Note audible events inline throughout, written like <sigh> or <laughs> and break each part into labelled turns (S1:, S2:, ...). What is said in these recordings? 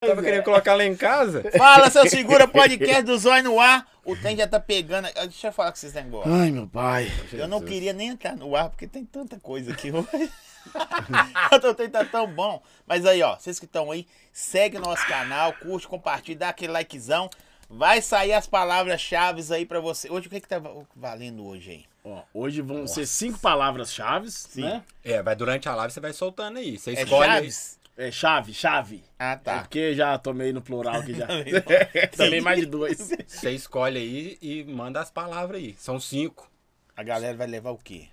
S1: Tava
S2: é.
S1: querendo colocar lá em casa.
S2: Fala, seu segura podcast do Zóio no ar. O trem já tá pegando. Ah, Deixa eu falar com vocês negócio.
S3: Ai, meu pai.
S2: Eu não queria nem entrar no ar, porque tem tanta coisa aqui hoje. <laughs> o trem tá tão bom. Mas aí, ó, vocês que estão aí, segue nosso canal, curte, compartilha, dá aquele likezão. Vai sair as palavras-chave aí pra você. Hoje, o que que tá valendo hoje, hein?
S3: Ó, hoje vão ser cinco palavras-chave, né?
S1: É, vai durante a live, você vai soltando aí. Você
S2: É
S1: escolhe.
S2: chaves?
S3: É chave, chave.
S2: Ah,
S3: É <laughs>
S2: tá.
S3: porque já tomei no plural aqui <laughs> já.
S2: Também
S3: Também mais de dois.
S1: Você escolhe aí e manda as palavras aí. São cinco.
S2: A galera vai levar o quê?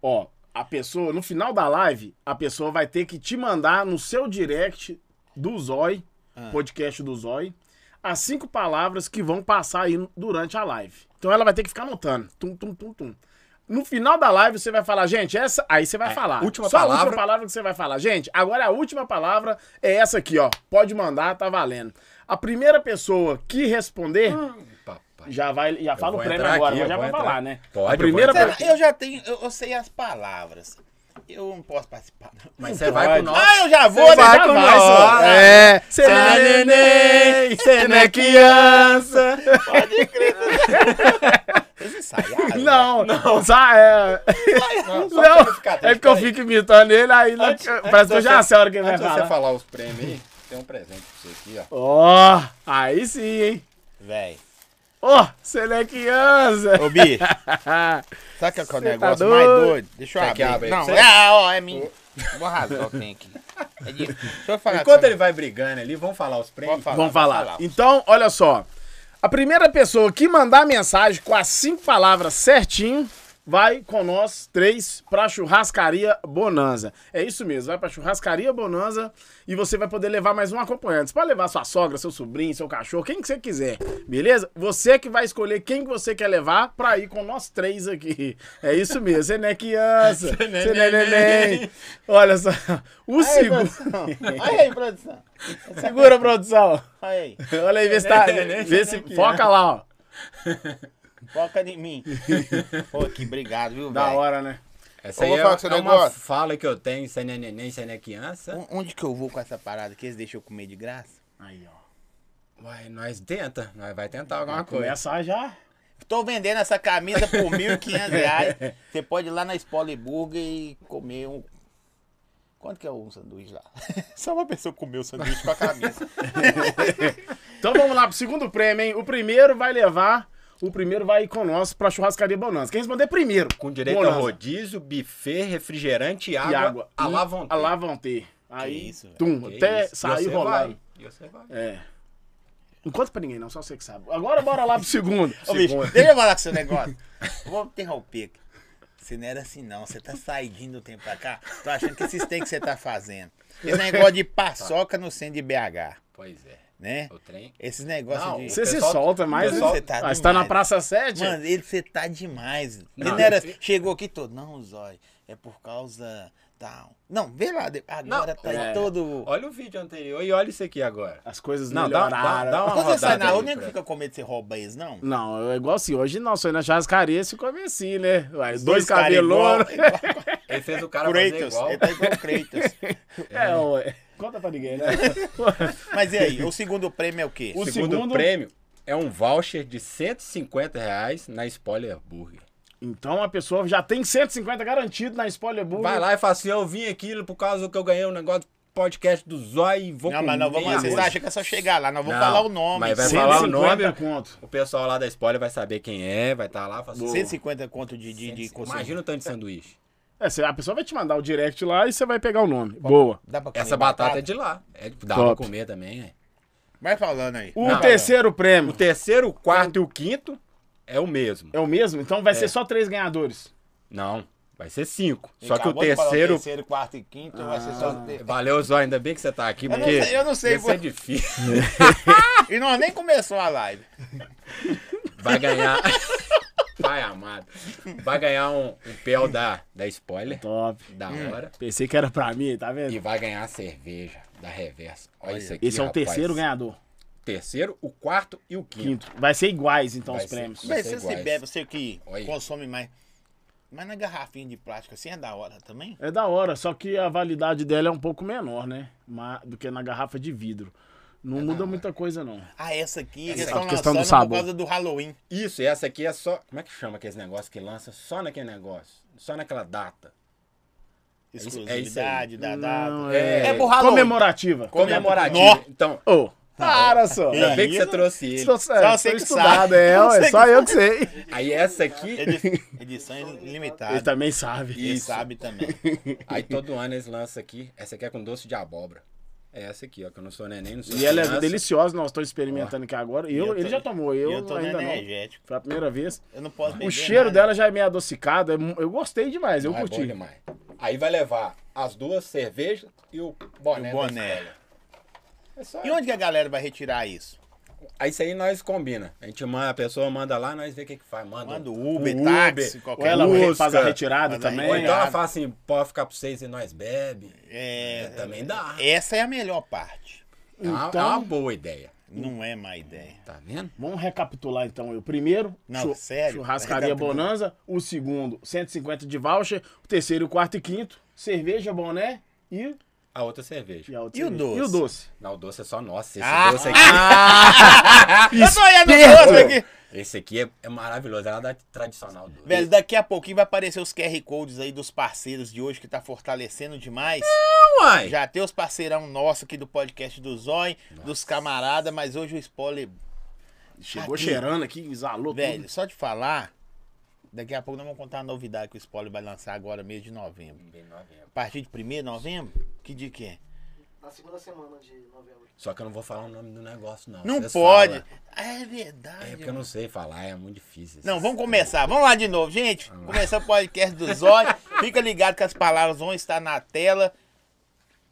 S3: Ó, a pessoa, no final da live, a pessoa vai ter que te mandar no seu direct do Zói,
S1: Ah.
S3: podcast do Zói, as cinco palavras que vão passar aí durante a live. Então ela vai ter que ficar anotando. Tum, tum, tum, tum. No final da live você vai falar, gente, essa. Aí você vai
S1: É,
S3: falar.
S1: última
S3: Só a
S1: palavra.
S3: última palavra que você vai falar. Gente, agora a última palavra é essa aqui, ó. Pode mandar, tá valendo. A primeira pessoa que responder
S1: Papai.
S3: já vai. Já fala o
S1: vou
S3: prêmio
S1: entrar
S3: agora,
S1: aqui,
S3: mas
S1: Hum. eu
S3: já
S1: vou
S3: vai
S1: entrar.
S3: falar, né?
S1: Pode,
S3: a
S1: eu vou
S3: primeira
S1: entrar.
S3: pe-
S2: Eu já tenho, eu, eu sei as palavras. Eu não posso participar. não.
S1: Mas você vai pro nosso.
S2: Ah, eu já vou, né?
S3: Você vai
S2: Já
S3: com
S2: vai,
S3: nós,
S2: só.
S3: ó.
S2: É.
S3: É, cê
S1: não é neném,
S3: cê
S1: não é
S3: criança.
S2: Pode crer. Vocês ensaiaram?
S3: tá
S2: né?
S3: Não, não, só é.
S2: Ensaiaram.
S3: Não, é porque eu fico imitando ele, aí não- parece que eu já sei a hora que ele vai
S1: Antes de você
S3: falar.
S1: falar os prêmios aí, tem um presente pra você aqui, ó.
S3: Ó, aí sim, hein?
S2: Véi.
S3: Ó, cê não é criança. <laughs>
S2: Ô, bicho, sabe qual que é o
S3: Cê tá
S2: negócio mais
S3: doido?
S2: doido? Deixa eu
S1: Quer
S2: abrir.
S1: que abra aí
S2: não,
S1: pra você?
S2: é, ó, é minha. Vou rasgar o que tem aqui. É de- Deixa eu falar.
S1: Enquanto
S2: com-
S1: ele vai brigando ali, vamos falar os prêmios?
S2: Pode falar.
S3: Vamos
S2: vai
S3: falar. Então, olha só. A primeira pessoa que mandar mensagem com as cinco palavras certinho vai com nós três pra churrascaria Bonanza. É isso mesmo, vai pra churrascaria Bonanza e você vai poder levar mais um acompanhante. Você pode levar sua sogra, seu sobrinho, seu cachorro, quem que você quiser, beleza? Você que vai escolher quem que você quer levar pra ir com nós três aqui. É isso mesmo, você não é criança, <laughs> você não é neném. Olha só, o
S2: Aí,
S3: segundo...
S2: produção. Olha aí, produção.
S3: Segura, produção.
S2: Olha aí.
S3: <laughs> Olha aí, vê se tá.
S1: Né, né,
S3: Vê
S1: né,
S3: se.
S1: que
S3: Foca lá, ó.
S2: Foca em mim. Pô, que obrigado, viu,
S3: Da
S2: velho?
S3: hora, né?
S1: Essa
S2: Eu
S1: aí
S2: vou
S1: é,
S2: falar com seu
S1: é uma
S2: negócio. Hum.
S1: fala que eu tenho, você não é neném, você não é criança.
S2: O- Um, Onde que eu vou com essa parada que eles deixam eu comer de graça?
S3: Aí, ó.
S1: Uai, nós tenta, nós vai tentar alguma coisa.
S3: Começar já.
S2: Tô vendendo essa camisa por 1.500 reais. Você pode ir lá na Spoiler Burger e comer um. Quanto que é um sanduíche lá? Só uma pessoa comeu o sanduíche com a camisa.
S3: Então vamos lá pro segundo prêmio, hein? O primeiro vai levar. O primeiro vai ir com nós pra churrascaria Bonanza. Quem responder primeiro?
S1: Com direito
S3: Bonanza.
S1: a rodível, buffet, refrigerante e
S3: E
S1: água.
S3: água.
S1: A lá
S3: A
S1: vontade.
S3: lá vão ter. Aí,
S2: isso, velho.
S3: tum,
S1: Que
S3: até
S1: isso. E
S3: sair
S1: você
S3: rolando.
S1: vai, E você vai.
S3: É. Não conta pra ninguém, não, só você que sabe. Agora bora lá
S1: <laughs>
S3: pro segundo.
S2: Ô, bicho, deixa eu falar com seu negócio. Eu Vou interromper. aqui. Você não era assim, não. Você tá saindo do tempo pra cá. Tô achando que esses tem que você tá fazendo. Esse negócio de paçoca no centro de BH,
S1: Pois é.
S2: né?
S1: O trem.
S2: Esses negócios
S1: Não,
S2: de.
S3: Você se
S1: pessoal-
S3: solta mais.
S1: o
S3: né?
S1: pessoal-
S2: Você tá
S3: Ah, você tá na
S2: demais.
S3: Praça 7?
S2: Mano, ele você tá demais. Ele
S1: Não,
S2: não era- assim.
S1: eu-
S2: Chegou aqui todo. Não, Zói, é por causa. Tal. Não, vê lá. de- Agora
S1: Não,
S2: tá
S3: é.
S2: todo.
S1: Olha o vídeo anterior e olha isso aqui agora.
S3: As coisas
S1: Não, dá- dá-
S3: melhoraram.
S1: dá uma
S2: Quando você sai
S1: rodada
S2: na
S1: aí,
S2: rua, nem
S1: Fred.
S2: fica com medo de você rouba eles, não?
S3: Não, é igual assim, hoje não, só ir na churrascaria se come assim, né? Ué, dois,
S2: caras
S3: cabelos. né?
S2: igual- igual-
S1: Ele fez o <laughs> cara fazer
S2: Kratos.
S1: igual.
S2: Ele tá igual o Kratos.
S1: <laughs>
S3: É, ué. Conta pra ninguém, né?
S2: Mas e aí, o segundo prêmio é o quê?
S3: O
S1: O segundo,
S3: segundo-
S1: prêmio é um voucher de 150 reais na Spoiler Burger.
S3: então a pessoa já tem 150 garantido na Spoiler
S2: Uhum.
S3: Burger.
S1: Vai lá e fala assim, eu vim aqui por causa que eu ganhei um negócio do podcast do Zói e vou
S2: Não, mas não
S1: comer
S2: vamos. Vocês
S1: hoje.
S2: acham que é só chegar lá? Nós vamos
S1: Não,
S2: falar o nome.
S1: mas vai
S2: Cento-
S1: falar o
S3: 150
S1: nome.
S3: conto.
S1: O pessoal lá da Spoiler vai saber quem é, vai estar lá. Fala assim,
S2: 150 conto de, de, de
S1: 150. Imagina o tanto de sanduíche.
S3: É, cê- a pessoa vai te mandar o direct lá e você vai pegar o nome. Boa.
S2: Dá pra comer
S1: Essa batata é de lá. É, dá
S3: Top.
S1: pra comer também, é.
S2: Vai falando aí.
S3: O
S2: Vai
S3: terceiro prêmio
S1: O terceiro, o quarto e o quinto é o mesmo.
S3: é o mesmo? Então vai ser só três ganhadores.
S1: Não, vai ser cinco.
S2: falando.
S1: Só que o
S2: Acabou de falar
S1: terceiro... Ah.
S2: terceiro, quarto e quinto vai ser só.
S1: Valeu, Zói, ainda bem que você tá aqui,
S2: não
S1: porque...
S2: sei, eu não sei,
S1: ia
S2: vou-
S1: ser difícil.
S2: E nós nem começou a live.
S1: Vai ganhar... <laughs> Vai, amado. Vai ganhar um, um pel da, da Spoiler,
S3: Top.
S1: da hora.
S3: Pensei que era pra mim, tá
S1: E
S3: vendo?
S1: vai ganhar a cerveja da Reversa. Olha, um isso aqui,
S3: Esse é o
S1: rapaz.
S3: terceiro ganhador.
S1: Terceiro, o quarto e o quinto.
S3: Quinto. Vai ser iguais, então,
S1: Vai
S3: os
S1: ser-
S3: prêmios.
S1: vai
S2: Mas
S1: ser
S2: se você
S1: iguais.
S2: bebe, você que
S1: Olha aí.
S2: consome mais. Mas na garrafinha de plástico assim é da hora também?
S3: É da hora, só que a validade dela é um pouco menor, né? Ma- Do que na garrafa de vidro. Não muda muita coisa, não.
S2: Ah, essa aqui eles
S1: é
S3: Essa
S2: estão
S3: questão do
S2: lançando por
S3: sabor.
S2: causa do Halloween.
S1: Isso, e essa aqui é só. Como é que chama aqueles negócios que lança só naquele negócio? Só naquela data. isso- é isso aí.
S2: Exclusividade da
S3: Não,
S2: data.
S1: É,
S2: É pro Halloween.
S3: Comemorativa.
S1: Comemorativa.
S2: Nó.
S1: Então,
S3: Ô, para só.
S1: ainda
S2: É
S1: bem que você
S2: Tá isso?
S1: trouxe ele.
S3: Só,
S2: Só você que
S3: estudado,
S2: sabe.
S3: é,
S2: Só
S3: ué,
S2: você
S3: só
S2: que
S3: eu que sei.
S1: Aí essa aqui.
S2: Edi- Edição
S1: <laughs>
S2: ilimitada.
S3: Ele também sabe.
S2: Ele
S1: é- tá- Isso.
S2: sabe também.
S1: Aí todo ano eles lançam aqui. Essa aqui é com doce de abóbora. É essa aqui, ó, que eu não sou neném, não sou
S3: E ela é
S1: criança.
S3: deliciosa, nós estamos experimentando aqui agora.
S2: Eu
S3: Eu,
S2: tô-
S3: ele já tomou, eu,
S2: Eu, tô no
S3: ainda não.
S2: energético.
S3: Foi a primeira vez.
S2: Eu não posso
S3: O
S2: beber
S3: cheiro
S2: nada.
S3: dela já é meio adocicado. é mu- Eu gostei demais, eu
S1: Não, é bom
S3: curti.
S1: demais. Aí vai levar as duas cervejas e o boné.
S2: O boné.
S1: da escola. É só...
S2: E onde que a galera vai retirar isso?
S1: Aí isso aí nós combina. A gente manda, a pessoa manda lá, nós vê o que, que faz. Manda.
S2: Manda
S1: um-
S2: o Uber,
S1: um
S2: táxi,
S1: Uber.
S3: Ou
S2: qualquer
S3: ela
S2: coisa.
S1: Busca.
S3: faz a retirada
S2: Mas aí-
S3: também. né?
S1: Ou então ela
S2: Ganhado.
S1: fala assim, pode ficar pra vocês e nós bebe.
S2: É,
S1: É, também dá.
S2: Essa é a melhor parte.
S1: É uma-
S3: Então-
S1: é uma boa ideia.
S2: Não é má ideia.
S1: Tá vendo?
S3: Vamos recapitular então. O primeiro,
S2: Não, sério?
S3: churrascaria
S2: Recapitula.
S3: Bonanza. O segundo, 150 de voucher. O terceiro, o quarto e quinto, cerveja, boné e...
S1: A outra cerveja.
S3: E, a outra
S2: E o
S3: cerveja.
S2: doce?
S3: E o doce.
S1: Não, o doce é só nosso. Esse
S2: Ah,
S1: doce aqui,
S3: Ah,
S2: Eu tô olhando
S3: Esperto!
S2: o doce aqui.
S1: esse aqui é, é maravilhoso. Ela dá tradicional doce.
S2: Velho, daqui a pouquinho vai aparecer os QR Codes aí dos parceiros de hoje que tá fortalecendo demais.
S1: Uai.
S2: Já tem os parceirão nosso aqui do podcast do Zói, dos camarada, mas hoje o spoiler,
S3: Chegou
S2: Aqui.
S3: cheirando aqui, exalou
S2: velho, só de falar, daqui a pouco nós vamos contar a novidade que o spoiler vai lançar agora, mês de novembro. A partir de 1 de novembro? Que dia que é?
S4: Na segunda semana de novembro.
S1: Só que eu não vou falar o nome do negócio, não.
S2: Não
S1: Vocês
S2: pode.
S1: falam.
S2: É
S1: É
S2: verdade.
S1: porque eu não sei falar, é muito difícil.
S2: Não, vamos começar. Vamos lá de novo, gente. Começar o podcast do Zói. Fica ligado que as palavras vão estar na tela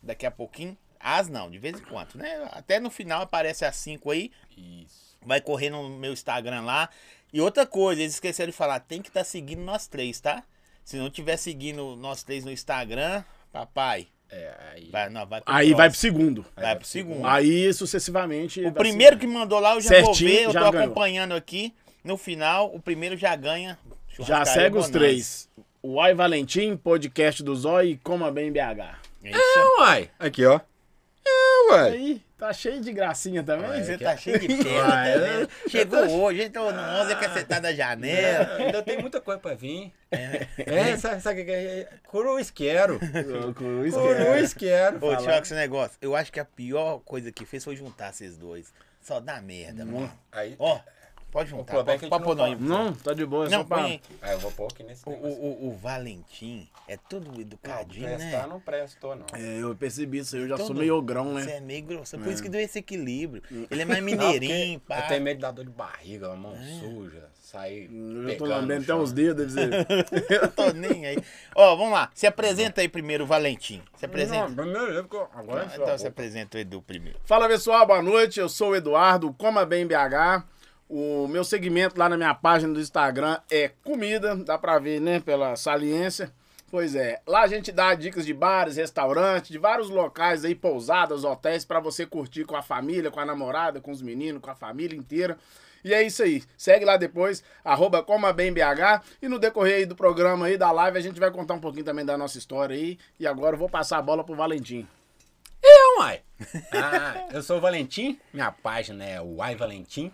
S2: daqui a pouquinho. As não, de vez em quando, né? Até no final aparece as cinco aí.
S1: Isso.
S2: Vai correr no meu Instagram lá. E outra coisa, eles esqueceram de falar, tem que estar seguindo nós três, tá? Se não tiver seguindo nós três no Instagram, papai,
S1: É, aí.
S2: vai, não, vai pro
S3: Aí vai pro
S2: próximo.
S3: segundo.
S2: vai pro segundo.
S3: É. Aí sucessivamente.
S2: O
S3: vai
S2: primeiro que mandou lá eu já vou
S3: Assim. Certinho,
S2: ver, eu
S3: já
S2: tô
S3: ganhou.
S2: acompanhando aqui. No final, o primeiro já ganha.
S3: seguindo. Já
S2: Churrascaria
S3: segue os
S2: Bonanza.
S3: três. O Ai Valentim, podcast do Zói e Coma Bem BH.
S2: É isso.
S1: Uai. Aqui, ó. É, uai.
S3: Aí, tá cheio de gracinha também.
S1: Ué.
S2: Você
S1: é que-
S2: tá cheio de
S1: Ah,
S2: pedra,
S1: é?
S2: né? Chegou hoje, então no 11 é cacetada da janela.
S1: É, ainda tem muita coisa pra vir. É, sabe, sabe o que é? Cruz quero.
S3: Cruz,
S1: Cruz quero.
S2: Ô,
S1: falar.
S2: Tioca, esse negócio. Eu acho que a pior coisa que fez foi juntar vocês dois. Só dá merda, mano.
S1: Aí,
S2: Ó, pode
S1: O
S2: juntar.
S1: problema é
S2: Pode,
S1: que a gente
S2: pode
S1: não
S2: pôr no
S1: fala.
S2: ímpar.
S3: Não, tá de boa. é
S2: Não,
S3: só pra...
S2: põe aí.
S1: aí eu vou pôr aqui nesse
S2: o,
S1: negócio.
S2: o, o, o Valentim é todo educadinho,
S1: Prestar
S2: né?
S1: não prestou, não.
S3: É, eu percebi isso, aí, eu já sou
S2: Todo-
S3: meio ogrão,
S2: Você
S3: né?
S2: é meio grosso. Por isso que deu esse equilíbrio.
S3: Hum.
S2: Ele é mais
S1: Não, porque
S2: mineirinho, pá. É.
S1: Eu tenho medo de dar dor de barriga, mão suja, sair.
S3: Eu já tô
S1: pegando
S3: lambendo
S1: no
S3: até
S1: chão.
S3: uns
S1: <laughs>
S3: dedos, deve ser.
S2: Eu tô nem aí. Ó, vamos lá. Se apresenta aí primeiro, Valentim. Se
S1: Não,
S2: apresenta.
S1: primeiro eu fico- Agora é
S2: Então você apresenta o Edu primeiro.
S3: Fala pessoal, boa noite. Eu sou o Eduardo, Coma Bem BH. O meu segmento lá na minha página do Instagram é comida, dá pra ver, né, pela saliência. Pois é, lá a gente dá dicas de bares, restaurantes, de vários locais aí, pousadas, hotéis, pra você curtir com a família, com a namorada, com os meninos, com a família inteira. E é isso aí. Segue lá depois, arroba ComaBemBH. E no decorrer aí do programa aí, da live, a gente vai contar um pouquinho também da nossa história aí. E agora eu vou passar a bola pro Valentim.
S2: Então,
S1: Eu, uai. Ah, eu sou o Valentim, minha página é Uai Valentim.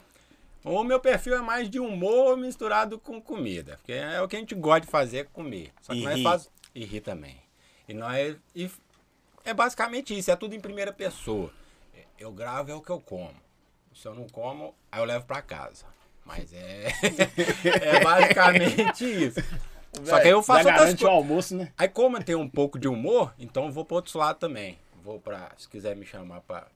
S1: O meu perfil é mais de humor misturado com comida, porque é o que a gente gosta de fazer, é comer. Só que
S2: E
S1: nós
S2: rir.
S1: faz e rir também. E nós e é basicamente isso, é tudo em primeira pessoa. Eu gravo é o que eu como. Se eu não como, aí eu levo pra casa. Mas é <laughs> é basicamente
S2: <laughs>
S1: isso. Só que aí eu faço
S3: Já
S1: outras
S3: garante o
S1: coisas.
S3: almoço, né?
S1: Aí como eu tenho um pouco de humor, então eu vou pro outro lado também. Vou pra. Se quiser me chamar pra,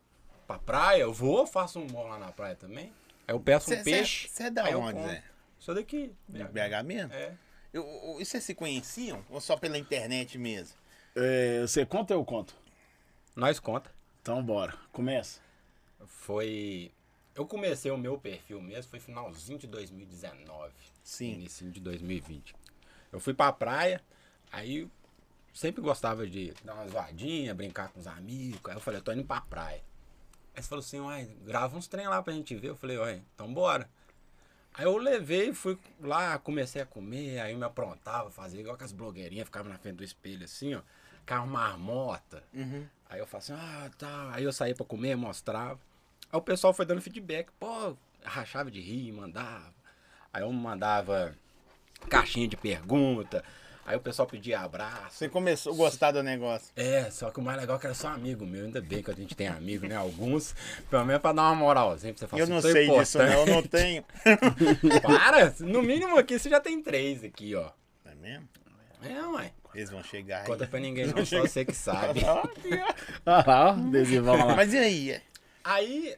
S1: pra praia, eu vou, faço um humor lá na praia também. Aí eu peço um
S2: Cê- cê-
S1: peixe.
S2: cê é da
S1: aí eu
S2: onde,
S1: como.
S2: Zé?
S1: Sou daqui.
S2: De BH mesmo?
S1: É.
S2: Eu- eu- E vocês se conheciam? Ou só pela internet mesmo?
S3: É, você conta ou eu conto?
S1: Nós conta.
S3: Então bora, começa.
S1: Foi. Eu comecei o meu perfil mesmo, foi finalzinho de 2019.
S2: Sim.
S1: Início de 2020. Eu fui pra praia, aí sempre gostava de dar uma zoadinha, brincar com os amigos. Aí eu falei, eu tô indo pra praia. Aí você falou assim, uai, grava uns trem lá pra gente ver. Eu falei, uai, então bora. Aí eu levei, fui lá, comecei a comer, aí eu me aprontava, fazia igual que as blogueirinhas, ficava na frente do espelho assim, ó,
S2: Uhum.
S1: ficava uma marmota. Aí eu falava assim, ah, tá. Aí eu saía pra comer, mostrava. Aí o pessoal foi dando feedback. Pô, rachava de rir, mandava. Aí eu mandava caixinha de pergunta. Aí o pessoal pedia abraço.
S2: Você começou a gostar do negócio.
S1: É, só que o mais legal é que era só amigo meu. Ainda bem que a gente tem amigo, né? Alguns. Pelo menos pra dar uma moralzinha pra você falar
S2: Eu
S1: assim,
S2: não
S1: "Tô
S2: sei disso, não. Eu
S1: importante".
S2: não tenho.
S1: Para! No mínimo aqui você já tem três aqui, ó.
S2: É mesmo?
S1: É, ué.
S2: Eles vão chegar aí.
S1: Conta pra ninguém, não, só você que
S2: <laughs>
S1: sabe.
S3: Ah lá, ó, adesivão lá. <laughs>
S2: Mas e aí?
S1: Aí,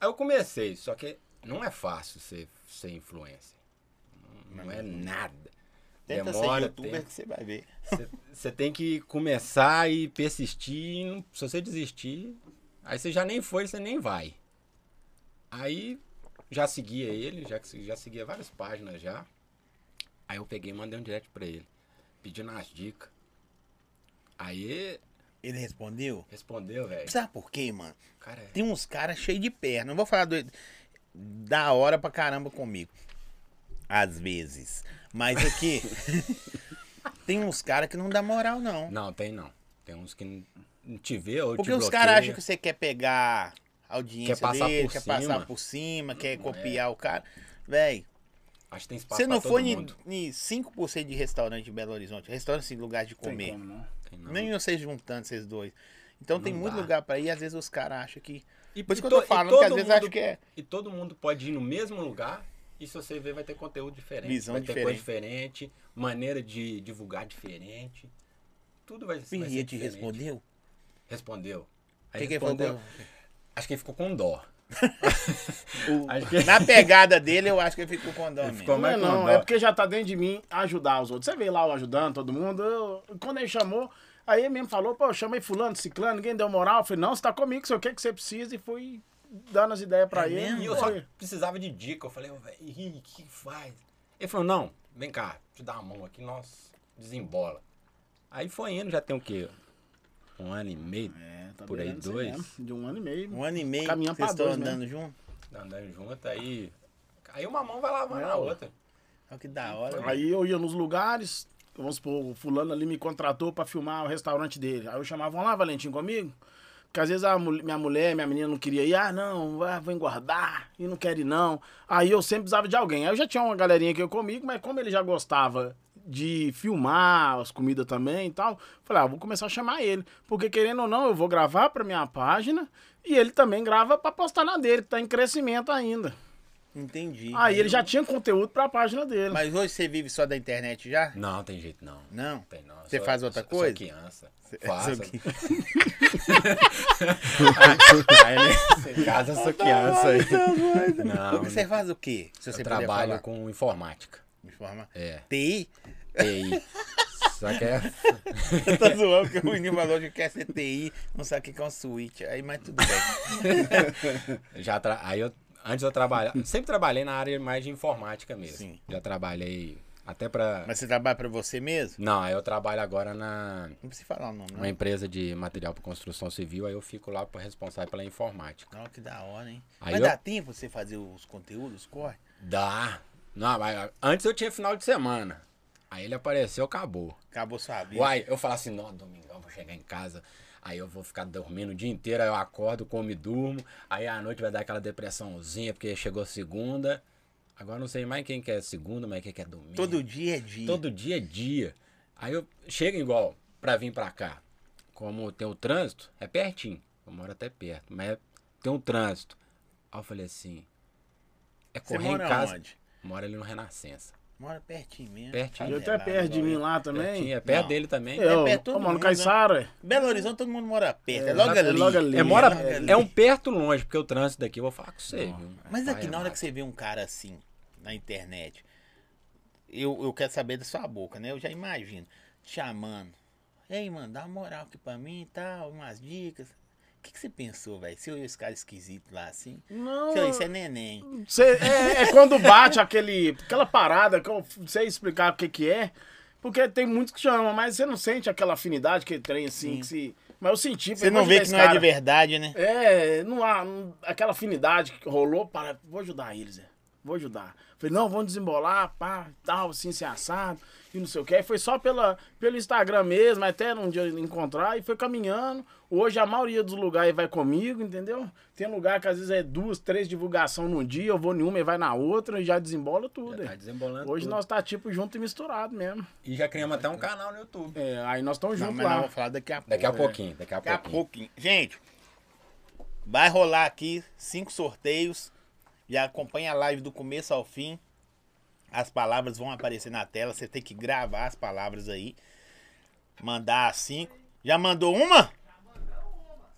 S1: aí eu comecei, só que não é fácil ser, ser influencer. Não, é nada.
S2: Tenta ser
S1: Demora,
S2: youtuber
S1: tempo.
S2: que você vai ver.
S1: Você tem que começar e persistir. e não- Se você desistir, aí você já nem foi, você nem vai. Aí já seguia ele, já, que- já seguia várias páginas já. Aí eu peguei e mandei um direct pra ele, pedindo as dicas. Aí
S2: Ele respondeu?
S1: respondeu, velho.
S2: Sabe por quê, mano?
S1: Cara, é-
S2: Tem uns caras cheios de perna. Não vou falar do... da hora pra caramba comigo. Às vezes. Mas
S1: <laughs>
S2: aqui. tem uns caras que não dá moral, não.
S1: não, tem não. Tem uns que n- não te vê ou
S2: Porque
S1: te
S2: os
S1: bloqueia.
S2: caras acham que você quer pegar a audiência
S1: Quer passar
S2: dele,
S1: por
S2: quer
S1: cima.
S2: passar por cima, quer copiar o cara. Véi,
S1: Acho que tem espaço
S2: você não
S1: pra
S2: foi
S1: todo
S2: em,
S1: mundo.
S2: em 5% de restaurante em Belo Horizonte. Restaurante, assim, lugar de
S3: Tem
S2: comer.
S3: como, né? não.
S1: Tem não.
S2: Nem vocês juntando, vocês dois. Então tem
S1: Não
S2: muito
S1: dá.
S2: lugar pra ir, às vezes os caras acham que.
S1: E
S2: Por isso que eu
S1: to-
S2: tô
S1: e
S2: falando que às
S1: todo
S2: vezes
S1: mundo-
S2: acho que é.
S1: E todo mundo pode ir no mesmo lugar e se você ver vai ter conteúdo diferente.
S2: Visão
S1: vai ter coisa diferente, maneira de divulgar diferente. Tudo vai, vai ser
S2: Pirria te
S1: é diferente.
S2: respondeu?
S1: Respondeu.
S2: O
S1: Aí
S2: que, que ele
S1: respondeu.
S2: falou?
S1: Acho que ele ficou com
S2: <laughs>
S1: dó.
S3: O-
S1: Acho que
S2: Na pegada dele, eu acho que ele ficou com dó
S1: Ele
S2: mesmo.
S1: ficou-
S3: Não é
S1: Mas quando
S3: não,
S1: dá?
S3: é porque já tá dentro de mim ajudar os outros. Você veio lá eu ajudando todo mundo. eu- quando ele chamou, aí ele mesmo falou, pô, eu chamei fulano, ciclano, ninguém deu moral. Eu falei, não, você tá comigo, sei o que que você precisa. E fui dando as ideias pra
S2: É
S3: ele.
S2: mesmo?
S1: E eu só precisava de dica. Eu falei, "Ô, velho, ih, o que que faz? Ele falou, não, vem cá, te dá a mão aqui, nós desembola. Aí foi indo, já tem o quê? Um ano e meio,
S3: É, tá
S1: Por aí
S3: beirando isso
S1: dois.
S3: mesmo, De um ano e meio.
S2: Um ano e meio que
S3: Caminhar
S2: vocês
S3: pra
S2: estão
S3: dois, né?
S2: andando junto.
S1: andando junto, aí... Aí uma mão vai lavar na outra.
S2: Olha que da hora. velho.
S3: Aí eu ia nos lugares, vamos supor, o fulano ali me contratou pra filmar o restaurante dele. Aí eu chamava, vamos lá, Valentim, comigo? Porque às vezes a mul- minha mulher, minha menina não queria ir, ah, não, vai- vou engordar, e não quer ir não. Aí eu sempre precisava de alguém. Aí eu já tinha uma galerinha que eu comigo, mas como ele já gostava de filmar as comidas também e tal, falei, ah, vou começar a chamar ele. Porque querendo ou não, eu vou gravar pra minha página e ele também grava pra postar na dele, que tá em crescimento ainda.
S2: Entendi.
S3: Aí ele já tinha conteúdo pra página dele.
S2: Mas hoje você vive só da internet já?
S1: Não, tem jeito não.
S2: Não.
S1: Tem não. Eu
S2: Você
S1: sou-
S2: faz outra
S1: eu sou- eu
S2: coisa?
S1: Sou criança.
S2: é
S1: Faço.
S2: só que-
S1: Aí, né, <laughs> tá em casa eu sou criança. aí. Não, né?
S2: Você faz o quê? Se
S1: eu
S2: você puder
S1: trabalho
S2: falar.
S1: com informática.
S2: Me informar.
S1: É.
S2: TI?
S1: TI. Só que é...
S2: <laughs> Eu tô zoando porque o menino falou que quer ser TI, não sabe o que é um switch. Aí, mas tudo bem.
S1: Já tra- Aí eu... Antes eu trabalhava... Sempre trabalhei na área mais de informática mesmo.
S2: Sim.
S1: Já trabalhei até pra...
S2: Mas você trabalha pra você mesmo?
S1: Não, aí eu trabalho agora na...
S2: Não precisa falar o nome, não.
S1: Uma empresa de material para construção civil, aí eu fico lá pra- responsável pela informática.
S2: Não, que da hora, hein?
S1: Aí
S2: mas
S1: eu-
S2: dá tempo você fazer os conteúdos, corre?
S1: Dá. Não, mas antes eu tinha final de semana. Aí ele apareceu, acabou.
S2: Acabou sua vida.
S1: Uai, eu falo assim, não, domingão, vou chegar em casa, aí eu vou ficar dormindo o dia inteiro, aí eu acordo, como e durmo, aí à noite vai dar aquela depressãozinha, porque chegou segunda. Agora eu não sei mais quem que é segunda, mas quem que é domingo.
S2: Todo dia é dia.
S1: Todo dia é dia. Aí eu chego igual pra vir pra cá. Como tem o trânsito, é pertinho. Eu moro até perto, mas é- tem um trânsito. Aí eu falei assim, é
S2: Você
S1: correr
S2: mora
S1: em casa.
S2: onde?
S1: Mora ali no Renascença.
S2: Mora pertinho mesmo.
S1: Pertinho.
S3: Eu
S2: Favela,
S3: até tá perto de
S2: igual
S3: mim né?
S2: eu.
S3: lá também.
S1: Pertinho, é perto
S2: Não.
S1: dele também.
S3: Eu,
S2: É perto todo
S3: ô, mano,
S2: mundo,
S3: Caiçara. ué.
S2: Belo Horizonte todo mundo mora perto. É, logo,
S3: exato, é
S2: ali.
S3: logo ali.
S1: É, mora,
S2: logo ali.
S1: é um perto longe, porque o trânsito daqui eu vou falar com você, viu?
S2: Mas
S1: Vai,
S2: aqui, na hora
S1: amado.
S2: que você vê um cara assim, na internet, eu, eu quero saber da sua boca, né? Eu já imagino. Te chamando. Ei, mano, dá uma moral aqui pra mim e tal, umas dicas. O que, que você pensou, velho? Se eu e esse cara esquisito lá assim.
S3: Não.
S2: Seu, isso é neném.
S3: Cê- é, é quando bate aquele, aquela parada que eu f- sei explicar o que, que é. Porque tem muitos que chamam, mas você não sente aquela afinidade que tem, assim, que se. Mas eu senti.
S2: Você
S3: falei,
S2: não
S3: vou
S2: vê
S3: ajudar
S2: que
S3: esse
S2: não é de
S3: cara.
S2: verdade, né?
S3: É, não há. não- aquela afinidade que rolou para. Vou ajudar eles. é. vou ajudar. Falei, não, vamos desembolar, pá, tal, assim, se assado, e não sei o que. Aí foi só pela, pelo Instagram mesmo, até num dia encontrar, e foi caminhando. Hoje a maioria dos lugares vai comigo, entendeu? Tem lugar que às vezes é duas, três divulgação num dia, eu vou em uma e vai na outra, e já desembola tudo.
S1: Já tá
S3: hein?
S1: desembolando
S3: Hoje
S1: tudo.
S3: nós tá tipo junto e misturado mesmo.
S1: E já criamos até um canal no YouTube.
S3: É, aí nós estamos
S2: Não,
S3: juntos
S2: mas nós
S3: lá.
S2: vamos falar daqui a pouco.
S1: Daqui a
S2: né?
S1: pouquinho, daqui a
S2: Daqui a
S1: pouquinho.
S2: pouquinho. Gente, vai rolar aqui cinco sorteios. Já acompanha a live do começo ao fim. As palavras vão aparecer na tela. Você tem que gravar as palavras aí. Mandar as cinco. Já mandou uma?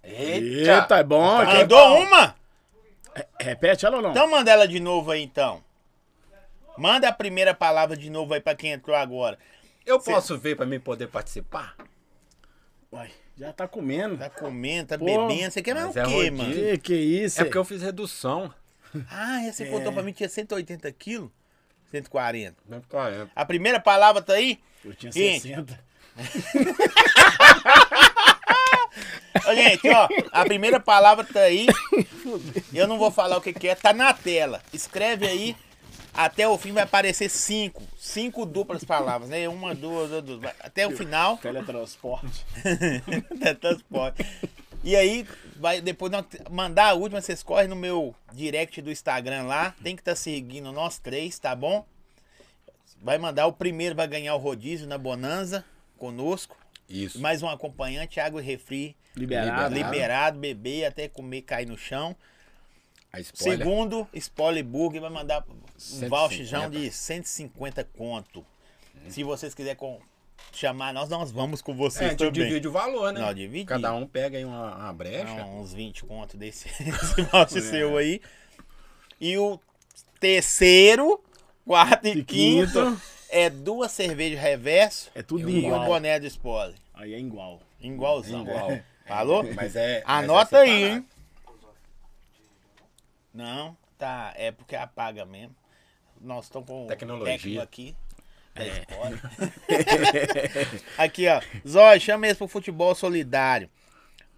S3: Eita, é bom.
S1: Ah,
S3: que-
S2: Mandou
S1: bom.
S2: uma?
S3: Repete ela ou não?
S2: Então manda ela de novo aí, então. Manda a primeira palavra de novo aí pra quem entrou agora.
S1: Eu posso ver pra mim poder participar?
S3: Uai, já tá comendo.
S2: Tá comendo, tá
S3: Pô,
S2: bebendo. Você quer mais
S1: mas
S2: o
S1: é
S2: quê,
S1: rodízio.
S2: mano?
S3: Que que isso?
S1: É porque eu fiz redução.
S2: Ah, essa você
S1: É.
S2: contou pra mim que tinha 180 quilos? 140.
S1: Não, claro,
S2: A primeira palavra tá aí?
S3: Eu tinha
S2: Gente.
S3: 60.
S2: Ó, gente, ó, a primeira palavra tá aí. Eu não vou falar o que, que é, tá na tela. Escreve aí. Até o fim vai aparecer cinco. Cinco duplas palavras, né? Uma, duas, duas, duas. vai- Até o final. <laughs>
S3: Teletransporte.
S2: Teletransporte. E aí, vai, depois nós mandar a última, vocês correm no meu direct do Instagram lá. Tem que estar seguindo nós três, tá bom? Vai mandar o primeiro, vai ganhar o rodízio na Bonanza conosco.
S1: Isso.
S2: Mais um acompanhante, água e refri.
S3: Liberado.
S1: Liberado.
S2: Tá Liberado, beber até comer, cair no chão.
S1: A spoiler.
S2: Segundo, Spoiler Burger vai mandar um
S1: 150.
S2: voucherzão de 150 conto. Se vocês quiserem com- chamar nós, nós vamos com
S1: Hum. É, a
S2: vocês
S1: gente
S2: também.
S1: divide o valor, né?
S2: Não, divide.
S1: Cada um pega aí uma, uma brecha.
S2: Então, uns 20 conto desse, <laughs> desse
S1: É.
S2: voucher seu aí. E o terceiro, quarto e,
S3: E
S2: quinto,
S3: quinto.
S2: é duas cervejas reverso
S3: É tudo
S2: e um
S3: igual.
S2: boné do Spoiler.
S3: Aí é igual.
S2: Igualzão.
S1: Igual.
S2: Falou?
S1: Mas é. mas é
S2: Anota aí,
S1: separado.
S2: hein? Não, tá. É porque apaga mesmo. Nós estamos com o
S1: Tecnologia. É.
S2: técnico aqui. da escola. <laughs> aqui, ó. Zói, chama eles pro futebol solidário.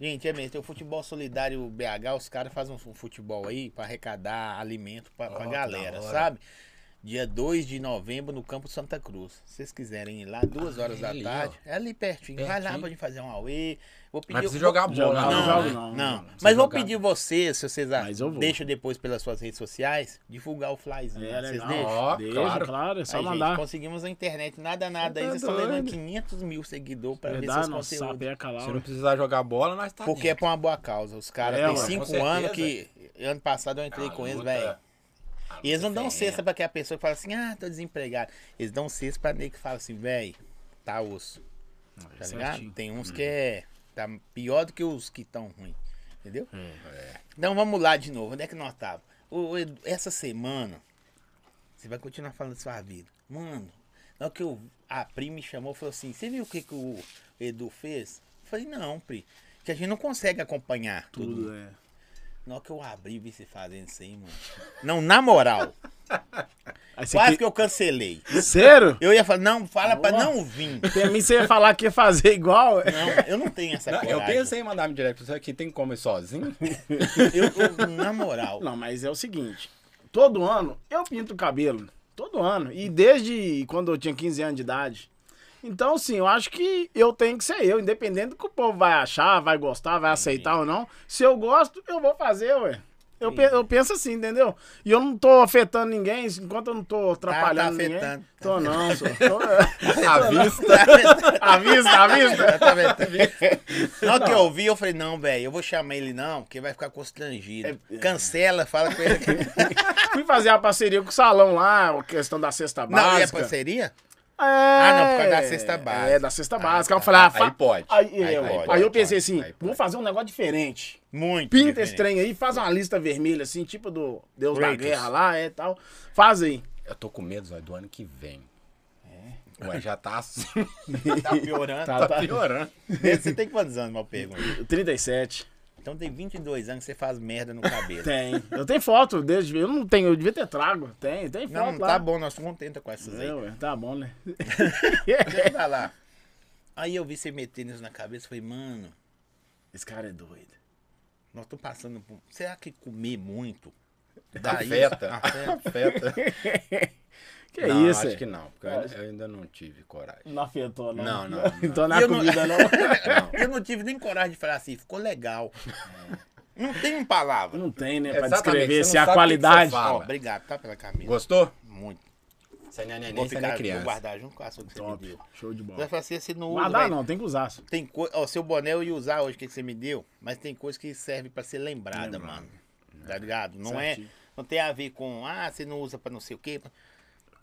S2: Gente, é mesmo. Tem o futebol solidário BH. Os caras fazem um futebol aí pra arrecadar alimento pra, pra
S1: Ó, que
S2: galera,
S1: da hora.
S2: sabe? Dia 2 de novembro no Campo Santa Cruz. Se vocês quiserem ir lá, duas
S1: Ah,
S2: horas
S1: é
S2: da
S1: ali,
S2: tarde. É ali pertinho. Vai lá
S1: Pertinho.
S2: pra gente fazer um auê. Vou pedir.
S1: Mas precisa
S2: vou-
S1: jogar a bola.
S2: não,
S3: Não, não
S1: né?
S3: jogo,
S2: não.
S3: não,
S2: não.
S3: não.
S2: Mas
S1: Precisa
S2: vou
S1: jogar.
S2: pedir vocês, se vocês ah,
S3: Mas eu vou.
S2: deixam depois pelas suas redes sociais, divulgar o flyzinho. né?
S3: É
S2: vocês
S3: legal.
S2: deixam?
S1: Ó,
S3: Deixa,
S1: claro.
S3: claro. é só
S2: Aí, gente,
S3: mandar.
S2: conseguimos a internet, nada,
S1: Você
S2: nada. Aí
S1: tá
S2: vocês estão levando
S1: doido?
S2: 500 mil seguidores pra ver
S3: Verdade,
S2: seus
S3: nossa
S2: conteúdos.
S3: sapeca lá.
S1: Se não precisar jogar bola, nós tá
S2: Porque é pra uma boa causa. Os caras
S3: É,
S2: têm
S3: ué, com
S2: 5
S1: certeza.
S2: anos que. Ano passado eu entrei com
S1: Ah,
S2: eles, velho. E eles não dão cesta pra que a pessoa que fala assim, ah, tô desempregado. Eles dão cesta pra nego que fala assim, velho, tá osso. Tá ligado?
S3: certinho.
S2: Tem uns que é. Tá pior do que os que estão ruim. Entendeu?
S1: É.
S2: Então vamos lá de novo. Onde é que nós tava? Ô, ô, Edu, essa semana, você vai continuar falando da sua vida. Mano, na hora que eu, a Pri me chamou, falou assim, você viu o que, que o Edu fez? Eu falei, não, Pri. Que a gente não consegue acompanhar tudo.
S3: Tudo, é.
S2: Na hora que eu abri e vi você fazendo isso aí, mano. Não, na moral.
S3: Aí você
S2: quase
S3: que-
S2: que eu cancelei.
S3: Sério?
S2: Eu ia falar, não, fala pra
S3: Ó.
S2: não vir.
S3: Pra mim você ia falar que ia fazer igual.
S2: Não, eu não tenho essa
S1: Não,
S2: coragem.
S1: eu pensei em mandar me direto pra você aqui, tem como ir sozinho?
S2: Eu, eu- na moral.
S3: Não, mas é o seguinte. Todo ano eu pinto o cabelo. Todo ano. E desde quando eu tinha 15 anos de idade. Então, assim, eu acho que eu tenho que ser eu, independente do que o povo vai achar, vai gostar, vai aceitar ou não. Se eu gosto, eu vou fazer, ué. Eu, pe- eu penso assim, entendeu? E eu não tô afetando ninguém, enquanto eu não tô atrapalhando
S2: tá
S3: ninguém.
S2: afetando.
S3: Tô não, só. Tô...
S1: <laughs> <laughs>
S3: <laughs>
S1: à vista.
S3: avisa,
S2: <laughs>
S3: avisa.
S2: Na hora que eu vi, eu falei, não, velho, eu vou chamar ele não, porque vai ficar constrangido.
S3: É,
S2: Cancela, fala com
S3: <laughs>
S2: ele. que-
S3: Fui fazer a parceria com o salão lá, a questão da cesta básica.
S2: Não, e a parceria?
S3: É,
S2: não,
S1: Ah,
S2: por causa da cesta básica.
S3: É, da cesta básica. Aí eu falei, ah, fa-
S1: tá, Aí pode.
S3: Aí,
S2: Aí
S3: eu,
S2: pode,
S3: aí eu
S1: pode, pode,
S3: pensei assim,
S1: aí pode.
S3: vamos fazer um negócio diferente.
S2: Muito.
S3: Pinta
S2: diferente.
S3: esse trem aí, faz uma lista vermelha assim, tipo do Deus
S2: Kratos.
S3: da Guerra lá, é tal. Faz aí.
S1: Eu tô com medo, Zóio, do ano que vem. É. Ué, já tá assim,
S2: Tá piorando.
S1: <laughs>
S3: Tá,
S1: tá
S3: tá.
S1: piorando.
S2: Você tem quantos anos, mal pergunta?
S3: 37.
S2: Então tem 22 anos que você faz merda no cabelo.
S3: Tem. Eu tenho foto desde. Eu não tenho, eu devia ter trago. Tem, tem
S2: Não,
S3: foto
S2: não
S3: lá.
S2: tá bom, nós estamos contentes com essas
S3: É,
S2: aí.
S3: ué, tá bom,
S1: <laughs>
S3: né?
S2: Deixa eu falar. lá. Aí eu vi você metendo isso na cabeça, falei, mano,
S3: Esse cara é doido.
S1: <laughs>
S2: nós estamos passando por... Será que comer muito
S1: Da
S2: Daí-
S1: feta. Feta.
S3: Que
S1: não,
S3: isso,
S1: acho
S3: é?
S1: Ah, é? <laughs> que não, porque eu ainda, eu ainda não tive coragem.
S3: Não afetou, não.
S1: Não, não, não.
S3: <laughs> Então não é
S2: E
S3: a
S2: eu não-
S3: comida,
S1: <laughs>
S3: não.
S1: Não.
S2: <laughs> Eu não tive nem coragem de falar assim, ficou legal. É. Não tem palavra.
S3: Não tem, né? Pra
S1: Exatamente,
S3: descrever
S1: você
S3: se
S1: não sabe o
S3: a
S1: que que
S3: qualidade.
S1: você fala.
S2: Ó, obrigado, tá? Pela camisa.
S1: Gostou?
S2: Muito.
S1: Você não é neném,
S2: Vou
S1: você não
S2: ficar,
S1: é
S2: vou
S1: criança.
S2: guardar junto com a sua que você me
S3: Top.
S2: deu.
S3: Show de
S2: Vai
S3: bola.
S2: falar assim, assim não usa,
S3: Guardar
S2: velho.
S3: não, tem que usar. só.
S2: Tem coi- Ó, seu boné eu ia usar hoje, que você me deu, mas tem coisa que serve pra ser lembrada, mano. Tá ligado? Não
S3: Certinho.
S2: é... Não tem a ver com, ah, você não usa pra não sei o quê.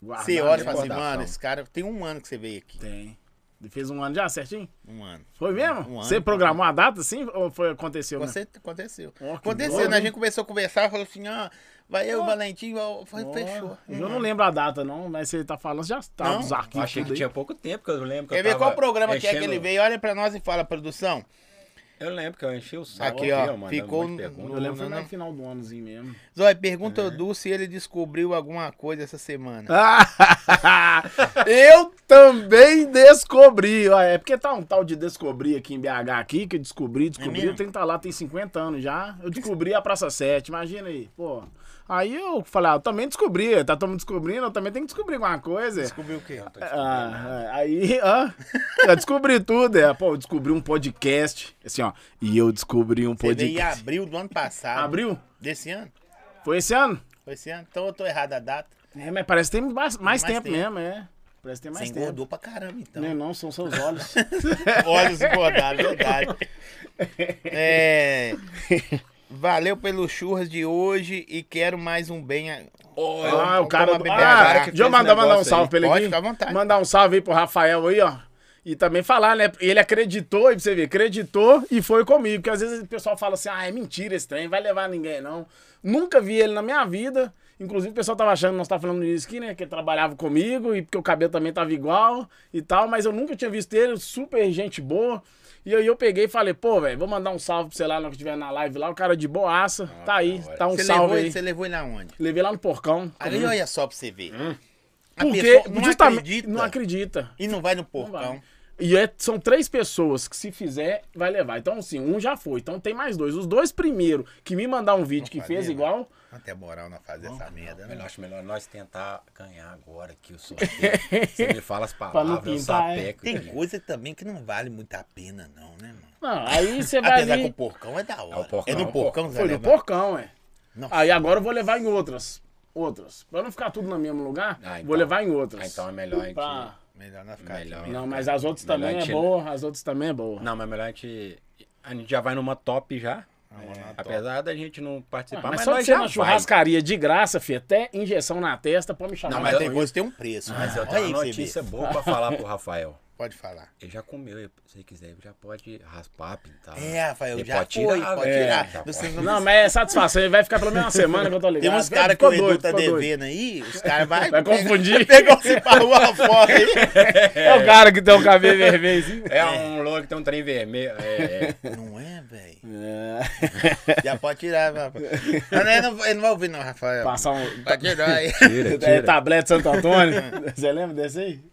S3: Guardar,
S2: Você olha
S1: né?
S2: e fala assim,
S1: Recordação.
S2: mano, esse cara tem um ano que você veio aqui.
S3: Tem. Ele Fez um ano já, certinho?
S2: Um ano.
S3: Foi mesmo?
S2: Um ano,
S3: Você programou a data, sim? Ou foi, aconteceu mesmo?
S2: Você, aconteceu.
S3: Ó, que
S2: aconteceu,
S3: doido,
S2: né? A
S3: hein?
S2: gente começou a conversar, falou assim, ó, vai eu, o Valentim, ó, foi,
S3: Ó,
S2: fechou. Um
S3: Eu não
S2: ano.
S3: lembro a data, não, mas você tá falando, já tá
S2: Não,
S3: nos
S1: Eu
S3: arquivos.
S1: achei que
S3: tudo aí.
S1: tinha pouco tempo, que eu lembro que
S2: Quer
S1: eu
S2: ver
S1: tava
S2: qual programa que é que
S1: enchendo-
S2: ele veio? Olha pra nós e fala, produção.
S1: Eu lembro que eu enchi o saco
S2: Aqui,
S1: aqui,
S2: ó,
S1: ó, mandando
S2: ficou
S1: um monte de
S2: no-
S1: pergunta.
S3: Eu lembro que
S2: Não,
S3: foi
S2: não,
S3: no final do anozinho mesmo.
S2: Zói, pergunta
S3: É.
S2: ao Du se ele descobriu alguma coisa essa semana.
S3: Ah, <laughs> eu também descobri. ó, É porque tá um tal de descobrir aqui em BH aqui, que eu descobri, descobri,
S2: É mesmo?
S3: eu tenho que tá lá, tem 50 anos já. Eu descobri a Praça 7, imagina aí, pô. Aí eu falei, ah, eu também descobri, tá todo mundo descobrindo, eu também tenho que descobrir alguma coisa.
S2: Descobriu o quê?
S3: Ah, aí, ó, eu descobri tudo, é. Pô, eu descobri um podcast, assim, ó. E eu descobri um
S2: Você veio em
S3: podcast.
S2: abril do ano passado.
S3: Abril?
S2: Desse ano?
S3: Foi esse ano?
S2: Foi esse ano? Então eu tô errado a data.
S3: É, mas parece que tem mais, mais
S2: Mais
S3: tempo,
S2: tempo.
S3: mesmo, é. Parece que tem mais
S2: você
S3: tempo. Né,
S2: engordou pra caramba, então.
S3: Não, não, são seus olhos.
S2: <laughs> Olhos engordados,
S3: <laughs>
S2: verdade. É, Valeu pelos churras de hoje e quero mais um bem. a-
S3: ah, o cara.
S2: um Toma
S3: Do...
S2: BBH
S3: Ah,
S2: que
S3: deixa eu
S1: fez
S3: mandar,
S1: esse
S3: mandar um
S1: negócio
S3: salve
S1: aí.
S3: pra ele
S2: Pode
S3: aqui.
S2: ficar à vontade.
S3: Mandar um salve aí pro Rafael aí, ó. E também falar, né? Ele acreditou, e pra você ver, acreditou e foi comigo. Porque às vezes o pessoal fala assim, ah, é mentira esse trem, vai levar ninguém, não. Nunca vi ele na minha vida. Inclusive, o pessoal tava achando, nós tava falando isso aqui, né? Que ele trabalhava comigo e porque o cabelo também tava igual e tal. Mas eu nunca tinha visto ele, super gente boa. E aí eu peguei e falei, pô, velho, vou mandar um salve pra você lá, na hora que tiver na live lá. O cara de boaça, tá aí,
S1: da hora.
S3: tá um
S2: Ah, Você,
S3: salve
S2: levou,
S3: aí.
S2: ele- você levou ele aonde?
S3: Levei lá no porcão.
S2: Ali olha só pra você ver. A
S3: Hum. Porque
S2: pessoa não
S3: justamente
S2: acredita
S3: não acredita.
S2: e não vai no
S3: Não vai.
S2: porcão.
S3: E é- são três pessoas que se fizer, vai levar. Então, assim, um já foi. Então tem mais dois. Os dois primeiro que me mandar um vídeo que
S2: fazia,
S3: fez
S2: né?
S3: igual,
S2: Até moral não fazer essa merda,
S1: é Melhor,
S2: né?
S1: acho melhor nós tentar ganhar agora aqui o <laughs> sorteio. Você me fala as
S3: não
S1: palavras, eu
S3: pintar, é.
S1: sapeco.
S2: Tem
S1: tá
S2: coisa também que não vale muito a pena, não, né, mano?
S3: não, aí você vai
S2: Apesar que o
S3: ali.
S2: porcão é da hora.
S1: É o porcão,
S2: é no
S1: o porcão.
S2: porcão, Zé
S3: Foi no
S2: Levan?
S3: porcão, é.
S2: Nossa.
S3: Aí agora eu vou levar em outras. Outras. Pra não ficar tudo no mesmo lugar,
S1: Ah, então.
S3: vou levar em outras.
S1: Ah, então é melhor a gente.
S3: Pra-
S2: Melhor não ficar
S1: Melhor.
S2: aqui mesmo.
S3: Não, mas as outras
S1: Melhor
S3: também
S1: a
S3: é
S1: gente-
S3: boa. As outras também é boa.
S1: Não, mas melhor a gente. A gente já vai numa top já. É,
S2: Vamos lá, top.
S1: Apesar da gente não
S3: Ah,
S1: participar,
S3: mas,
S1: mas,
S3: só de
S1: nós
S3: ser
S1: já
S3: na
S1: vai.
S3: churrascaria de graça, fi, até injeção na testa, pode me chamar.
S1: Não,
S2: Mas
S1: eu-
S2: tem coisa que tem um preço. né?
S1: Mas eu
S2: Olha
S1: tenho
S2: aí
S1: uma
S2: pra você ver.
S1: notícia boa pra falar pro Rafael.
S2: Pode falar.
S1: Ele já comeu, ele- se ele quiser, ele já pode raspar, pintar.
S2: É, Rafael,
S1: Ele
S2: já
S1: pode
S2: foi,
S1: tirar,
S2: pode
S1: velho.
S2: tirar.
S1: Já
S2: Não sei
S1: pode.
S2: como-
S3: É, Não, mas é satisfação. Ele vai ficar pelo menos uma semana que eu tô ligado. É,
S2: Tem uns caras que
S3: Ficou
S2: o Edu
S3: doido,
S2: tá
S3: ficou doido.
S2: devendo aí, os caras vai...
S3: Vai
S2: pega- <laughs>
S3: confundir.
S2: Pega o cipau lá fora aí.
S3: É o cara que tem o
S2: <laughs>
S3: cabelo vermelho assim.
S1: É um louro que tem um trem vermelho. É, é.
S2: Não é, velho? Já pode tirar, Rafael. Mas não, é- não- ele não vai ouvir não, Rafael.
S3: Passar um.
S2: Pode tirar
S3: <laughs>
S2: aí.
S1: Tira,
S3: É,
S1: tira.
S3: tablete Santo
S2: <laughs>
S3: Antônio. Você lembra desse aí?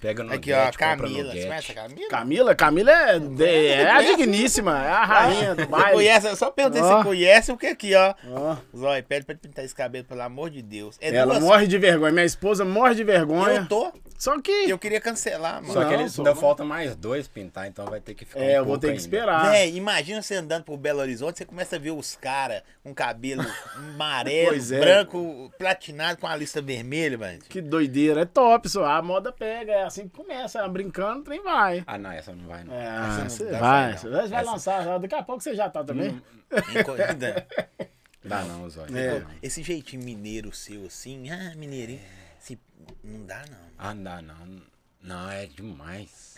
S1: Pega no
S2: Aqui, ó,
S1: Nuguete, compra
S2: Camila. Você
S1: Nuguete.
S2: conhece a Camila?
S3: Camila? Camila é, de- é a digníssima, é a rainha do
S2: Você
S3: baile.
S2: Ah, conhece, eu só perguntei se
S3: Ó.
S2: conhece, porque aqui, ó.
S3: Ó,
S2: Zói, pede pra ele pintar esse cabelo, pelo amor de Deus. É
S3: ela
S2: duas-
S3: morre de vergonha. Minha esposa morre de vergonha.
S2: Eu tô.
S3: Só que.
S2: Eu queria cancelar, mano.
S1: Só que
S3: Não,
S1: ele,
S3: só
S1: ainda
S3: não.
S1: falta mais dois pintar, então vai ter que ficar. um
S3: É, eu vou
S1: pouco
S3: ter que
S1: ainda.
S3: esperar.
S2: Véi, imagina você andando por Belo Horizonte, você começa a ver os caras com cabelo amarelo,
S3: Pois é.
S2: branco, platinado com a lista vermelha, mano.
S3: Que doideira. É top, só. A moda pega. É assim que começa. Brincando, o trem vai.
S1: Ah, não, essa não vai, não.
S3: É,
S2: não
S3: você
S2: dá
S3: vai.
S2: essa Hum.
S3: Você
S2: aí,
S3: vai lançar. já. Daqui a pouco você já tá também.
S2: Encoida.
S1: Dá não, Zóio.
S3: É.
S1: Dá não.
S2: Esse jeitinho mineiro seu assim, ah, mineirinho. se- Não dá, não.
S1: Ah, não dá não. Não, é demais.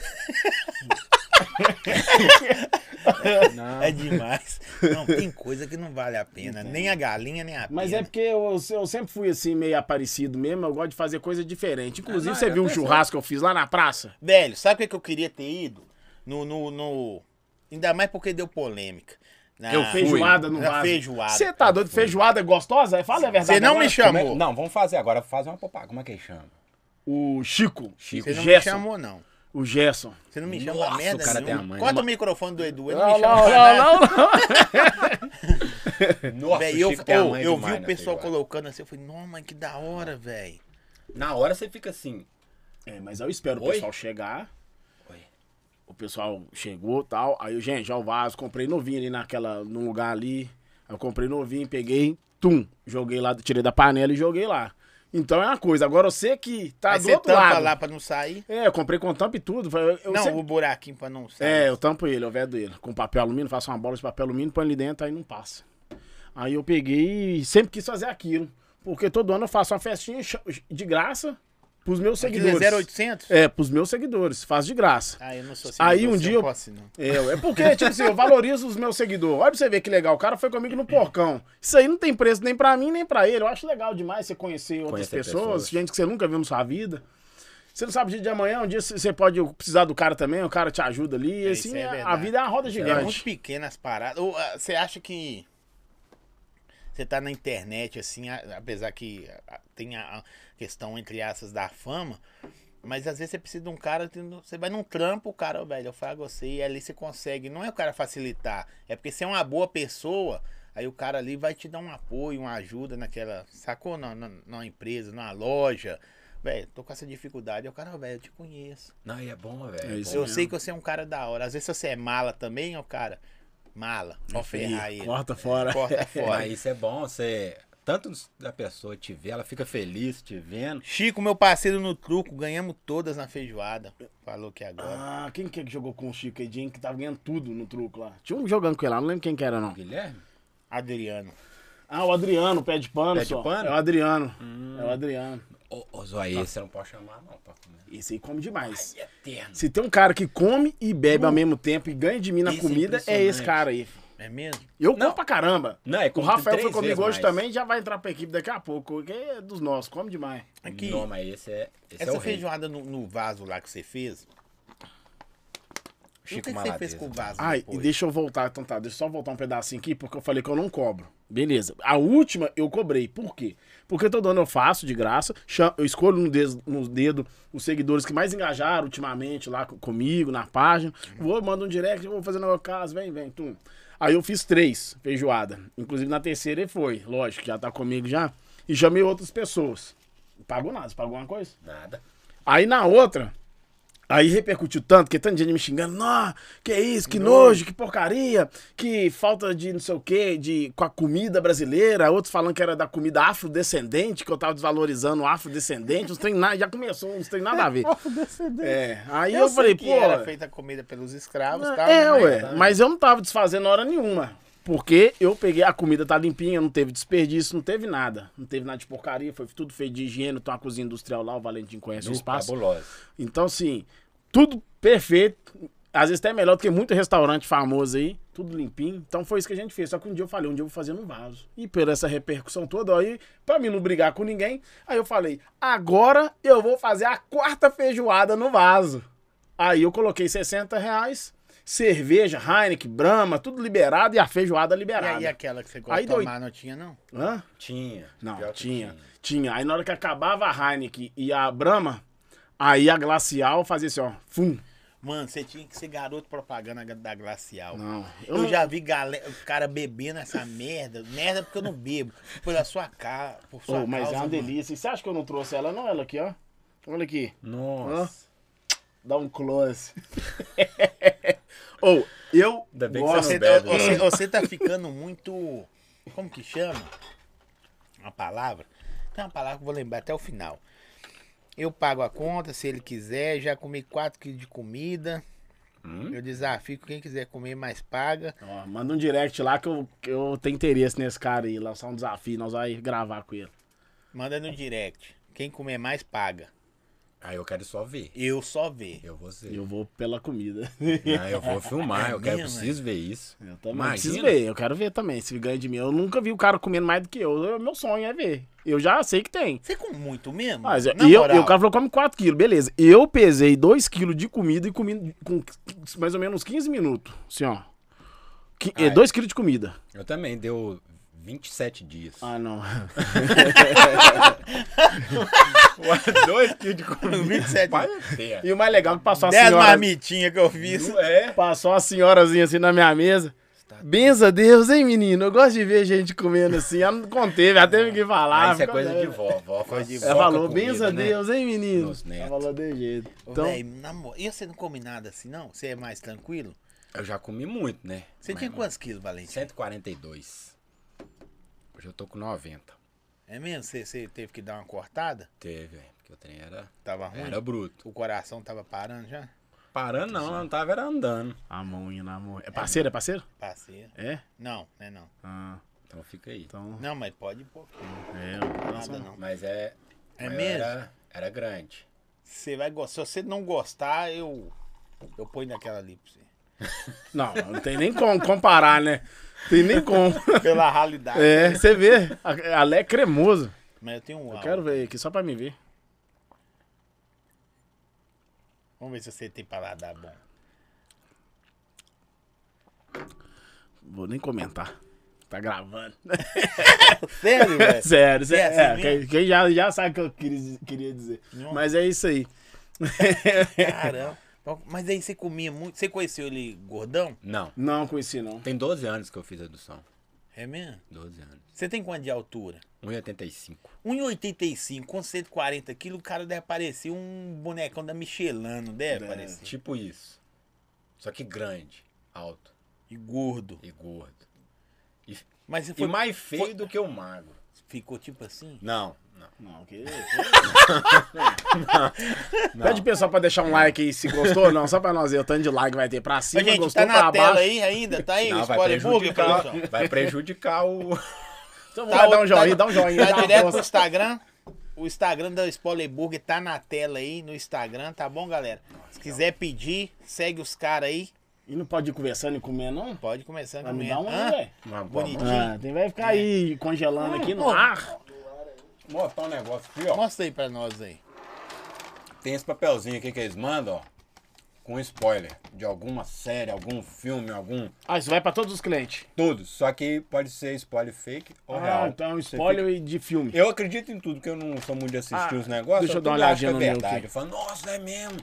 S1: não.
S2: É demais. Não, tem coisa que não vale a pena. Nem a galinha, nem a pena.
S3: Mas é porque eu, eu sempre fui assim, meio aparecido mesmo. Eu gosto de fazer coisa diferente. Inclusive,
S1: Ah, não,
S3: você
S1: eu
S3: viu um
S1: percebo.
S3: churrasco que eu fiz lá na praça?
S2: Velho, sabe o que, que eu queria ter ido? No, no, no- Ainda mais porque deu polêmica. Na-
S3: eu feijoada no
S2: Na
S3: vaso.
S2: é Feijoada.
S3: Você tá doido? Feijoada é gostosa? Fala a verdade.
S2: Você não
S3: agora.
S2: me
S1: Como é-
S2: chamou.
S1: Não, vamos fazer agora. Fazer uma propaganda. Como é que ele chama?
S3: O Chico.
S1: Chico.
S2: Você não me
S3: Gerson.
S2: chamou, não.
S3: O Gerson.
S2: Você não me chama pra
S1: Nossa,
S2: merda
S1: o cara tem a
S2: nenhuma.
S1: mãe.
S2: Corta
S1: Uma-
S2: o microfone do Edu, ele não
S3: Não,
S2: me chama
S3: não,
S2: pra
S3: não,
S2: nada.
S3: não, não.
S1: Nossa,
S2: Véi,
S1: o
S2: eu,
S1: Chico tem a
S2: ô,
S1: mãe
S2: eu vi
S3: né,
S1: demais
S2: o
S1: na
S2: pessoal
S1: pegada.
S2: colocando assim, eu falei, não, mãe, que da hora, velho.
S3: Tá
S1: Na hora você fica assim.
S3: É, mas eu espero o
S1: Oi?
S3: pessoal chegar.
S1: Oi.
S3: O pessoal chegou e tal. Aí eu, gente, já o vaso, comprei novinho ali naquela, num lugar ali. Aí eu comprei novinho, peguei, tum, joguei lá, tirei da panela e joguei lá. Então é uma coisa. Agora você que tá
S2: Aí
S3: do
S2: você
S3: outro
S2: tampa
S3: lado.
S2: lá pra não sair.
S3: É, eu comprei com tampa e tudo. Eu, eu
S2: não,
S3: sempre-
S2: o buraquinho pra não sair.
S3: É, eu tampo ele, eu vedo ele. Com papel alumínio, faço uma bola de papel alumínio, põe ali dentro, aí não passa. Aí eu peguei e sempre quis fazer aquilo. Porque todo ano eu faço uma festinha cha- de graça pros meus
S2: Aquilo é
S3: seguidores.
S2: 0800?
S3: É, pros meus seguidores, faço de graça.
S2: Ah, eu não sou
S3: Aí
S2: seguidor,
S3: um
S2: você
S3: dia
S2: não
S3: eu-
S2: posso, não.
S3: É, é porque, tipo assim, eu valorizo os meus seguidores. Olha pra você ver que legal, o cara foi comigo no porcão. Isso aí não tem preço nem pra mim, nem pra ele. Eu acho legal demais você conhecer outras
S1: Conhecer
S3: pessoas,
S1: pessoas.
S3: gente que você nunca viu na sua vida. Você não sabe o dia de amanhã, um dia c- você pode precisar do cara também, o cara te ajuda ali.
S2: isso
S3: assim,
S2: é
S3: a- a
S2: verdade.
S3: vida é uma roda
S2: É muito
S3: gigante.
S2: pequena as paradas. Ou, ah, Você acha que. Você tá na internet, assim, a- apesar que ah, tem a a questão, entre aspas, da fama. Mas às vezes você precisa de um cara. que não- Você vai num trampo, o cara, "Ô, velho, eu falo com você, e ali você consegue. Não é o cara facilitar. É porque você é uma boa pessoa. Aí o cara ali vai te dar um apoio, uma ajuda naquela. Sacou? Na, na, numa empresa, numa loja. Velho, tô com essa dificuldade. Aí o cara, "Ô, velho, eu te conheço.
S1: Não, e é bom, velho.
S3: É isso
S1: bom.
S2: Eu
S3: mesmo.
S2: sei que você é um cara da hora. Às vezes você é mala também, ó, cara. Mala. Ó, ferrar
S3: Ih,
S2: ele.
S3: Corta fora. <laughs>
S2: Corta fora.
S1: Mas isso é bom, você. Tanto da pessoa te ver, ela fica feliz te vendo.
S2: Chico, meu parceiro no truco, ganhamos todas na feijoada. Falou que agora.
S3: Ah, quem que é que jogou com o Chico aí, Jim, que tava ganhando tudo no truco lá? Tinha um jogando com ele lá, não lembro quem que era, não.
S1: Guilherme?
S2: Adriano.
S3: Ah, o Adriano, pé de pano,
S1: Pé de
S3: só.
S1: pano? Hum.
S3: É o Adriano. É o Adriano.
S1: Ô, ô Zóia, você não pode chamar, não, tá pra comer.
S3: Esse aí come demais.
S1: Ai,
S2: é
S1: eterno.
S3: Se tem um cara que come e bebe ao mesmo tempo e ganha de mim na
S1: Esse é
S3: comida, é esse
S1: impressionante.
S3: cara aí.
S2: É mesmo?
S3: Eu como
S1: Não.
S3: pra caramba.
S1: Não, é
S3: O
S1: como
S3: Rafael
S1: três
S3: foi comigo
S1: vezes
S3: hoje
S1: mais.
S3: também já vai entrar pra equipe daqui a pouco. Que é dos nossos, come demais.
S2: Aqui.
S1: Não, mas esse é. Esse é
S2: Essa
S1: o rei.
S2: feijoada no, no vaso lá que você fez. o
S1: Chico
S2: que, que você fez
S1: Malatesta.
S2: com o vaso?
S3: Ai,
S2: depois?
S3: e deixa eu voltar, então tá, deixa eu só voltar um pedacinho aqui, porque eu falei que eu não cobro. Beleza. A última eu cobrei. Por quê? Porque todo ano eu faço de graça, cha- eu escolho no dedo, no dedo os seguidores que mais engajaram ultimamente lá co- comigo, na página. Vou, mando um direct, vou fazer no caso, vem, vem, tum. Aí eu fiz três feijoada. Inclusive na terceira ele foi, lógico, já tá comigo já. E chamei outras pessoas. Não pagou nada, você pagou alguma coisa?
S1: Nada.
S3: Aí na outra, aí repercutiu tanto, que tanta gente me xingando, não, que isso, que nojo, que porcaria, que falta de não sei o quê, de, com a comida brasileira, outros falando que era da comida afrodescendente, que eu tava desvalorizando o afrodescendente, uns trem nada, já começou, uns trem nada a
S2: <laughs>
S3: ver. É, aí eu,
S2: sei
S3: falei,
S2: que
S3: pô,
S2: Era feita a comida pelos escravos e tal.
S3: é,
S2: mas- tá
S3: ué, mas eu não tava desfazendo hora nenhuma. Porque eu peguei, a comida tá limpinha, não teve desperdício, não teve nada. Não teve nada de porcaria, foi tudo feito de higiene, tem uma cozinha industrial lá, o Valentim conhece o
S1: No
S3: espaço.
S1: Fabuloso.
S3: Então, assim, tudo perfeito. Às vezes até melhor do que muito restaurante famoso aí, tudo limpinho. Então foi isso que a gente fez. Só que um dia eu falei, um dia eu vou fazer num vaso. E por essa repercussão toda aí, pra mim não brigar com ninguém, aí eu falei, agora eu vou fazer a quarta feijoada no vaso. Aí eu coloquei 60 reais, cerveja, Heineken, Brahma, tudo liberado e a feijoada
S2: E
S3: liberada.
S2: aí aquela que você
S3: Aí
S2: gosta de
S3: doi-
S2: tomar, não tinha, não?
S3: Hã?
S1: Tinha.
S3: Não,
S1: Pior que
S3: tinha, tinha. Aí na hora que acabava a Heineken e a Brahma, aí a Glacial fazia assim, ó, fum.
S2: Mano, você tinha que ser garoto propaganda da Glacial.
S3: Não,
S2: Eu, já vi galera, o cara bebendo essa merda. Merda porque eu não bebo. Pela sua cara, por sua
S3: Ô, mas
S2: causa,
S3: é uma
S2: mano.
S3: delícia. E Você acha que eu não trouxe ela? Não, ela aqui, ó. Olha aqui.
S1: Nossa.
S3: Dá um <laughs> close. Ou, eu
S1: Ainda bem que
S3: gosto...
S2: Você,
S1: Não bebe,
S2: você-
S1: né?
S2: você tá ficando muito. Como que chama? Uma palavra? Tem uma palavra que eu vou lembrar até o final. Eu pago a conta, se ele quiser. Já comi 4 quilos de comida.
S1: Hum?
S2: Eu desafio que quem quiser comer mais paga.
S3: Ó, manda um direct lá que eu, que eu tenho interesse nesse cara aí. Lançar um desafio, nós vamos gravar com ele.
S2: Manda no direct. Quem comer mais paga.
S1: Aí eu quero só ver.
S2: Eu só ver.
S1: Eu vou ver.
S3: Eu vou pela comida. <laughs>
S1: Não, eu vou filmar,
S2: É
S1: eu quero, eu
S2: mesmo,
S1: preciso ver isso.
S3: Eu também
S1: Imagina.
S3: preciso ver. Eu quero ver também se ganha de mim. Eu nunca vi o cara comendo mais do que eu. eu- Meu sonho é ver. Eu já sei que tem.
S2: Você come muito mesmo?
S3: Mas eu,
S2: Na
S3: eu-
S2: moral.
S3: o cara falou, come 4 quilos, beleza. Eu pesei 2 quilos de comida e comi com mais ou menos 15 minutos. Assim, ó.
S1: Ai.
S3: 2 quilos de comida.
S1: Eu também, deu 27 dias.
S3: Ah, não.
S1: Ué, Dois quilos
S3: <laughs>
S1: de comida.
S2: 27
S1: Pai eterno.
S3: <laughs> E o mais legal é que passou a
S2: 10
S3: senhora.
S2: marmitinhas que eu fiz.
S1: Não É.
S3: Passou uma senhorazinha assim na minha mesa. Benza a Deus, hein, menino? Eu gosto de ver gente comendo assim. Ela não conteve, ela teve que falar.
S1: Ah, isso é
S3: ficou
S1: coisa de
S3: doida.
S1: vó. Vó faz de vó.
S3: Ela falou,
S1: com a comida,
S3: benza a
S1: né?
S3: Deus, hein, menino?
S1: Nos
S3: Ela
S1: netos.
S3: falou de jeito.
S2: Então...
S3: Então,
S2: Véi, na mo- e você não come nada assim, não? Você é mais tranquilo?
S1: Eu já comi muito, né?
S2: Você
S1: Mas
S2: tinha
S1: não-
S2: quantos quilos, Valentim?
S1: 142. Hoje eu tô com 90.
S2: É mesmo? Você, você teve que dar uma cortada?
S1: Teve, é, porque o trem era,
S2: Tava ruim?
S1: era bruto.
S2: O coração tava parando já?
S1: Parando
S3: Tá
S1: não, não tava era andando.
S3: a mãoinha na mão. É parceiro, é parceiro?
S2: Parceiro.
S3: É?
S2: Não, não é não.
S3: Ah,
S1: Então fica aí.
S3: então.
S2: Não, mas pode pôr.
S3: É, o
S2: Nada
S3: coração-
S2: não.
S1: Mas é.
S2: É
S1: mas
S2: mesmo?
S1: Era, era grande.
S2: Você vai gostar. Se você não gostar, eu. Eu ponho naquela ali pra você.
S3: Não, não tem nem como comparar, né? Tem nem como.
S2: Pela realidade.
S3: É, você vê. A- A Lé é cremoso.
S2: Mas eu tenho um
S3: Eu
S2: alvo.
S3: quero ver aqui só pra me ver.
S2: Vamos ver se você tem paladar bom.
S3: Vou nem comentar. Tá gravando.
S2: Sério, velho?
S3: <laughs> Sério, sério.
S2: assim
S3: É,
S2: mesmo?
S3: quem, quem já, já sabe o que eu queria, queria dizer.
S2: Não.
S3: Mas é isso aí.
S2: Caramba. Mas aí você comia muito. Você conheceu ele gordão?
S1: Não.
S3: Não conheci, não.
S1: Tem 12 anos que eu fiz redução.
S2: É mesmo?
S1: 12 anos.
S2: Você tem quanto de altura?
S1: 1,85.
S2: 1,85 com 140 quilos, o cara deve parecer um bonecão da Michelin, não deve parecer?
S1: Tipo isso. Só que grande, alto
S2: E gordo.
S1: e gordo. E,
S2: Mas você
S1: e
S2: foi,
S1: mais feio
S2: foi-
S1: do que o magro.
S2: ficou tipo assim?
S1: Não, não.
S3: Não, que. <laughs> Pede o pessoal pra deixar um like aí se gostou ou não, só pra nós ver o tanto de like vai ter pra
S2: A
S3: cima,
S2: gente,
S3: gostou
S2: tá na
S3: pra
S2: tela
S3: baixo.
S2: aí ainda?
S3: <laughs>
S2: Tá aí?
S1: Não, vai
S2: Spoiler né, Burger,
S1: prejudicar,
S2: produção?
S1: vai prejudicar o.
S3: Então vai dar um joinha, dá um joinha. dá
S2: Tá
S3: uma
S2: direto pro
S3: força.
S2: Instagram. O Instagram da Spoiler Burger tá na tela aí, no Instagram, tá bom, galera? Se quiser pedir, segue os caras aí.
S3: E não pode ir conversando e comer, não?
S2: Pode começar a
S3: Vai me
S2: comer.
S3: dar um,
S2: Tá Hã?
S3: velho.
S1: <laughs> Uma
S2: Bonito.
S1: Bonito.
S3: Ah, tem, vai ficar aí congelando aqui no
S2: pô.
S3: ar.
S1: Mostrar um negócio aqui, ó.
S2: Mostra aí pra nós aí.
S1: Tem esse papelzinho aqui que eles mandam, ó. Com spoiler de alguma série, algum filme, algum.
S3: Ah, isso vai pra todos os clientes.
S1: Tudo. Só que pode ser spoiler fake ou real.
S3: Ah,
S2: é
S3: então
S2: um
S1: Você
S3: spoiler
S1: fica-
S3: de filme.
S1: Eu acredito em tudo, que eu não sou muito de assistir
S3: Ah,
S1: os negócios.
S3: deixa eu dar uma
S1: tudo acho
S3: olhadinha no
S1: que é
S3: meu
S1: verdade.
S3: aqui.
S1: Eu falo, nossa, é mesmo.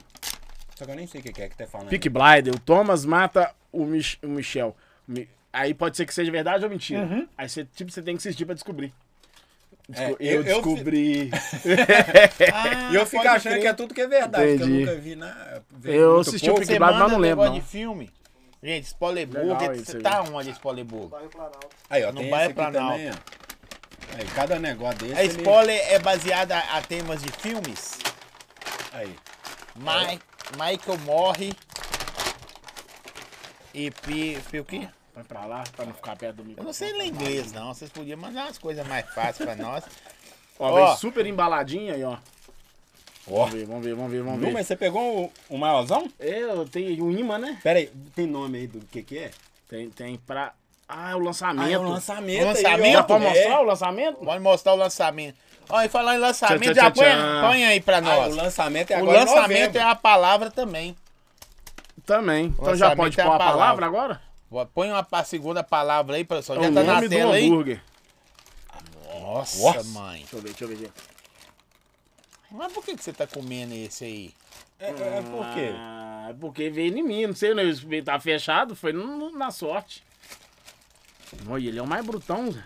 S1: Só que eu nem sei o que que é que tá falando.
S3: Pick Blinder, o Thomas mata o, Mich- o Michel. Mi- Aí pode ser que seja verdade ou mentira. Aí você, tipo, você tem que assistir pra descobrir.
S1: É,
S3: eu,
S1: eu- eu
S3: descobri.
S1: Ah, E eu fico
S2: pode
S1: achando
S2: crer.
S1: que é tudo que é verdade,
S3: Entendi.
S1: porque eu nunca vi na. vi
S3: Eu
S1: muito
S3: assisti o
S1: pouco.
S3: Pick Blind, mas não lembro,
S2: negócio
S3: não.
S2: de filme. Gente, Spoiler
S3: Legal
S2: Burger,
S3: isso
S2: você
S3: aí.
S2: tá onde, Spoiler Burger?
S4: Bairro Planalto.
S1: Aí, ó,
S2: No
S1: tem esse
S2: Bairro
S1: aqui também, ó. Aí, cada negócio desse.
S2: A
S1: ele-
S2: Spoiler é baseada a a temas de filmes.
S1: Aí.
S2: Ma Michael morre. E pi, pi o quê?
S3: <laughs> Vai pra lá, pra não ficar perto do
S2: Eu
S3: microfone.
S2: não sei ler inglês, não. Vocês podiam mandar umas coisas mais fáceis pra nós.
S3: Ó,
S2: Ó.
S3: vem super embaladinha aí, ó.
S1: Ó.
S3: Vamos ver, vamos ver, vamos ver, vamos
S1: Não,
S3: ver.
S1: mas você pegou o, o maiorzão?
S3: Eu tenho um imã, né?
S1: Pera aí, tem nome aí do que que é?
S3: Tem, tem pra. Ah, é o lançamento.
S1: lançamento.
S2: Lançamento?
S1: Aí, ó.
S3: Dá pra mostrar
S1: É.
S3: o lançamento?
S2: Pode mostrar o lançamento. Ó, e falar em lançamento,
S3: Tchan,
S2: já
S3: tchan,
S2: põe,
S3: tchan.
S2: põe aí pra
S1: Ah, o
S2: nós.
S1: lançamento é
S2: o
S1: agora. em
S2: lançamento
S1: novembro.
S2: é a palavra também.
S3: Também. Então já
S2: Lançamento
S3: pode
S2: é
S3: pôr
S2: a
S3: a palavra,
S2: palavra.
S3: agora?
S2: Ó, Põe uma pa- segunda palavra aí, pessoal.
S3: É
S2: Já
S3: o
S2: tá
S3: nome
S2: na
S3: do
S2: tela aí.
S3: hambúrguer.
S2: Nossa,
S1: Nossa.
S2: mãe.
S3: Deixa eu ver, deixa eu ver. aqui.
S2: Mas por que, que você tá comendo esse aí?
S1: É, é por quê?
S3: Ah, é porque veio em mim, não sei, né? Ele tá fechado, foi no- na sorte. Olha, ele é o mais brutão. Zé.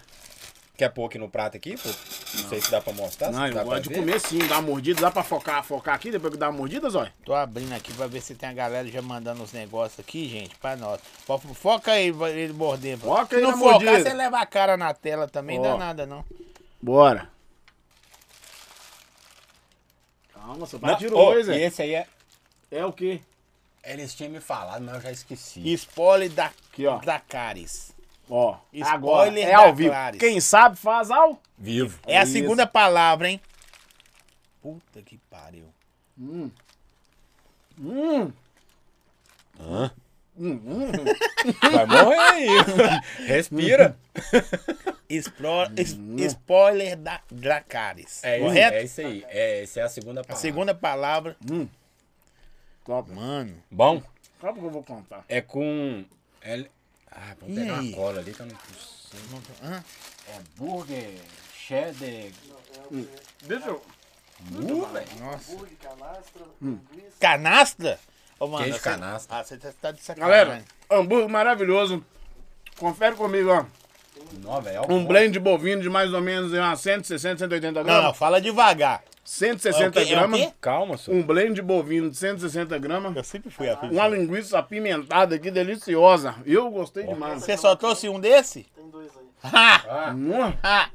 S1: Quer pôr aqui no prato aqui? pô? Não, sei se dá pra mostrar.
S3: Não,
S1: se dá
S3: eu
S1: pra
S3: gosto de
S1: ver.
S3: comer sim, dá uma mordida, dá pra focar, focar aqui, depois que dá uma mordida, zóio.
S2: Tô abrindo aqui pra ver se tem a galera já mandando os negócios aqui, gente, pra nós. Fo- Foca aí, vai- ele mordendo.
S3: Foca
S2: Se
S3: aí
S2: não
S3: na
S2: focar,
S3: mordida.
S2: você leva a cara na tela também,
S3: Ó.
S2: dá nada não.
S3: Bora. Calma, só vai
S1: Não,
S3: tirar
S1: ô,
S3: o
S1: e
S3: Zé.
S1: esse aí é.
S3: É o quê?
S1: Eles tinham me falado, mas eu já esqueci.
S2: Spoiler da,
S3: Aqui, ó.
S2: da Caris.
S3: Ó,
S2: Spoiler
S3: agora é
S2: da
S3: ao vivo.
S2: Clarice.
S3: Quem sabe faz ao...
S1: Vivo.
S2: É a
S3: Isso.
S2: segunda palavra, hein? Puta que pariu.
S3: Hum,
S1: Hã?
S3: hum, hum.
S1: Vai morrer <laughs> aí. Respira.
S2: Explora, es-
S3: Hum.
S2: spoiler da Dracarys.
S1: É isso,
S2: correto?
S1: é isso aí. É, essa é a segunda
S2: A
S1: palavra.
S2: segunda palavra.
S3: Top.
S2: Mano.
S1: Bom,
S3: Calma que eu vou contar.
S1: é com. é- Ah, vamos
S2: E
S1: pegar
S2: aí?
S1: uma cola ali que eu não consigo. tem.
S2: Não tem- hã?
S1: É burger, cheddar,
S4: Não, é o é
S3: Deixa eu.
S1: mu, velho.
S2: Nossa.
S4: hambúrguer, canastra, linguiça.
S2: Canastra? Ô, mano,
S1: Queijo
S2: você-
S1: canastra.
S2: Ah, você tá- tá de sacanagem.
S3: Galera, hambúrguer maravilhoso. Confere comigo, ó.
S1: Não, velho. é o
S3: Um
S1: bom.
S3: blend de bovino de mais ou menos é em umas 160, 180
S2: Não, não,
S3: gramas.
S2: fala devagar. É o
S3: 160
S2: quê? É o
S3: gramas.
S2: quê?
S1: Calma, senhor.
S3: Um blend de bovino de 160 gramas.
S2: Eu sempre fui a
S3: Uma linguiça apimentada aqui, deliciosa. Eu gostei demais.
S2: Você só trouxe um desse?
S4: Tem dois aí.
S2: Ha!
S1: Ah,
S3: Hum,
S2: Ha!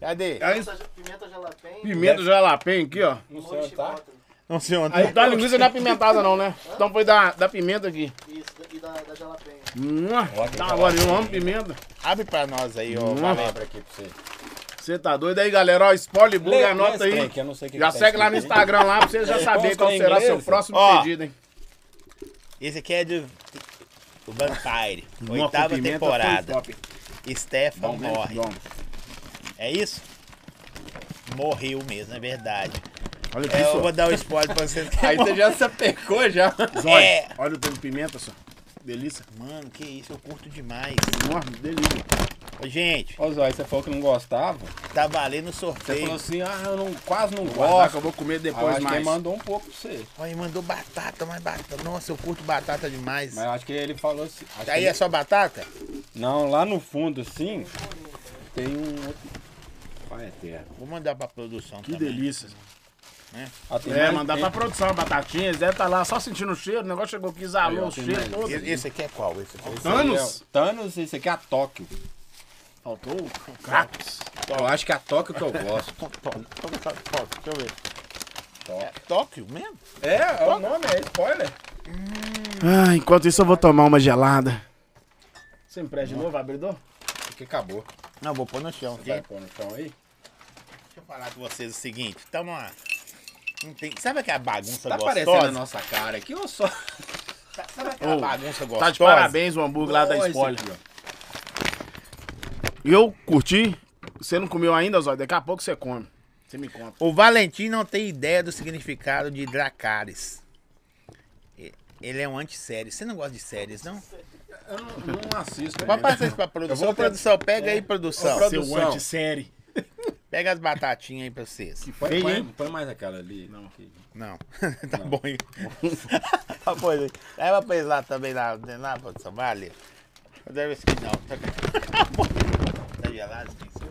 S2: Cadê?
S3: Aí,
S4: Pimenta, pimenta jalapeno,
S3: pimenta de jalapeno aqui, ó.
S1: não sei
S4: molho
S1: onde tá.
S4: chipotle.
S2: Não sei onde.
S3: Aí da linguiça não é apimentada não, né? Então foi da, da pimenta aqui.
S4: Isso, e da, da jalapeno.
S3: Hum, tá agora, eu amo pimenta.
S2: Abre pra nós aí, ô.
S3: Hum.
S2: Valério.
S1: Abre aqui pra você.
S3: Você tá doido aí, galera? Ó, spoiler bug,
S1: Lê-
S3: anota
S1: lê esse trem
S3: aí.
S1: que eu não sei o que
S3: Já
S1: que tá
S3: segue lá no
S1: escrito aí.
S3: Instagram lá pra você já
S1: É,
S3: saber
S1: posta
S3: qual
S1: em
S3: será seu
S1: inglês.
S3: próximo
S2: Ó.
S3: pedido, hein?
S2: Esse aqui é de... do Vampire.
S3: <laughs> Nossa,
S2: Oitava
S3: pimenta foi
S2: temporada.
S3: top.
S2: Stefan
S3: Bom, né?
S2: morre.
S3: Bom.
S2: É isso? Morreu mesmo, é verdade.
S3: Olha
S2: É,
S3: isso.
S2: eu vou dar um spoiler pra
S3: <laughs>
S2: vocês.
S1: Aí você já se pecou já.
S3: Olha,
S2: É.
S3: olha o tanto de pimenta só. Delícia.
S2: Mano, que isso, eu curto demais.
S3: Nossa, delícia.
S2: Ô, Gente,
S1: Ô, Zóio, você falou que não gostava.
S2: tá valendo o
S1: Você falou
S2: sorteio.
S1: assim, ah, eu não, quase não
S3: Guardar que
S1: gosto.
S3: eu vou comer
S1: Aí eu
S3: depois
S1: acho que ele
S3: mais.
S1: mandou um pouco pra você.
S2: Olha, mandou batata, mas batata. Nossa, eu curto batata demais.
S1: Mas eu acho que ele falou assim. acho
S2: Aí
S1: que
S2: é só batata?
S1: ele- Não, lá no fundo, assim, tem um outro. Pai eterno.
S2: Vou mandar pra produção
S3: Que
S2: também.
S3: delícia.
S1: Ah, tem
S3: É,
S1: mais-
S3: mandar
S1: tem-
S3: pra produção, batatinhas, deve tá lá só sentindo o cheiro. O negócio chegou aqui,
S1: Aí,
S3: exalou
S1: ó,
S3: o
S1: tem
S3: cheiro
S1: mais.
S3: todo.
S2: E- Esse aqui é qual? Esse aqui?
S1: Esse aí é o-
S3: Thanos?
S1: Thanos, esse aqui é a Tóquio.
S3: Faltou o Kratos.
S1: Eu acho que é a Tóquio que eu gosto.
S2: Tóquio. Deixa eu ver.
S1: Tóquio.
S2: É Tóquio mesmo?
S1: <laughs> É, é o nome, é spoiler.
S3: Ah, enquanto isso eu vou tomar uma gelada. Você me presta de novo, abridor?
S1: Que acabou.
S2: Não, vou pôr no chão aqui.
S1: Vai pôr no chão aí.
S2: Deixa eu falar com vocês o seguinte. Tamo lá. Não tem- Sabe aquela bagunça
S1: Tá aparecendo
S2: gostosa?
S1: a nossa cara aqui ou
S3: <laughs>
S1: só?
S2: Sabe aquela
S3: Ô,
S2: bagunça gostosa?
S3: Tá de parabéns o hambúrguer lá da
S1: Nossa,
S3: spoiler.
S1: aqui, ó.
S3: Eu curti. Você não comeu ainda, Zóio? Daqui a pouco você come. Você me conta.
S2: O Valentim não tem ideia do significado de Dracarys. E- Ele é um antissérie. Você não gosta de séries, não?
S1: Eu não, não assisto.
S2: Pode
S1: né?
S2: passar isso pra produção.
S1: vou ter-
S2: Produção, pega É. aí, produção.
S1: Ô, produ-
S3: Seu
S1: Produção.
S3: anti-série.
S2: Pega as batatinhas aí pra vocês.
S1: Põe,
S3: Feio,
S1: põe-
S3: hein?
S1: põe mais aquela ali. Não.
S2: Não. <laughs> tá bom aí. tá bom aí. Leva pra eles lá também, lá, lá produção. Vale. Deve ser que não. Tá, tá gelado, esqueceu.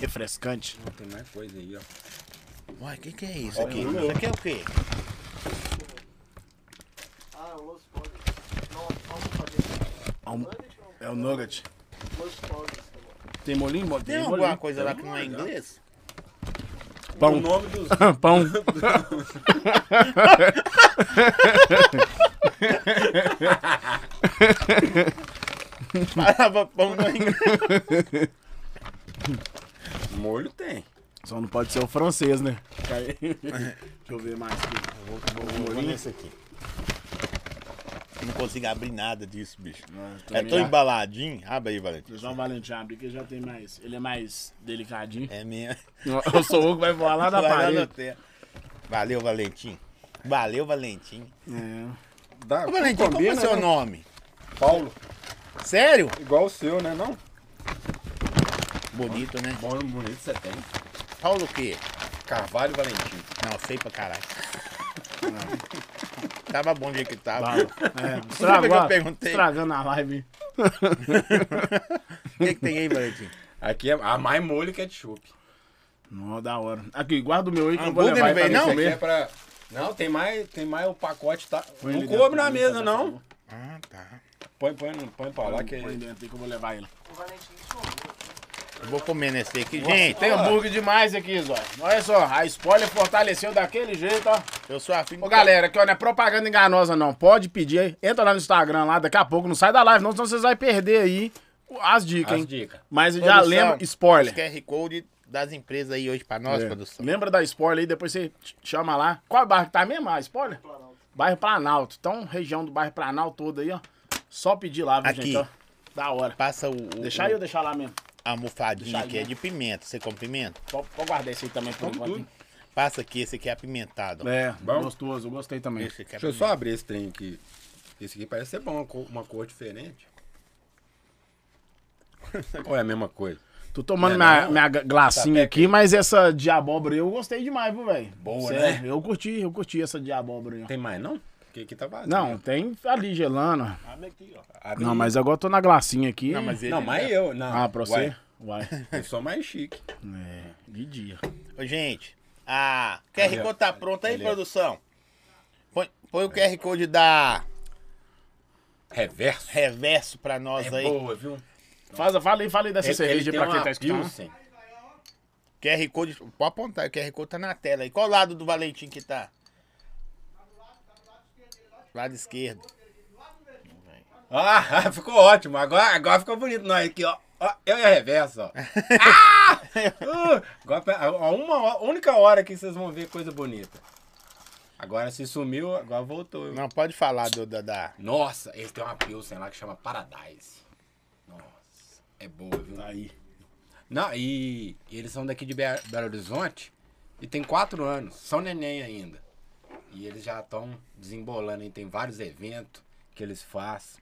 S3: Refrescante.
S1: Tem mais coisa aí, ó.
S2: Uai, o que, que é isso
S1: Ó,
S2: aqui?
S1: o meu.
S2: Isso aqui é o quê?
S4: Ah, o Los Pobres. Não, alfabeto. Nugget ou
S3: É o nugget.
S4: Los Pobres?
S3: Tem um molinho? Bo-
S2: Tem alguma coisa lá que não é inglês? <laughs>
S3: Pão.
S1: O nome dos.
S3: <laughs> Pão.
S2: Parava pão não é inglês.
S1: Molho tem.
S3: Só não pode ser o francês, né? Deixa eu ver mais aqui.
S2: Vou nesse aqui. Não consigo abrir nada disso, bicho. É
S3: também
S2: tão
S3: já.
S2: embaladinho. Abre aí, Valentim.
S3: Deixa o Valentim abrir que já tem mais. Ele é mais delicadinho.
S2: É minha.
S3: Eu sou o que vai voar lá na
S2: Vai lá
S3: parede.
S2: no terra. Valeu, Valentim. Valeu, Valentim.
S3: É.
S1: Dá,
S2: Ô, Valentim, qual é o
S1: combina,
S2: seu
S1: né?
S2: nome?
S1: Paulo.
S2: Sério?
S1: Igual o seu, né? Não?
S2: Bonito, né?
S1: Bom, bonito você tem.
S2: Paulo o quê?
S1: Carvalho Valentim.
S2: Não, feio pra
S3: <laughs>
S2: caralho. Tava bom o dia que tava.
S3: É,
S2: Sabe o que eu
S3: estragou,
S2: perguntei?
S3: estragando a live.
S2: O que, que tem aí, Valentim?
S1: Aqui é a mais molho e ketchup.
S3: Não, da hora. Aqui, guarda o meu aí que eu vou
S2: Hambúrguer
S3: levar
S2: não vem,
S3: aí pra mim
S2: não?
S1: Esse aqui
S3: comer.
S1: é pra. Não, tem mais, tem mais o pacote, tá?
S3: Põe
S1: não
S3: ele
S1: coube
S3: dentro,
S1: na
S3: ele
S1: mesa,
S3: tá
S1: não.
S2: Ah, tá.
S1: Põe, põe, no- põe pra lá que
S3: Põe dentro aí que eu vou levar ele.
S4: O Valentim sumiu.
S2: Eu vou comer nesse aqui. Gente,
S3: Tem hambúrguer demais aqui, Zóio. Olha só, a spoiler fortaleceu daquele jeito, ó.
S2: eu sou afim.
S3: Ô, galera, aqui, ó, não é propaganda enganosa, não. Pode pedir aí. Entra lá no Instagram lá, daqui a pouco. Não sai da live, não, senão vocês vão perder aí as dicas,
S1: as
S3: hein?
S1: dicas.
S3: Mas já
S2: Produção,
S3: lembra, spoiler.
S2: os QR Code das empresas aí hoje pra nós,
S3: É.
S2: produção.
S3: Lembra da spoiler aí, depois você ch- chama lá. Qual bairro que tá mesmo? A spoiler?
S4: Planalto.
S3: Bairro Planalto. Então, região do bairro Planalto todo aí, ó. Só pedir lá, viu,
S2: Aqui.
S3: gente, ó. Da hora.
S2: Passa o, o,
S3: Deixar aí ou deixar lá mesmo?
S2: a almofadinha
S3: Deixa né?
S2: que é
S3: aí,
S2: de pimenta. Você come pimenta?
S3: Vou vou guardar esse aí também por
S1: Come
S3: enquanto.
S1: tudo.
S2: Passa aqui, esse aqui é apimentado. ó.
S3: É,
S1: Bom.
S3: gostoso, eu gostei também.
S2: Esse aqui é
S1: Deixa eu só abrir
S3: <laughs>
S1: esse trem aqui. Esse aqui parece ser bom, uma cor, uma cor diferente. Ou é a mesma coisa?
S3: Tô tomando
S1: É,
S3: minha,
S1: não.
S3: minha gla- glacinha aqui, mas essa de abóbora aí eu gostei demais, viu, velho?
S1: Boa,
S3: Sério,
S1: né?
S3: Eu curti, eu curti essa de abóbora aí. ó.
S1: Tem mais, não? Porque aqui tá vazio.
S3: Não, tem ali gelando.
S2: Abre aqui, ó.
S1: Abre
S3: Não,
S1: aí.
S3: mas agora eu tô na glacinha aqui.
S2: Não, mas ele. é-
S1: Não, mas eu. Não.
S3: Ah, pra você?
S1: Ué,
S3: Uai.
S1: Eu sou mais chique.
S3: É, de dia.
S2: Ô, gente, a QR
S1: Ali, ó.
S2: Code tá pronto aí,
S1: Ali, ó.
S2: produção? Põe, põe o QR Code da
S1: Reverso.
S2: Reverso pra nós
S1: É
S2: aí.
S1: boa, viu?
S3: Faz, fala aí, fala aí dessa
S1: Ele- ele
S3: cerveja
S1: tem
S3: pra quem
S1: uma
S3: tá escutando.
S1: Pilsen.
S2: QR Code, pode apontar, o QR Code tá na tela aí. Qual lado do Valentim que tá? Lado esquerdo.
S1: Ah, <laughs> ficou ótimo. Agora, agora ficou bonito nós aqui, ó. Ó, Eu e a reversa, ó.
S3: <laughs>
S1: Ah! Uh, agora, pe- a- a uma hora- única hora que vocês vão ver coisa bonita. Agora se sumiu, agora voltou.
S2: Não, pode falar do, da, da-
S1: Nossa, eles têm uma Pilsen lá que chama Paradise. Nossa, é boa, viu?
S3: Tá aí.
S1: Não, e, e eles são daqui de Be- Belo Horizonte e tem quatro anos, são neném ainda. E eles já estão desembolando aí, tem vários eventos que eles fazem.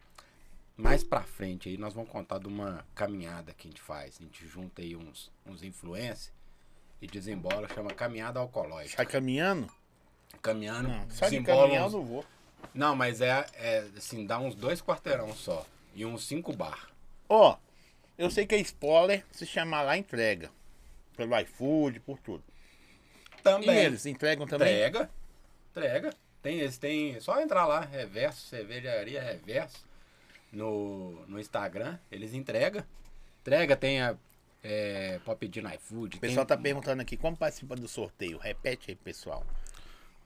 S1: Mais pra frente aí nós vamos contar de uma caminhada que a gente faz. A gente junta aí uns, uns influencers e desembola, chama Caminhada Alcológica.
S2: Sai Tá caminhando?
S1: Caminhando,
S2: Não, só de
S1: desembola
S2: caminhão eu
S1: uns-
S2: não vou.
S1: Não, mas é, é, assim, dá uns dois quarteirão só e uns cinco bar.
S2: Ó, eu sei que é spoiler, se chamar lá entrega. Pelo iFood, por tudo.
S1: Também. É.
S2: E eles entregam também?
S1: Entrega. Entrega. Tem, eles têm. é Só entrar lá, reverso, cervejaria reverso. No, no Instagram, eles entregam. Entrega, tem a. É, pode pedir no iFood.
S2: O pessoal
S1: tem,
S2: tá perguntando aqui, como participa do sorteio? Repete aí, pessoal.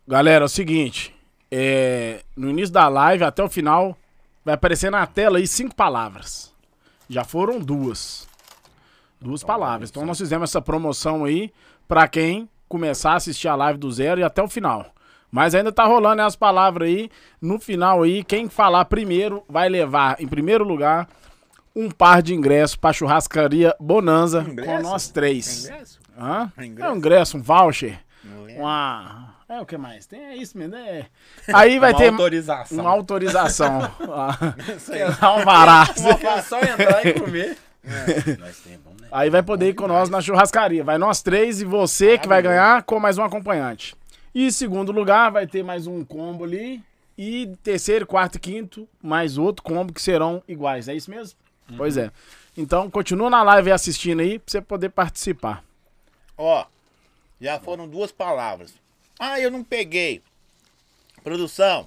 S3: Galera, é o seguinte. é, no início da live até o final vai aparecer na tela aí cinco palavras. Já foram duas. Duas
S2: é
S3: palavras. Então nós fizemos essa promoção aí pra quem começar a assistir a live do zero e até o final. Mas ainda tá rolando né, as palavras aí. No final aí, quem falar primeiro vai levar, em primeiro lugar, um par de ingressos pra churrascaria Bonanza com
S2: Ingresso? É
S3: nós três.
S2: Ingresso?
S3: Hã?
S2: Ingresso.
S3: É um ingresso, um voucher.
S2: Não é?
S3: Uma... É o que mais? Tem é isso mesmo, né? Aí vai ter
S1: autorização.
S3: uma autorização.
S2: <laughs> Isso aí.
S3: Dá um vará.
S1: <laughs> É só entrar e comer. Nós temos, né?
S3: Aí vai poder ir com nós na churrascaria. Vai nós três e você que vai ganhar com mais um acompanhante. E segundo lugar vai ter mais um combo ali. E terceiro, quarto e quinto, mais outro combo que serão iguais. É isso mesmo?
S2: Uhum.
S3: Pois é. Então continua na live aí assistindo aí pra você poder participar.
S2: Ó, já foram duas palavras. Ah, eu não peguei. Produção,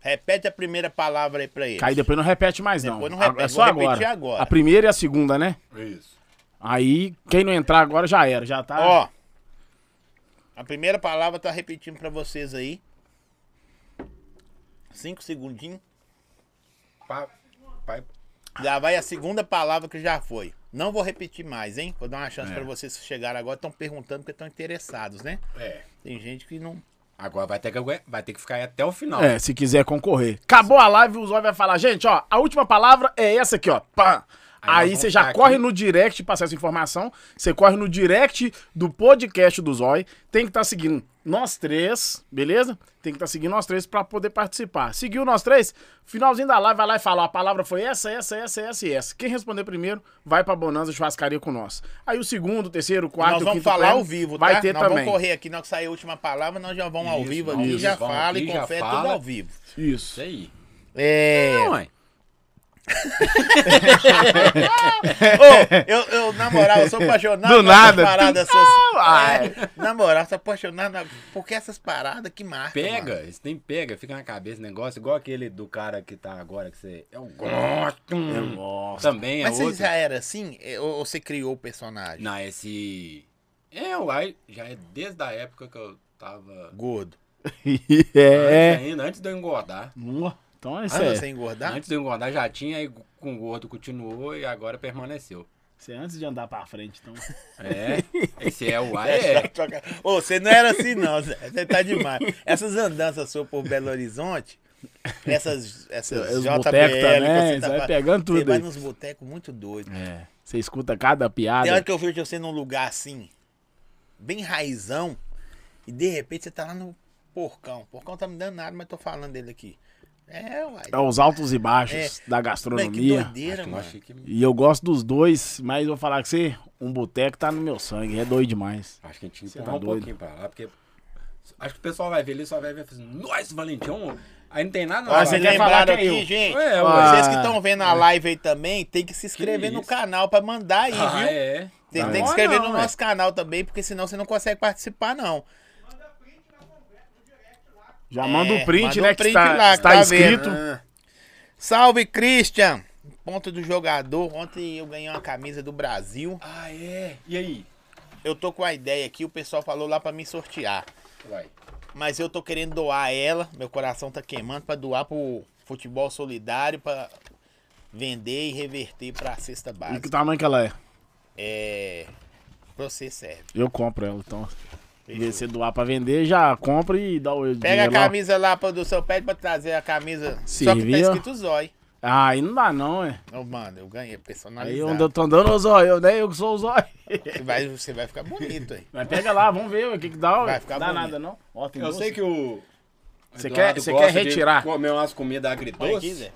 S2: repete a primeira palavra aí pra ele.
S3: Aí depois não repete mais não.
S2: Depois não repete,
S3: É só
S2: vou repetir
S3: agora.
S2: agora.
S3: A primeira e a segunda, né?
S1: Isso.
S3: Aí, quem não entrar agora já era, já tá.
S1: Ah.
S2: Ó, a primeira palavra tá repetindo pra vocês aí. Cinco segundinhos.
S1: Pa- pai-
S2: Já vai a segunda palavra que já foi. Não vou repetir mais, hein? Vou dar uma chance pra vocês que chegaram agora. Estão perguntando porque estão interessados, né?
S1: é.
S2: Tem gente que não.
S1: Agora vai ter, que, agu- vai ter que ficar aí até o final.
S3: É, se quiser concorrer. Acabou a live, o Zóio vai falar, gente, ó, a última palavra é essa aqui, ó. Pá.
S1: Aí
S3: Aí
S1: nós
S3: você
S1: vamos
S3: já
S1: tá
S3: corre
S1: aqui.
S3: no direct pra acessar essa informação. Você corre no direct do podcast do Zói. Tem que estar seguindo nós três, beleza? Tem que estar seguindo nós três pra poder participar. Seguiu nós três? Finalzinho da live, vai lá e fala: ó, a palavra foi essa, essa, essa, essa e essa. Quem responder primeiro vai pra Bonanza Churrascaria com nós. Aí o segundo, o terceiro, o quarto,
S2: nós
S3: o
S2: vamos
S3: quinto
S2: falar
S3: prêmio
S2: ao vivo, tá?
S3: Vai ter
S2: nós
S3: também.
S2: vamos correr aqui, na hora que sair a última palavra, nós já vamos ao
S1: Isso,
S2: vivo
S1: vamos
S2: aqui,
S1: ao
S2: já
S1: vivo, vamos
S2: fala e
S1: aqui, já
S2: confere tudo
S1: fala.
S2: ao vivo.
S1: Isso
S3: Isso.
S1: aí.
S2: É.
S1: É, mãe.
S3: <laughs>
S2: Ô, eu, eu, na moral, eu sou apaixonado
S3: Do
S2: por
S3: nada. Ah,
S2: essas paradas. Essas...
S3: vai.
S2: É, na moral, eu sou apaixonado na- porque essas paradas que marcam.
S1: Pega,
S2: mano.
S1: isso tem pega, fica na cabeça o negócio, igual aquele do cara que tá agora que você. Eu gosto!
S2: É,
S3: É
S1: Eu gosto. Também é
S2: Mas
S1: outro.
S2: você já era assim? É, Ou ou você criou o personagem?
S1: Não, esse. Eu aí já é desde a época que eu tava.
S2: Gordo.
S3: <laughs> é.
S1: Antes ainda, antes de eu engordar.
S3: Nó, Então é isso
S2: Ah, não,
S3: aí.
S2: você engordar? <laughs>
S1: Antes de eu engordar já tinha, aí com o gordo continuou e agora permaneceu.
S3: Você é antes de andar pra frente, então.
S1: <laughs> É, esse é o ai, é.
S2: Ô, você não era assim, não. Zé. Você tá demais. Essas andanças suas por Belo Horizonte, essas,
S3: É,
S2: essas
S3: os
S2: JBL,
S3: botecos
S2: que
S3: também, você
S2: tá
S3: vai
S2: falando,
S3: pegando tudo
S2: Você vai
S3: aí.
S2: nos botecos muito doido.
S3: É. Você escuta cada piada.
S2: Tem hora que eu vejo você num lugar assim, bem raizão, e de repente você tá lá no porcão. Porcão tá me dando nada, mas tô falando dele aqui. É, uai.
S3: É os altos e baixos da
S2: Ué, É. que
S3: gastronomia.
S2: doideira,
S1: Eu
S2: mano.
S1: achei que, acho
S3: E eu gosto dos dois, mas vou falar que você, um boteco tá no meu sangue, é doido demais.
S1: que a gente
S3: Você
S1: empurra
S3: tá
S1: um
S3: doido?
S1: pouquinho pra lá, porque. Acho que o pessoal vai ver ele só vai ver e fala assim, nossa, Valentão, aí não tem nada
S3: Ah,
S1: lá.
S3: você
S2: Vocês
S3: quer falar
S2: lembraram
S3: que é
S2: aqui,
S3: eu?
S2: gente?
S1: É,
S3: ué.
S2: Vocês que estão vendo a live aí também, tem que se inscrever
S1: Que
S2: no
S1: isso?
S2: canal pra mandar aí,
S1: Ah,
S2: viu?
S1: é.
S2: Tem,
S3: Não
S2: tem que
S3: é
S2: se inscrever
S3: não,
S2: no
S3: ué.
S2: nosso canal também, porque senão você não consegue participar, não.
S3: Já manda
S2: É,
S3: um print,
S2: manda um
S3: né? que
S2: print
S3: está,
S2: lá,
S3: está
S2: tá vendo.
S3: escrito.
S2: Salve, Christian! Ponto do jogador. Ontem eu ganhei uma camisa do Brasil.
S1: Ah, é. E aí?
S2: Eu tô com a ideia aqui, o pessoal falou lá pra me sortear.
S1: Vai.
S2: Mas eu tô querendo doar ela. Meu coração tá queimando pra doar pro futebol solidário, pra vender e reverter pra cesta
S3: E que
S2: básica.
S3: tamanho que ela é?
S2: É. Pra você serve.
S3: Eu compro ela, então. Em vez de você doar pra vender, já compra e dá o
S2: Pega a
S3: dinheiro lá.
S2: camisa lá, produção, pede pra trazer a camisa. Só que tá
S3: Servia?
S2: escrito Zói.
S3: Ah, aí não dá não, é.
S2: Ô, mano, eu ganhei
S3: Aí
S2: personalizado.
S3: onde eu tô andando, ô zóio, eu, né? Eu que sou o zóio.
S2: Você vai, você vai ficar bonito aí.
S3: Mas pega lá, vamos ver ué, o que que dá. ué.
S2: Vai ficar
S3: dá
S2: bonito.
S3: nada não. Ó, tem
S1: Eu
S3: duas.
S1: sei que o.
S3: Você
S1: Eduardo
S3: quer- você
S1: gosta
S3: quer
S1: de
S3: retirar?
S1: Comer umas comidas
S2: Olha aqui,
S1: agridoces.
S2: Zé.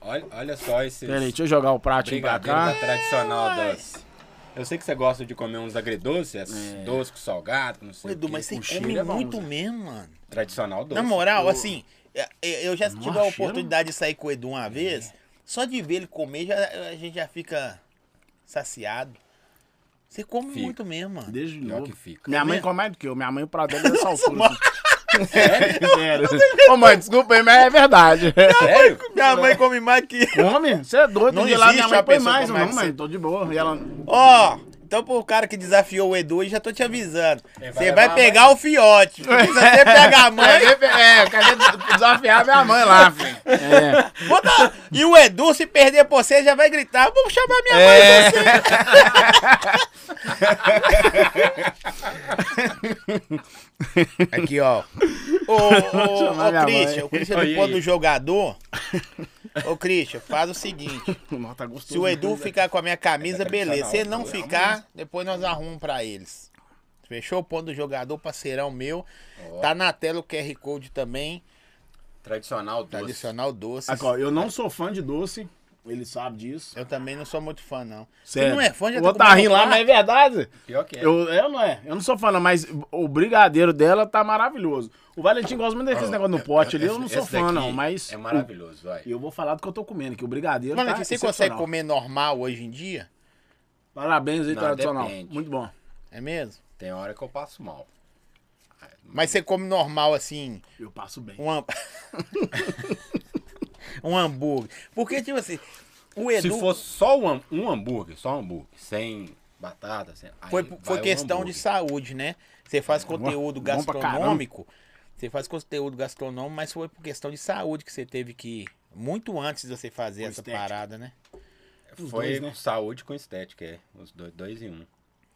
S1: Olha, olha só esses
S3: Pera aí, deixa eu jogar o pratinho pra
S1: brigadeiros da
S3: cá.
S1: tradicional doce. Eu sei que você gosta de comer uns agridoces,
S3: É.
S1: é doce com salgado, não
S2: Ô,
S1: sei o
S2: Edu,
S1: quê.
S2: mas você
S3: o cheiro
S2: come
S3: é bom,
S2: muito
S3: Zé.
S2: mesmo, mano.
S1: Tradicional doce.
S2: Na moral, assim, é, é, eu já tive a
S3: cheiro.
S2: oportunidade de sair com o Edu uma vez. Só de ver ele comer, já, a gente já fica saciado. Você come
S1: Fica.
S2: muito mesmo, mano.
S3: Desde
S1: Pior
S3: novo.
S1: que fica.
S3: Minha mãe
S2: mesmo?
S3: come mais do que eu. Minha mãe, o prato dela é dessa
S2: <laughs>
S3: altura. assim. Sério? Sério. Ô, mãe, desculpa aí, mas
S2: <laughs>
S3: é verdade.
S1: Sério?
S2: Minha mãe come mais que.
S3: Come? Você é doido.
S2: Não
S3: Não lá, minha
S2: existe
S3: mãe
S2: uma
S3: põe
S2: pessoa
S3: mais.
S2: com
S3: Eu,
S2: mais
S3: Não,
S2: que
S3: mãe,
S2: você.
S3: tô de boa. E ela...
S2: Ó, então pro cara que desafiou o Edu, eu já tô te avisando.
S1: Ele É, vai
S2: Você
S1: levar
S2: vai
S1: a
S2: pegar o fiote. Porque Se você pegar a
S1: <laughs>
S2: mãe.
S3: É, cadê desafiar minha mãe
S2: <laughs>
S3: lá, filho? É.
S2: bota- E o Edu, se perder pra você, já vai gritar: vamos chamar minha mãe.
S3: É.
S2: Aqui, ó. Ô, ô,
S3: chamar
S2: ô,
S3: minha
S2: Christian,
S3: mãe.
S2: o Christian do
S1: Olha
S2: ponto
S1: aí.
S2: do jogador. Ô, Christian, faz o seguinte.
S3: <laughs> Nossa, tá gostoso.
S2: Se o Edu ficar com a minha camisa,
S1: Essa é
S2: beleza. Se ele não
S1: tradicional.
S2: ficar, depois nós arrumamos pra eles. Fechou? O ponto do jogador, parceirão meu. Tá na tela o QR Code também.
S1: Tradicional doce.
S2: Tradicional doce.
S3: Aqui, ó, eu não sou fã de doce. Ele sabe disso.
S2: Eu também não sou muito fã, não. Você
S3: Sério.
S2: não é fã, já
S3: O
S2: comendo
S3: outro tá rindo lá,
S2: fã?
S3: mas é verdade.
S1: Pior que é.
S3: Eu, eu não é. Eu não sou fã, não, mas o brigadeiro dela tá maravilhoso. O Valentim gosta muito daquele negócio no pote ali. Eu não
S1: Ah, é, Esse-
S3: sou
S1: esse
S3: fã,
S1: daqui
S3: não, mas.
S1: É maravilhoso, vai.
S3: E eu vou falar do que eu tô comendo, que o brigadeiro
S2: Mano,
S3: tá
S2: você consegue
S3: excepcional.
S2: comer normal hoje em dia?
S3: Parabéns aí,
S1: Não,
S3: tradicional.
S1: depende.
S3: Muito bom.
S2: É mesmo?
S1: Tem hora que eu passo mal.
S2: Mas você come normal assim,
S3: Eu passo bem.
S2: um, ham- <laughs> um hambúrguer. Porque, tipo assim, o
S1: Se
S2: Edu
S1: for só um, ham- um hambúrguer, só um hambúrguer, sem batata, sem. aí
S2: foi,
S1: vai
S2: foi
S1: um
S2: questão de
S1: hambúrguer.
S2: saúde, né? Você faz conteúdo
S3: bom pra
S2: gastronômico, você faz conteúdo gastronômico, mas foi por questão de saúde que você teve que, muito antes de você fazer
S3: Foi
S2: essa
S3: estética.
S2: parada, né?
S3: Os
S1: Foi
S3: dois, né?
S1: saúde com estética, é. Os dois, dois em um.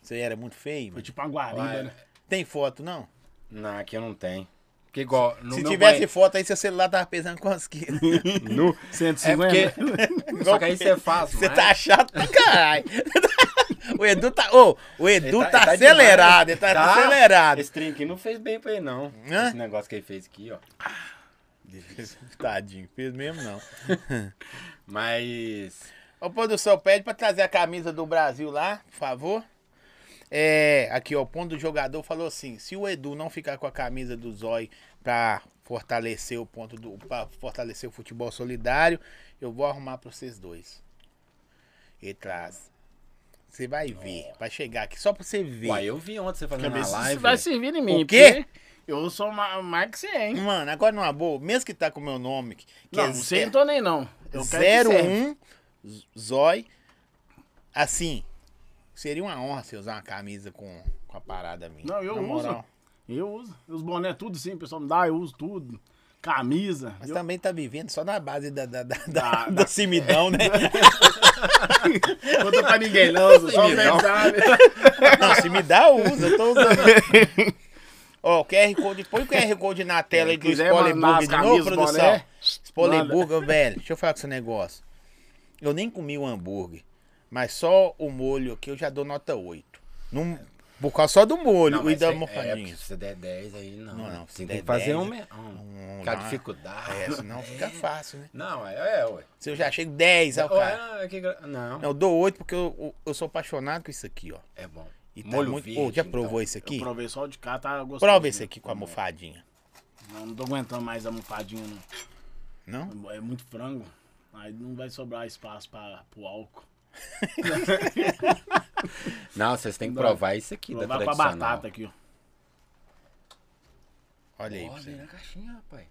S2: Você era muito feio,
S3: Foi
S2: mano.
S3: tipo uma guarida,
S1: Lá,
S3: né?
S2: Tem foto, não?
S1: Não, aqui eu não tenho. Porque igual. No
S2: Se
S1: meu
S2: tivesse
S1: banhe-
S2: foto aí, seu celular tava pesando quantos
S3: <laughs>
S2: quilos?
S3: No
S1: É
S3: 150.
S1: <laughs> porque. Só que aí você é né? faz.
S2: Você
S1: mais.
S2: tá chato pra caralho. <laughs> O Edu tá. Ô, o Edu
S1: Ele
S2: tá,
S1: ele demais. né?
S2: acelerado, ele tá, acelerado.
S1: Esse trem aqui não fez bem pra ele, não.
S2: Hã?
S1: Esse negócio que ele fez aqui, ó.
S2: <laughs> Tadinho, fez mesmo não.
S1: Mas.
S2: Ô, produção, pede pra trazer a camisa do Brasil lá, por favor. É, aqui, ó, o ponto do jogador falou assim: se o Edu não ficar com a camisa do Zói pra fortalecer o ponto do. pra fortalecer o futebol solidário, eu vou arrumar pra vocês dois. E traz. Você vai ver, vai chegar aqui, só pra você ver.
S1: Uai, eu vi ontem você fazendo
S3: Cabeça,
S1: uma live.
S3: isso vai servir em mim.
S2: O quê?
S3: porque Eu sou ma- mais que você,
S1: Hum,
S3: hein?
S2: Mano, agora numa boa, mesmo que tá com o meu nome, que que
S3: Não, você não tô nem não. Eu quero que
S2: zero
S3: serve.
S2: um, z- Zói. Assim, seria uma honra você usar uma camisa com, com a parada minha.
S3: Não, eu
S2: na
S3: uso.
S2: moral.
S3: Eu uso. Os boné tudo sim, o pessoal me dá, eu uso tudo. Camisa.
S2: Mas
S3: eu-
S2: também tá vivendo só na base da, da, da,
S3: Da-
S2: <laughs> da,
S3: da-
S2: do cimidão,
S3: <laughs>
S2: né?
S3: Conta pra ninguém não, só
S1: Sim,
S3: você
S1: não.
S3: sabe.
S2: Não, se me dá, eu uso. Eu tô usando. Ó, o QR Code. Põe o QR Code na
S1: É,
S2: tela aí do
S3: quiser
S2: Spoilerburger
S3: mandar as
S2: de novo,
S3: camisas,
S2: produção.
S3: boné,
S2: Spoilerburger, velho. Deixa eu falar com esse negócio. Eu nem comi o hambúrguer. Mas só o molho aqui eu já dou nota 8. Num, Por causa só do molho
S1: Não,
S2: e
S1: mas
S2: da
S1: aí- É, porque
S2: morfadinha.
S1: se você der 10 aí, não.
S2: Não, não,
S1: né?
S2: se
S1: Você
S2: der
S1: tem que fazer
S2: 10,
S1: um...
S2: né?
S1: me- um
S2: Não
S1: com a
S2: dá.
S1: dificuldade.
S2: É, senão fica fácil, né?
S1: Não, é, é, ué.
S2: Se eu já chego 10, aí o
S1: Ué,
S2: cara.
S1: não, é que gra- não,
S2: Não, eu dou 8 porque eu, eu- eu sou apaixonado com isso aqui, ó.
S1: é bom.
S2: E tá
S1: Molho
S2: muito. Ô,
S1: verde,
S2: já provou
S1: então.
S2: esse aqui?
S3: Eu provei só o de cá, tá gostoso.
S2: Prova esse
S3: mesmo.
S2: aqui com a mofadinha.
S3: Não, não tô aguentando mais a mofadinha, não.
S2: Não?
S3: É muito frango. Aí não vai sobrar espaço pra, pro álcool.
S1: Não, vocês têm que
S3: Não.
S1: provar isso aqui da
S3: Provar com a
S1: tradicional.
S3: batata aqui, ó.
S2: Olha aí. pra
S1: Olha aí
S2: você.
S1: na caixinha, rapaz.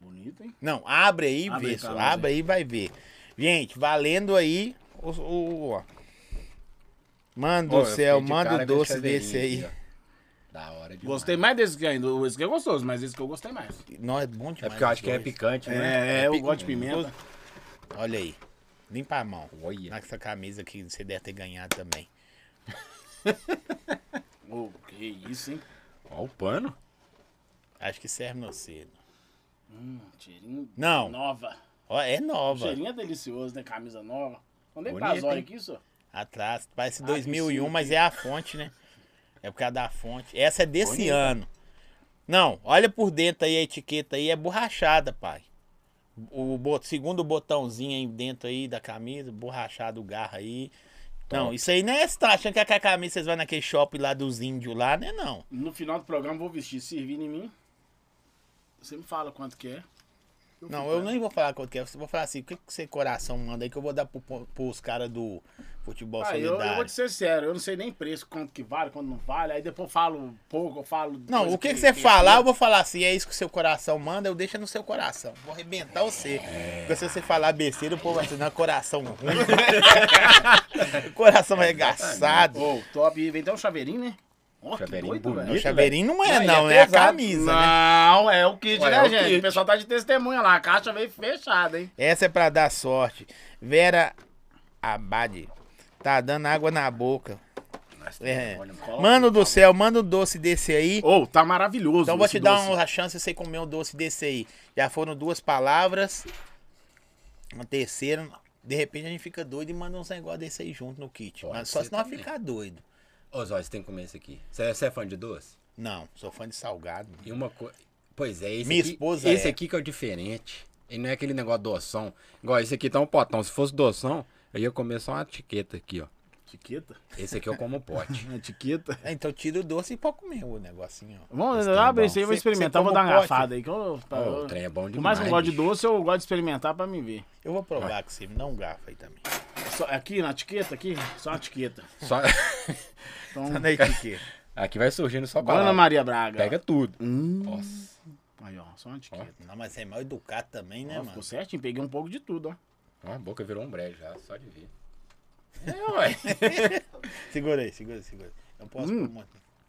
S3: Bonito, hein?
S2: Não, abre aí e
S3: Abre aí
S2: vê.
S3: pra
S2: só.
S3: nós aí.
S2: Abre aí e vai ver. Gente, valendo aí. O, o- ó. Manda
S1: Ô,
S2: o
S1: eu fiquei
S2: céu,
S1: de
S2: manda
S1: cara com
S2: o doce
S1: esse
S2: desse aí.
S1: chaveirinho aqui, ó. Da hora demais.
S3: Gostei mais desse que ainda. Esse aqui é gostoso, mas esse que eu gostei mais.
S2: Não, é bom demais.
S1: É porque eu acho
S2: os
S1: que é
S2: dois.
S1: picante, né?
S3: É, é, eu
S1: pic-
S3: gosto de pimenta.
S2: Olha aí. Limpa a mão.
S1: Olha.
S2: Olha essa camisa que você deve ter ganhado também.
S3: Ô, que isso, hein?
S1: Ó o pano.
S2: Acho que serve no cedo.
S3: Hum, cheirinho
S2: Não.
S3: nova.
S2: Ó, é
S3: O
S2: nova.
S3: cheirinho é delicioso, né? Camisa nova. Onde é que tá
S1: Bonito,
S3: as olhas
S1: hein?
S3: aqui, isso?
S2: Atrás. Parece
S3: Ah,
S2: 2001,
S3: sim.
S2: mas é a fonte, né? É por causa da fonte. Essa é desse
S3: Bonita.
S2: ano. Não, olha por dentro aí a etiqueta aí, é borrachada, pai. O bot- segundo botãozinho aí dentro aí da camisa, borrachado o garra aí. Não,
S1: Top.
S2: isso aí não é você tá achando que a camisa vocês vão naquele shopping lá dos índios lá, né? Não.
S3: No final do programa eu vou vestir. Servindo em mim. Você me fala quanto que é.
S2: Não, eu nem vou falar quanto que é. Eu vou falar assim, o que, que você coração manda aí que eu vou dar pro, pros caras do futebol
S3: Ah, eu,
S2: solidário.
S3: eu vou te ser sério, eu não sei nem preço, quanto que vale, quanto não vale. Aí depois eu falo pouco, eu falo.
S2: Não,
S3: coisa
S2: o que, que você falar, eu vou falar assim, é isso que o seu coração manda, eu deixo no seu coração. Vou arrebentar você. Porque se você falar besteira, o povo vai dizer, não, coração ruim. coração arregaçado.
S3: Ô, top, vem até um chaveirinho, né? Ó, que
S1: Chaveirinho
S3: doido,
S1: bonito. né?
S2: O
S3: velho.
S2: chaveirinho não é,
S3: Não,
S2: não,
S3: ele é
S2: é, a
S3: pesado.
S2: camisa, né?
S3: Não, é o kit,
S1: Ué,
S3: né,
S1: é o
S3: gente?
S1: kit.
S3: O pessoal tá de testemunha lá, a caixa veio fechada, hein?
S2: Essa é pra dar sorte. Vera Abade tá dando água na boca.
S1: Nossa,
S2: É.
S1: olha, mano.
S2: Mano do céu, manda um doce desse aí.
S3: Ô, tá maravilhoso.
S2: Então eu vou
S3: esse
S2: te dar
S3: doce.
S2: uma chance de você comer um doce desse aí. Já foram duas palavras. Uma terceira. De repente a gente fica doido e manda uns negócios desse aí junto no kit.
S1: Pode
S2: Mas só
S1: ser
S2: se nós
S1: também.
S2: ficar doido.
S1: Ô, Zóio, você tem que comer esse aqui. Você você é fã de doce?
S2: Não, sou fã de salgado.
S1: E uma coisa. Pois é, esse
S2: Minha
S1: aqui,
S2: esposa
S1: esse
S2: é.
S1: aqui que é o diferente. E não é aquele negócio doção. Igual esse aqui tá um potão. Se fosse doção, eu ia comer só uma etiqueta aqui, ó.
S3: Etiqueta?
S1: Esse aqui eu como
S3: <laughs>
S1: pote.
S3: Etiqueta?
S2: É, Então tira o doce e pode comer o negocinho, ó.
S3: Vamos,
S2: Esse tá
S3: abre
S2: bom.
S3: esse é aí, eu vou
S2: Você- você
S3: experimentar. Vou
S2: toma
S3: dar uma
S2: um pote?
S3: garfada aí, que eu. pra-
S1: Ô, o trem é bom demais.
S3: Tá Por mais que eu goste de
S1: bicho.
S3: doce, eu gosto de experimentar pra me ver.
S2: Eu vou provar que você me dá um garfo aí
S3: <laughs>
S2: também.
S3: Só- aqui na etiqueta, aqui, só a etiqueta.
S1: Só- <laughs>
S3: Então,
S2: Tá na etiqueta.
S1: Aqui vai surgindo só
S3: Ana
S1: palavra.
S3: Maria Braga.
S1: Pega tudo.
S3: Hum.
S1: Nossa.
S3: Aí, ó, só uma etiqueta.
S2: Não, mas você é mal educado também, né,
S3: Ó,
S2: mano?
S3: ficou certinho, peguei um pouco de
S1: É.
S3: tudo, ó.
S1: Ó, a boca virou um brejo já, só de ver. É, ué.
S2: Segura aí, segura aí, segura aí. Eu posso
S3: é- Hum.
S2: pôr um monte.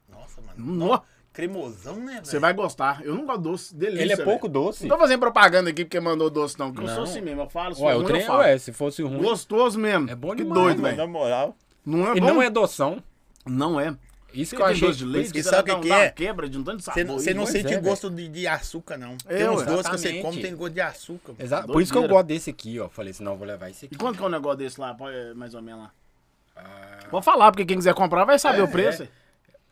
S2: Nossa, mano.
S3: Nó,
S2: Cremosão, né, velho?
S3: Você vai gostar. Eu não gosto de doce, delícia.
S1: Ele é pouco
S3: velho. Então,
S1: doce.
S3: Não tô fazendo propaganda aqui porque mandou doce, não. Que eu
S1: Não.
S3: sou assim mesmo, eu falo, sou
S1: Ué,
S3: ruim,
S1: o trem, é,
S3: eu falo.
S1: ué, se fosse ruim.
S3: Gostoso mesmo.
S1: É bom
S3: Que
S1: demais,
S3: doido,
S2: Mas,
S3: velho.
S2: na moral.
S3: Não é
S1: E
S3: bom?
S1: não é doção.
S3: Não é.
S1: Isso que
S3: Porque
S1: eu
S3: tem
S1: achei.
S3: doce de leite,
S2: que
S3: que
S2: sabe
S3: dá,
S2: o
S3: um-
S2: que
S3: dá
S2: que é?
S3: um quebra de um tanto de
S2: Você
S3: sabor.
S2: não, você não
S1: pois
S2: sente
S1: é,
S2: gosto de, de açúcar, não. tem
S3: Eu,
S2: uns doces que você
S1: exatamente. É,
S2: come tem gosto de açúcar. mano.
S1: Exato. Por isso que eu
S3: Doideira.
S1: gosto desse aqui, ó. Falei assim, não, eu vou levar esse aqui.
S3: E quanto que é um negócio desse lá, pô, é, mais ou menos lá?
S1: Ah,
S3: Vou falar, porque quem quiser comprar vai saber
S1: É,
S3: o preço.
S1: é.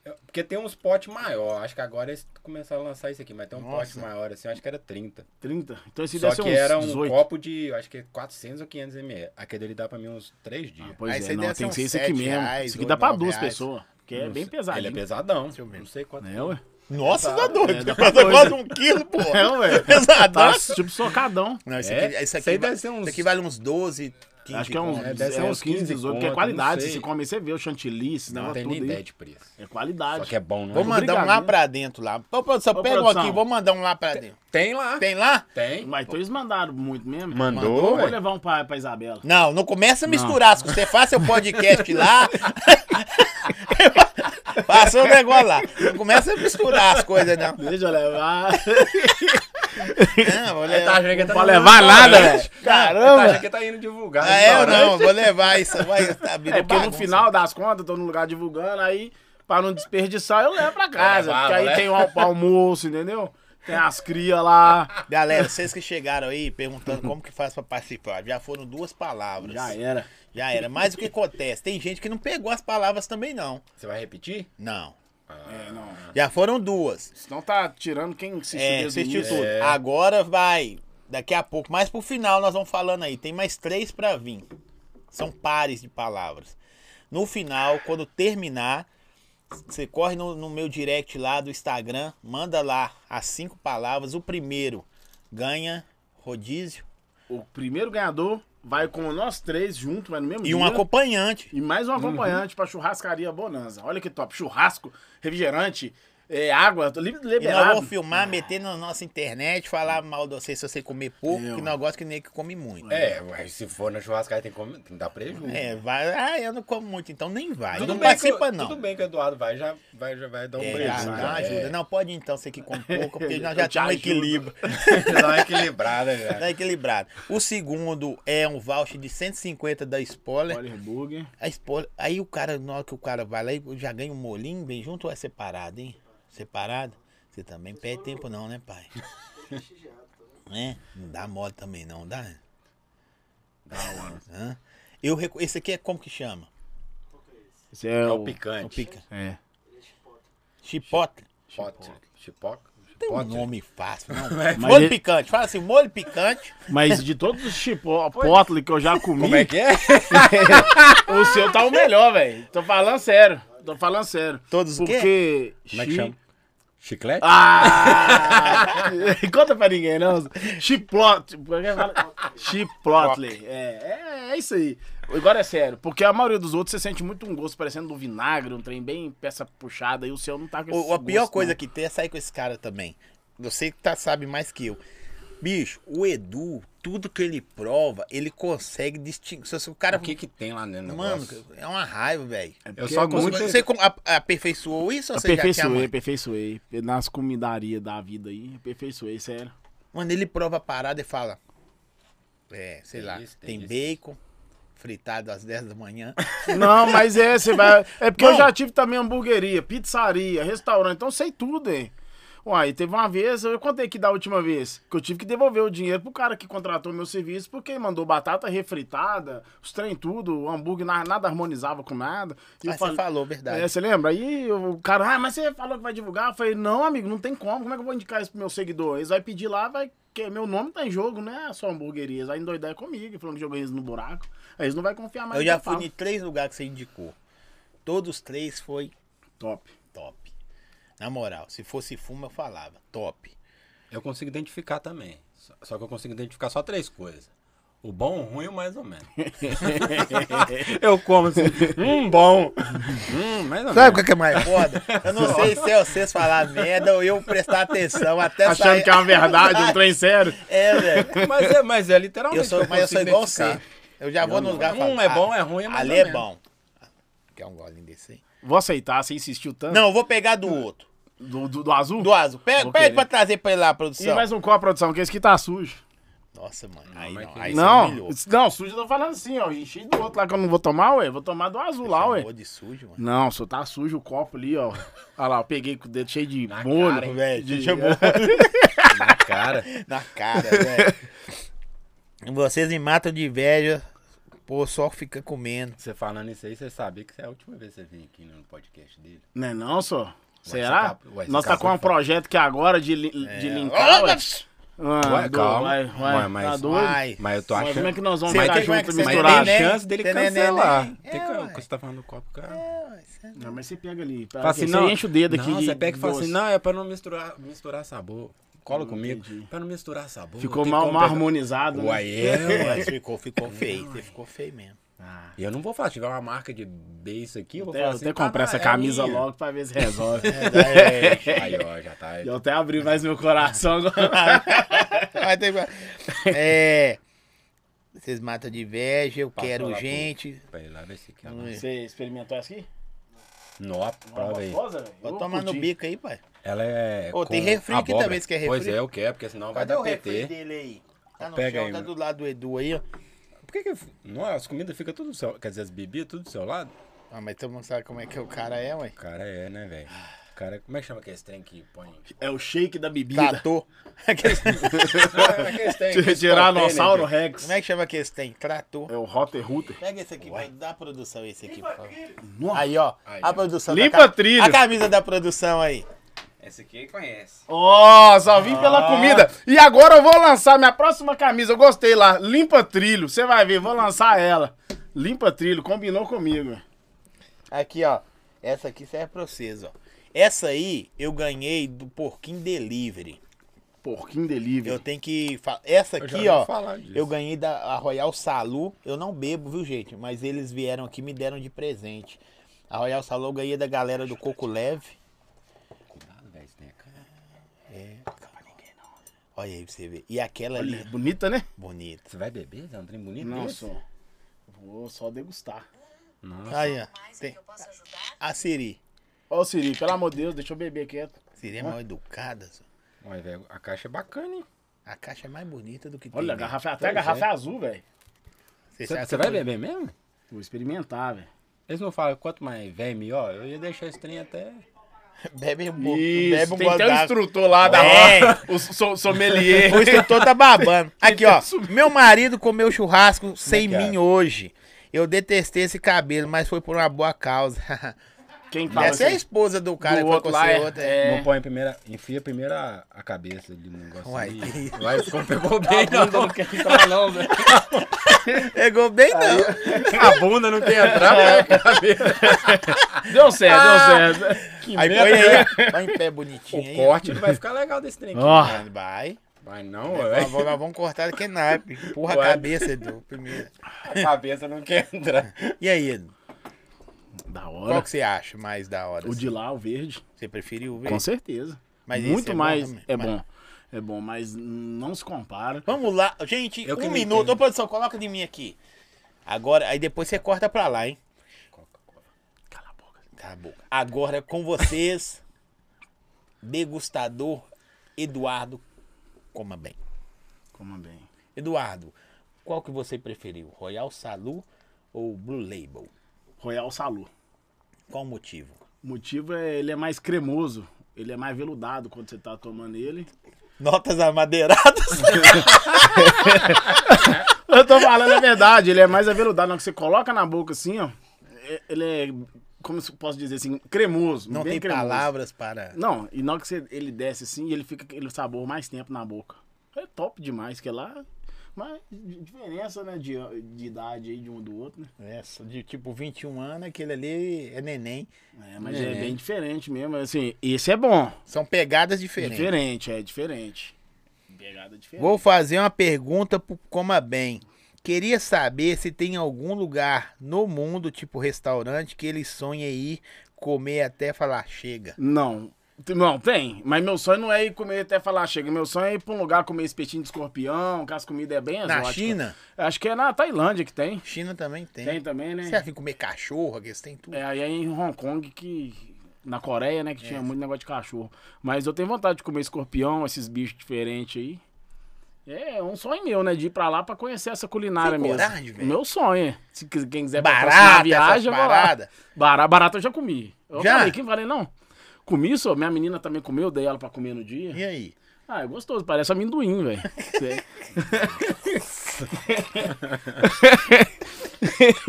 S1: eu- porque tem uns potes maior. Acho que agora eles começaram a lançar isso aqui, mas tem um
S2: Nossa.
S1: pote maior, assim, eu acho que era 30.
S3: 30. Então esse
S1: Só
S3: deve ser
S1: que
S3: uns
S1: era um
S3: 18.
S1: copo de, eu acho que é 400 ou 500 ml. Aquele dele dá pra mim uns 3 dias.
S3: Ah, pois
S2: Aí
S3: é,
S2: você
S3: não,
S2: deve ser
S3: tem que
S2: uns
S3: ser esse aqui
S2: sete
S3: mesmo.
S2: reais,
S3: Esse aqui
S2: oito,
S3: dá pra
S2: nove
S3: duas
S2: reais.
S3: pessoas, que é
S1: Não
S3: bem
S1: sei.
S3: pesadinho.
S1: Ele é pesadão.
S2: eu ver.
S1: Não sei quanto.
S3: É, ué.
S2: Nossa, dá
S3: É,
S2: doido.
S3: dá
S2: Dá
S3: pra dois,
S2: quase
S3: né?
S2: um quilo, pô.
S3: <laughs> É, ué. Tá
S2: Pesadaço.
S3: tipo socadão.
S2: Não, isso
S1: É?
S2: aqui, isso
S1: Isso
S2: aqui,
S1: aí
S2: va-
S1: deve ser uns-
S2: isso aqui vale uns 12, 15
S3: Acho que é uns,
S2: conto.
S1: É, deve ser
S3: é
S1: uns
S3: uns 15,
S1: 15
S3: 18, porque é
S1: conto,
S3: qualidade.
S1: não
S3: Se
S1: sei.
S3: você come, você vê o chantilly, esse
S1: Não,
S3: negócio
S1: tem
S3: tudo
S1: nem
S3: aí.
S1: ideia de preço.
S3: É
S1: Só
S3: qualidade.
S1: que é bom, não.
S2: Vou
S1: é?
S2: mandar um lá
S3: Brigadeiro.
S2: pra dentro lá. Ô, produção,
S3: Ô,
S2: pega um
S3: produção.
S2: aqui, vou mandar um lá pra dentro.
S1: Tem lá.
S2: Tem lá?
S1: Tem.
S3: Mas então eles mandaram muito mesmo.
S1: Mandou,
S3: Eu vou
S1: ué.
S3: levar um pra, pra Isabela.
S2: Não, não começa a misturar. Se você faz seu podcast lá. <laughs> Passa o negócio lá. Não começa a misturar as coisas, não.
S3: Deixa eu <laughs> levar.
S2: Não, vou
S1: Ele tá
S2: levar.
S1: achando que tá
S3: é, Não
S1: no-
S3: levar nada, velho.
S1: Ele tá
S3: Caramba.
S1: achando que tá indo divulgar. né?
S2: Ah, é, eu
S1: restaurante.
S2: não, vou levar isso. Vai, tá virando
S3: É porque no
S2: bagunça.
S3: final das contas, eu tô no lugar divulgando, aí pra não desperdiçar, eu levo pra casa.
S1: Vai levar,
S3: porque
S1: vai
S3: aí tem o al- almoço, entendeu? Tem as crias lá.
S2: <laughs> Galera, vocês que chegaram aí perguntando como que faz pra participar, já é. foram duas palavras.
S3: Já era.
S2: Já era. Mas o que acontece? Tem gente que não pegou as palavras também, não.
S1: Você vai repetir?
S2: Não.
S3: É, não.
S2: Já foram duas.
S3: Senão tá tirando quem assistiu
S2: É,
S3: desde o
S2: assistiu
S3: início.
S2: tudo. Agora vai. Daqui a pouco, mais pro final, nós vamos falando aí. Tem mais três pra vir. São pares de palavras. No final, quando terminar, você corre no, no meu direct lá do Instagram, manda lá as cinco palavras. O primeiro ganha rodízio
S3: O primeiro ganhador vai com nós três junto, vai no mesmo
S2: e
S3: dia.
S2: um Uhum. acompanhante.
S3: E mais um acompanhante pra churrascaria Bonanza. Olha que top. Churrasco, refrigerante, é, água, li-
S2: E nós
S3: liberado.
S2: vamos filmar, meter na nossa internet, falar mal de você se você comer pouco,
S3: Eu.
S2: que nós gosta que nem que come muito.
S1: É, mas se for na churrascaria tem que, comer- tem que dar prejuízo.
S2: É, vai. Ah, eu não como muito, então nem vai.
S1: Tudo
S2: não
S1: bem que eu-
S2: participa, não.
S1: Tudo bem que o Eduardo vai, já vai, já vai dar um
S2: É,
S1: prejuízo.
S2: dá-
S1: né?
S2: dá uma ajuda.
S1: É,
S2: Não, pode então, você que come pouco, porque nós já
S3: <laughs> Eu te
S2: temos um
S3: ajudo.
S2: equilíbrio.
S1: <laughs> dá uma equilibrada,
S2: <laughs>
S1: já.
S2: Tá equilibrado. O segundo é um voucher de 150 da spoiler.
S3: Oliver Burger.
S2: A spoiler. Aí o cara, na hora que o cara vai lá, ele já ganha um molinho bem junto ou é separado, hein? Separado? Você também perde tempo não, né, pai?
S4: prestigiado também.
S2: Né? Não dá moda também não, dá?
S1: Dá uma-
S2: Hã? Eu recu... Esse aqui é como que chama?
S4: Qual que é esse?
S3: Esse é,
S1: É
S3: o
S1: o
S2: O
S1: picante.
S2: pica.
S3: É.
S4: Ele é chipotle.
S2: Chipotle.
S1: Chipote. Chipoca.
S2: Tem um
S1: Chipotle.
S2: nome fácil, não.
S1: <laughs>
S3: Mas
S2: molho
S3: ele-
S2: picante. Fala assim, molho picante.
S3: Mas de todos os chipotle que eu já comi,
S1: Como é que é?
S3: o seu tá o melhor, velho. Tô falando sério. Tô falando sério.
S2: Todos o quê?
S3: Porque.
S1: Como é que
S3: chi-
S1: chama? Chiclete?
S3: Ah! <laughs> Conta pra ninguém, não. Chipotle. Como é que fala? Chipotle. É, é, é isso aí. Agora é sério, porque a maioria dos outros você sente muito um gosto parecendo do vinagre, um trem bem peça puxada, e o seu não tá com esse
S2: O- a
S3: gosto,
S2: pior coisa
S3: não.
S2: que tem é sair com esse cara também. Você que tá, sabe mais que eu. Bicho, o Edu, tudo que ele prova, ele consegue distinguir. Se, se o cara.
S1: O que que tem lá dentro? do
S2: mano,
S1: negócio?
S2: é uma raiva, velho.
S1: eu
S3: porque
S1: só
S3: é
S1: gosto
S3: muito-
S1: de-
S2: Você com- a- aperfeiçoou isso ou você já tinha
S3: Aperfeiçoei,
S2: mãe?
S3: aperfeiçoei. Nas comidarias da vida aí, aperfeiçoei, sério.
S2: Mano, ele prova a parada e fala. É, sei
S1: Tem
S2: lá,
S1: isso, tem
S2: tem,
S1: isso.
S2: bacon, fritado às 10 da
S3: <laughs>
S2: manhã.
S3: Não, mas é, você vai. É porque eu
S2: Não.
S3: já tive também hamburgueria, pizzaria, restaurante, então sei tudo, hein? Uai, teve uma vez, eu contei aqui da última vez, que eu tive que devolver o dinheiro pro cara que contratou meu serviço, porque ele mandou batata refritada, os trem tudo, o hambúrguer na- nada harmonizava com nada.
S2: Ah,
S3: E eu
S2: você
S3: falei-
S2: falou, verdade.
S3: É, você lembra? Aí o cara, ah, mas você falou que vai divulgar? Eu falei, não, amigo, não tem como, como é que eu vou indicar isso pro meu seguidor? Eles vão pedir lá, vai. Que meu nome tá em jogo, né? Só hamburgueria. Eles vão endoidar comigo, falando que joguei eles no buraco. Aí eles não vão confiar mais
S2: eu
S3: no que
S2: já fui
S3: falo.
S2: em três lugares que você indicou. Todos os três foi
S3: Top.
S2: top. Na moral, se fosse fuma, eu falava, top.
S1: Eu consigo identificar também. Só- Só que eu consigo identificar só três coisas. O bom, o ruim, o mais ou menos. eu como assim, hum, bom. Hum, mais ou
S2: Sabe
S1: menos.
S2: o que é mais foda? Eu
S3: <laughs>
S2: não sei se é vocês falar merda ou eu prestar atenção até
S3: Achando que é uma
S2: <laughs>
S3: verdade, um trem sério.
S2: É, velho.
S1: Mas é, mas é literalmente.
S2: Eu sou,
S1: que
S2: mas eu sou
S1: consigo
S2: igual
S1: identificar.
S2: você. Eu já vou no lugar e
S1: Um
S2: falo,
S1: é bom,
S2: ah,
S1: é ruim, é mais
S2: Ali
S1: ou
S2: é
S1: menos.
S2: bom. Quer um golinho desse aí?
S3: Vou aceitar, você insistiu tanto.
S2: Não, eu vou pegar do outro.
S3: Do, do, do azul?
S2: Do azul. Pega,
S3: Vou
S2: pede
S3: querer.
S2: pra trazer pra ele lá,
S3: E
S2: produção.
S3: mais um copo, produção, que esse aqui tá sujo.
S2: Nossa, mano. Aí
S1: mas
S2: não.
S1: que-
S2: Aí você
S3: Não,
S2: humilhou.
S3: isso- não, sujo eu tô falando assim, ó. Enchi do outro lá que eu não vou tomar, ué. Vou tomar do azul
S1: é
S3: lá, ué.
S2: Chamou de sujo, mano.
S3: Não, só tá sujo o copo ali,
S1: <laughs>
S3: ó. Olha lá, eu peguei com o dedo cheio de
S1: Na
S3: molho.
S1: cara, hein,
S2: velho,
S3: de...
S2: te chamou.
S1: Na cara.
S2: Na cara, velho. Vocês me matam de inveja. Pô, só fica comendo.
S1: Você falando isso aí, você sabia que essa é a última vez que você vem aqui no podcast dele.
S3: Não é não, só?
S1: você
S3: Será?
S1: cap- é ué, você
S3: Nós tá com
S1: capou
S3: um
S1: de falar.
S3: projeto aqui agora de, li... de linkar, ué. Ah,
S1: Ué,
S3: do-
S1: calma.
S3: Vai, vai,
S1: Ué, mas-
S3: tá doido?
S2: Ai.
S1: Mas eu tô
S3: Mas
S1: achando.
S3: como é que nós vamos
S2: Você
S3: ficar
S2: tem- como é
S3: junto
S2: que você
S1: Mas
S2: Misturado.
S1: tem
S3: misturado?
S2: tem, né?
S1: chance dele
S2: Tenenenen.
S1: cancelar.
S2: É,
S1: Tem
S2: ué.
S1: que você tá falando do copo, cara.
S3: Não, mas você pega ali.
S1: Fala
S3: Pra
S1: assim,
S3: você
S1: não,
S3: enche o dedo aqui
S1: não,
S3: de
S1: você pega e fala
S3: doce.
S1: assim, não, é pra não misturar, misturar sabor. Cola
S3: Hum,
S1: comigo,
S3: entendi.
S1: pra não misturar sabor.
S3: Ficou
S1: tem
S3: mal,
S1: como
S3: mal
S1: pegar-
S3: harmonizado, né?
S1: Uai, é, uai.
S2: Mas ficou, ficou feio. Você ficou feio mesmo.
S3: Ah,
S1: E eu não vou falar, se tiver uma marca de beijo aqui, eu vou
S3: até,
S1: falar
S3: eu
S1: assim,
S3: até
S1: tá
S3: comprar
S1: na-
S3: essa
S1: é
S3: camisa
S1: minha.
S3: logo pra ver se resolve.
S2: <laughs> É,
S1: Aí, ó, <laughs> já tá.
S3: <laughs> eu até abri mais meu coração agora.
S2: Mas tem- É. Vocês matam de inveja, eu quero
S1: lá, pô.
S2: gente.
S1: Peraí, lá, vê se aqui. ó.
S3: Você experimentou essa aqui?
S1: Nó, prova aí.
S3: gostosa, velho?
S2: Vou
S3: Eu
S2: tomar no
S3: curti.
S2: bico aí, pai.
S1: Ela é.
S2: Ô, tem
S1: com
S2: refri aqui
S1: abóbora.
S2: também, você quer
S1: Pois
S2: refri?
S1: é, eu quero, porque senão
S2: Cadê o
S1: vai dar
S2: refri
S1: PT.
S2: dele aí? Tá no
S1: Pega
S2: chão,
S1: aí,
S2: tá
S1: mano.
S2: do lado do Edu aí, ó.
S1: Por que que. Não, as comidas ficam tudo do seu. Quer dizer, as bebidas tudo do seu lado? Hum.
S2: Ah, mas todo mundo sabe como é que o cara é, ué.
S1: Cara, é, né, velho? Cara, como é que chama aquele trem que
S2: <laughs>
S1: põe.
S3: É o shake da bebida.
S2: Trator. Aqueles- É,
S1: Ah, aquele trem que eles
S3: Tiranossauro
S1: contêm, né,
S3: Rex.
S2: Como é que chama aqueles tem? Trator.
S3: É o Rotter Rooter.
S2: Pega esse aqui, vai dar produção esse aqui, por favor.
S3: Nossa.
S2: Aí, ó.
S1: Aí,
S2: a
S1: ó.
S2: produção.
S3: Limpa
S2: da tá ca-
S3: trilho.
S2: A camisa da produção aí.
S1: Esse aqui ele conhece.
S3: Ó, só vim
S2: Ah.
S3: pela comida. E agora eu vou lançar minha próxima camisa. Eu gostei lá. Limpa trilho. Você vai ver, vou lançar ela. Limpa trilho, combinou comigo.
S2: Aqui, ó. Essa aqui serve pra vocês, ó. Essa aí eu ganhei do Porquinho Delivery.
S3: Porquinho delivery.
S2: Eu tenho que. fa- Essa
S1: Eu já
S2: aqui,
S1: ouvi
S2: ó.
S1: falar disso.
S2: Eu ganhei da a Royal Salu. Eu não bebo, viu, gente? Mas eles vieram aqui e me deram de presente. A Royal Salu eu ganhei da galera do Coco Leve.
S1: Cuidado, velho, esse trem é caro.
S2: Olha aí pra você ver. E aquela ali,
S3: Bonita, né?
S2: bonita.
S1: Você vai beber? É um trem bonito?
S3: Não,
S1: desse?
S3: só. Vou só degustar.
S2: Aí, ó.
S5: Mais
S2: Tem-
S5: que eu possa ajudar?
S2: A Siri.
S3: Ô, Siri, pelo amor de Deus, deixa eu beber quieto.
S2: Siri é mal educada. só.
S1: Olha, velho, a caixa é bacana, hein?
S2: A caixa é mais bonita do que tem.
S3: Olha, a
S2: né?
S3: garrafa, até a
S1: Pois
S3: garrafa
S1: é.
S3: é azul, velho.
S1: Você
S2: Você sabe
S1: você
S2: que
S1: vai
S2: eu-
S1: beber mesmo?
S3: Vou experimentar, velho.
S1: Eles não falam quanto mais velho, melhor. Eu ia deixar esse trem até.
S2: Bebe um pouco. Bebe
S3: Isso,
S2: um
S3: tem
S2: gole
S3: até o
S2: d'água.
S3: instrutor lá da
S2: É.
S3: roda, o so- sommelier.
S2: O instrutor tá
S3: <laughs>
S2: babando. Aqui, ó.
S3: Isso mesmo.
S2: Meu marido comeu churrasco sem
S1: que é?
S2: mim hoje. Eu detestei esse cabelo, mas foi por uma boa causa. <laughs>
S3: Quem fala
S2: Essa é a
S3: assim?
S2: esposa do cara
S3: Do
S2: que foi
S3: outro lá, é-
S2: conhecer outra. É.
S3: É.
S1: Não põe a primeira. Enfia primeiro a, a cabeça de um negócio.
S2: Uai,
S1: ali.
S2: que isso? Tá
S1: Vai, ficou, pegou bem,
S3: A bunda
S1: não.
S3: não quer
S1: entrar, não, velho.
S2: Pegou bem, É, não.
S1: A bunda não quer entrar,
S3: É.
S1: velho. a cabeça.
S3: Deu certo, deu certo. Que
S2: Aí põe aí,
S3: <laughs>
S2: ó. Vai em pé bonitinho
S1: O
S2: aí. ó.
S1: corte não vai ficar legal desse trem aqui.
S3: Ó.
S2: Vai.
S1: Vai não,
S2: Nós
S1: velho.
S2: vamos, nós vamos cortar aqui na Empurra a
S1: Vai.
S2: cabeça, Edu, primeiro.
S1: A cabeça não quer entrar.
S2: E aí, Edu?
S3: Da
S2: Qual
S3: hora.
S2: que você acha mais da hora?
S3: O
S2: assim?
S3: de lá, o verde.
S2: Você preferiu o
S3: Com
S2: verde?
S3: certeza.
S2: Mas esse
S3: Muito
S2: é bom
S3: mais.
S2: também.
S3: é
S2: Mas-
S3: bom. É bom, mas não se compara.
S2: Vamos lá. Gente,
S1: Eu que
S2: um
S1: não
S2: minuto.
S1: entendo.
S2: Ô, produção, coloca de mim aqui. Agora, aí depois você corta pra lá, hein?
S3: Cala a boca.
S2: Tá bom. Agora com vocês, <laughs> degustador Eduardo. Coma bem.
S3: Coma bem.
S2: Eduardo, qual que você preferiu? Royal Salu ou Blue Label?
S3: Royal Salu.
S2: Qual o motivo?
S3: O motivo é ele é mais cremoso. Ele é mais veludado quando você tá tomando ele.
S2: Notas <laughs> amadeiradas.
S3: Eu tô falando a verdade, ele é mais aveludado. Na hora que você coloca na boca assim, ó. é- Ele é, como se eu posso dizer assim, cremoso.
S2: Não
S3: bem
S2: tem
S3: cremoso.
S2: palavras para.
S3: Não, e na hora que você, ele desce assim, ele fica aquele sabor mais tempo na boca. É top demais, que é lá. Mas di- diferença, né, de, de idade aí de um do outro, né?
S2: Essa de tipo 21 anos, aquele ali é neném.
S3: É, mas é, bem diferente mesmo. Assim, esse é bom.
S2: São pegadas diferentes.
S3: Diferente, é diferente. Pegada diferente.
S2: Vou fazer uma pergunta pro Coma Bem. Queria saber se tem algum lugar no mundo, tipo restaurante, que ele sonha em ir comer até falar chega.
S3: Não. T- Não, tem. Mas meu sonho não é ir comer até falar, chega. Meu sonho é ir pra um lugar comer espetinho de escorpião, que as comidas é bem
S2: Na
S3: exóticas.
S2: China?
S3: Acho que é na Tailândia que tem.
S2: China também tem.
S3: Tem também, né?
S2: Você já viu comer cachorro, que tem tudo.
S3: É, aí é em Hong Kong que. Na Coreia, né? Que
S2: É.
S3: tinha muito negócio de cachorro. Mas eu tenho vontade de comer escorpião, esses bichos diferentes aí. É um sonho meu, né? De ir pra lá pra conhecer essa
S2: Tem
S3: culinária mesmo.
S2: coragem, velho?
S3: Meu sonho. é. Se quis- quem quiser
S2: Barata,
S3: patrocinar a
S2: essas
S3: viagem, eu vou lá.
S2: paradas.
S3: Barata, barata eu já comi. Eu
S2: Já?
S3: falei, quem falei, não. Comi, só, minha menina também comeu, dei ela pra comer no dia.
S2: E aí?
S3: Ah, é gostoso, parece amendoim, velho. Cê-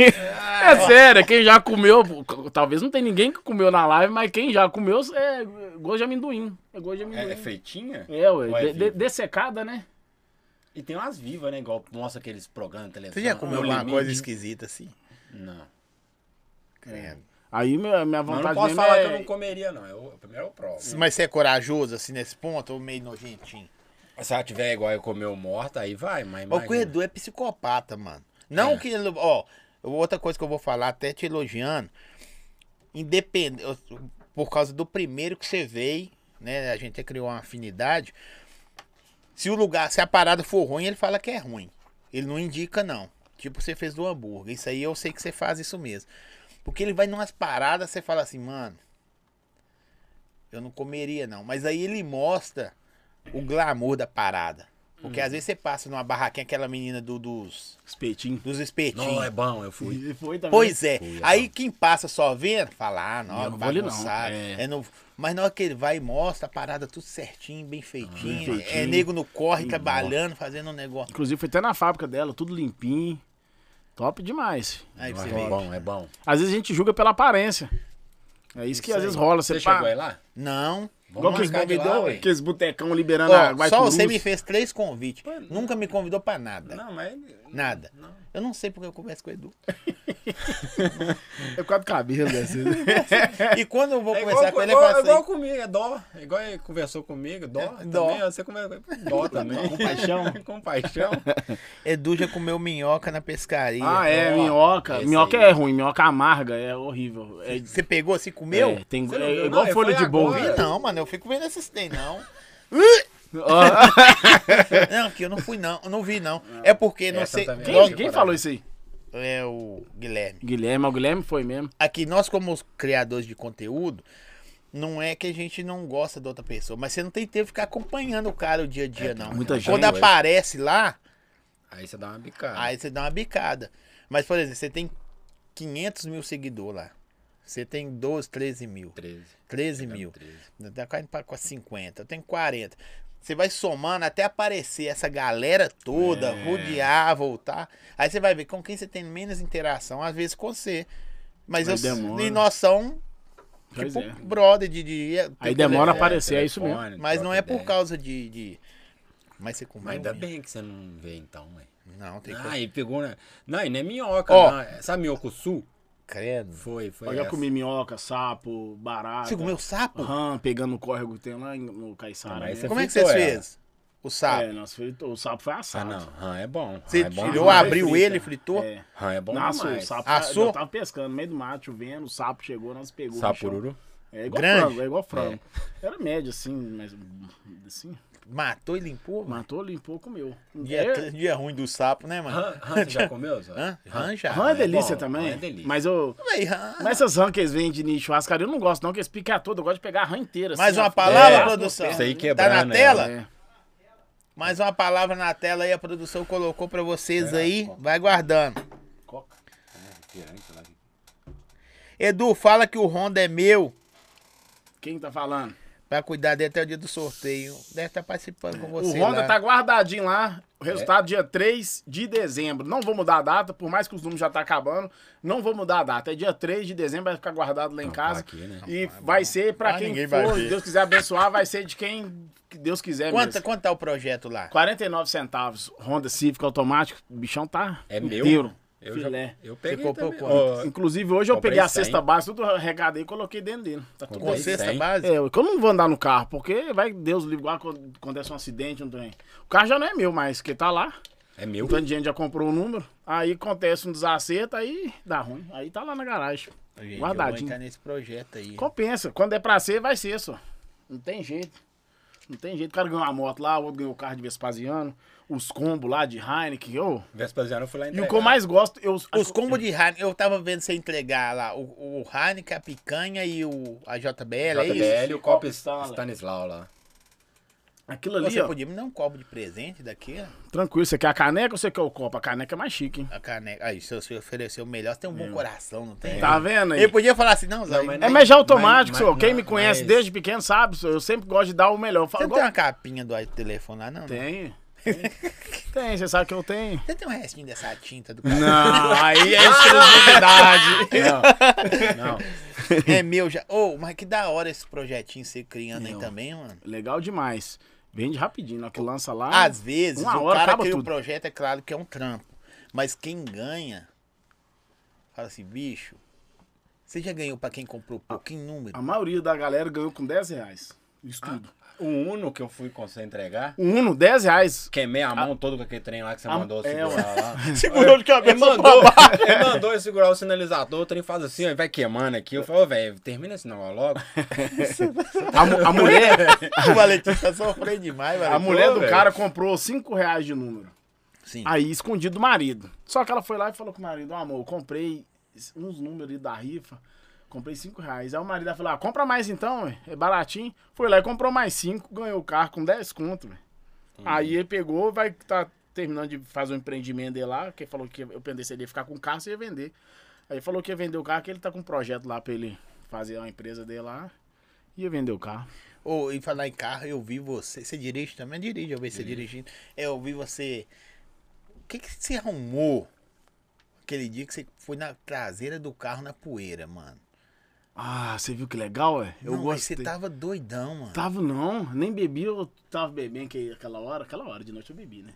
S3: é <laughs> sério, quem já comeu, pô, talvez não tem ninguém que comeu na live, mas quem já comeu é gosto de amendoim. É gosto de
S1: É, é
S3: amendoim.
S1: feitinha?
S3: É, ué,
S1: Ou é
S3: de- de-
S1: viva?
S3: dessecada, né?
S1: E tem umas vivas, né? Igual mostra aqueles programas de televisão.
S2: Você já
S3: é
S2: comeu
S1: Um
S2: alguma
S1: limite.
S2: coisa esquisita assim?
S1: Não.
S3: É,
S2: Credo.
S3: Aí minha, minha
S1: Mas eu não
S3: vontade
S1: posso
S3: mesmo
S1: falar
S3: é...
S1: que eu não comeria, não. Eu, primeiro eu provo.
S2: Mas você é corajoso assim nesse ponto ou meio nojentinho?
S1: Se ela tiver igual eu comeu morta, aí vai, mas
S2: Mas O
S1: imagina.
S2: Edu é psicopata, mano. Não que ele. Ó, outra coisa que eu vou falar, até te elogiando. Independente. Por causa do primeiro que você veio, né? A gente até criou uma afinidade. Se o lugar, se a parada for ruim, ele fala que é ruim. Ele não indica, não. Tipo, você fez do hambúrguer. Isso aí eu sei que você faz isso mesmo. Porque ele vai numas paradas, você fala assim, mano. Eu não comeria, não. Mas aí ele mostra o glamour da parada. Porque às vezes você passa numa barraquinha, aquela menina do- dos,
S3: Espetinho.
S2: dos
S1: Não,
S2: espetinhos.
S1: é bom, eu fui.
S3: E foi também.
S2: Pois é.
S1: Fui,
S2: Aí quem passa só vendo, fala, ah, não,
S3: Eu
S2: não vai
S3: não vou ali não,
S2: almoçar.
S3: é.
S2: É no- Mas na hora que ele vai e mostra, a parada tudo certinho, bem feitinho.
S3: bem
S2: É
S3: feitinho.
S2: nego no corre,
S3: Hum,
S2: trabalhando, fazendo um negócio.
S3: Inclusive, foi até na fábrica dela, tudo limpinho. Top demais.
S2: Aí
S1: Não,
S2: pra você
S1: é
S2: vê.
S1: bom, é bom.
S3: Às vezes a gente julga pela aparência. É isso, que às
S2: aí.
S3: vezes rola. Você,
S1: Você
S3: pá,
S1: chegou aí lá?
S2: Não.
S3: Igual que eles
S1: marcar de lá,
S3: convidou,
S1: ué.
S3: aqueles botecão liberando a
S2: Ó,
S3: Guaicurus.
S2: só você me fez três convites. Nunca me convidou pra nada.
S1: Não, mas.
S2: Nada. Eu não sei porque eu converso com o Edu.
S3: É quatro né? cabelos,
S1: <laughs>
S2: E quando eu vou
S1: É igual,
S2: conversar com ele, eu
S1: igual-
S2: falo
S1: igual
S2: assim.
S1: comigo, é dó. É igual ele conversou comigo, dó.
S2: dó.
S1: Também, ó, você conversa com dó também. <laughs>
S3: Compaixão.
S2: <laughs>
S1: Compaixão.
S2: Edu já comeu minhoca na pescaria.
S3: Ah, é,
S1: Ó,
S3: minhoca.
S1: esse
S3: Minhoca
S1: aí.
S3: é ruim, minhoca amarga, é horrível. É,
S2: Você pegou assim, comeu?
S3: é, tem,
S1: Você não
S3: é
S1: viu?
S3: igual
S1: Não,
S3: folha
S1: foi
S3: de bolo.
S1: agora.
S2: Não, mano, eu fico vendo esses tem, não.
S3: Ó,
S2: Não, que eu não fui, não. Eu não vi, não. É porque, não
S1: Essa
S2: sei.
S1: também.
S2: nós-
S3: Quem, quem falou isso aí?
S2: É o Guilherme.
S3: Guilherme, ó, o Guilherme foi mesmo.
S2: Aqui, nós, como os criadores de conteúdo, não é que a gente não gosta da outra pessoa, mas você não tem tempo de ficar acompanhando o cara o dia a dia, não.
S3: muita gente,
S2: Quando
S3: ué.
S2: aparece lá,
S1: Aí você dá uma bicada.
S2: aí você dá uma bicada. Mas, por exemplo, você tem 500 mil seguidores lá. Você tem 12, 13 mil.
S1: 13.
S2: 13 mil.
S1: 13.
S2: Tá caindo pra quase 50. Eu tenho 40. Você vai somando até aparecer essa galera toda,
S3: É.
S2: rodear, voltar. Aí você vai ver com quem você tem menos interação, às vezes com você. Mas
S3: Aí
S2: eu,
S3: demora.
S2: e nós somos,
S3: Pois
S2: tipo,
S3: é.
S2: brother de. de
S3: Aí demora
S2: É,
S3: pra- Aparecer, é isso mesmo.
S1: telefone,
S2: Mas não é
S1: troca
S2: por
S1: ideia.
S2: causa de. de- Mas você comeu.
S1: Mas ainda
S2: né?
S1: bem que você não vê então, ué.
S2: Não, tem
S1: Ah,
S2: coisa.
S1: e pegou, né? Não, e não é minhoca,
S2: Ó.
S1: não. É- Sabe minhoco sul?
S2: Credo.
S1: Foi, foi.
S3: Eu já
S1: essa.
S3: comi minhoca, sapo, barata.
S2: Você comeu sapo?
S3: Aham, pegando o córrego que tem lá em- no Caiçara.
S1: Ah, mas
S3: né?
S1: você
S2: Como é que você
S1: fritou ela.
S2: fez? O sapo.
S3: É, Ah, nós fritou. O sapo foi
S1: Ah,
S3: assado.
S1: não. Rã é bom.
S2: Você
S1: Rã é bom
S2: tirou,
S1: demais.
S2: abriu
S3: frita.
S2: ele, fritou?
S3: É.
S1: Rã é bom
S3: Nossa,
S1: demais.
S3: o sapo
S2: Assou?
S3: nós tava pescando no meio do mato, chovendo, o sapo chegou, nós pegou. o bichão.
S1: Sapururu.
S3: É igual
S2: Grande?
S3: frango, é igual frango. Era médio, assim, mas assim,
S2: Matou e limpou? mano.
S3: matou, limpou, comeu.
S2: Dia,
S3: É,
S2: dia ruim do sapo, né, mano?
S1: Rã, rã, você
S2: <laughs>
S1: já comeu, Zé?
S2: Hã? Hã já.
S3: rã
S2: né?
S3: é delícia
S1: bom,
S3: também.
S1: rã é delícia.
S3: Mas eu.
S2: Véi, rã.
S3: Mas assim, essas rãs que eles vendem de churrascaria, eu não gosto, não, que eles picam toda, eu gosto de pegar a rã inteira.
S2: Mais
S3: assim,
S2: uma
S3: ó.
S2: palavra,
S1: É,
S2: produção.
S1: isso aí
S2: tá
S1: quebrando
S2: na
S1: ela.
S2: tela?
S3: É.
S2: Mais uma palavra na tela aí, a produção colocou pra vocês
S3: É,
S2: aí. Vai guardando.
S3: Coca.
S2: Edu, fala que o Honda é meu
S3: Quem tá falando?
S2: pra cuidar dele até o dia do sorteio. Deve estar participando com você.
S3: o
S2: lá.
S3: Honda
S1: né?
S3: tá guardadinho lá. O
S1: É.
S3: resultado dia 3 de dezembro. Não vou mudar a data, por mais que os números já tá acabando, não vou mudar a data. É dia 3 de dezembro, vai ficar guardado lá em
S1: Não, tá
S3: casa.
S1: aqui, né?
S3: E vai ser pra
S2: Ah,
S3: quem
S2: ninguém vai
S3: for,
S2: ver.
S3: se Deus quiser abençoar, vai ser de quem que Deus quiser
S2: Quanto,
S3: mesmo.
S2: quanto tá o projeto lá?
S3: 49 centavos, Honda Civic automático, o bichão tá
S1: É meu?
S3: inteiro.
S1: Eu
S3: filé.
S1: já. Eu peguei.
S2: Você comprou
S1: também.
S2: quanto?
S1: Ó,
S3: Inclusive, hoje eu
S1: Comprei
S3: peguei a
S1: 100.
S3: cesta base, tudo arregado aí, e coloquei dentro dele. Tá tudo
S2: Com
S1: Comprei
S3: bem.
S2: cesta
S1: cem.
S2: base?
S3: É, eu não vou andar no carro, porque vai Deus livre, igual quando acontece um acidente, não tem. O carro já não é meu, mas que tá lá.
S1: É meu.
S3: O tanto de gente já comprou o número. Aí acontece um desacerto, aí dá ruim. Aí tá lá na garagem.
S2: Gente, eu Vou
S3: guardadinho.
S2: entrar nesse projeto aí.
S3: Compensa. Quando é pra ser, vai ser, só. Não tem jeito. Não tem jeito. O cara ganhou uma moto lá, o outro ganhou o carro de Vespasiano, os combos lá de Heineken, ô.
S1: Vespasiano eu fui lá
S3: E o
S1: entregar.
S3: que eu mais gosto, eu.
S2: Os combos de Heineken, eu tava vendo você entregar lá o, o Heineken, a picanha e o, a JBL, é isso?
S1: JBL e o Copa
S3: Stanley.
S1: Stanislau lá.
S3: Aquilo ali,
S2: Você
S3: ó.
S2: podia me dar um copo de presente daqui, ó?
S3: Tranquilo, você quer a caneca ou você quer o copo? A caneca é mais chique, hein?
S2: A caneca. Aí, se você oferecer o melhor, você tem um bom coração, não tem?
S3: Hum. Tá vendo aí?
S2: Ele É. podia falar assim, não, Zé.
S1: mas
S3: É,
S2: Você
S1: nem-
S3: mas já é automático,
S1: mas-
S3: senhor.
S1: mas-
S3: Quem me
S1: mas-
S3: conhece desde pequeno sabe, senhor. Eu sempre gosto de dar o melhor. Eu falo,
S2: não tem uma capinha do telefone lá, não? né?
S3: Tem. Tem, você sabe que eu tenho.
S2: Você tem um restinho dessa tinta
S3: <laughs>
S2: do
S3: Não, aí é exclusividade.
S1: Não.
S2: É meu já. Ô, mas que da hora esse projetinho você criando aí também, mano.
S3: Legal demais. Vende rapidinho, na hora que lança lá.
S2: Às vezes,
S3: Ah, uma
S2: o
S3: hora
S2: cara
S3: acaba
S2: cria o
S3: tudo.
S2: projeto, é claro que é um trampo. Mas quem ganha, fala assim, bicho, você já ganhou pra quem comprou pouquinho número?
S3: A maioria da galera ganhou com 10 reais. Isso tudo.
S1: O Um Uno que eu fui com você entregar,
S3: O Uno, 10 reais.
S1: queimei a mão toda com aquele trem lá que você
S3: Ah,
S1: mandou eu
S3: é,
S1: segurar
S3: ué.
S1: lá.
S2: Segurou de
S1: <laughs>
S2: <laughs>
S1: Ele
S2: cabeça
S1: mandou, ele mandou eu segurar o sinalizador, o trem faz assim, ó, e vai queimando aqui. Eu falo, ô, velho, termina esse negócio logo.
S3: A, mu- a mulher, <laughs>
S2: O Valentim tá sofrendo demais,
S3: a
S2: Valentim.
S3: mulher do
S1: velho.
S3: cara comprou 5 reais de número.
S2: Sim.
S3: Aí, escondido do marido. Só que ela foi lá e falou com o marido, ó, amor, eu comprei uns números aí da rifa, comprei 5 reais. Aí o marido falou, ah, compra mais então, ué, é baratinho. Foi lá e comprou mais 5, ganhou o carro com 10 conto, ué. Aí ele pegou, vai tá terminando de fazer um empreendimento dele lá, que ele falou que eu pensei se ele ia ficar com o carro, você ia vender. Aí ele falou que ia vender o carro, que ele tá com um projeto lá pra ele fazer uma empresa dele lá. Ia vender o carro.
S2: Ô, e falar em carro, eu vi você. Você dirige também? É Dirige, eu vi você dirigindo. É, Eu vi você. O que que você arrumou aquele dia que você foi na traseira do carro na poeira, mano?
S3: Ah, você viu que legal, é? Eu
S2: Não, mas
S3: gostei.
S2: Você tá tava doidão, mano.
S3: Tava não, nem bebi, eu tava bebendo que aquela hora, aquela hora de noite eu bebi, né?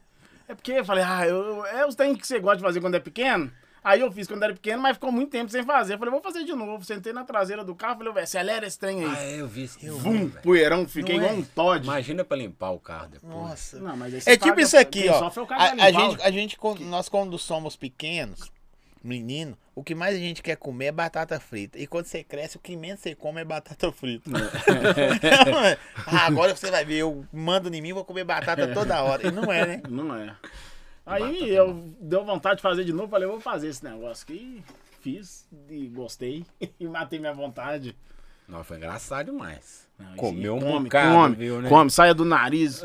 S3: É porque eu falei, ah, eu, eu- é os tem que você gosta de fazer quando é pequeno. Aí eu fiz quando era pequeno, mas ficou muito tempo sem fazer. Eu falei, vou fazer de novo. Sentei na traseira do carro, falei, velho, acelera esse trem
S1: Ah,
S3: aí.
S1: é, eu vi esse vídeo,
S3: Vum,
S1: velho.
S3: poeirão, fiquei
S2: Não
S3: igual
S2: é?
S3: um Todd.
S1: Imagina pra limpar o carro depois.
S2: Nossa.
S3: Não, mas aí você
S2: É tipo
S3: paga-
S2: isso aqui,
S3: quem
S2: ó.
S3: sofre é o cara
S2: A,
S3: que
S2: a
S3: animal.
S2: gente, a gente, quando- nós quando somos pequenos, menino, o que mais a gente quer comer é batata frita. E quando você cresce, o que menos você come é batata frita. Ah, <laughs> agora você vai ver, eu mando em mim, vou comer batata toda hora. E não é, né?
S3: Não é. Aí eu deu vontade de fazer de novo, falei, vou fazer esse negócio aqui. Fiz e gostei. <laughs> E matei minha vontade.
S1: Nossa, foi engraçado demais.
S3: Não,
S1: Comeu um
S3: e come,
S1: bocado,
S3: come,
S1: viu, né?
S3: Come, saia Ah, do nariz.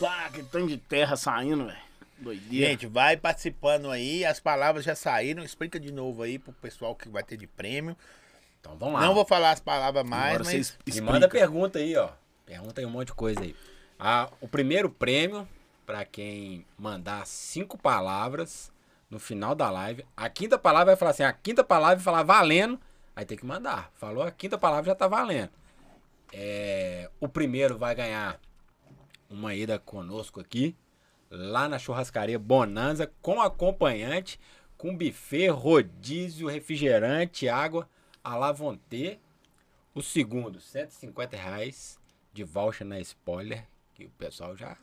S3: Pá, que tanto de terra saindo, velho. Doideira.
S2: Gente, vai participando aí, as palavras já saíram. Explica de novo aí pro pessoal que vai ter de prêmio.
S1: Então vamos lá.
S2: Não vou falar as palavras mais,
S3: Agora
S2: mas.
S3: vocês
S1: Me
S3: explicam.
S1: manda pergunta aí, ó. Pergunta aí um monte de coisa aí. Ah, o primeiro prêmio, pra quem mandar cinco palavras no final da live, a quinta palavra vai falar assim, a quinta palavra vai falar valendo, aí tem que mandar. Falou a quinta palavra, já tá valendo. É, o primeiro vai ganhar uma ida conosco aqui, lá na churrascaria Bonanza, com acompanhante, com buffet, rodízio, refrigerante, água, à la vontade. O segundo, 150 reais de voucher na spoiler, que o pessoal já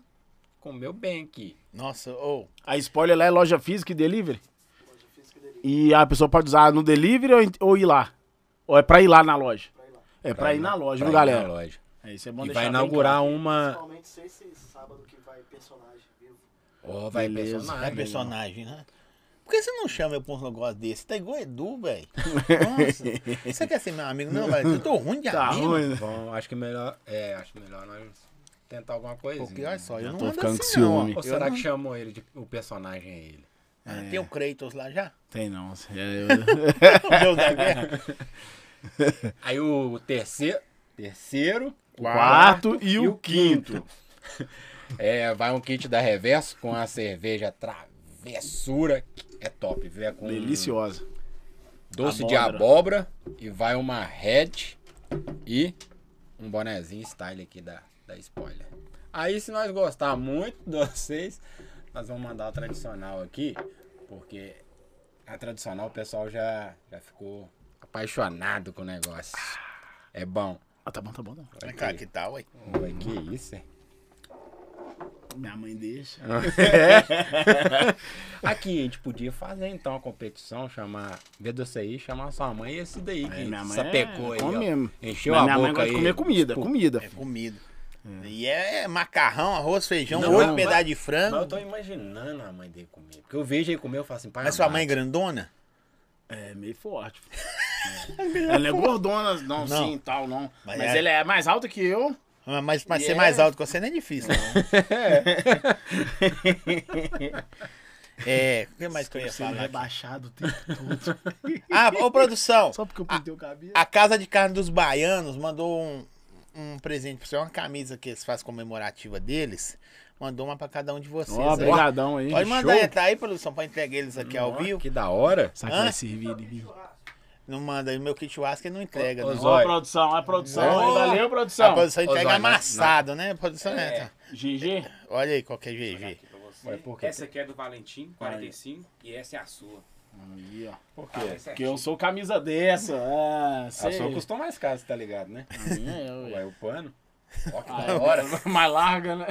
S1: comeu bem aqui.
S2: Nossa, ô.
S3: A spoiler lá é loja física e delivery.
S4: Loja física dele.
S3: E a pessoa pode usar no delivery ou, em- ou ir lá. Ou é pra ir lá na loja.
S4: Pra ir lá.
S3: É pra, ir na loja,
S1: pra
S3: viu,
S1: ir na
S3: galera?
S1: loja.
S3: É, isso é bom
S1: E
S3: deixar
S1: vai
S3: bem
S1: inaugurar um-
S3: claro.
S1: uma.
S4: Principalmente sexta e sábado que vai personagem vivo.
S1: Ó, vai
S3: Beleza.
S2: É
S1: personagem.
S2: personagem, né? Por que você não chama eu pra um negócio desse? Você tá igual o Edu,
S3: <laughs>
S2: velho. Nossa. Você quer ser meu amigo? Não, velho. Eu tô ruim de
S3: Tá
S2: amigo.
S3: ruim, né?
S1: Bom, acho que melhor. É, acho melhor nós tentar alguma coisa.
S2: Porque olha só, eu não
S3: tô
S2: ando
S3: ficando
S2: assim,
S3: com
S2: não, ó.
S3: ciúme.
S2: Eu
S1: Ou será
S2: não-
S1: que chamou ele de o personagem é ele?
S2: Ah, Tem o Kratos lá já?
S3: Tem não. É,
S2: Deus da
S3: <laughs>
S2: guerra.
S1: Aí o terceiro. Terceiro, o
S3: Quarto e o quinto.
S1: <laughs> É, vai um kit da Reverso com a cerveja travessura. que É top, viu? É com
S3: Deliciosa.
S1: doce de
S3: Abóbora.
S1: abóbora e vai uma head e um bonezinho style aqui da, da spoiler. Aí se nós gostar muito de vocês, nós vamos mandar o tradicional aqui, porque a tradicional o pessoal já, já ficou apaixonado com o negócio. É bom.
S3: Ah, tá bom, tá bom. Tá. bom.
S2: Vem cá, que tal, ué?
S1: Ué, que isso, hein?
S3: Minha mãe deixa. É.
S1: <laughs> Aqui, a gente podia fazer então a competição, chamar. Vê você aí, chamar sua mãe e esse daí.
S3: É,
S1: Que
S3: minha mãe
S1: sapecou
S3: é-
S1: aí.
S3: come
S1: ó.
S3: mesmo.
S1: Encheu
S3: Mas
S1: a
S3: minha mãe
S1: boca
S3: gosta de
S1: aí.
S3: comer comida, comida.
S2: É comida. E é macarrão, arroz, feijão,
S1: Não,
S2: oito
S1: mas-
S2: pedaços de
S1: Mas eu
S2: frango.
S1: tô imaginando a mãe dele comer. Porque eu vejo ele comer, eu falo assim, pai.
S2: Mas sua
S1: amado,
S2: mãe é grandona?
S3: É meio forte.
S2: <laughs>
S3: É. Ela é gordona, não,
S2: Não.
S3: sim, tal, não. Mas,
S2: Mas é-
S3: ela é mais alta que eu.
S2: Ah, Mas, mas
S3: E
S2: ser
S3: é-
S2: mais alto que você não é difícil,
S3: <laughs>
S2: não. é, o que mais que eu ia
S3: Sendo
S2: falar? aqui?
S3: rebaixado o
S4: <laughs>
S3: tempo todo.
S2: Ah, ô produção,
S3: Só porque eu pintei o cabelo.
S2: a Casa de Carne dos Baianos mandou um, um presente pra você, uma camisa que eles fazem comemorativa deles. Mandou uma pra cada um de vocês.
S3: Ó,
S2: aí.
S3: obrigadão aí.
S2: Pode mandar,
S3: Show.
S2: aí, tá aí, produção, pra entregar eles aqui ao
S1: ó,
S2: vivo.
S1: Que da hora.
S3: Será que vai
S2: Hã?
S3: servir de mim?
S2: Não manda aí, meu kit churrasco ele não entrega,
S1: Ô,
S2: não.
S1: ô,
S3: Ó,
S1: Zóio.
S3: produção, a produção.
S2: Ó.
S3: aí, Valeu,
S2: A
S3: produção.
S2: produção
S1: Ô,
S2: entrega
S1: Zóio, mas-
S2: amassado, né? A produção é. tá.
S3: GG.
S2: Olha aí qual que é GG.
S5: Aqui pra você.
S1: Ué, por quê?
S5: Essa aqui é do Valentim, 45, e essa é a sua. Tá
S3: Aí, ó.
S1: Por
S5: quê?
S1: quê?
S3: Porque eu sou camisa dessa. Ah,
S1: A
S3: sei.
S1: sua custou mais caro, você tá ligado, né?
S3: A minha
S2: <laughs>
S3: é eu,
S1: Ué, o pano. Ó, que
S3: Ah,
S1: da hora.
S3: é <laughs> mais larga, né?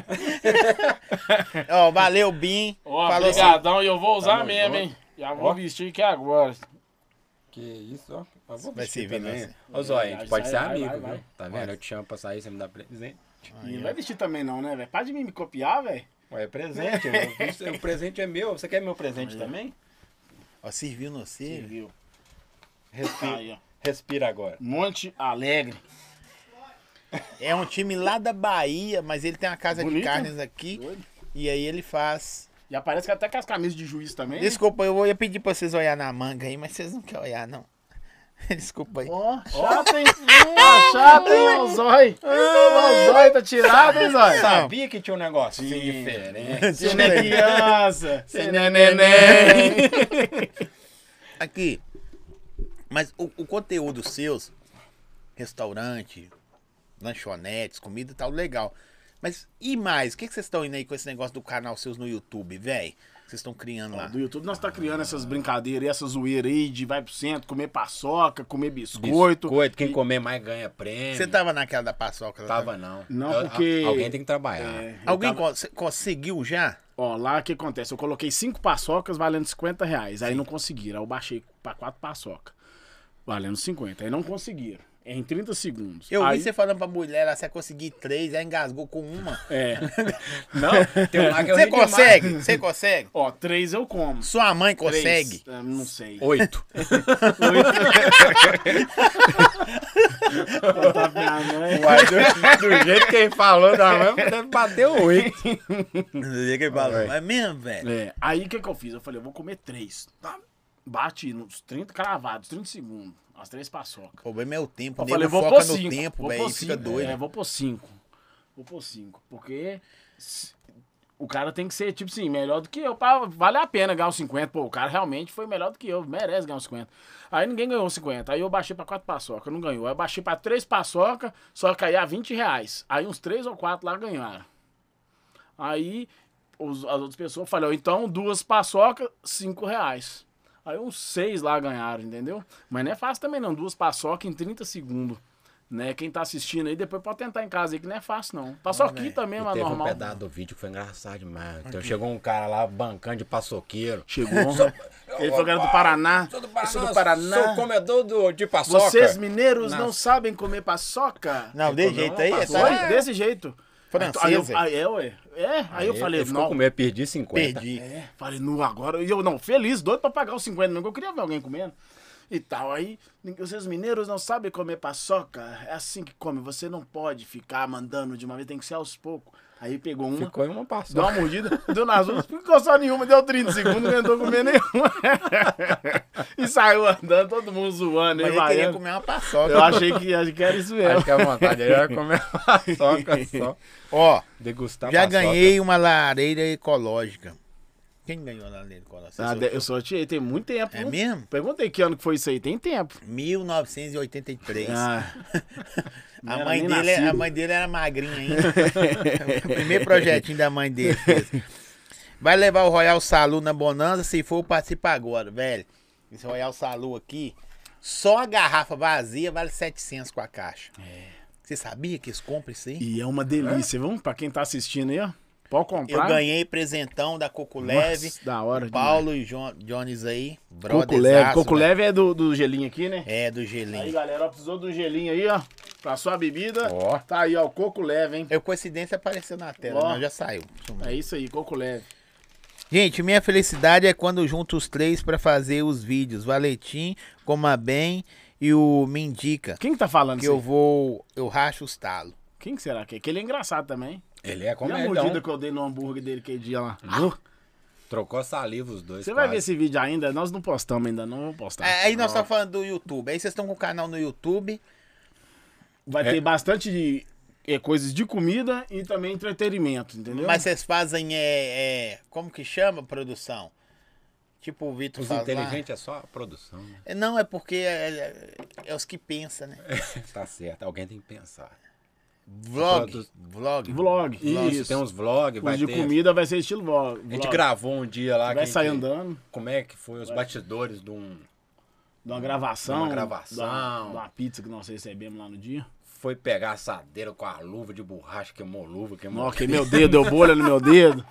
S2: Ó, valeu, Bim.
S3: Ó,
S2: Falou assim, então.
S3: obrigadão. E eu vou usar
S1: Tamo
S3: mesmo,
S1: junto.
S3: hein? Já vou vestir aqui agora.
S1: Que isso, ó. Eu vou
S2: Vai
S1: vestir
S2: servir,
S1: também.
S2: né?
S1: Ô, Zóia, a gente
S3: Vai,
S1: pode
S3: vai,
S1: ser
S3: vai,
S1: amigo,
S3: vai,
S1: viu?
S3: vai.
S1: Tá vendo? Eu te chamo pra sair, você me dá presente.
S3: E não vai vestir também não, né, velho? Para de mim me copiar, velho.
S1: Ué, é presente. eu- o presente é meu. Você quer meu presente também?
S2: Ó, serviu no
S3: Você
S2: serviço.
S3: viu?
S1: Respira,
S3: Aí, ó.
S1: respira agora.
S3: Monte Alegre.
S2: É um time lá da Bahia, mas ele tem uma casa de
S3: Bonito.
S2: carnes aqui.
S3: Doido.
S2: E aí ele faz.
S3: E aparece que até com as camisas de juiz também.
S2: Desculpa, eu ia pedir pra vocês olhar na manga aí, mas vocês não querem olhar, não. <laughs> Desculpa aí.
S3: Ó, chato, hein? Ó, chato, hein, ó, o zói. Ó, o zói tá tirado, hein, zói?
S2: Tá.
S1: Sabia que tinha um negócio assim diferente.
S3: Você não é criança. Você
S1: né,
S3: não é neném.
S1: neném.
S2: Aqui. Mas o, o conteúdo seus, restaurante, lanchonetes, comida e tal, legal. Mas e mais? O que que vocês estão indo aí com esse negócio do canal seus no YouTube, velho? Vocês estão criando lá.
S3: Do YouTube nós tá criando essas brincadeiras, essa zoeira aí de vai pro centro, comer paçoca, comer biscoito.
S1: Biscoito, quem comer mais ganha prêmio.
S2: Você tava naquela da paçoca? lá
S1: Tava não.
S3: Não,
S1: Eu- a-
S3: porque-
S1: alguém tem que trabalhar.
S3: É, eu
S2: Alguém
S3: tava-
S2: cons- conseguiu já?
S3: Ó, lá o que acontece? Eu coloquei cinco paçocas valendo 50 reais. Aí não conseguiram. Aí eu baixei pra quatro paçocas. Valendo 50. Aí não conseguiram. É em 30 segundos.
S2: Eu
S3: aí,
S2: vi você falando pra mulher lá, você conseguiu três, aí engasgou com
S3: <laughs>
S2: uma.
S3: É.
S1: Não, tem um lá que eu
S2: Você
S1: ri demais.
S2: consegue? Você consegue?
S3: Ó, três eu como.
S2: Sua mãe
S3: Três.
S2: consegue?
S3: É, não sei. <laughs>
S1: Oito.
S3: Contar pra minha mãe.
S1: Mas
S2: <laughs>
S1: do, do jeito que ele falou da mãe, deve bater o oito.
S2: É mesmo, velho?
S3: É, aí o que, que eu fiz? Eu falei, eu vou comer três. Tá? Bate nos 30 cravados, 30 segundos. As três
S2: O
S3: paçocas.
S2: problema é o tempo,
S3: Eu
S2: o
S3: falei,
S2: nego
S3: eu vou
S2: foca
S3: por
S2: no
S3: cinco.
S2: tempo,
S3: vou
S2: velho,
S3: por
S2: e fica
S3: cinco.
S2: doido.
S3: É, vou por cinco. Vou por cinco. Porque s- o cara tem que ser, tipo assim, melhor do que eu. Pra, vale a pena ganhar os 50. Pô, o cara realmente foi melhor do que eu. Merece ganhar os 50. Aí ninguém ganhou os 50. Aí eu baixei pra quatro paçocas, não ganhou. Aí eu baixei pra três paçocas, só que aí a 20 reais. Aí uns três ou quatro lá ganharam. Aí os- as outras pessoas falaram, então duas paçoca, cinco reais. Aí uns seis lá ganharam, entendeu? Mas não é fácil também não, duas paçoca em 30 segundos. Né? Quem tá assistindo aí, depois pode tentar em casa aí, que não é fácil não. Paçoquinha
S2: velho,
S3: também,
S1: E
S3: mas
S1: teve um
S3: normal.
S1: pedaço do vídeo que foi engraçado demais. Então chegou um cara lá bancando de paçoqueiro.
S3: Chegou. Ele foi o cara do Paraná.
S1: Sou do
S3: Eu sou do
S1: Paraná, sou
S3: Paraná.
S1: comedor do, de paçoca.
S3: Vocês mineiros
S1: Nossa.
S3: não sabem comer paçoca?
S2: Não, de
S1: Ele
S2: jeito
S1: comeu
S2: aí,
S1: uma
S2: é
S1: paçoca.
S2: tá-
S3: Foi desse jeito.
S2: Francesa.
S3: Aí eu, aí, é, ué. É, aí, eu
S1: ele-
S3: falei,
S1: ele ficou
S3: não,
S1: com medo, perdi 50.
S2: Perdi.
S3: É, falei, não, agora. E eu não, feliz, doido pra pagar os 50 mesmo, que eu queria ver alguém comendo. E tal, aí, nin- vocês mineiros não sabem comer paçoca, é assim que come, você não pode ficar mandando de uma vez, tem que ser aos poucos. Aí pegou uma,
S1: Ficou em uma
S3: deu uma
S1: paçoca.
S3: mordida, deu nas duas, não ficou só nenhuma, deu 30 segundos, não andou comer nenhuma. <laughs> e saiu andando, todo mundo zoando,
S2: Mas
S3: aí
S2: ele queria
S3: vaiando.
S2: comer uma paçoca.
S3: Eu achei que, acho que era isso mesmo.
S1: Acho que a vontade era comer paçoca
S3: <laughs>
S1: só.
S2: Ó,
S1: Degustar
S2: já
S1: paçoca.
S2: ganhei uma lareira ecológica. Quem ganhou a lareira ecológica?
S3: Ah,
S2: Vocês
S3: de- eu sorteei, tem muito tempo.
S2: É
S3: viu?
S2: mesmo?
S3: Perguntei que ano que foi isso aí, tem tempo. Ah,
S2: 1983.
S3: não
S2: a,
S3: era
S2: mãe
S3: nem
S2: dele, é- a
S3: nascido.
S2: mãe dele era magrinha ainda. o <laughs> primeiro projetinho da mãe dele. fez. Vai levar o Royal Salu na Bonanza, se for, participa agora, velho. Esse Royal Salu aqui, só a garrafa vazia vale 700 com a caixa. Você sabia que eles compram isso aí?
S3: E é uma delícia, vamos? Pra quem tá assistindo aí, ó. Pode
S2: Eu
S3: comprar.
S2: ganhei presentão da Coco
S3: Nossa,
S2: Leve.
S3: da hora.
S2: Paulo e John, Jones aí.
S3: demais. Coco
S2: brotherzaço,
S3: leve. Coco
S1: né?
S2: velho.
S3: leve é do, do gelinho aqui, né?
S2: É, do
S3: Aí,
S2: gelinho.
S3: galera, ó, precisou do gelinho aí, ó. Pra sua bebida.
S1: Ó.
S3: Tá aí, ó. o Coco leve, hein?
S2: Eu, coincidência, apareceu na tela,
S3: Ó.
S2: mas já saiu.
S3: É isso aí, coco leve.
S2: Gente, minha felicidade é quando junto os três pra fazer os vídeos. Valetim, Coma Bem e o Me Indica.
S3: Quem que tá falando
S2: Que
S3: isso? aí?
S2: eu vou... Eu racho os talos.
S3: Quem que será que é? Que ele é engraçado também.
S1: Ele é
S3: Como e a
S1: comedão.
S3: mordida que eu dei no hambúrguer dele aquele dia lá?
S1: Trocou saliva os dois.
S3: Você vai ver
S1: quase.
S3: esse vídeo ainda? Nós não postamos ainda, não vamos postar.
S2: É, Aí nós estamos falando do YouTube. Aí vocês estão com o canal no YouTube.
S3: Vai
S1: É.
S3: ter bastante de, é, coisas de comida e também entretenimento, entendeu?
S2: Mas vocês fazem... É, é, como que chama, produção? Tipo o Vitor
S1: Os
S2: faz lá.
S1: inteligentes é só a produção. né?
S2: É, Não, é porque é, é- é os que pensam, né?
S1: tá certo, alguém tem que pensar.
S2: Vlog.
S1: <laughs> Produz-
S2: Vlog.
S3: Vlog.
S1: Isso, tem uns vlogs,
S3: Os
S1: vai
S3: de
S1: ter.
S3: comida vai ser estilo vlog.
S1: A gente
S3: vlog.
S1: gravou um dia lá. que a
S3: Vai
S1: gente-
S3: sair andando,
S1: Como é que foi os batidores de um...
S3: de uma gravação.
S1: Uma gravação.
S3: De uma, de uma pizza que nós recebemos lá no dia.
S1: Foi pegar a assadeira com a luva de borracha, queimou luva, queimou...
S3: Nossa, meu dedo, deu bolha no meu dedo.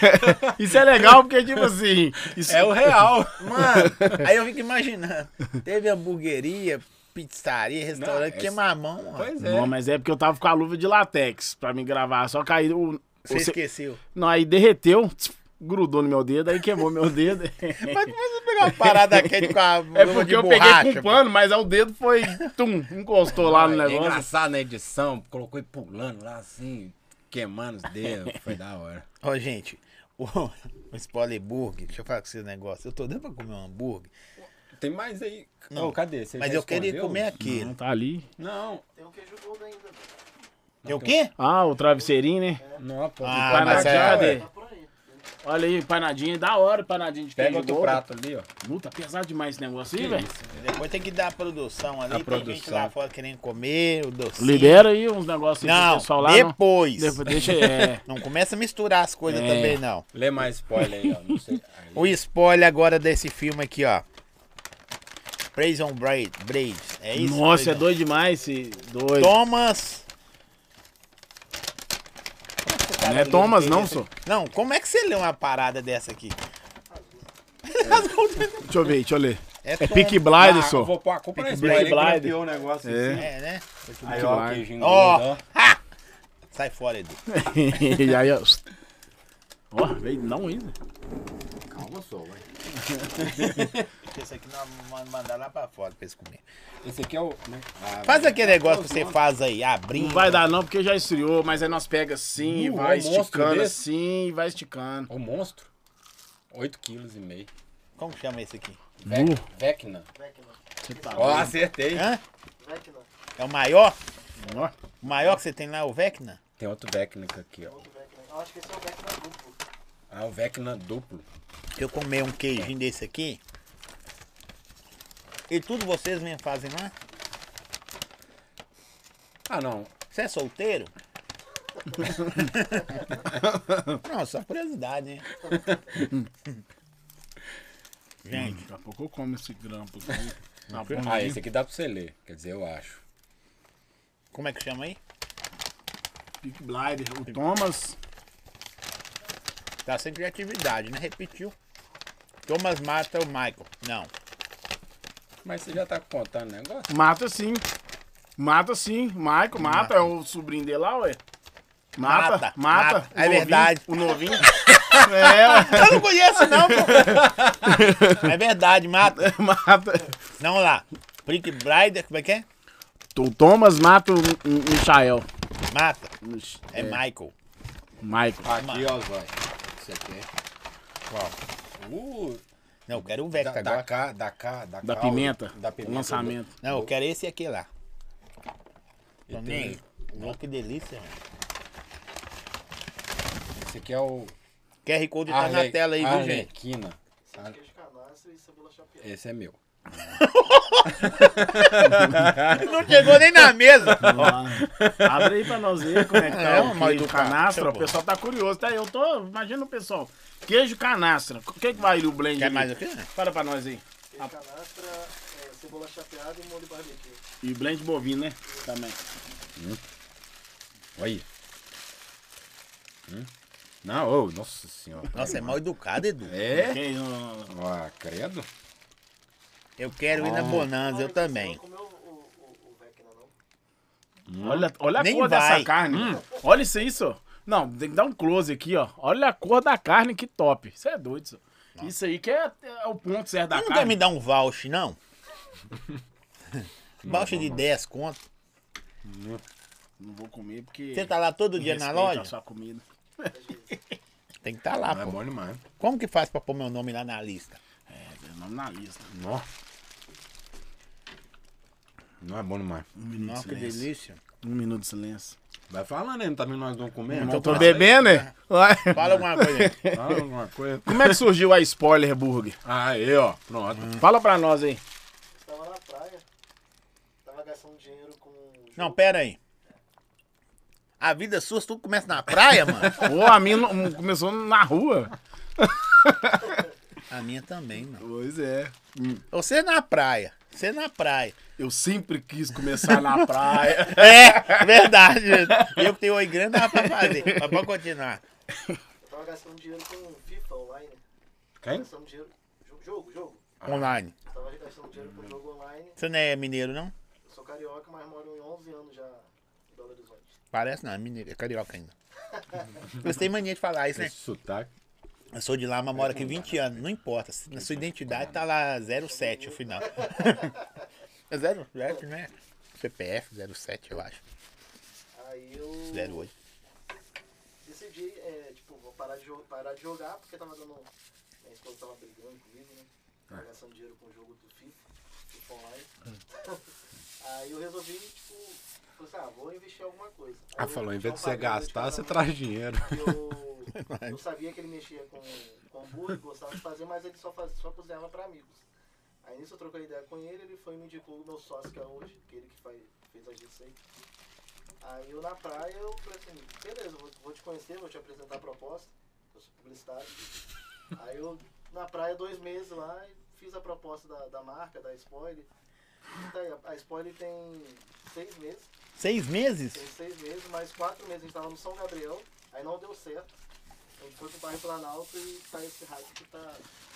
S3: <laughs> isso é legal porque, tipo assim. Isso...
S1: É o real.
S2: Mano, aí eu fico imaginando. Teve hamburgueria, pizzaria, restaurante,
S1: Não, é-
S2: queimar a mão, mano.
S1: pois é.
S3: Não, mas é porque eu tava com a luva de latex pra me gravar. Só caiu. o-
S2: Você esqueceu.
S3: Não, aí derreteu. grudou no meu dedo, aí queimou meu dedo.
S2: Mas mas você pegar uma parada quente com a
S3: <laughs> É
S2: luva
S3: porque
S2: de
S3: eu peguei com
S2: borracha.
S3: um pano, mas aí o dedo foi, tum, encostou lá no
S1: Olha, É
S3: negócio.
S1: engraçado na edição, colocou ele pulando lá assim, queimando os
S3: <laughs>
S1: dedos. Foi da hora.
S2: Ó, gente, o, <laughs> o spoiler burger, deixa eu falar com vocês um negócio. Eu tô dando pra comer um hambúrguer,
S1: Tem mais aí.
S2: Não,
S1: Ô, cadê? Você
S2: mas
S1: já
S2: eu queria
S1: escondeu?
S2: comer aquele.
S3: Não, tá ali.
S1: Não.
S4: Tem um queijo gordo ainda.
S2: Tem o quê?
S3: Ah, o travesseirinho, né?
S1: Não, pô.
S2: Ah,
S1: Vai na
S2: mas é-
S1: cara,
S3: cadê?
S1: ué.
S4: Tá por aí.
S3: Olha aí, panadinha, da hora, panadinha de
S1: Pega
S3: queijo
S1: outro
S3: gordo.
S1: prato ali, ó.
S3: Nu, tá pesado demais esse negócio aí,
S1: Que
S3: velho.
S1: isso?
S2: Depois tem que dar a produção ali.
S1: A
S2: tem gente
S1: produção.
S2: lá fora querendo comer, o docinho.
S3: Libera aí uns negócios aí pro
S2: Não,
S3: pessoal lá. não.
S2: depois.
S3: Depois deixa <laughs> é.
S2: Não começa a misturar as coisas
S3: É.
S2: também, não.
S1: Lê mais spoiler aí, ó. Não
S3: <laughs>
S1: sei. Aí.
S2: O spoiler agora desse filme aqui, ó. Prison Braid. Braid. É isso?
S3: Nossa, é
S2: Prison-
S3: doido demais esse doido.
S2: Thomas.
S3: Não é Thomas, não, senhor.
S2: Não, como é que você lê uma parada dessa aqui? <laughs>
S3: Deixa eu ver, deixa eu ler. É
S2: Tom-
S3: Pick
S1: Ah,
S3: Blind,
S1: eu
S3: senhor.
S1: vou pôr a culpa na
S3: Peaky
S1: spoiler.
S3: Blind.
S1: Blind. o negócio
S3: É.
S1: assim.
S2: É, né?
S1: Aí, ó,
S3: Blind.
S1: queijinho
S2: Ó.
S1: gordo, ó.
S2: Ha! Sai fora, Edu.
S1: assim.
S3: <laughs> e aí, ó. Ó, veio não ainda.
S5: Calma só, velho.
S2: Porque Isso aqui nós vamos mandar lá pra fora pra eles comerem.
S5: Esse aqui é o. Né? Ah,
S2: Faz
S5: velho.
S2: aquele negócio que você faz aí, abrindo.
S3: Não vai dar não, porque já esfriou, mas aí nós pega assim e
S1: Nu,
S3: vai
S1: ó, um monstro
S3: esticando
S1: desse.
S3: assim e vai esticando.
S1: É O monstro. 8,5 kg.
S2: Como chama esse aqui?
S3: Nu,
S1: Vecna.
S4: Vecna.
S3: você tá
S1: Ó, acertei.
S2: Hã?
S4: Vecna.
S2: É o maior?
S3: ó.
S2: O maior que você tem lá, é o Vecna?
S1: Tem outro Vecna aqui, ó.
S4: Outro Vecna. Eu acho que esse é o Vecna duplo.
S1: Ah, o Vecna duplo.
S2: Se eu comer um queijinho desse aqui. E tudo vocês mesmo fazem lá?
S1: Ah, não.
S2: Você é solteiro?
S3: <laughs>
S2: Não, só curiosidade,
S3: <laughs>
S2: né? Gente,
S3: Daqui a pouco eu como esse grampo aqui. Tá bom,
S1: Ah, esse aqui dá pra você ler. Quer dizer, eu acho.
S2: como é que chama aí?
S3: Pick Blinder, o Thomas.
S2: Tá sem criatividade, né? Repetiu. Thomas mata o Michael. Não.
S1: Mas você já tá contando o negócio?
S3: Mata sim. Mata sim. Michael mata. É o sobrinho dele lá, ué. Mata,
S2: Mata,
S3: mata.
S2: mata.
S3: O
S2: É verdade.
S3: O novinho.
S2: <laughs>
S3: é,
S2: Eu não conheço, não, pô. É verdade, mata.
S3: <laughs> mata.
S2: Não lá. Prick Brider, como é que é?
S3: O Thomas mata o M- M- Michael.
S2: Mata.
S3: Mich-
S2: É Michael.
S3: Michael.
S1: Aqui, ó, Zói. O que Você quer?
S2: Qual?
S1: Uh,
S2: Não, eu quero o
S1: da,
S2: Vecna
S1: da
S2: É, tá agora.
S1: cá, da cá, da
S3: Da
S1: cá,
S3: pimenta.
S1: Da pimenta.
S3: O
S2: <laughs>
S3: lançamento.
S2: Não, eu quero esse aqui lá.
S1: E tem-
S2: Toninho. Nossa, que delícia, mano.
S1: Esse aqui é o.
S2: QR Code tá na
S1: Arle-
S2: tela aí, viu, gente?
S1: Arlequina.
S4: Esse é o queijo canastra e cebola chapeada.
S1: Esse é meu.
S2: Não chegou nem na mesa.
S3: Abre aí pra nós ver como é que tá
S2: É,
S3: o
S2: mal
S3: queijo
S2: educado.
S3: canastra. O
S2: Pô.
S3: pessoal tá curioso, tá? Eu tô. Imagina o pessoal. Queijo canastra. O que, que vai o blend?
S2: Quer
S3: ali?
S2: mais o quê?
S3: Fala pra nós aí.
S4: Queijo canastra, é, cebola chapeada e molho barbecue.
S3: E blend bovino, né? Também.
S1: Olha aí. Hum? Não, ô, nossa senhora.
S2: Nossa, é mal educado, Edu.
S1: É?
S3: Queijo, ó,
S1: Ó, credo.
S2: Eu quero ir na Bonanza, eu também.
S4: Não comeu o, o, o Vecna, não?
S3: Hum? Olha, olha a
S2: Nem
S3: cor
S2: vai. Hum.
S3: dessa carne. Hum. Olha isso aí, senhor. Não, tem que dar um close aqui, ó. Olha a cor da carne, que top. Você é doido, senhor. Isso aí que é, é o ponto certo da
S2: Você não quer
S3: carne.
S2: me dar um voucher, não? voucher de 10 conto.
S3: Não vou comer porque.
S2: Você tá lá todo dia na
S3: respeito à
S2: loja?
S3: sua comida.
S2: Tem que estar tá lá,
S1: Não é
S2: pô.
S1: bom demais.
S2: Como que faz pra pôr meu nome lá na lista?
S3: É, meu nome na lista.
S1: Nó. Não é bom demais.
S3: Um minuto
S2: Nossa,
S3: de
S2: que
S3: silêncio.
S2: delícia.
S3: Um minuto de silêncio.
S1: Vai falando aí, não tá vendo nós não comendo?
S3: Eu tô bebendo, né?
S2: <laughs> Fala alguma coisa. aí.
S1: Fala alguma coisa.
S3: Como é que surgiu a Spoiler Burger? Hum.
S1: Aí, ó. Pronto.
S3: Fala pra nós
S2: <laughs>
S3: aí.
S4: Estava na praia. Tava gastando dinheiro com. jogo.
S2: Não, pera aí. A vida é sua, tudo começa na praia, mano?
S3: Ou a minha não- não começou na rua.
S2: A minha também, mano.
S3: Pois é.
S2: Você na praia. Você é na praia.
S3: Eu sempre quis começar na praia.
S2: É, verdade. Eu que tenho oi grande, dá pra fazer. Mas pode continuar.
S4: Eu tava gastando dinheiro com FIFA online.
S1: Quem?
S4: Gastando dinheiro. jo- Jogo, jogo.
S2: Online.
S4: Eu tava gastando dinheiro com jogo online.
S2: Você não é mineiro, não?
S4: Eu sou carioca, mas moro em 11 anos já em Belo Horizonte.
S2: Parece não, é mineiro, é carioca ainda. Você tem mania de falar isso, né?
S1: Esse sotaque.
S2: Eu sou de lá, mas moro aqui 20 anos. Não importa. se- Na sua identidade tá lá 07 o final. é 07, né? CPF 07, eu acho.
S4: Aí eu
S2: 08.
S4: decidi, é, tipo, vou parar de, jo- parar de jogar, porque tava dando. Minha esposa tava brigando comigo, né? Tava
S1: Ah.
S4: gastando dinheiro com o jogo do FIFA, FIFA online.
S1: Ah.
S4: <laughs> Aí eu resolvi, tipo, falei assim, ah, vou investir em alguma coisa. Aí
S1: Ah,
S4: eu
S1: falou, em
S4: tinha
S1: vez
S4: um
S1: de você
S4: padrinho de
S1: gastar, você
S4: casamento.
S1: traz dinheiro.
S4: Eu, eu sabia que ele mexia com, com hambúrguer, gostava de fazer, mas ele só, faz, só cozinhava para amigos. Aí nisso eu troquei ideia com ele, ele foi e me indicou o meu sócio, que é hoje, que ele que faz, fez a receita. Aí eu na praia, eu falei assim, beleza, eu vou, vou te conhecer, vou te apresentar a proposta, eu sou publicitário. Aí eu, na praia, dois meses lá, e fiz a proposta da, da marca, da Spoiler. Tá aí, a- a Spoiler tem seis meses.
S2: Seis meses?
S4: Tem seis meses, mais quatro meses a gente tava no São Gabriel, aí não deu certo. A gente foi pro bairro Planalto e tá esse rádio que tá,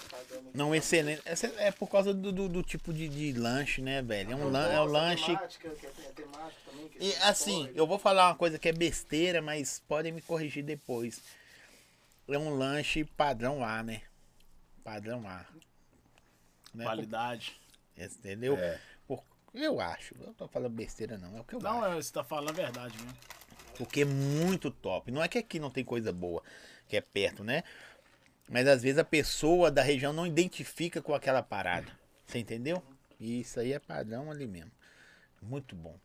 S4: tá dando.
S2: Não, excelente. Essa é por causa do, do- do tipo de, de lanche, né, velho? É um, lan- é um lanche.
S4: Temática, que é, é temático também. Que é
S2: E
S4: tem
S2: assim,
S4: spoiler.
S2: eu vou falar uma coisa que é besteira, mas podem me corrigir depois. É um lanche padrão A, né? Padrão A. <laughs> Né?
S3: Qualidade.
S2: Entendeu?
S1: É.
S2: Por- Eu acho. Eu não tô falando besteira, não. É o que eu acho.
S3: Não, é, você tá falando a verdade mesmo.
S2: Porque é muito top. Não é que aqui não tem coisa boa, que é perto, né? Mas às vezes a pessoa da região não identifica com aquela parada. Você entendeu? E isso aí é padrão ali mesmo. Muito bom.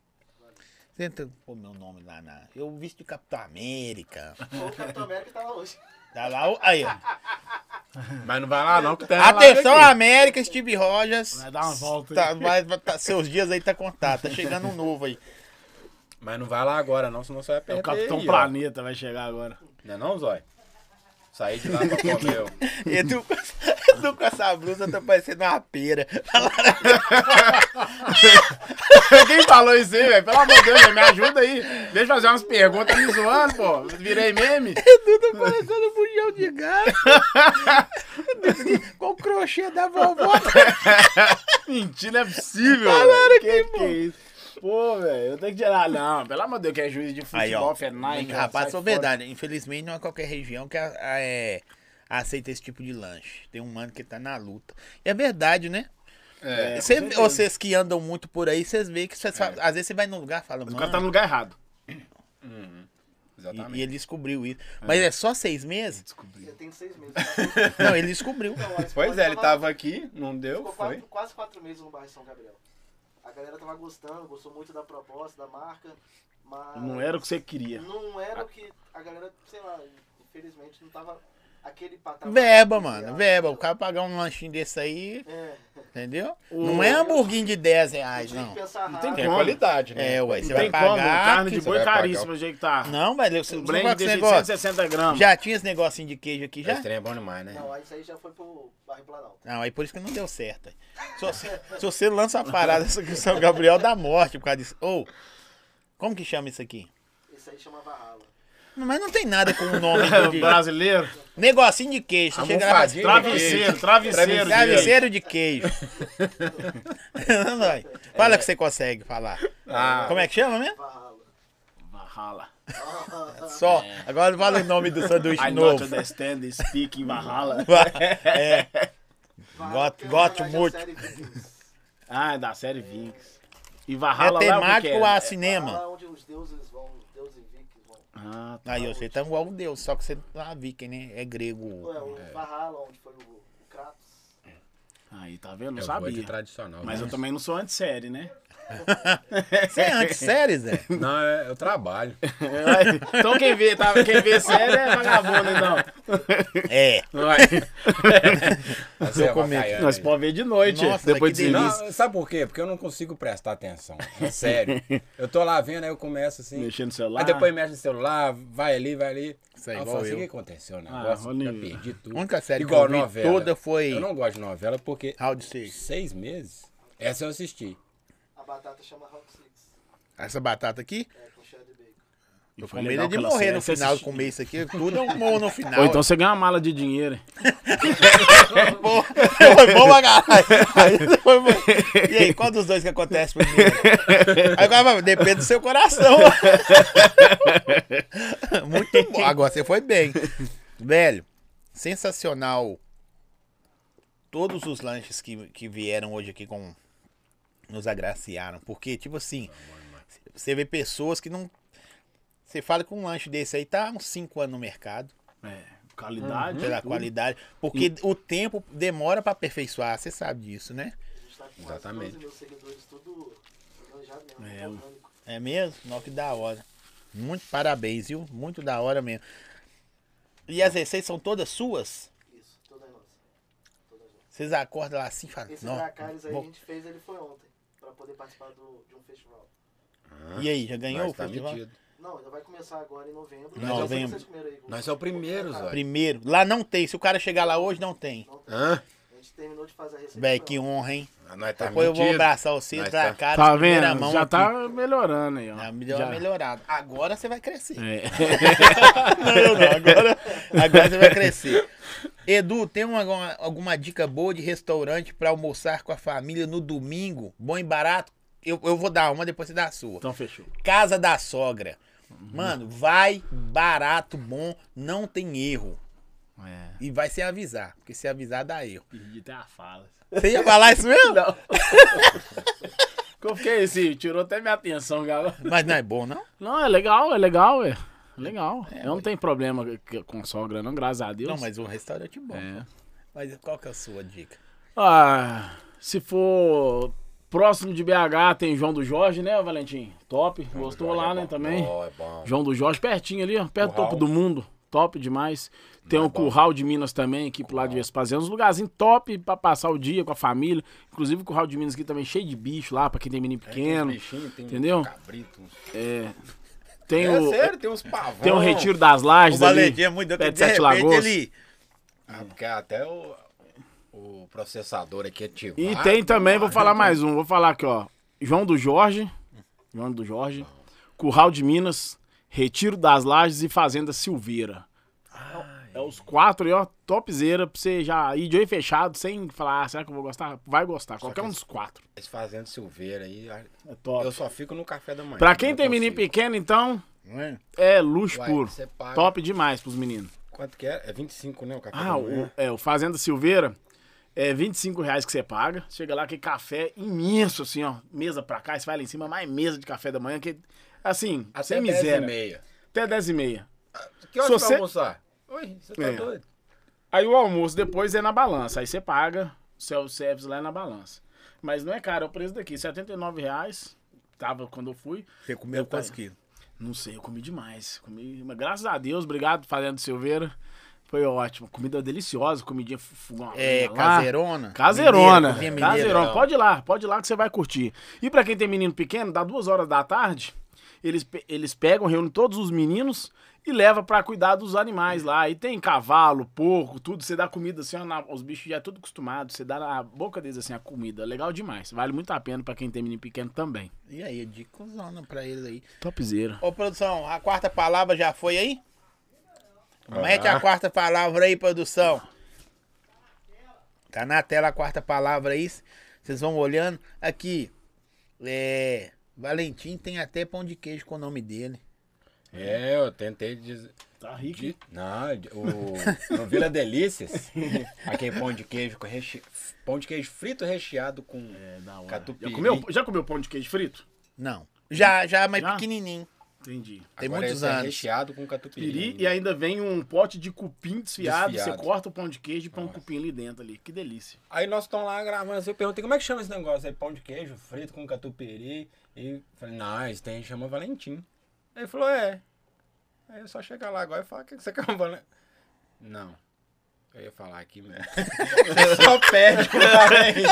S2: Tenta pôr meu nome lá na. Eu visto de Capitão América.
S4: Ou o Capitão América tá lá hoje.
S2: Tá lá. o- Aí,
S3: <laughs>
S2: ó.
S1: Mas não vai lá não, que tem ela lá
S2: Atenção,
S1: daqui.
S2: América, Steve Rogers.
S3: Vai dar uma volta aí.
S2: Tá, vai- vai- tá- seus dias aí tá contado. Tá chegando um novo aí.
S1: Mas não vai lá agora não, senão você vai
S3: É
S1: perder.
S3: o Capitão
S1: aí, ó.
S3: Planeta vai chegar agora.
S1: Não é não, Zói? Saí de lá pra comer. eu.
S2: Edu, com essa- <laughs> Edu com essa blusa tá parecendo uma pera.
S3: Quem falou isso aí, velho? Pelo amor de Deus, velho, me ajuda aí. Deixa eu fazer umas perguntas me zoando, pô.
S2: <laughs>
S3: Virei meme.
S2: Edu tá parecendo um bujão de
S3: <laughs>
S2: gato. Com o crochê da vovó.
S3: <laughs> Mentira, não é possível.
S2: Falaram aqui,
S3: velho. que, que
S2: pô.
S3: é isso? Pô, velho, eu tenho que tirar. Não, pelo amor de Deus, que é juiz de futebol,
S2: Aí, ó.
S3: Fernandes.
S2: Rapaz,
S3: sai
S2: sou verdade. Infelizmente, não é qualquer região que a- a- é, aceita esse tipo de lanche. Tem um mano que tá na luta. E é verdade, né?
S3: fora. É,
S2: Cê-
S3: com certeza. É.
S2: vocês que andam muito por aí, vocês veem que cês fa- às vezes você vai num lugar e fala,
S3: O cara tá no
S2: mano,
S3: lugar tá errado.
S1: Exatamente.
S2: e, e ele descobriu isso. Mas é só seis meses?
S4: Ele tem seis meses. Então,
S2: Não, ele descobriu.
S4: Não, a
S1: Pois
S4: Spoiler
S1: é, ele tava aqui, não deu,
S4: Ficou
S1: foi.
S4: quatro- quase quatro meses no bairro São Gabriel. A galera tava gostando, gostou muito da proposta, da marca, mas.
S3: Não era o que você queria.
S4: Não era o que a galera, sei lá, infelizmente não tava aquele patamar.
S2: Verba, mano, verba. O cara pagar um lanchinho desse aí,
S4: É.
S2: entendeu? Não é hamburguinho de 10 reais,
S4: Tem que
S2: não.
S4: pensar
S3: Não tem
S4: rápido.
S1: Tem
S3: Como?
S1: qualidade, né?
S2: É, ué, você
S3: não
S2: vai
S3: tem como,
S2: pagar.
S3: carne de
S2: que-
S3: boi
S5: vai pagar.
S3: caríssimo, do jeito que tá.
S2: Não, velho, você
S3: Um
S2: não gosta
S3: blend
S2: desse
S3: de
S2: negócio.
S3: 160 gramas.
S2: Já tinha esse negocinho de queijo aqui já?
S1: Esse trem é bom demais, né?
S4: Não, aí isso aí já foi pro bairro Planalto.
S2: Não, aí por isso que não deu certo. aí. Se você, se você lança uma parada sobre o São Gabriel da morte por causa disso. Ou, como que chama isso aqui?
S4: Esse aí chamava Rala.
S2: Não, Mas não tem nada com o
S3: <laughs>
S2: nome de- de-
S3: Brasileiro.
S2: Negocinho de queijo. Você chega lá, e fala,
S1: Almofadinha.
S3: Travesseiro, travesseiro. gente.
S2: travesseiro de queijo. <laughs> Não, não.
S3: É.
S2: Fala que você consegue falar.
S1: Ah.
S2: Como é que chama mesmo?
S4: Valhalla.
S3: Valhalla.
S2: Só.
S3: É.
S2: Agora fala o nome do sanduíche
S3: I not
S2: novo.
S3: understand this speak in <laughs> Valhalla. <laughs>
S2: É.
S4: Valhalla,
S2: Got-
S4: porque, na
S2: got
S4: verdade, a
S2: muito.
S4: série Vikings.
S3: Ah, é da série Vinx. E
S2: É
S3: Valhalla lá o que que
S2: temático
S3: é?
S2: a cinema.
S4: Valhalla é onde os deuses vão, os deuses vikings vão.
S3: Ah, tá.
S2: Aí você tá igual um deus, só que você não é viking, né? É grego.
S4: Ué, o Valhalla, onde foi o, o Kratos.
S3: Aí, tá vendo? Não
S1: Eu vou de
S3: sabia.
S1: tradicional.
S3: Mas eu
S1: né?
S3: também não sou antissérie, né?
S2: Você é anti-séries, Zé?
S1: Não, é- eu trabalho.
S3: Então quem vê, tá, quem vê série é vagabundo, então.
S2: É.
S1: <laughs> Vai. Você é
S2: comento.
S1: bacaiana
S3: Nós
S1: aí.
S3: podemos ver de noite,
S2: Nossa,
S3: depois
S2: que
S3: de serviço.
S1: Não, sabe por quê? Porque eu não consigo prestar atenção. É
S2: <laughs>
S1: sério. Eu tô lá vendo, aí eu começo assim.
S3: Mexendo no celular.
S1: Aí depois mexe no celular, vai ali, vai ali.
S2: Isso aí,
S1: Aí eu
S2: igual
S1: falo assim,
S2: eu.
S1: o que aconteceu? O
S3: Ah,
S1: negócio,
S3: olha
S1: já
S3: aí.
S1: perdi tudo.
S2: A única série que
S1: Igual
S2: eu vi
S1: novela.
S2: toda foi-
S1: Eu não gosto de novela porque
S2: Round Six.
S1: seis meses, essa eu assisti.
S4: A batata chama Rock Six.
S2: Essa batata aqui,
S4: É, com Chad Bacon.
S2: tô
S3: foi
S2: com medo
S3: legal
S2: de
S3: aquela
S2: morrer
S3: série,
S2: no
S3: você
S2: final,
S3: assistiu.
S2: comer isso aqui. Tudo é um morro no final.
S3: Ou então você ganha uma mala de dinheiro.
S2: Pô, foi bom pra caralho. Aí foi bom. E aí, qual dos dois que acontece primeiro? Agora, vai, depende do seu coração. Muito bom. Agora você foi bem. Velho, sensacional todos os lanches que, que vieram hoje aqui com nos agraciaram, porque tipo assim, você vê pessoas que não você fala que um lanche desse aí tá há uns 5 anos no mercado,
S3: É, qualidade.
S2: Uhum.
S1: Uhum.
S2: pela
S3: tudo.
S2: qualidade, porque o tempo demora pra aperfeiçoar, você sabe disso, né?
S4: A gente tá com quase
S1: Exatamente.
S4: 12 mil seguidores, tudo planejado mesmo.
S3: É,
S4: orgânico.
S2: É mesmo? Nó que da hora. Muito parabéns, viu? Muito da hora mesmo. E as receitas são todas suas?
S4: Isso, toda nossa. Toda nossa.
S2: Vocês acordam lá assim e falam,
S4: Esse
S2: "Nó,
S4: Dracarys aí
S2: vou-
S4: a gente fez, ele foi ontem, pra poder participar do, de um festival.
S2: E aí, já ganhou o
S1: Nós tá
S2: festival?
S1: metido.
S4: Não, ainda vai começar agora em novembro.
S2: Em
S4: Mas eu sei que
S2: novembro.
S4: vocês comeram aí,
S1: Nós é o primeiro, Zóio.
S2: Primeiro. Lá não tem. Se o cara chegar lá hoje, não tem.
S4: Não tem.
S1: Hã?
S4: A gente terminou de fazer a receita.
S2: Véi,
S4: foi
S2: que
S4: ontem.
S2: honra, hein?
S1: Ah, Nós tá
S2: Depois eu vou
S1: metido.
S2: abraçar você
S1: Nós
S2: pra
S1: tá-
S2: cara.
S3: Tá
S2: de primeira
S3: vendo?
S2: mão
S3: Já
S2: aqui.
S3: tá melhorando aí, ó.
S2: Já deu uma
S3: Já-
S2: melhorada. Agora você vai crescer.
S3: É.
S2: Não, eu não. Agora, agora você vai crescer. Edu, tem uma, alguma- alguma dica boa de restaurante pra almoçar com a família no domingo? Bom e barato? Eu, eu vou dar uma, depois você dá a sua.
S3: <laughs> Então <laughs> Uhum. fechou.
S2: Casa da sogra. Mano, vai barato, bom, não tem erro.
S3: É.
S2: E vai se avisar, porque se avisar dá erro.
S3: E até a fala.
S2: Você ia falar isso mesmo?
S3: Não. que eu fiquei assim, tirou até minha atenção, galera.
S2: Mas não é bom, não?
S3: Não, é legal, é legal, é. Legal. eu não tenho problema que- com sogra, não, graças a Deus.
S2: Não, mas o restaurante é bom.
S3: É.
S2: Mas qual que é a sua dica?
S3: Ah, se for próximo de BH, tem João do Jorge, né, Valentim? Top. Gostou
S1: Jorge
S3: lá,
S1: é
S3: né,
S1: bom.
S3: também?
S1: Ó, é bom.
S3: João do Jorge, pertinho ali, ó, perto do topo
S1: Curral.
S3: do mundo. Top demais. Tem o
S1: bom.
S3: Curral de Minas também, aqui pro lado de Vespasiano. Uns lugarzinhos top pra passar o dia com a família. Inclusive o Curral de Minas aqui também cheio de bicho lá, pra quem É, tem menino pequeno.
S1: Bichinho, tem
S3: Entendeu?
S1: um cabrito. uns-
S3: Tem
S1: É
S3: o,
S1: sério, tem um uns pavão.
S3: tem o Retiro das
S2: O
S3: Lajes ali.
S2: Valentim é muito doido,
S3: perto
S2: que
S3: de
S2: de
S3: Sete
S2: repente
S3: Lagoas.
S2: ele...
S1: Ah, porque até o, o processador aqui é ativado.
S3: E tem também, vou falar mais um. Vou falar aqui, ó. João do Jorge. João do Jorge. Curral de Minas. Retiro das Lajes e Fazenda Silveira. É os quatro aí, ó. Topzera pra você já ir de olho fechado, sem falar, ah, será que eu vou gostar? Vai gostar. Qualquer um dos quatro.
S1: Esse fazendo Silveira aí. a-
S3: É top.
S1: Eu só fico no café da manhã.
S3: Pra quem
S1: não
S3: tem menino
S1: consigo.
S3: pequeno, então,
S2: Não é?
S3: é luxo
S1: Uai,
S3: puro.
S1: você paga-
S3: Top demais pros meninos.
S1: Quanto que é? É 25, né? O café
S3: Ah,
S1: da
S3: o,
S1: manhã.
S3: é, o Fazenda Silveira é 25 reais que você paga. Chega lá, que café imenso, assim, ó. Mesa pra cá, você vai lá em cima, mais mesa de café da manhã, que. Assim, sem miséria.
S1: meia.
S3: Até 10 e meia.
S1: Que horas pra
S3: Se você-
S1: almoçar? Oi, você tá
S3: É.
S1: doido?
S3: Aí o almoço depois é na balança. Aí você paga o self-service lá é na balança. Mas não é caro, é o preço daqui. R$ 79 reais. Tava quando eu fui.
S2: Você comeu quantos quilos?
S3: Não sei, eu comi demais. Comi, mas graças a Deus, obrigado, Fazenda Silveira. Foi ótimo. Comida deliciosa, comidinha fu- fogão. a
S2: É,
S3: lenha lá.
S2: caseirona.
S3: Caseirona.
S2: Mineira, cozinha mineira.
S3: Caseirona. Pode ir lá, pode ir lá que você vai curtir. E pra quem tem menino pequeno, dá duas horas da tarde, eles, pe- eles pegam, reúnem todos os meninos e leva pra cuidar dos animais lá. E tem cavalo, porco, tudo. Você dá comida assim, ó, na- os bichos já é tudo acostumado. Você dá na boca deles assim a comida. Legal demais. Vale muito a pena pra quem tem menino pequeno também.
S2: E aí, eu digo zona pra ele aí.
S3: Topzera.
S2: Ô, produção, a quarta palavra já foi aí? Mete é a quarta palavra aí, produção. Tá na tela a quarta palavra aí. Vocês vão olhando. Aqui. É. Valentim tem até pão de queijo com o nome dele.
S1: É, eu tentei dizer.
S3: Tá rico.
S1: De... Não, de-
S3: <laughs>
S1: o... no Vila Delícias, aquele pão de queijo com reche... pão de queijo frito recheado com
S3: É da hora.
S1: Catupiry.
S3: Já comeu, já comeu pão de queijo frito?
S2: Não. Já, já, mas
S3: Já?
S2: pequenininho. <laughs>
S3: Entendi.
S2: Tem
S1: Agora
S2: muitos
S1: esse é
S2: anos.
S1: recheado com catupiry. né?
S3: Piri
S1: ainda.
S3: e ainda vem um pote de cupim desfiado. Você
S1: Desfiado.
S3: corta o pão de queijo e põe um cupim ali dentro ali. Que delícia.
S1: Aí nós estamos lá gravando, assim, eu perguntei como é que chama esse negócio aí, pão de queijo frito com catupiry. E falei, não, isso tem, chama Valentim. Aí ele falou, é. Aí eu só chegar lá agora e falar, o que que você <laughs> quer, Valentim? Não. Eu ia falar aqui né? mesmo. Você só pede pro Valentim.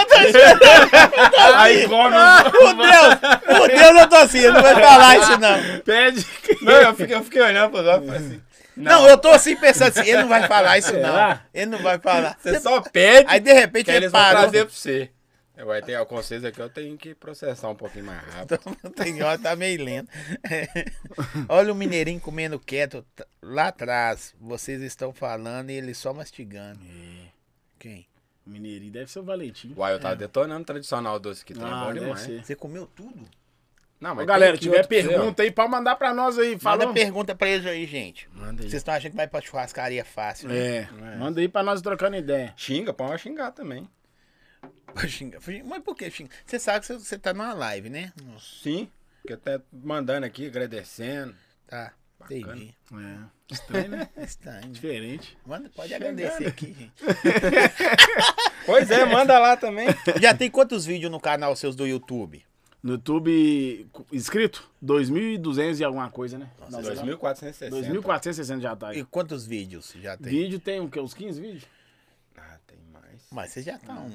S3: Aí come um-
S2: Por Deus! Por Deus, eu tô assim, eu não vou falar isso, não.
S3: pede.
S1: Não, eu fiquei, eu fiquei olhando pro Zó e falei assim,
S2: não. eu tô assim pensando assim, ele não vai falar isso, não.
S3: Será?
S2: Ele não vai falar.
S1: você só pede
S2: Aí de repente
S1: que
S2: ele
S1: eles vão
S2: parou.
S1: trazer pra você. Agora tem com vocês aqui, eu tenho que processar um pouquinho mais rápido.
S2: Então, <laughs> tem hora tá meio lento. É. Olha o mineirinho comendo quieto t- lá atrás. Vocês estão falando e ele só mastigando. Quem?
S3: É, Mineirinho deve ser o Valentim.
S1: Uai, eu tava detonando tá tradicional doce aqui, tá
S3: Ah,
S1: bom
S3: deve
S1: demais.
S3: ser.
S2: Você comeu tudo?
S5: Não,
S3: Ô,
S5: mas
S3: galera,
S5: tem aqui
S3: tiver
S5: outro pra você, ó.
S3: pergunta aí, pode mandar pra nós aí.
S2: Manda
S3: Fala.
S2: pergunta pra eles aí, gente.
S3: Manda aí.
S2: Vocês estão achando que vai pra churrascaria fácil, né?
S3: É, manda aí pra nós trocando ideia.
S1: Xinga, pode xingar também.
S2: Pra xingar. Mas por que xingar? Você sabe que você- você tá numa live, né? Nossa,
S1: Sim. Que até mandando aqui, agradecendo.
S2: tá.
S1: Bacana.
S2: Entendi.
S3: É. Estranho, né?
S2: Estranho.
S3: Diferente.
S2: Manda, pode agradecer aqui, gente.
S1: Pois é, manda lá <laughs> também.
S2: Já tem quantos vídeos no canal seus do YouTube?
S3: No YouTube, cu- inscrito? 2.200 e alguma coisa, né? Não, sei lá.
S1: 2.460.
S3: 2.460 já tá
S2: E
S3: aí.
S2: quantos vídeos já tem?
S3: Vídeo tem o quê? Uns 15 vídeos?
S1: Ah, tem mais.
S2: Mas vocês já estão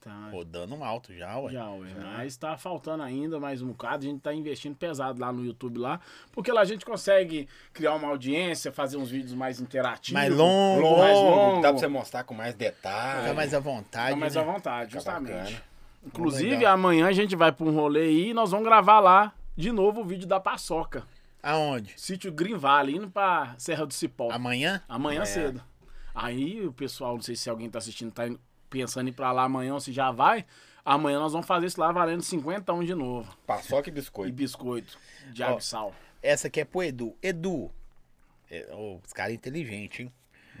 S3: Tá.
S2: rodando um alto já, ué.
S3: Já, ué. Mas tá faltando ainda mais um bocado. A gente tá investindo pesado lá no YouTube lá. Porque lá a gente consegue criar uma audiência, fazer uns vídeos mais interativos. um
S2: Mais longo.
S1: Longo,
S3: mais longo.
S1: dá pra você mostrar com mais detalhes.
S2: Fica Tá mais à vontade.
S3: Fica Tá mais
S2: né?
S3: à vontade,
S1: Fica
S3: justamente.
S1: bacana.
S3: Inclusive,
S2: Legal.
S3: amanhã a gente vai pra um rolê aí e nós vamos gravar lá de novo o vídeo da paçoca.
S2: Aonde?
S3: Sítio Green Valley, indo pra Serra do Cipó. Amanhã,
S2: Amanhã?
S3: cedo. Aí o pessoal, não sei se alguém tá assistindo, tá in- pensando em ir pra lá amanhã ou se já vai. Amanhã nós vamos fazer isso lá valendo 51 de novo.
S1: Paçoca e
S3: E
S1: biscoito.
S3: biscoito de
S2: Ó.
S3: água e sal.
S2: Essa aqui é pro Edu. Edu. É, ô, os caras inteligentes, hein?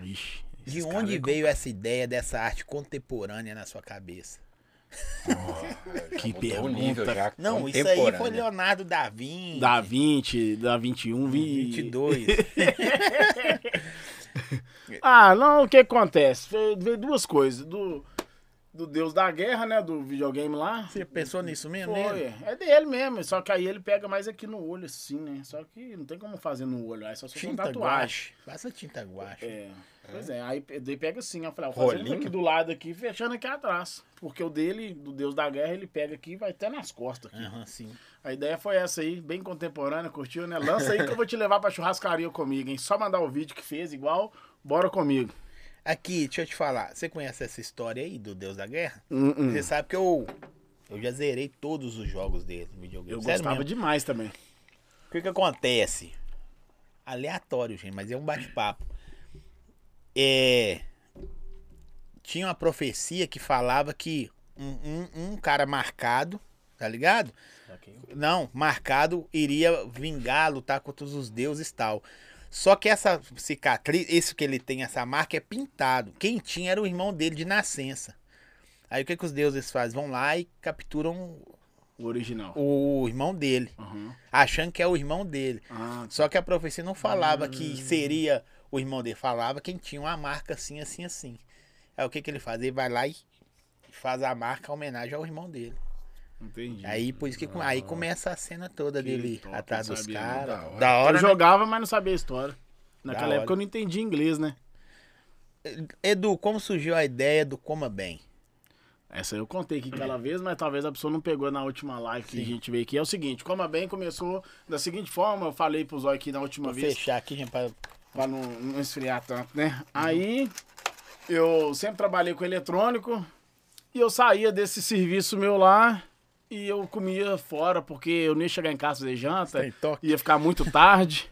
S3: Ixi,
S2: De
S3: é
S2: onde veio essa ideia dessa arte contemporânea na sua cabeça?
S3: Que
S1: Mudou o nível
S3: pergunta.
S1: já,
S2: Não, isso aí foi
S1: contemporâneo.
S2: Leonardo da Vinci.
S3: Da 20, da 21, 22.
S2: 22.
S3: Ah, não, o que acontece? Veio veio duas coisas. Do, do Deus da Guerra, né? Do videogame lá.
S2: Você
S3: <laughs>
S2: pensou nisso mesmo?
S3: Foi.
S2: né?
S3: É dele mesmo, só que aí ele pega mais aqui no olho, assim, né? Só que não tem como fazer no olho, aí só se for com
S2: Tinta
S3: tatuagem.
S2: guache. Passa tinta guache.
S3: É. Pois é, aí pe- daí pega assim, eu falei, eu vou fazer
S1: Rolinho?
S3: aqui do lado aqui, fechando aqui atrás. Porque o dele, do Deus da Guerra, ele pega aqui e vai até nas costas aqui.
S2: Aham, sim.
S3: A ideia foi essa aí, bem contemporânea, curtiu, né? Lança aí que eu vou te levar pra churrascaria comigo, hein? Só mandar o vídeo que fez igual, bora comigo.
S2: Aqui, deixa eu te falar. Você conhece essa história aí do Deus da Guerra?
S3: Hum, hum.
S2: Você sabe que eu. Eu já zerei todos os jogos dele no videogame.
S3: Eu
S2: Sério
S3: gostava
S2: mesmo.
S3: demais também.
S2: O que que acontece? Aleatório, gente, mas é um bate-papo. É... Tinha uma profecia que falava que um, um- um cara marcado, tá ligado? Não, marcado iria vingar, lutar contra os deuses e tal. Só que essa cicatriz, isso que ele tem, essa marca, é pintado. Quem tinha era o irmão dele de nascença. Aí o que, que os deuses fazem? Vão lá e capturam
S3: O original.
S2: o irmão dele,
S3: Aham.
S2: achando que é o irmão dele.
S3: Ah,
S2: Só que a profecia não falava
S3: Hum.
S2: que seria o irmão dele, falava quem tinha uma marca assim, assim, assim. Aí o que, que ele faz? Ele vai lá e faz a marca em homenagem ao irmão dele.
S3: entendi.
S2: Aí por isso que aí começa a cena toda dele
S3: top,
S2: atrás
S3: não
S2: dos
S3: sabia,
S1: não.
S2: caras.
S1: Da hora.
S2: Da
S3: Eu
S2: hora. né?
S3: jogava, mas não sabia a história. Naquela
S2: Da hora.
S3: época eu não entendia inglês, né?
S2: Edu, como surgiu a ideia do Coma Bem?
S3: Essa eu contei aqui aquela vez, mas talvez a pessoa não pegou na última live que a gente veio aqui. É o seguinte, Coma Bem começou da seguinte forma, eu falei pro Zói aqui na última
S2: Vou
S3: vez.
S2: fechar aqui, gente, pra...
S3: Pra não, não esfriar tanto, né? Aí eu sempre trabalhei com eletrônico e eu saía desse serviço meu lá e eu comia fora, porque eu não ia chegar em casa fazer janta,
S2: Sem toque.
S3: ia ficar muito tarde.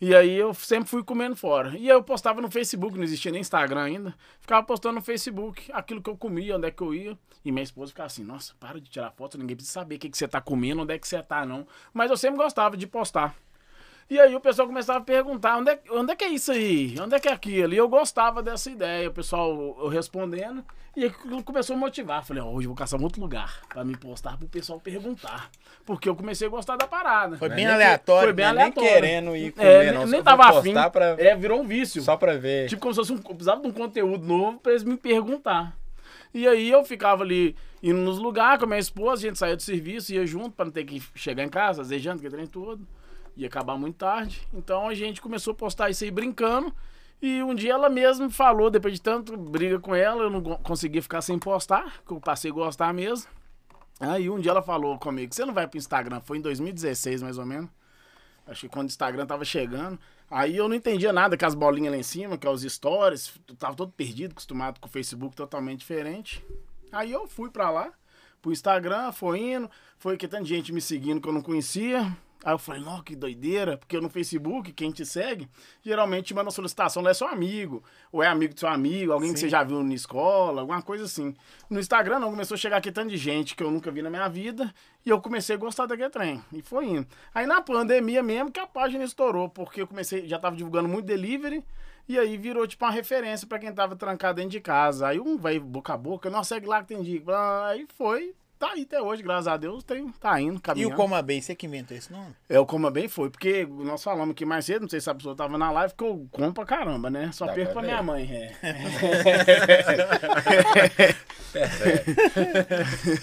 S3: E aí eu sempre fui comendo fora. E aí eu postava no Facebook, não existia nem Instagram ainda. Ficava postando no Facebook aquilo que eu comia, onde é que eu ia. E minha esposa ficava assim, nossa, para de tirar foto, ninguém precisa saber o que, que você tá comendo, onde é que você tá, não. Mas eu sempre gostava de postar. E aí o pessoal começava a perguntar, onde é, onde é que é isso aí? Onde é que é aquilo? E eu gostava dessa ideia, o pessoal eu respondendo. E aquilo começou a motivar. Falei, ó, hoje eu vou caçar um outro lugar pra me postar pro pessoal perguntar. Porque eu comecei a gostar da parada.
S2: Foi
S3: Né?
S2: bem
S1: nem que-
S2: aleatório.
S3: Foi bem
S1: nem
S3: aleatório.
S1: querendo ir comer,
S3: é,
S1: não,
S3: nem,
S1: só
S3: nem
S1: pra
S3: tava afim.
S1: postar pra-
S3: É, virou um vício.
S1: Só pra ver.
S3: Tipo, como se fosse um, eu precisava de um conteúdo novo pra eles me perguntar. E aí eu ficava ali indo nos lugares com a minha esposa, a gente saía do serviço, ia junto pra não ter que chegar em casa, fazer janta, que trem todo. Ia acabar muito tarde. Então a gente começou a postar isso aí brincando. E um dia ela mesma falou, depois de tanto briga com ela, eu não go- conseguia ficar sem postar, que eu passei a gostar mesmo. Aí um dia ela falou comigo, você não vai pro Instagram? Foi em 2016, mais ou menos. Acho que quando o Instagram tava chegando. Aí eu não entendia nada com as bolinhas lá em cima, que é os stories. eu Tava todo perdido, acostumado com o Facebook totalmente diferente. Aí eu fui pra lá, pro Instagram, foi indo, foi que tanta gente me seguindo que eu não conhecia. Aí eu falei, não, que doideira, porque no Facebook, quem te segue, geralmente te manda solicitação, lá é seu amigo, ou é amigo do seu amigo, alguém que você já viu na escola, alguma coisa assim. No Instagram não, começou a chegar aqui tanto de gente que eu nunca vi na minha vida, e eu comecei a gostar daquele trem, e foi indo. Aí na pandemia mesmo que a página estourou, porque eu comecei, já tava divulgando muito delivery, e aí virou tipo uma referência pra quem tava trancado dentro de casa. Aí um vai boca a boca, não segue lá que tem dica. blá, Aí foi, tá aí até hoje, graças a Deus, tem, tá indo,
S2: E
S3: caminhando.
S2: o Coma Bem, você que inventou esse nome?
S3: É, o Coma Bem foi, porque nós falamos aqui mais cedo, não sei se a pessoa tava na live, que eu como pra caramba, né? Só
S1: Dá
S3: perco
S1: pra
S3: pra minha
S1: ver.
S3: mãe. É.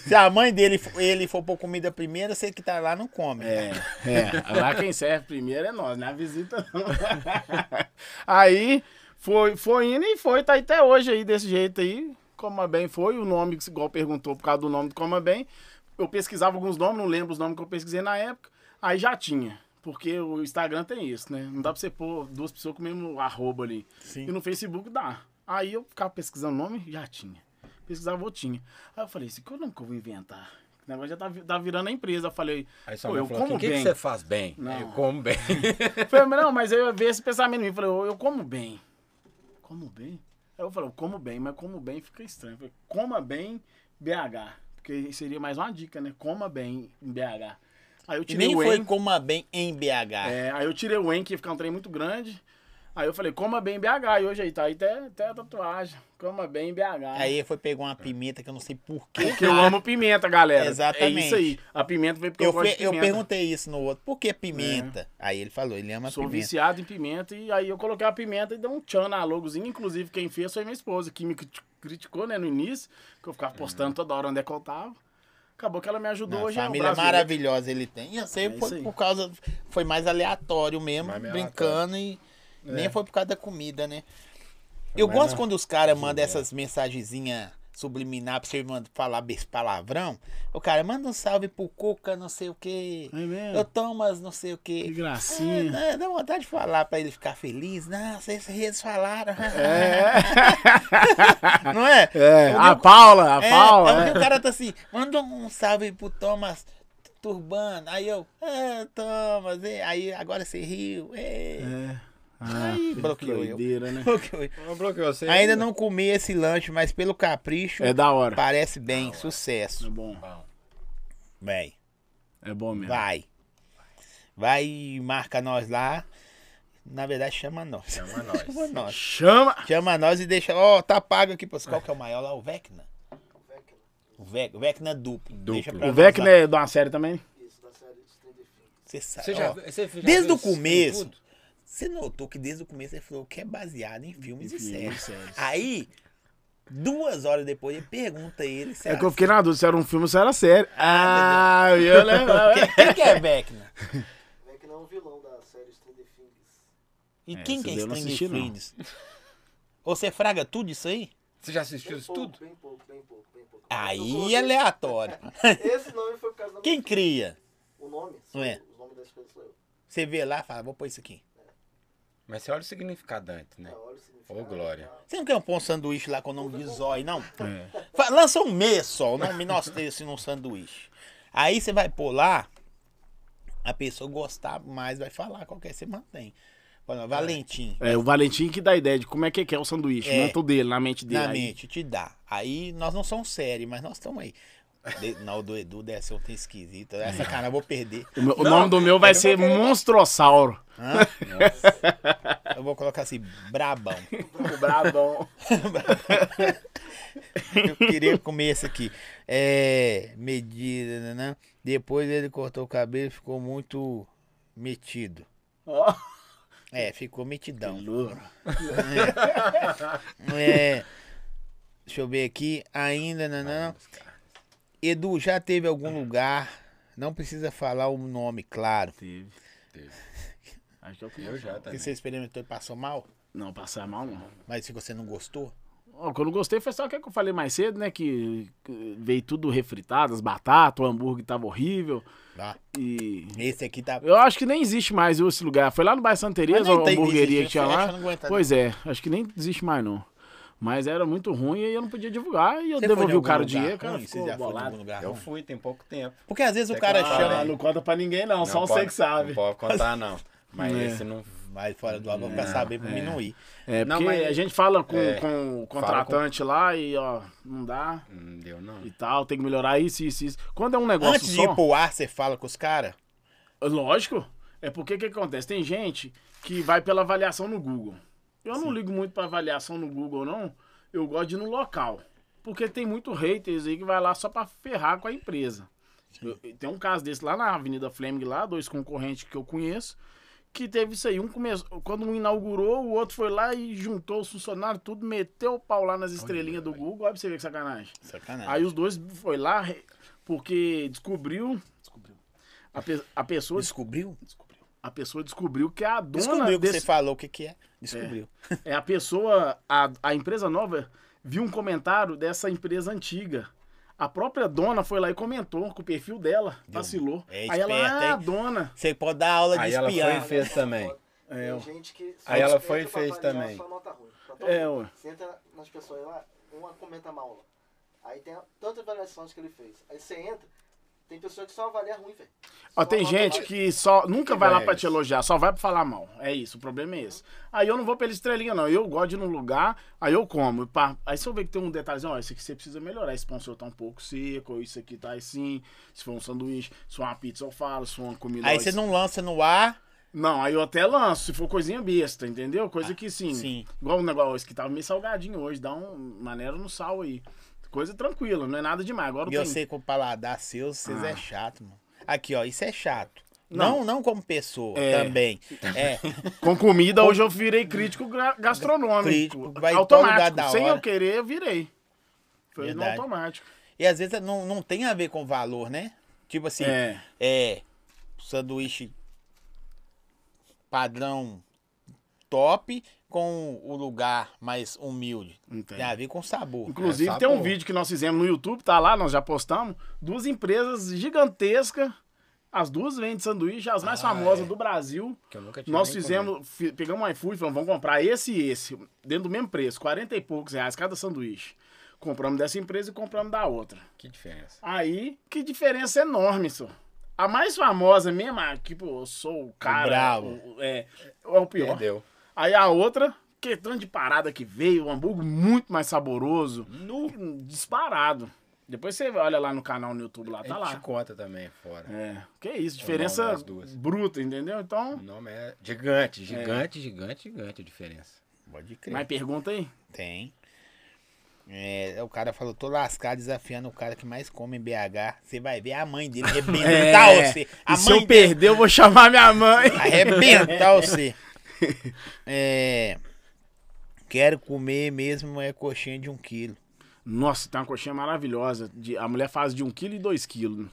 S2: Se a mãe dele fo- ele for pôr comida primeiro, você que tá lá não come.
S3: É, é. <laughs> Lá quem serve primeiro é nós, não é a visita não. <laughs> Aí foi, foi indo e foi, tá aí até hoje aí desse jeito aí. Coma Bem foi, o nome que igual perguntou por causa do nome do Coma Bem. Eu pesquisava alguns nomes, não lembro os nomes que eu pesquisei na época, aí já tinha. Porque o Instagram tem isso, né? Não dá pra você pôr duas pessoas com o mesmo arroba ali.
S2: Sim.
S3: E no Facebook dá. Aí eu ficava pesquisando o nome, já tinha. Pesquisava, eu tinha. Aí eu falei, esse que eu nunca vou inventar. O negócio já tá, vi- tá virando a empresa. Eu falei,
S1: Aí sua
S3: pô,
S1: mãe
S3: eu
S1: falou,
S3: como
S1: o que, que
S3: bem.
S1: você faz bem?
S3: Não.
S1: Eu como <laughs> bem.
S3: Falei, mas não, mas eu vi esse pensamento em mim. Falei, eu, eu como bem. Como bem? Aí eu falei, eu como bem, mas como bem fica estranho. Falei, coma bem BH. Porque seria mais uma dica, né? Coma bem em BH. Aí eu
S2: E
S3: tirei
S2: nem
S3: o
S2: foi
S3: em.
S2: Coma Bem em BH.
S3: É, aí eu tirei o em, que ia ficar um trem muito grande. Aí eu falei, coma bem em BH. E hoje aí tá aí até, até a tatuagem. Coma bem em BH.
S1: É,
S2: Aí ele foi pegar
S3: É.
S2: uma pimenta que eu não sei porquê.
S3: Porque eu amo pimenta, galera.
S2: Exatamente.
S3: É isso aí. A pimenta veio porque eu,
S2: Eu,
S3: gosto
S2: fe-
S3: de
S2: eu
S3: pimenta. É.
S2: perguntei isso no outro, por que pimenta? Aí ele falou, ele ama
S3: Sou
S2: pimenta.
S3: viciado em pimenta e aí eu coloquei a pimenta e dei um tchan na logozinha. Inclusive, quem fez foi minha esposa, que me crit- criticou, né, no início, que eu ficava postando toda hora onde é que eu tava. Acabou que ela me ajudou
S2: Não,
S3: hoje. é um
S2: família
S3: brasileiro.
S2: maravilhosa ele tem. Eu sei,
S3: É isso
S2: foi
S3: aí.
S2: por causa. Foi mais aleatório mesmo,
S1: Mais meio
S2: brincando e.
S3: É.
S2: Nem foi por causa da comida, né? Eu gosto quando os caras mandam essas mensagenzinhas subliminar pra você mandar- falar bes- palavrão. O cara manda um salve pro Cuca, não sei o quê.
S3: É mesmo?
S2: Eu tomo as não sei o quê.
S3: Que gracinha.
S2: Ah, dá- dá vontade de falar pra ele ficar feliz. Nossa, esses redes falaram. <laughs> não é?
S3: É,
S2: Eu
S3: a
S2: digo-
S3: Paula, a
S2: é,
S3: Paula.
S2: é porque
S3: é.
S2: o cara tá assim, manda um salve pro Thomas Turbano. Aí eu, ah, Thomas, é, aí agora você riu. É.
S3: É. Ah,
S2: Aí,
S3: que
S2: bloqueou eu.
S3: doideira, né?
S2: <laughs>
S1: Não bloqueou você.
S2: Ainda não comi esse lanche, mas pelo capricho,
S3: É da hora.
S2: parece bem,
S3: É
S2: sucesso.
S3: bom,
S1: Bom,
S2: Bem,
S3: é bom mesmo.
S2: vai. Vai e marca nós lá. Na verdade, chama nós. <laughs>
S1: chama nós.
S2: Chama nós.
S3: Chama!
S2: Chama nós e deixa. Ó, tá pago aqui, pô. Qual que é o maior lá? O Vecna?
S4: Vecna,
S2: O Vec- Vecna duplo.
S1: Duplo.
S2: Deixa pra
S3: O
S2: nós
S3: Vecna
S2: lá.
S3: é de uma série também?
S4: isso, da série Stranger Things.
S2: Você sabe.
S1: Você já,
S2: ó.
S1: você já
S2: desde
S1: viu
S2: o
S1: isso em
S2: começo.
S1: tudo?
S2: Você notou que desde o começo ele falou que é baseado em filmes
S3: Em
S2: e séries.
S3: filmes e séries.
S2: Aí, duas horas depois, ele pergunta a ele se
S3: É
S2: ela-
S3: que eu fiquei na dúvida se era um filme ou se era série. Ah, eu lembro.
S2: Quem, quem que é Vecna?
S4: Vecna é um vilão da série Stranger Things.
S2: E
S3: É,
S2: quem
S3: esse
S2: que é
S3: daí eu não
S2: Stranger
S3: assisti, não.
S2: Things? Ou Você fraga tudo isso aí?
S1: Você já
S4: Bem
S1: assistiu isso
S4: pouco,
S1: tudo?
S4: Bem pouco, bem pouco, bem pouco. Eu
S2: Aí
S4: coloquei-
S2: é aleatório.
S4: <laughs> Esse nome foi por causa da
S2: Quem cria?
S4: O nome?
S2: Não é.
S4: O nome das coisas sou eu.
S2: Você vê lá e fala, vou pôr isso aqui.
S1: Mas você olha o significado antes, né?
S4: É, olha o significado.
S1: Ô, Glória.
S4: tá?
S2: Você não quer pôr um sanduíche lá com o nome de Zói, não?
S3: É.
S2: Fa- Lança um mês só, o nome nosso desse num sanduíche. Aí você vai pôr lá, a pessoa gostar mais, vai falar qual que é, você mantém. Fala, Valentim,
S3: É, o Valentim que dá a ideia de como é que é que é o sanduíche.
S2: É.
S3: Monta o dele, na mente dele.
S2: na
S3: aí.
S2: mente, te dá. Aí nós não somos sérios, mas nós estamos aí. De, não, o do Edu deve ser outra esquisita.
S3: É.
S2: Essa cara eu vou perder.
S3: O, meu- o nome do meu vai ser Monstrossauro.
S2: Eu vou colocar assim, brabão.
S3: O Brabão.
S2: Eu queria comer esse aqui. É. Medida, né? Depois ele cortou o cabelo e ficou muito metido.
S3: <laughs> Ó.
S2: É, ficou metidão.
S3: Louro.
S2: É. Deixa eu ver aqui. Ainda, não, não. Edu, já teve algum lugar. Não precisa falar o nome, claro.
S3: Teve.
S1: Teve.
S3: Acho que eu
S1: Eu já
S2: Que
S1: também.
S2: você experimentou e passou mal,
S3: Não, passar mal não.
S2: mas se você não gostou.
S3: Ó, O que eu não gostei foi só o que eu falei mais cedo, né? Que que veio tudo refritado, as batatas, o hambúrguer tava horrível.
S2: Tá?
S3: E.
S2: Esse aqui tá.
S3: Eu acho que nem existe mais viu, esse lugar. Foi lá no bairro Santa Teresa,
S2: Mas nem
S3: a
S2: tem
S3: hamburgueria
S2: desse,
S3: que tinha
S2: eu acho
S3: lá.
S2: que eu não aguento, não.
S3: Pois é, acho que nem existe mais não. Mas era muito ruim e eu não podia divulgar. E eu
S2: Você foi em
S3: devolvi o
S2: algum
S3: cara o
S2: lugar
S3: dinheiro, cara.
S2: ruim? Você
S3: Ficou
S2: já foi em
S3: bolado.
S2: algum lugar
S1: Eu
S2: ruim? é
S1: fui, tem pouco tempo.
S2: Porque às vezes o
S1: Até
S2: cara
S1: que eu
S2: chama.
S3: Ah, não conta pra ninguém, não. só você
S1: pode-
S3: que sabe.
S1: Não pode contar, não. Mas esse não.
S2: Mas fora do ar, vou ficar sabendo pra diminuir.
S3: É,
S1: Não,
S3: porque
S1: mas-
S3: a gente fala com,
S1: É,
S3: com o contratante lá e, ó, não dá
S1: Não deu, não.
S3: e tal, tem que melhorar isso, isso, isso. Quando é um negócio
S2: Antes de
S3: só,
S2: ir pro ar, você fala com os caras?
S3: lógico, é porque o que acontece? Tem gente que vai pela avaliação no Google. Eu não ligo muito pra avaliação no Google, não. Eu gosto de ir no local. Porque tem muito haters aí que vai lá só pra ferrar com a empresa. Eu- tem um caso desse lá na Avenida Fleming, lá, dois concorrentes que eu conheço, que teve isso aí. Um começou, quando um inaugurou, o outro foi lá e juntou os funcionários, tudo, meteu o pau lá nas estrelinhas do Google. Olha pra você ver que sacanagem.
S2: Sacanagem.
S3: Aí os dois foi lá re- porque descobriu. A, pe- a pessoa,
S2: Descobriu?
S3: a pessoa descobriu que a dona
S2: Descobriu que você
S3: desse-
S2: falou o que, que é. Descobriu.
S3: é a pessoa, a, a empresa nova viu um comentário dessa empresa antiga. A própria dona foi lá e comentou com o perfil dela, vacilou.
S2: É
S3: Aí ela,
S2: esperta,
S3: ah,
S2: hein?"
S3: dona.
S2: Você pode dar aula de
S1: Aí ela
S2: espiar.
S1: foi e fez também. É.
S4: Tem gente que só
S1: Aí ela
S4: desperta
S1: foi e
S4: pra
S1: fez
S4: avaliar
S1: também.
S4: só nota ruim. Pra todo
S3: É,
S4: mundo.
S3: ué.
S4: Você entra nas pessoas lá, uma comenta mal lá. Aí tem tantas avaliações que ele fez. Aí você entra, tem pessoa que só avalia ruim, velho.
S3: Ó,
S4: Só
S3: tem
S4: nota
S3: gente
S4: ruim.
S3: que só nunca vai lá
S1: é
S3: pra te
S1: isso?
S3: elogiar, só vai pra falar mal. É isso, o problema é esse. Aí eu não vou pela estrelinha, não. Eu gosto de ir num lugar, aí eu como. pá. Aí se eu ver que tem um detalhezinho, ó, esse aqui você precisa melhorar. Esse pão seu tá um pouco seco, ou isso aqui tá assim. Se for um sanduíche, se for uma pizza, eu falo, se for uma comida. ó,
S2: Aí você
S3: isso-
S2: não lança no ar.
S3: Não, aí eu até lanço, se for coisinha besta, entendeu? Coisa que sim.
S2: sim.
S3: Igual um negócio esse que tava meio salgadinho hoje, dá um maneiro no sal aí. Coisa tranquila, não é nada demais. Agora
S2: E
S3: tem...
S2: eu sei que o paladar seu, vocês é chato, mano. Aqui, ó, isso é chato.
S3: Não.
S2: Não, não, como pessoa,
S3: É.
S2: também. <laughs> É,
S3: Com comida, hoje eu virei crítico gra- gastronômico.
S2: Crítico, vai em todo lugar
S3: automático.
S2: da
S3: Sem
S2: hora.
S3: eu querer, eu virei. Foi
S2: Verdade.
S3: no automático.
S2: E às vezes não, não tem a ver com valor, né? Tipo assim, é,
S3: É.
S2: sanduíche padrão top com o lugar mais humilde.
S3: Não
S2: Tem,
S3: tem.
S2: a ver com sabor. né?
S3: Inclusive,
S1: É,
S3: tem um
S1: sabor.
S3: vídeo que nós fizemos no YouTube, tá lá, nós já postamos. Duas empresas gigantescas. As duas vendem sanduíche, as mais
S2: Ah, é.
S3: famosas do Brasil.
S1: Que eu nunca tinha
S3: Nós
S1: nem
S3: fizemos, fi- pegamos um iFood, falamos, vamos comprar esse e esse, dentro do mesmo preço, 40 e poucos reais cada sanduíche. Compramos dessa empresa e compramos da outra.
S1: comido. Que diferença.
S3: Aí, que diferença enorme, só. A mais famosa mesmo, a que, pô, eu sou o cara.
S2: brabo.
S3: o- é, é o pior.
S1: Perdeu.
S3: Aí a outra, que tanto de parada que veio, um hambúrguer muito mais saboroso. hum, Disparado. Depois você olha lá no canal no YouTube, lá tá
S1: A gente
S3: lá.
S1: conta também fora.
S3: É, que isso, diferença
S1: das duas.
S3: bruta, entendeu? Então,
S1: O nome é gigante, gigante, gigante, gigante a diferença.
S3: um
S2: Pode
S1: Hum.
S2: crer.
S3: mais pergunta aí.
S2: Tem. É, o cara falou, tô lascado desafiando o cara que mais come em BH. Você vai ver a mãe dele
S3: <laughs>
S2: arrebentar você. A
S3: É, e se eu
S2: mãe dele
S3: perder, eu vou chamar minha mãe.
S2: arrebentar você. É, quero comer mesmo é coxinha de um quilo.
S3: <laughs> Nossa, tem uma coxinha maravilhosa. De- a mulher faz de 1 kg e 2 kg.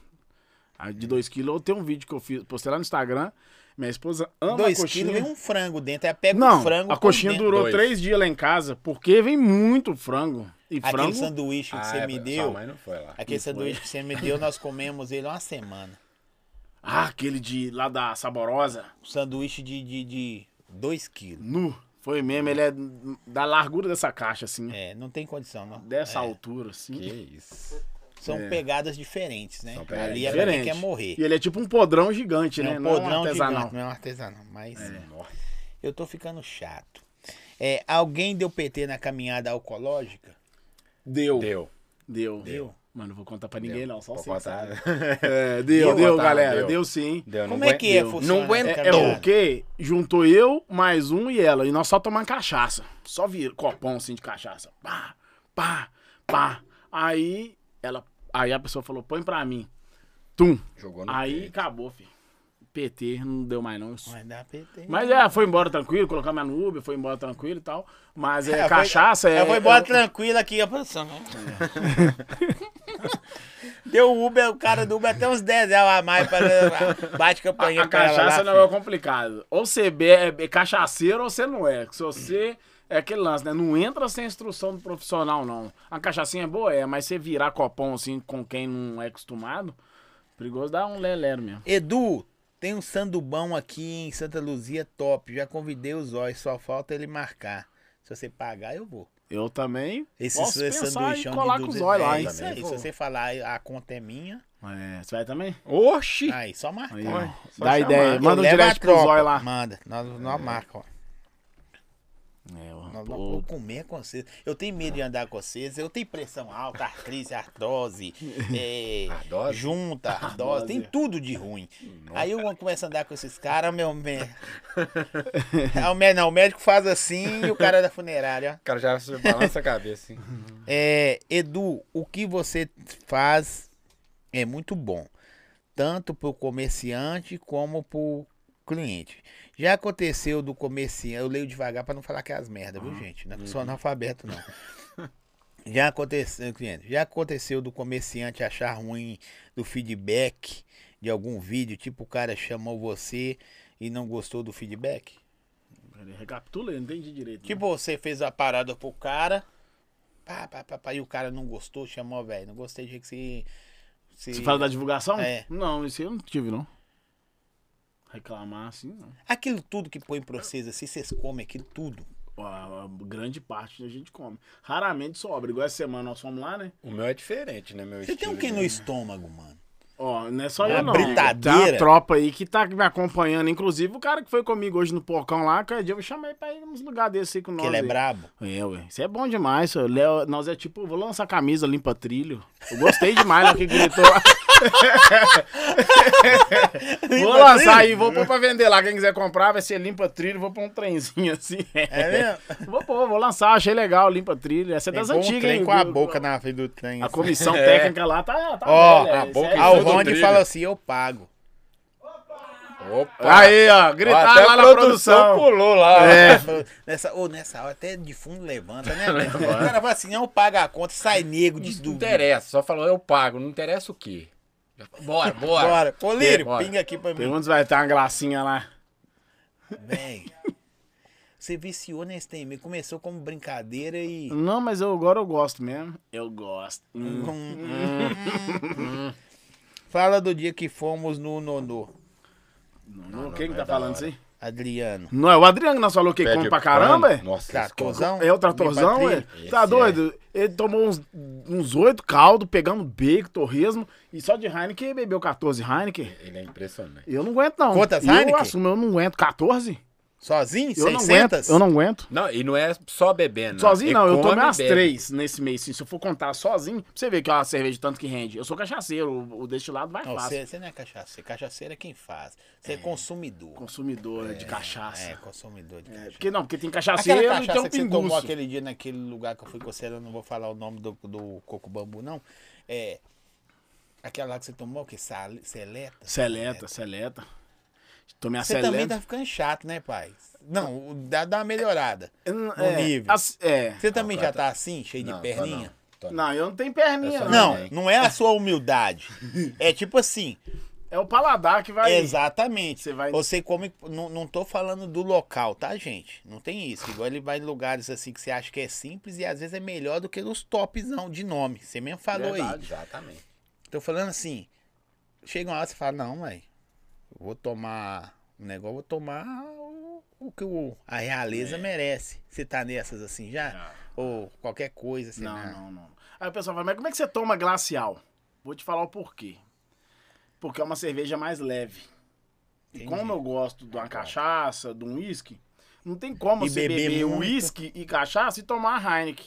S3: A de 2 kg eu tenho um vídeo que eu fiz, postei lá no Instagram. Minha esposa ama
S2: Dois
S3: a coxinha.
S2: quilos vem um frango dentro. Aí pega
S3: Não,
S2: um frango.
S3: a coxinha
S2: dentro.
S3: durou
S1: Dois.
S3: três dias lá em casa, porque vem muito frango. E
S2: Aquele
S3: frango
S2: sanduíche que
S1: Ah,
S2: você
S1: é,
S2: me
S1: sua
S2: deu.
S1: mãe não foi lá.
S2: Aquele sanduíche que você me deu, nós comemos ele uma semana.
S3: Ah, aquele de lá da Saborosa.
S2: Um sanduíche de 2 de, de dois quilos.
S3: Nu. Foi mesmo, ele é da largura dessa caixa, assim.
S2: É, não tem condição, não.
S3: Dessa
S2: É,
S3: altura, assim.
S1: Que isso.
S2: São pegadas diferentes, né?
S1: é. São pegadas
S2: Ali é pra quem
S3: Diferente.
S2: quer morrer.
S3: E ele é tipo um podrão gigante,
S2: É
S3: né?
S2: um
S3: Não é
S2: podrão
S3: artesanal.
S2: gigante, não é um artesanal, mas
S1: Nossa.
S2: eu tô ficando chato. É, alguém deu PT na caminhada alcoológica?
S3: Deu. Deu.
S1: Deu.
S3: Deu.
S2: Deu.
S3: Mano, não vou contar pra ninguém, não. Só
S1: Vou
S3: você. que
S1: contar.
S3: sabe. É, deu,
S1: Vou
S3: deu,
S1: contar,
S3: galera. Deu,
S1: deu. <laughs>
S3: sim.
S1: Deu, não
S2: Como é
S1: aguento-
S2: que é,
S1: deu.
S2: funciona?
S1: Não aguento.
S2: essa
S3: É, é
S2: caminhada?
S3: porque juntou eu, mais um e ela. E nós só tomamos cachaça. Só vira copão assim de cachaça. Pá, pá, pá. Aí ela. Aí a pessoa falou, põe pra mim. Tum.
S2: é?
S1: Jogou no
S3: Aí
S1: peito.
S3: acabou, filho. PT, não deu mais não.
S2: Vai dar PT.
S3: Mas é, foi embora tranquilo, colocamos ela no Uber, foi embora tranquilo e tal. Mas é,
S2: Ela foi-
S3: cachaça, é.
S2: ela foi embora
S3: é-
S2: tranquila aqui, a produção. né? <laughs> Deu o Uber, o cara do Uber até uns 10 reais a mais para bate campanha
S3: A
S2: pra ela
S3: cachaça
S2: lá,
S3: não é complicado. Ou você be- é é cachaceiro ou você não é. Se você. É aquele lance, né? Não entra sem instrução do profissional, não. A cachaçinha é boa, é, mas você virar copão assim com quem não é acostumado, perigoso dá um lelero mesmo.
S2: Edu, tem um sandubão aqui em Santa Luzia top. Já convidei os olhos, só falta ele marcar. Se você pagar, eu vou.
S3: Eu também
S2: Esse,
S3: posso
S2: esse
S3: pensar e
S2: sanduichão de
S3: colar com os
S2: duzentos-
S3: olhos lá,
S2: é
S3: hein?
S2: isso aí,
S1: pô.
S2: Se você falar a conta é minha,
S3: É, você vai também?
S1: Oxi!
S2: aí só marcar.
S3: Aí,
S1: Ué,
S3: ó.
S1: só
S3: Dá
S1: chamar.
S3: ideia.
S1: Eu
S3: Manda um
S2: Leva a
S3: direct pro
S2: tropa.
S3: Zóio lá.
S2: Manda, nós, nós marca, ó.
S3: É, ó,
S2: Nós
S3: pô,
S2: não vamos comer com vocês. Eu tenho medo de andar com vocês. Eu tenho pressão alta, artrite, artrose, é,
S1: Ardose?
S2: junta, ardose, tem tudo de ruim. Aí eu começo a andar com esses caras, meu mé- Ah, o mé- não, o médico faz assim e o cara da funerária.
S1: O cara já se balança a cabeça, hein?
S2: ó. É, Edu, o que você faz é muito bom, tanto para o comerciante como para o cliente. Já aconteceu do comerciante, eu leio devagar para não falar que é as merdas, viu, gente? Não sou analfabeto, não. Já aconteceu, cliente, já aconteceu do comerciante achar ruim do feedback de algum vídeo, tipo o cara chamou você e não gostou do feedback?
S3: peraí, Recapitula, eu não entendi direito.
S2: Tipo, você fez a parada pro cara, pá, pá, pá, pá, e o cara não gostou, chamou, velho, não gostei de jeito que você... você-
S3: Você fala da divulgação?
S2: É.
S3: Não, isso aí eu não tive, não. Reclamar assim, não.
S2: Aquilo tudo que põe pra vocês, assim, vocês comem aquilo tudo.
S3: A, a grande parte a gente come. Raramente sobra. Igual essa semana nós fomos lá, né?
S1: O meu é diferente, né? Meu
S2: Você tem um
S1: estilo
S2: que
S1: de-
S2: no estômago, mano.
S3: Ó, não é só
S2: Uma
S3: eu, não.
S2: britadeira.
S3: Tem uma tropa aí que tá me acompanhando. Inclusive, o cara que foi comigo hoje no porcão lá, que eu chamei pra ir nos lugares desse aí com nós.
S2: Que ele é
S3: aí.
S2: brabo.
S3: É, ué. Isso é bom demais, senhor. Léo, nós é tipo, vou lançar camisa, limpa trilho. Eu gostei demais do que
S2: <laughs>
S3: gritou lá. vou lançar aí, vou pôr pra vender lá. Quem quiser comprar, vai ser limpa trilho, vou pôr um trenzinho assim. <laughs>
S2: É mesmo?
S3: Vou pôr, vou lançar, achei legal, limpa trilho. Essa é das
S2: Tem bom
S3: antigas,
S2: um trem
S3: hein?
S2: com a boca na frente do trem.
S3: A
S2: assim.
S3: <laughs> comissão
S1: É.
S3: técnica lá tá. tá
S2: Ó,
S3: velha,
S2: a
S3: isso
S1: boca
S3: é-
S1: e
S2: Ah, o
S1: Isso é do
S2: Rony
S1: trilho.
S2: fala assim, eu pago.
S1: Opa!
S3: Aí, ó,
S1: Ó,
S3: gritar
S1: até
S3: lá
S1: a
S3: na produção.
S1: pulou lá.
S3: É.
S2: Falou, Nessa, ô, nessa hora até de fundo levanta,
S3: <laughs>
S2: né? velho? o cara fala assim, não paga a conta, sai nego de
S1: Não
S2: tudo.
S1: interessa, só falou eu pago, não interessa o quê? Já- Bora, bora.
S2: Bora, Colírio,
S1: Bora.
S2: pinga aqui pra mim.
S3: Pergunta se vai ter uma gracinha lá.
S2: Véi, você viciou nesse tema. Começou como brincadeira e.
S3: Não, mas eu, agora eu gosto mesmo. Eu gosto. Hum.
S2: Fala do dia que fomos no Nonô,
S3: Não, não, quem
S1: não,
S3: que
S1: é
S3: tá
S1: da
S3: falando
S1: hora.
S3: isso aí?
S2: Adriano.
S3: Não, é o Adriano que nós falou que
S1: Pé
S3: come
S1: de
S3: pra
S1: pano.
S3: caramba, é?
S1: Nossa, esse
S2: Tratorzão?
S3: É o tratorzão,
S2: Limpa
S3: ué.
S2: trilho?
S3: Tá
S1: Esse
S3: doido? Ele tomou uns- uns oito caldos, pegando bacon, torresmo, e só de Heineken ele bebeu 14 Heineken.
S1: Ele é impressionante.
S3: Eu não aguento, não.
S2: Quantas
S3: eu
S2: Heineken?
S3: assumo, eu não aguento. 14?
S2: Sozinho?
S3: Eu não aguento.
S2: 600?
S3: Eu não aguento.
S1: Não, e não é só beber, não.
S3: Sozinho
S1: Ele
S3: não, eu
S1: come
S3: tomei
S1: e
S3: umas
S1: bebe.
S3: três nesse mês. sim. Se eu for contar sozinho, pra você ver que é uma cerveja de tanto que rende. Eu sou cachaceiro, o, o destilado vai
S2: Não,
S3: fácil.
S2: você, você não é cachaceiro. Cachaceiro é quem faz. Você é, consumidor.
S3: Consumidor de cachaça.
S2: É, consumidor de cachaça.
S3: Porque não, porque tem
S2: Aquela
S3: cachaceiro e
S2: cachaça
S3: tem um
S2: que você tomou
S3: pinguço.
S2: aquele dia naquele lugar que eu fui com você, eu não vou falar o nome do, do coco bambu, não. É. Aquela lá que você tomou, que é sal- seleta.
S3: Seleta, seleta. Tomei a
S2: É. Você
S3: seleta.
S2: também tá ficando chato, né, pai? Não, o- dá, dá uma melhorada.
S3: Eu não-
S2: no
S3: é,
S2: nível.
S3: as- é.
S2: Você também
S1: cara,
S2: já tá assim, cheio
S1: Não,
S2: de
S1: tô
S2: perninha?
S1: Não, tô não.
S3: Não, eu não tenho perninha.
S1: Eu só
S2: Não,
S1: Não, né?
S2: não é a sua humildade. É tipo assim,
S3: É o paladar que vai.
S2: exatamente.
S3: Você vai-
S2: Você come. Não, não tô falando do local, tá, gente? Não tem isso. Igual ele vai em lugares assim que você acha que é simples e às vezes é melhor do que nos tops, não, de nome. Você mesmo
S1: Tá
S2: falou aí.
S1: Verdade, Exatamente.
S2: Tô falando assim. Chega uma hora que você fala, não, mãe. Eu vou tomar um negócio, eu vou tomar o, o que o, a realeza
S1: É.
S2: merece. Você tá nessas assim já? Ou qualquer coisa assim,
S3: Não,
S2: né?
S3: não, não. Aí o pessoal fala, mas como é que você toma glacial? Vou te falar o porquê. Porque é uma cerveja mais leve. E
S2: Entendi.
S3: como eu gosto de uma cachaça, de um uísque, não tem como
S2: E
S3: você
S2: beber
S3: beber
S2: muito.
S3: uísque e cachaça e tomar Heineken.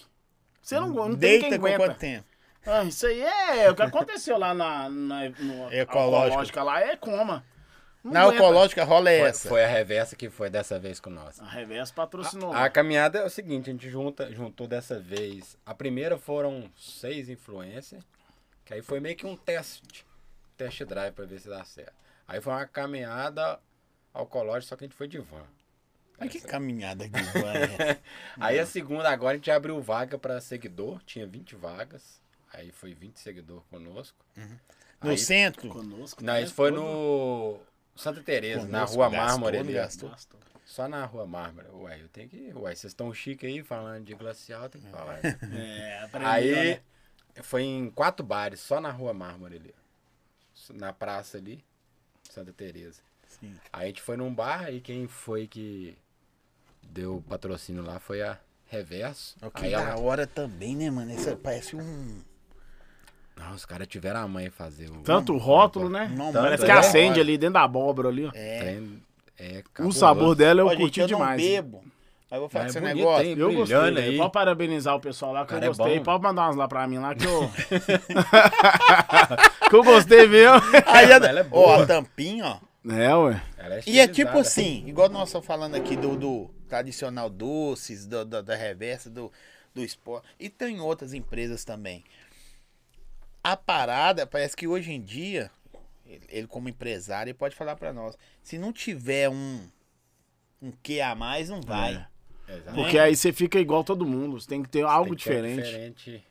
S3: Você não, não tem
S2: Deita
S3: quem
S2: com
S3: aguenta.
S2: quanto tempo?
S3: Ah, isso aí é o que aconteceu lá na, na
S2: <laughs>
S3: no-
S2: Ecológica.
S3: ecológica lá, é coma. Não
S2: É Na
S3: aguenta.
S2: alcoológica rola é
S1: Foi,
S2: essa.
S1: foi a reversa que foi dessa vez com nós.
S3: A Reverso patrocinou.
S1: A, a caminhada é o seguinte, a gente junta, juntou dessa vez. A primeira foram seis influencers, que aí foi meio que um teste, test drive pra ver se dá certo. Aí foi uma caminhada alcoológica, só que a gente foi de van.
S2: Mas que
S1: <laughs>
S2: caminhada de van é essa?
S1: Aí a segunda agora a gente abriu vaga pra seguidor, tinha 20 vagas. Aí foi 20 seguidor conosco.
S2: No
S1: Aí-
S2: centro?
S3: conosco.
S1: Não,
S3: né,
S1: isso foi
S3: todo.
S1: no Santa Teresa, na
S2: Conosco,
S1: Rua
S2: gastou,
S1: Mármore
S2: não
S1: ali.
S2: gastou?
S3: Gastou.
S1: Só na Rua Mármore. Ué, eu tenho que. ir. Ué, vocês estão chique aí falando de glacial, tem que
S2: <laughs>
S1: falar. né?
S3: É, aprendeu,
S1: Aí
S3: né?
S1: foi em quatro bares, só na Rua Mármore ali. Na praça ali, Santa Teresa.
S2: Sim.
S1: Aí a gente foi num bar e quem foi que deu o patrocínio lá foi a reverso.
S2: O que
S1: aí
S2: da
S1: ela-
S2: hora também, né, mano? Esse parece um.
S1: Não, os caras tiveram a mãe fazer o.
S3: Tanto o rótulo, né?
S2: Não,
S3: Parece
S2: mano,
S3: que
S2: é.
S3: acende ali dentro da abóbora ali, ó.
S1: O trem É,
S3: o
S1: cabuloso.
S3: sabor dela eu
S2: Ó, gente,
S3: curti
S2: eu
S3: demais.
S2: não bebo. Mas vou falar
S1: Mas
S2: desse
S1: é bonito,
S2: negócio.
S1: hein?
S3: Eu gostei,
S1: Brilhando
S3: velho.
S1: aí.
S3: Pode parabenizar o pessoal lá que
S1: Cara,
S3: eu
S1: é
S3: gostei.
S1: bom.
S3: Pode mandar umas lá pra mim lá
S1: <laughs>
S3: que eu. <laughs> que eu gostei mesmo.
S2: Aí
S1: Ela é
S2: ela-
S1: boa.
S2: Ó, a tampinha, ó.
S3: É, ué.
S1: Ela
S2: E é
S1: estilizada.
S2: tipo assim, igual nós estamos falando aqui do, do tradicional doces, do- do- da reversa, do, do esporte. E tem outras empresas também. A parada, parece que hoje em dia, ele, ele como empresário, ele pode falar pra nós. Se não tiver um, um que a mais, não vai.
S3: É.
S1: Exato.
S3: Porque aí você fica igual todo mundo. Você tem que ter algo
S1: Tem que ter
S3: diferente,
S1: diferente.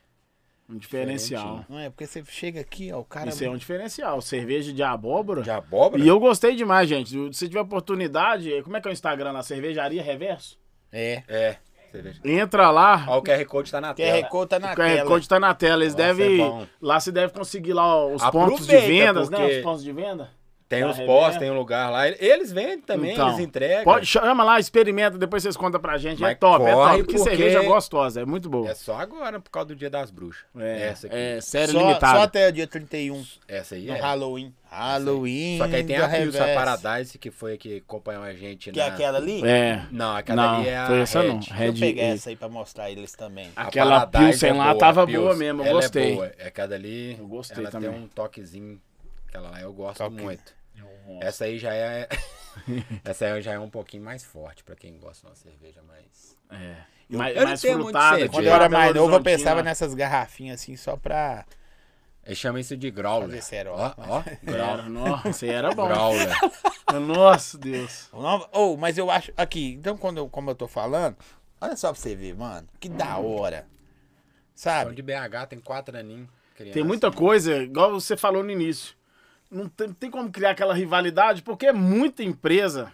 S3: Um diferencial.
S1: diferente.
S2: Não é? Porque você chega aqui, ó, o cara.
S3: Isso é um diferencial. Cerveja de abóbora.
S1: De abóbora?
S3: E eu gostei demais, gente. Se tiver oportunidade, como é que é o Instagram na cervejaria reverso?
S2: É.
S1: É. Você vê.
S3: Entra lá.
S1: Ó, o QR Code tá na tela.
S2: QR Code tá na
S3: O QR
S2: tela.
S3: Code tá na tela. Eles
S1: Nossa,
S3: devem.
S1: é bom.
S3: lá você deve conseguir lá os pontos de
S1: Aproveita,
S3: vendas, né?
S1: porque-
S3: Os pontos de venda.
S1: Tem
S3: Tá
S1: os
S3: revendo.
S2: né?
S1: postos, tem um lugar lá. Eles vendem também,
S3: Então,
S1: eles entregam.
S3: Pode, chama lá, experimenta, depois vocês contam pra gente. é
S1: Mas
S3: top, é
S1: corre,
S3: top. Que
S1: porque-
S3: cerveja gostosa, é muito boa.
S1: É só agora, por causa do Dia das Bruxas.
S3: É,
S1: Essa aqui.
S3: é sério
S2: Só,
S3: limitada.
S2: só até o dia 31,
S1: Essa aí
S2: no
S1: é.
S2: Halloween. Halloween.
S1: Só que aí tem
S2: do
S1: a Pilsa
S2: reverso.
S1: Paradise, que foi a que acompanhou a gente
S2: Que é
S1: na...
S2: aquela ali?
S3: É.
S1: Não, aquela
S3: Não,
S1: ali é a
S3: foi essa não.
S1: Red.
S2: Deixa eu pegar
S3: Red.
S2: essa aí pra mostrar eles também.
S1: A é
S3: Aquela
S1: Paradise
S3: Pilsen lá tava boa mesmo, eu
S1: Ela
S3: gostei.
S1: É boa. É cada ali.
S3: Eu gostei
S1: ela
S3: também.
S1: tem um toquezinho. Aquela lá eu gosto
S2: Toque.
S1: muito. Essa aí já
S3: <laughs>
S1: é. essa aí já é um pouquinho mais forte pra quem gosta de uma cerveja mais.
S3: É. Mais,
S1: eu não
S3: mais
S1: tenho muito
S3: frutada.
S1: sede.
S2: Quando
S1: Gente,
S2: eu era
S3: Belo
S2: mais novo, eu
S3: Horizontina.
S2: pensava nessas garrafinhas assim só pra.
S1: Eles chamam isso de growler.
S2: Fazer cerol.
S1: Ó,
S3: <laughs>
S1: ó.
S3: Era,
S1: Growler.
S3: nossa, era É bom.
S1: growler.
S3: <laughs> Nossa, Deus.
S2: Não, oh, mas eu acho. Aqui, então, quando eu- como eu tô falando, olha só pra você ver, mano. Que da hora.
S1: São
S2: Sabe?
S1: de BH, tem quatro aninhos.
S2: É
S1: criança.
S3: Tem
S2: assim.
S3: muita coisa, igual você falou no início. Não tem, tem como criar aquela rivalidade, porque é muita empresa.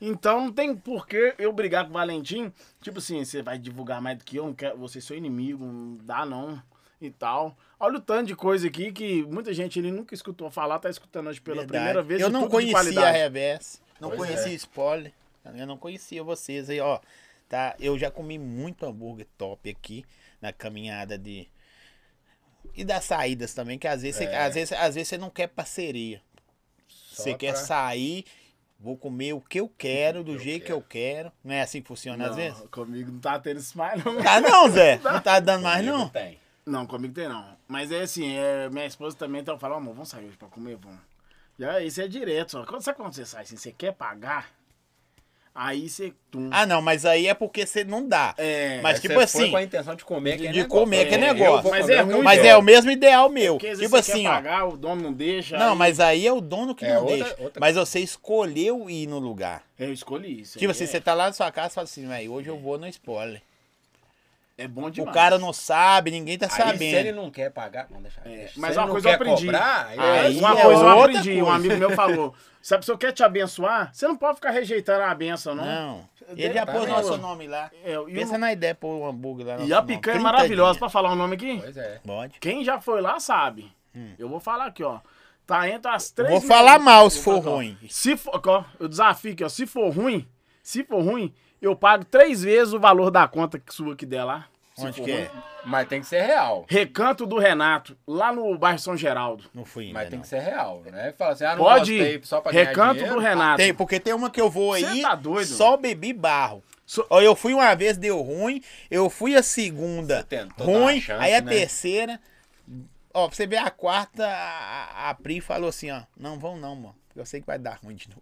S3: Então não tem por que eu brigar com o Valentim. Tipo assim, você vai divulgar mais do que eu, não quero, você é seu inimigo, não dá não e tal. Olha o tanto de coisa aqui que muita gente ele nunca escutou falar, tá escutando hoje pela
S2: Verdade.
S3: primeira vez.
S2: Eu
S3: e
S2: não
S3: tudo de
S2: conhecia a
S3: qualidade.
S2: revés. Não
S1: Pois
S2: conhecia
S1: é.
S2: spoiler. tá Eu não conhecia vocês aí, ó. Tá? Eu já comi muito hambúrguer top aqui na caminhada de. E das saídas também, que às vezes, você,
S1: É.
S2: às vezes, às vezes você não quer parceria.
S1: Só
S2: Você quer
S1: pra-
S2: sair, vou comer o que eu quero, do
S1: Eu
S2: jeito que eu quero. Não é assim que funciona às
S3: Não,
S2: vezes?
S3: Comigo não tá tendo isso mais, <laughs> não.
S2: Tá não, Zé. Não tá dando mais,
S1: Comigo
S2: não.
S1: Tem.
S3: Não, comigo tem não. Mas é assim, é, minha esposa também, então eu falo, amor, vamos sair hoje pra comer, vamos. Já, isso é direto, só. Quando, sabe quando você sai assim, você quer pagar? Aí você... Tum,
S2: Ah, não, mas aí é porque você não dá.
S3: é,
S2: mas
S1: Aí você
S2: tipo
S1: foi
S2: assim,
S1: com a intenção de comer que é
S2: de
S1: negócio.
S2: comer que é
S1: Eu vou
S2: negócio.
S1: comer
S3: Mas é
S1: o que eu
S3: ruim,
S2: Mas
S1: quero.
S2: é o mesmo ideal meu.
S3: porque às vezes
S2: Tipo
S3: você
S2: assim,
S3: quer
S2: ó.
S3: pagar, o dono não deixa.
S2: Não,
S3: aí-
S2: mas aí é o dono que
S1: É,
S2: não
S1: outra-
S2: deixa.
S1: outra-
S2: Mas você escolheu ir no lugar.
S3: Eu escolhi isso.
S2: tipo
S3: aí
S2: assim,
S3: é,
S2: você tá lá na sua casa e fala assim, velho, hoje eu vou no spoiler.
S3: É bom demais.
S2: O cara não sabe, ninguém tá
S1: Aí, se ele
S2: sabendo.
S1: não quer pagar, vamos deixar.
S3: É,
S1: deixa. Se
S3: mas
S1: ele
S3: uma
S1: não
S3: coisa eu
S1: quer
S3: aprendi.
S1: cobrar, aí
S3: Aí
S2: é
S3: uma
S2: outra
S3: coisa eu
S2: coisa.
S3: aprendi. Um amigo meu falou: se a pessoa quer te abençoar, você não pode ficar rejeitando a benção, não.
S2: Não. Ele já
S1: Tá
S2: pôs
S1: vendo?
S2: nosso nome lá.
S3: É, e, o-
S2: Pensa na ideia pôr o hambúrguer lá.
S3: e
S2: nosso
S3: a
S2: nome.
S3: picanha é
S2: 30
S3: maravilhosa,
S2: dias.
S3: pra falar o nome aqui?
S1: Pois é.
S2: Pode.
S3: Quem já foi lá sabe. Eu vou falar aqui, ó. Tá entre as três.
S2: Hum. Vou
S3: melhores-
S2: falar mal se for
S3: Ó,
S2: ruim.
S3: Se for, ó, eu desafio aqui, ó. Se for ruim, se for ruim, eu pago três vezes o valor da conta que sua que der lá. Se
S2: Onde
S3: for
S2: que
S3: ruim.
S2: é?
S1: Mas tem que ser real.
S3: Recanto do Renato, lá no bairro São Geraldo.
S2: Não fui ainda,
S1: Mas tem
S2: não.
S1: que ser real, né? Fala assim, ah, não
S3: Pode
S1: gostei,
S3: ir.
S1: só pra ganhar
S3: Recanto
S1: dinheiro.
S3: do Renato.
S2: Tem, porque tem uma que eu vou
S3: Cê
S2: aí,
S3: tá doido?
S2: só bebi barro.
S3: So-
S2: Ó, Eu fui uma vez, deu ruim. Eu fui a segunda,
S1: Você tentou dar
S2: ruim.
S1: uma chance,
S2: aí a
S1: né?
S2: terceira. Ó, pra você ver a quarta, a, a- a Pri falou assim, ó. Não vão não, mano. Eu sei que vai dar ruim de novo.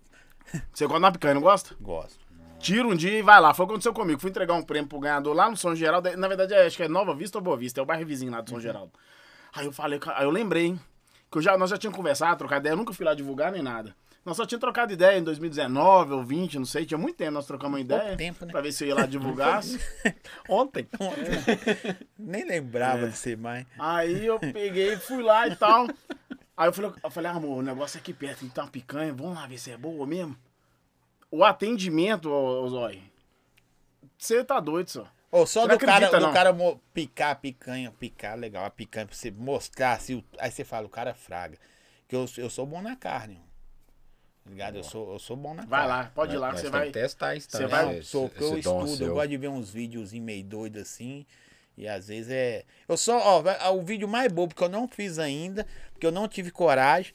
S3: Você gosta da picanha, não gosta?
S2: Gosto.
S3: Tira um dia e vai lá. Foi o que aconteceu comigo. Fui entregar um prêmio pro ganhador lá no São Geraldo. Na verdade, é- acho que é Nova Vista ou Boa Vista. É o bairro vizinho lá do São
S2: Uhum.
S3: Geraldo. Aí eu falei, aí eu lembrei, hein? Que eu já, nós já tínhamos conversado, trocado ideia. Eu nunca fui lá divulgar nem nada. Nós só tínhamos trocado ideia em 2019 ou 20, não sei. Tinha muito tempo nós trocamos uma ideia.
S2: tempo, né?
S3: Pra ver se eu ia lá
S2: <laughs>
S3: divulgar. Ontem.
S2: Nem lembrava de ser mais.
S3: Aí eu peguei, fui lá e tal. Aí eu falei, eu falei, amor, o negócio é aqui perto, tem que tá uma picanha, vamos lá ver se é boa mesmo. O atendimento, ô, ô Zói, você tá doido, só.
S2: Ou só
S3: Você não
S2: do cara,
S3: acredita, não.
S2: do cara mo- picar a picanha, picar legal, a picanha pra você é mostrar, assim, o- aí você fala, o cara fraga. Que eu, eu sou bom na carne. ó. Ligado? Eu sou, eu sou bom na
S3: Vai
S2: cola.
S3: lá, pode ir lá que
S1: Nós
S3: você
S1: temos
S3: vai.
S1: que testar isso também. né?
S3: você vai-
S2: Não,
S1: esse-
S2: sou, porque eu
S1: esse dom
S2: estudo, eu
S1: seu.
S2: gosto de ver uns videozinhos meio doidos assim. E às vezes é. Eu só, ó, vai- ah, o vídeo mais bobo que eu não fiz ainda, porque eu não tive coragem,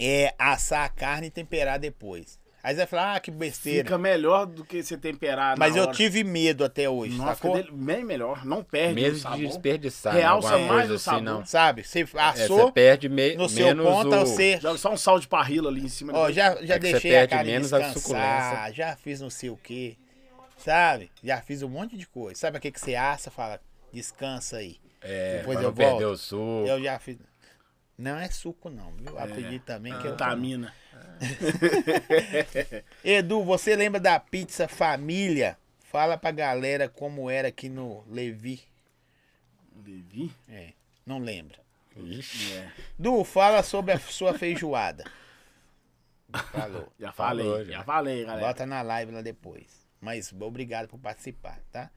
S2: é assar a carne e temperar depois. Aí você vai falar, ah, que besteira.
S3: Fica melhor do que você temperar. na
S2: Mas eu tá
S3: hora.
S2: tive medo até hoje,
S3: Nossa,
S2: sacou?
S3: fica dele- bem melhor. Não perde. o
S1: Mesmo
S3: sabor.
S1: de tá desperdiçar.
S3: Realça
S1: alguma
S3: mais
S1: coisa assim,
S3: o sabor.
S1: não.
S2: Sabe? Você
S1: É,
S2: assou
S1: você perde me-
S2: Ah, no seu
S1: menos
S2: ponto,
S1: o...
S2: ao ser
S3: Joga só um sal de parrilla ali em cima.
S2: Ó,
S3: depois.
S2: já, já
S1: É que você
S2: deixei a
S1: perde
S2: carne
S1: menos a
S2: descansar,
S1: suculência.
S2: já fiz não sei o que, sabe? Já fiz um monte de coisa. Sabe aquele que você assa, fala, descansa aí.
S1: É,
S2: Depois
S1: pra
S2: eu
S1: não perder
S2: volto.
S1: o suco.
S2: Eu já fiz... Não é suco não, viu? Aprendi também que
S3: Ah,
S2: eu...
S3: Vitamina.
S2: Edu, você lembra da pizza família? Fala pra galera como era aqui no Levi.
S3: Levi? É,
S2: É, não lembra.
S1: Ixi,
S2: Du, fala sobre a sua feijoada. Falou.
S3: Já falei,
S1: Falou,
S3: já
S1: já.
S3: falei, galera.
S2: Bota na live lá depois. Mas obrigado por participar, tá?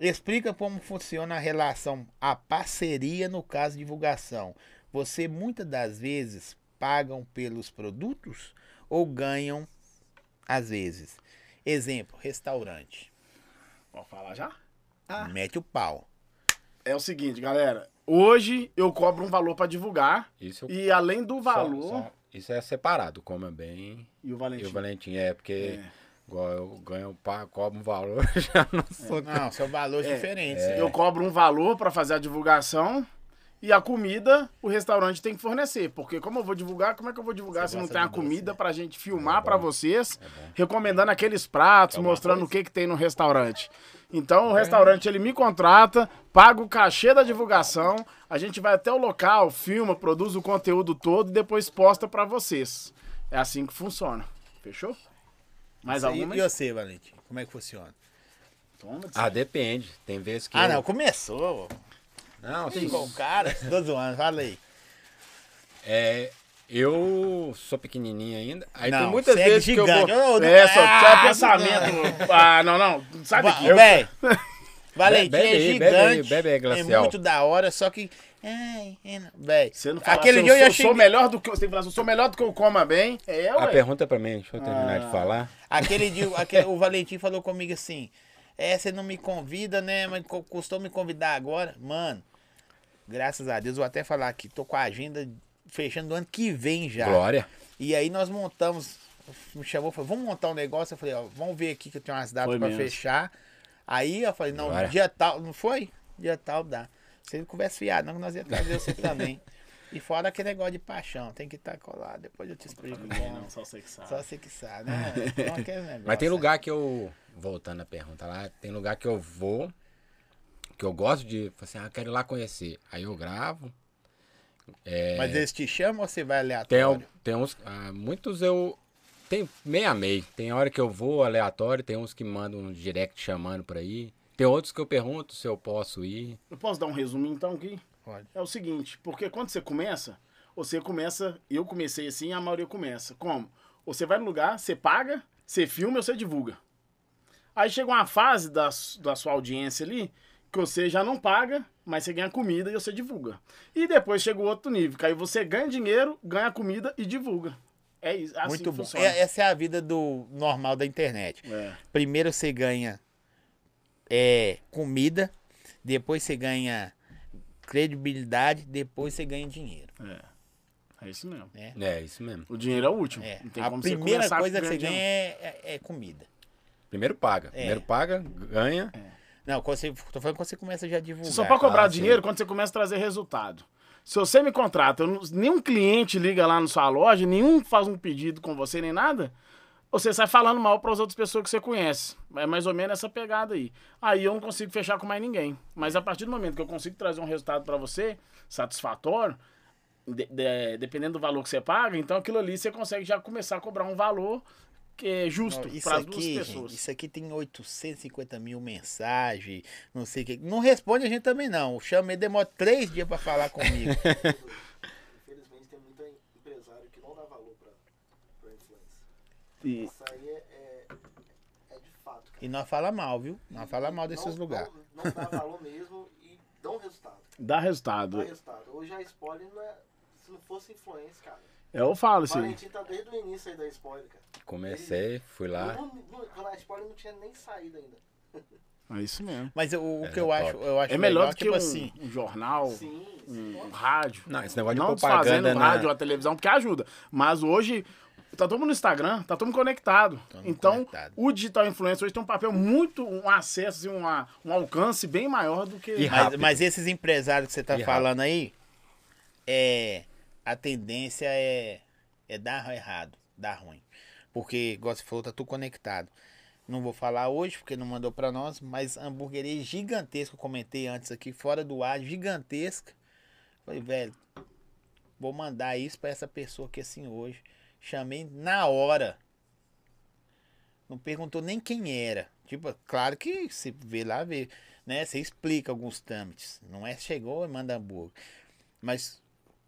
S2: Explica como funciona a relação, a parceria no caso de divulgação. Você muitas das vezes pagam pelos produtos ou ganham às vezes. Exemplo, restaurante.
S3: Vou falar já?
S1: Ah.
S2: Mete o pau.
S3: É o seguinte, galera. Hoje eu cobro um valor pra divulgar.
S1: Isso
S3: E além do
S1: só-
S3: valor.
S1: só- isso é separado, como é bem.
S3: E o
S1: E
S3: Valentim.
S1: o Valentim é, porque
S3: É.
S1: igual eu ganho, pa- cobro um valor, <laughs> já não sou.
S2: Não, são valores
S3: É,
S2: diferentes.
S3: Eu cobro um valor pra fazer a divulgação. E a comida, o restaurante tem que fornecer. Porque como eu vou divulgar, como é que eu vou divulgar
S2: Você
S3: se não
S2: gosta
S3: tem a
S2: de doce,
S3: comida
S2: né?
S3: pra gente filmar pra vocês,
S2: É
S3: recomendando aqueles pratos, mostrando o que, que tem no restaurante. Então o
S2: É.
S3: restaurante ele me contrata, paga o cachê da divulgação, a gente vai até o local, filma, produz o conteúdo todo e depois posta pra vocês. É assim que funciona. Fechou? Mais
S2: E,
S3: alguma?
S2: e você, Valentim? Como é que funciona?
S3: Toma,
S1: Ah, depende. Tem vezes que.
S2: Ah,
S1: eu-
S2: não, começou.
S1: Não, sim.
S2: Ficou o cara. Tô zoando, fala aí.
S1: É, eu sou pequenininho ainda. Aí
S2: não,
S1: tem muitas
S2: você é
S1: vezes que eu
S2: gigante.
S1: vou.
S2: Ô, Edu,
S3: É, só, só
S2: ah,
S3: pensamento. Ah, não, não. Sai daqui.
S2: Vai,
S1: <laughs>
S2: Véi, Valentim
S1: Bebe
S2: é
S1: aí,
S2: gigante.
S1: bebe aí, bebe aí,
S2: É
S1: Glacial.
S2: muito da hora, só que. Ai, é, não- véi.
S3: Você não fala
S2: Aquele
S3: assim,
S2: dia eu
S3: eu
S2: já
S3: sou, sou
S2: xinguei.
S3: melhor do que eu, você tem que falar, assim, eu sou melhor do que eu coma bem. É,
S1: A
S3: ué.
S1: pergunta é pra mim, deixa eu terminar de falar.
S2: Aquele dia,
S1: <laughs>
S2: aquele- o Valentim falou comigo assim: É, você não me convida, né? Mas co- custou me convidar agora. Mano, graças a Deus, vou até falar aqui, tô com a agenda fechando do ano que vem já.
S1: Glória.
S2: E aí nós montamos, me chamou, falou, vamos montar um negócio. Eu falei, ó, vamos ver aqui que eu tenho umas datas
S3: Foi
S2: pra
S3: mesmo.
S2: fechar. Aí eu falei, não,
S1: Bora.
S2: dia tal, não foi? Dia tal dá. Se ele conversa fiado, não, que nós ia trazer você
S3: <laughs>
S2: também. E fora aquele negócio de paixão, tem que estar colado, depois eu te explico. como.
S3: só sei que sabe.
S2: Só você que sabe, né?
S3: <laughs>
S2: Não aquele negócio,
S1: Mas tem
S2: né?
S1: lugar que eu. Voltando à pergunta lá, tem lugar que eu vou, que eu gosto de. falo Assim, ah, quero ir lá conhecer. Aí eu gravo.
S2: É. Mas eles te chamam ou você vai
S1: Tem,
S2: aleatório?
S1: al- tem uns. ah, muitos eu. Tem meio a meio. Tem hora que eu vou aleatório, tem uns que mandam um direct chamando por aí. Tem outros que eu pergunto se eu posso ir.
S3: Eu posso dar um resumo então aqui?
S2: Pode.
S3: É o seguinte, porque quando você começa, você começa, eu comecei assim, a maioria começa. Como? Você vai no lugar, você paga, você filma, você divulga. Aí chega uma fase da, su- da sua audiência ali que você já não paga, mas você ganha comida e você divulga. E depois chega o outro nível, que aí você ganha dinheiro, ganha comida e divulga. É isso, assim
S2: Muito
S3: que
S2: bom.
S3: funciona.
S2: É- essa é a vida do normal da internet.
S3: É.
S2: Primeiro você ganha é, comida, depois você ganha credibilidade, depois você ganha dinheiro.
S3: É isso mesmo.
S1: É, isso mesmo.
S3: O dinheiro é o último.
S2: É.
S3: Não tem
S2: A
S3: como você
S2: primeira
S3: começar
S2: coisa que
S3: com
S2: você
S3: grande
S2: ganha
S3: dinheiro.
S2: é, é- é comida.
S1: Primeiro paga. Primeiro paga, ganha.
S2: Não, quando você, tô falando quando você começa já a divulgar.
S3: Você só pode cobrar
S1: Ah, sim.
S3: dinheiro quando você começa a trazer resultado. Se você me contrata, eu não- nenhum cliente liga lá na sua loja, nenhum faz um pedido com você nem nada, você sai falando mal para as outras pessoas que você conhece. É mais ou menos essa pegada aí. Aí eu não consigo fechar com mais ninguém. Mas a partir do momento que eu consigo trazer um resultado para você satisfatório, de- de- dependendo do valor que você paga, então aquilo ali você consegue já começar a cobrar um valor que é
S2: Não,
S3: justo
S2: isso
S3: para as duas
S2: aqui,
S3: pessoas.
S2: gente, isso aqui tem 850 mil mensagens, não sei o que. Não responde a gente também, não. O chamei demora três dias pra falar
S3: <laughs>
S2: comigo.
S4: Infelizmente tem muito empresário que não dá valor pra, pra influência.
S3: E-
S4: Isso aí é, é, é de fato, cara.
S2: e nós fala mal, viu? Nós fala mal desses
S4: Não-
S2: lugares.
S4: Não, não dá valor mesmo e dão resultado.
S3: Dá
S4: Dá
S3: resultado.
S4: resultado. Hoje a spoiler não é. Se não fosse influência, cara.
S3: Eu falo
S4: O
S3: assim.
S4: Valentim tá desde o início aí da spoiler, cara.
S1: Comecei, fui
S3: Ah.
S1: lá.
S4: Não, não, quando a spoiler não tinha nem saído ainda.
S3: É isso mesmo.
S2: Mas o, o
S1: É,
S2: que eu
S1: top.
S2: acho, eu acho
S3: É melhor
S2: legal,
S3: do que
S2: tipo
S3: um,
S2: assim.
S3: um jornal,
S4: Sim,
S3: um rádio.
S1: Não, esse negócio de
S3: Não desfazendo
S1: propaganda né?
S3: o
S1: na-
S3: rádio ou a televisão, porque ajuda. Mas hoje, tá todo mundo no Instagram, tá todo mundo conectado. então,
S2: conectado.
S3: o digital influencer hoje tem um papel muito, um acesso e uma- um alcance bem maior do que...
S1: E
S2: Mas,
S1: rápido.
S2: mas esses empresários que você tá
S1: E rápido.
S2: falando aí, é, a tendência é, é dar errado, dar ruim. Porque, igual você falou, tá tudo conectado. Não vou falar hoje, porque não mandou pra nós, mas hamburgueria gigantesca, eu comentei antes aqui, fora do ar, gigantesca. Falei, velho, vou mandar isso pra essa pessoa aqui assim hoje. Chamei na hora. Não perguntou nem quem era. Tipo, claro que você vê lá, vê, né? Você explica alguns trâmites. Não é chegou e manda hambúrguer. Mas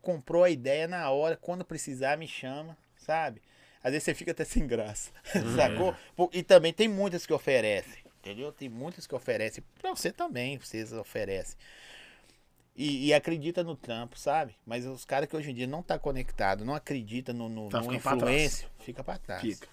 S2: comprou a ideia na hora, quando precisar, me chama, sabe? Às vezes você fica até <laughs> sem graça,
S3: Uhum.
S2: sacou? Pô, E também tem muitas que oferecem, entendeu? Tem muitas que oferecem. Pra você também, vocês oferecem. E, e acredita no trampo, sabe? Mas os caras que hoje em dia não tá conectado, não acredita no, no,
S3: Tá
S2: no
S3: ficando pra trás.
S2: influência, fica pra trás.
S3: Fica.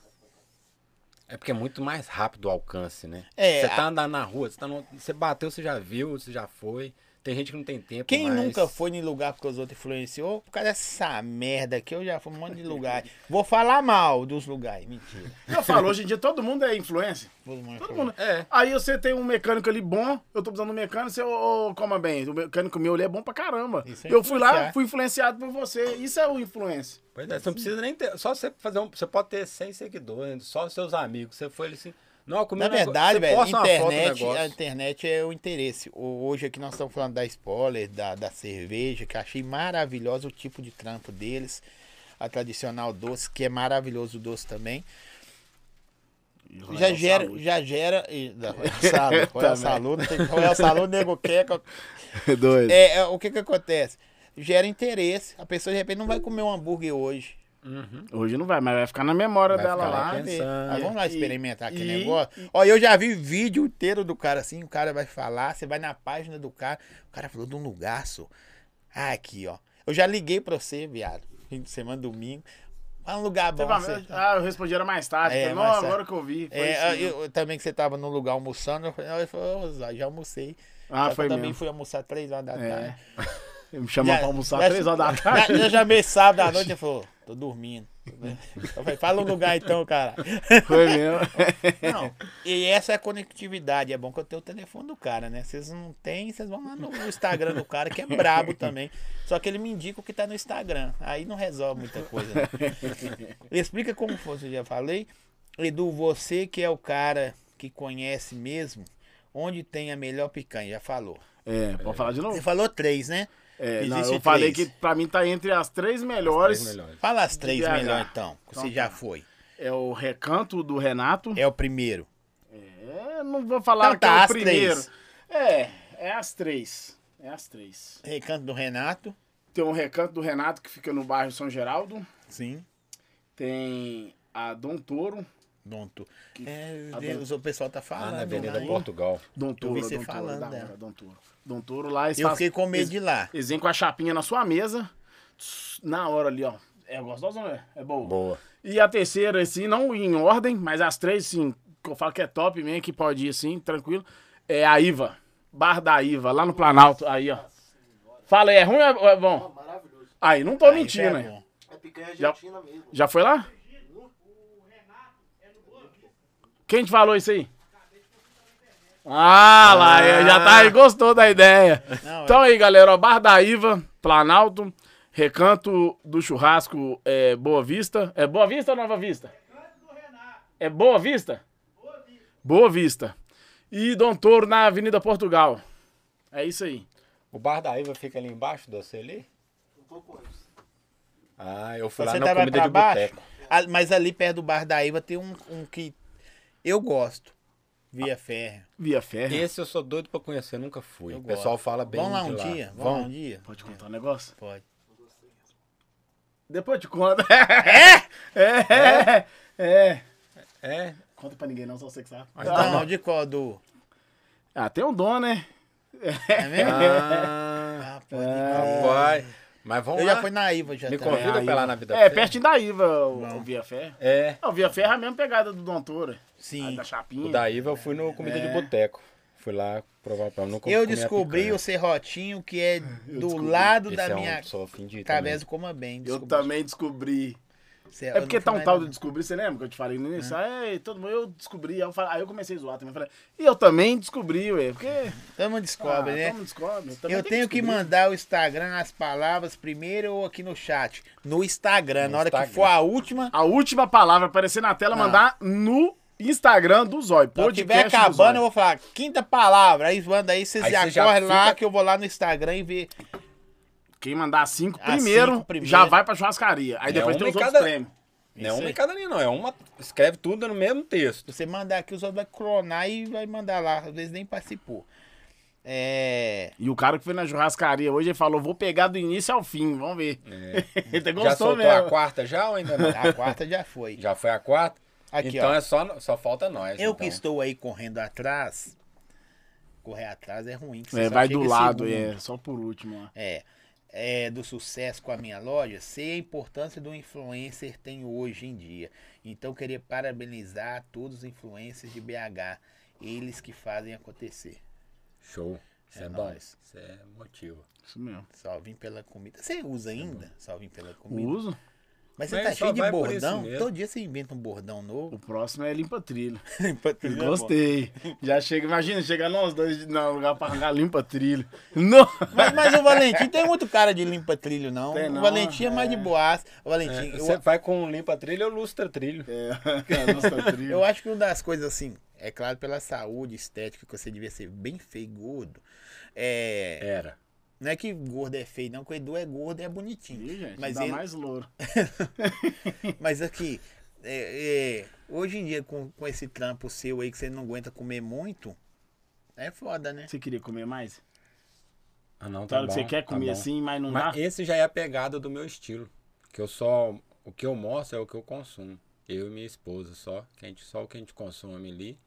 S1: É porque é muito mais rápido o alcance, né?
S2: É,
S1: Você tá andando na rua, você, tá no- você bateu, você já viu, você já foi. Tem gente que não tem tempo.
S2: Quem
S1: mas-
S2: nunca foi em lugar porque os outros influenciou? Por causa dessa merda aqui, eu já fui em um monte de
S1: <laughs>
S2: lugar. Vou falar mal dos lugares. Mentira. um
S3: Eu falo, hoje em dia todo mundo é influencer.
S2: Todo mundo.
S3: Todo mundo.
S1: É.
S3: Aí você tem um mecânico ali bom, eu tô precisando de um mecânico, você ô, ô, coma bem. O mecânico meu ele é bom pra caramba.
S2: Isso é
S3: eu fui lá,
S2: influenciar.
S3: fui influenciado por você. Isso é o influencer.
S1: Pois é, você não precisa nem ter. Só você fazer um. Você pode ter 100 seguidores, só seus amigos. Você foi ele assim. Não, eu comi
S2: Na
S1: um negócio-
S2: verdade,
S1: você
S2: velho,
S1: posta uma foto do
S2: internet, a
S1: negócio.
S2: internet é o interesse. O- Hoje aqui nós estamos falando da spoiler, da, da cerveja, que eu achei maravilhoso o tipo de trampo deles. A tradicional doce, que é maravilhoso o doce também. Já gera, já gera. e-
S3: <laughs>
S2: é da Royal Salud, Royal
S3: é Também.
S2: Salud, não tem- é Royal Salud, nego quer.
S3: <laughs>
S2: qual-
S3: Doido.
S2: É, é, o que que acontece? Gera interesse. A pessoa de repente não vai comer um hambúrguer hoje.
S3: Hoje não vai, mas vai ficar na memória
S1: Vai
S3: dela
S1: ficar
S3: lá.
S1: lá pensando.
S2: Ah, vamos lá
S3: É. E-
S2: experimentar aquele
S3: e-
S2: negócio. Olha, eu já vi vídeo inteiro do cara assim, o cara vai falar, você vai na página do cara, o cara falou de um lugar, só. Ah, aqui, ó. Eu já liguei pra você, viado. Fim de semana, domingo. Fala um lugar bom.
S3: Teve uma-
S2: você-
S3: Ah, eu respondi era mais tarde.
S2: É,
S3: Falei,
S2: mais
S3: não,
S2: tarde.
S3: agora que eu vi. Foi assim."
S2: É,
S3: isso mesmo.
S2: eu, eu- também que você tava num lugar almoçando, eu falei, eu falei, ô, Zóio, já almocei. Só
S3: Ah,
S2: que
S3: foi
S2: eu também
S3: mesmo.
S2: fui almoçar três horas da tarde.
S3: É. Ele me chamou
S2: Já-
S3: pra almoçar
S2: já-
S3: às 3 horas da
S2: <laughs> Já,
S3: tarde.
S2: já chamei sábado à noite, ele falou, tô dormindo. Eu falei, fala um lugar então, cara.
S3: Foi mesmo.
S2: Não, e essa é a conectividade. É bom que eu tenho o telefone do cara, né? Vocês não têm, vocês vão lá no Instagram do cara, que é brabo também. Só que ele me indica o que tá no Instagram. Aí não resolve muita coisa.
S3: <laughs>
S2: né? Explica como fosse, eu já falei. Edu, você que é o cara que conhece mesmo, onde tem a melhor picanha, já falou.
S3: É, pode falar de
S2: Você
S3: novo.
S2: falou três, né?
S3: É, não,
S2: Existe
S3: eu falei
S2: três.
S3: que pra mim tá entre as três melhores.
S1: Três melhores.
S2: Fala as três
S3: BH.
S2: melhor então, que você
S3: Então
S2: já
S3: tá.
S2: foi.
S3: É o Recanto do Renato.
S2: É o primeiro.
S3: É, não vou falar
S2: Então tá,
S3: que é o
S2: as
S3: primeiro.
S2: três.
S3: É, é as três. É as três.
S2: Recanto do Renato.
S3: Tem o Recanto do Renato que fica no bairro São Geraldo.
S2: Sim.
S3: Tem a Dom Toro.
S2: Donto. É,
S3: Ah,
S2: Deus, o pessoal tá
S1: Lá
S2: falando.
S1: Ah, na é Avenida
S2: lá, hein?
S1: Portugal.
S3: Dom Toro,
S2: você
S3: Dom Toro,
S2: falando
S3: da
S2: dela.
S3: hora, Dom Toro. Dom Toro lá. eles
S2: Eu
S3: fazem-
S2: fiquei com medo de ir lá.
S3: Eles vêm com a chapinha na sua mesa, tss, na hora ali, ó. É gostosa, não é? É boa.
S1: Boa.
S3: E a terceira, assim, não em ordem, mas as três, sim, que eu falo que é top mesmo, que pode ir, assim, tranquilo. É a Iva. Bar da Iva, lá no Planalto, aí, ó. Fala aí, é ruim ou é
S4: Ó,
S3: bom?
S4: maravilhoso.
S3: Aí, não tô
S2: Aí
S3: mentindo,
S2: é
S3: né?
S2: bom.
S4: É picanha
S3: Já-
S4: argentina mesmo.
S3: Já foi lá? Quem te falou isso aí? Ah, lá, eu já tá aí, gostou da ideia.
S2: Não,
S3: então aí, galera, ó, Bar da Iva, Planalto, Recanto do Churrasco é, Boa Vista. É Boa Vista ou Nova Vista? É Boa Vista? Boa Vista. E Dom Toro na Avenida Portugal. É isso aí.
S1: O bar da Iva fica ali embaixo do você ali?
S4: Um pouco antes.
S1: Ah, eu fui
S2: Você
S1: lá na
S2: tava
S1: comida
S2: pra
S1: de
S2: baixo.
S1: boteco.
S2: Ah, Mas ali perto do bar da Iva tem um, um que eu gosto. Via Ferro.
S3: Via Ferro.
S1: Esse eu sou doido pra conhecer, eu nunca fui.
S2: Eu
S1: O pessoal
S2: gosto.
S1: fala bem
S2: Vamos lá
S1: de
S2: um
S1: lá.
S2: dia? Vamos lá um dia?
S3: Pode contar um negócio?
S2: Pode.
S3: Depois te conta. <laughs> É? É. É.
S2: um
S1: É,
S3: Conta pra ninguém não, só você que sabe.
S2: Não, tá de qual? Do...
S3: Ah, tem um dom, né?
S2: É mesmo?
S1: Ah,
S2: <laughs> Ah, pode crer.
S1: rapaz. Mas vamos
S2: Eu
S1: lá.
S2: já fui na Iva já tá.
S1: Me
S2: também.
S1: convida
S5: aí,
S1: pra ir lá
S5: né?
S1: na vida
S3: É,
S1: pra você.
S3: pertinho da Iva, o, o Via Ferra.
S1: É.
S3: Ah, o Via Ferra é a mesma pegada do Dom Toro.
S2: Sim.
S3: A Ah, da Chapinha.
S1: O da Iva eu fui no Comida de Boteco. Fui lá provar pra não
S2: É. Eu descobri o serrotinho que é do lado da
S1: é um
S2: minha
S1: Só fim de
S2: através do Coma Bem.
S3: Eu
S2: descobri.
S3: também descobri.
S2: Cê- eu
S3: É
S2: não
S3: porque
S2: fui
S3: tá um
S2: mais
S3: tal
S2: não.
S3: de descobrir, você lembra que eu te falei no início? Aí todo mundo, eu descobri, aí eu, falei, aí eu comecei a zoar também. eu Falei, e eu também descobri, ué, porque...
S2: Todo mundo descobre,
S3: ah,
S2: né?
S3: todo mundo <laughs> descobre, também
S2: Eu
S3: tenho
S2: tenho que
S3: descobrir.
S2: mandar o Instagram as palavras primeiro ou aqui no chat? No Instagram,
S1: No
S2: na hora que
S1: Instagram.
S2: for a última.
S3: A última palavra aparecer na tela,
S2: Não.
S3: mandar no Instagram do Zói.
S2: Se eu
S3: Podcast
S2: estiver
S3: do
S2: acabando, eu
S3: Zói.
S2: vou falar quinta palavra. Aí manda aí, vocês
S1: Aí você já
S2: acordem lá
S1: fica-
S2: que eu vou lá no Instagram e ver.
S3: Quem mandar cinco
S2: As
S3: primeiro,
S2: Ah, cinco primeiro.
S3: já vai pra churrascaria. Aí
S1: É
S3: depois
S1: uma
S3: tem os
S1: em
S3: outros
S1: cada-
S3: prêmios.
S1: Não é
S2: Isso
S1: uma
S2: aí.
S1: em cada linha, não. É uma. Escreve tudo no mesmo texto.
S2: Se você mandar aqui, os outros vai clonar e vai mandar lá. Às vezes nem participou. É.
S3: E o cara que foi na churrascaria hoje, ele falou, vou pegar do início ao fim, vamos ver. <laughs> ele até
S1: já
S3: gostou
S1: soltou
S3: mesmo.
S1: a quarta já ou ainda
S2: <laughs>
S1: não?
S2: A quarta já foi.
S1: já foi a quarta?
S2: Aqui,
S1: então
S2: ó.
S1: é só, só falta nós.
S2: Eu
S1: então.
S2: que estou aí correndo atrás. Correr atrás é ruim. que você
S3: É,
S2: só
S3: vai
S2: chega
S3: do
S2: em
S3: lado,
S2: segundo.
S3: é, só por último. ó.
S2: É, é, do sucesso com a minha loja, sei a importância do influencer tem hoje em dia. Então queria parabenizar a todos os influencers de BH, eles que fazem acontecer.
S1: Show. Isso
S2: É
S1: é, bom.
S2: nóis.
S1: Isso é motivo.
S3: Isso mesmo.
S2: Só vim pela comida. Você usa ainda? Só vim pela comida.
S3: é Uso.
S2: Mas você
S1: Mas
S2: tá
S1: só
S2: cheio de
S1: vai por isso
S2: bordão.
S1: mesmo.
S2: Todo dia você inventa um bordão novo.
S3: O próximo é <laughs> limpa é trilho.
S2: Pra tu ver, amor.
S3: Gostei. Já chega, imagina, chega nós dois no lugar pra arrancar limpa trilho. <laughs> Não!
S2: Mas, mas o Valentim tem muito cara de limpa trilho, não.
S3: Tem
S2: o
S3: não,
S2: Valentim é, mais de boas.
S1: É,
S2: O Valentim, eu,
S1: Você vai com limpa trilho ou lustra trilho.
S3: É, nossa <laughs> trilho.
S2: Eu acho que uma das coisas, assim, é claro, pela saúde estética, que você devia ser bem feio e gordo. É,
S1: Era.
S2: Não é que gordo é feio, não, que o Edu é gordo e é
S3: <laughs>
S2: bonitinho.
S3: Ih, gente,
S2: mas
S3: dá
S2: ele-
S3: mais louro.
S2: Mas aqui, é, é, hoje em dia, com, com esse trampo seu aí, que você não aguenta comer muito, é foda, né?
S3: Você queria comer mais?
S1: Ah, não, tá
S3: Claro que
S1: bom,
S3: você quer
S1: tá
S3: comer
S1: bom.
S3: assim, mas não
S1: Mas
S3: dá.
S1: esse já é a pegada do meu estilo. Que eu só. O que eu mostro é o que eu consumo. Eu e minha esposa só. Que a gente, só o que a gente consome ali.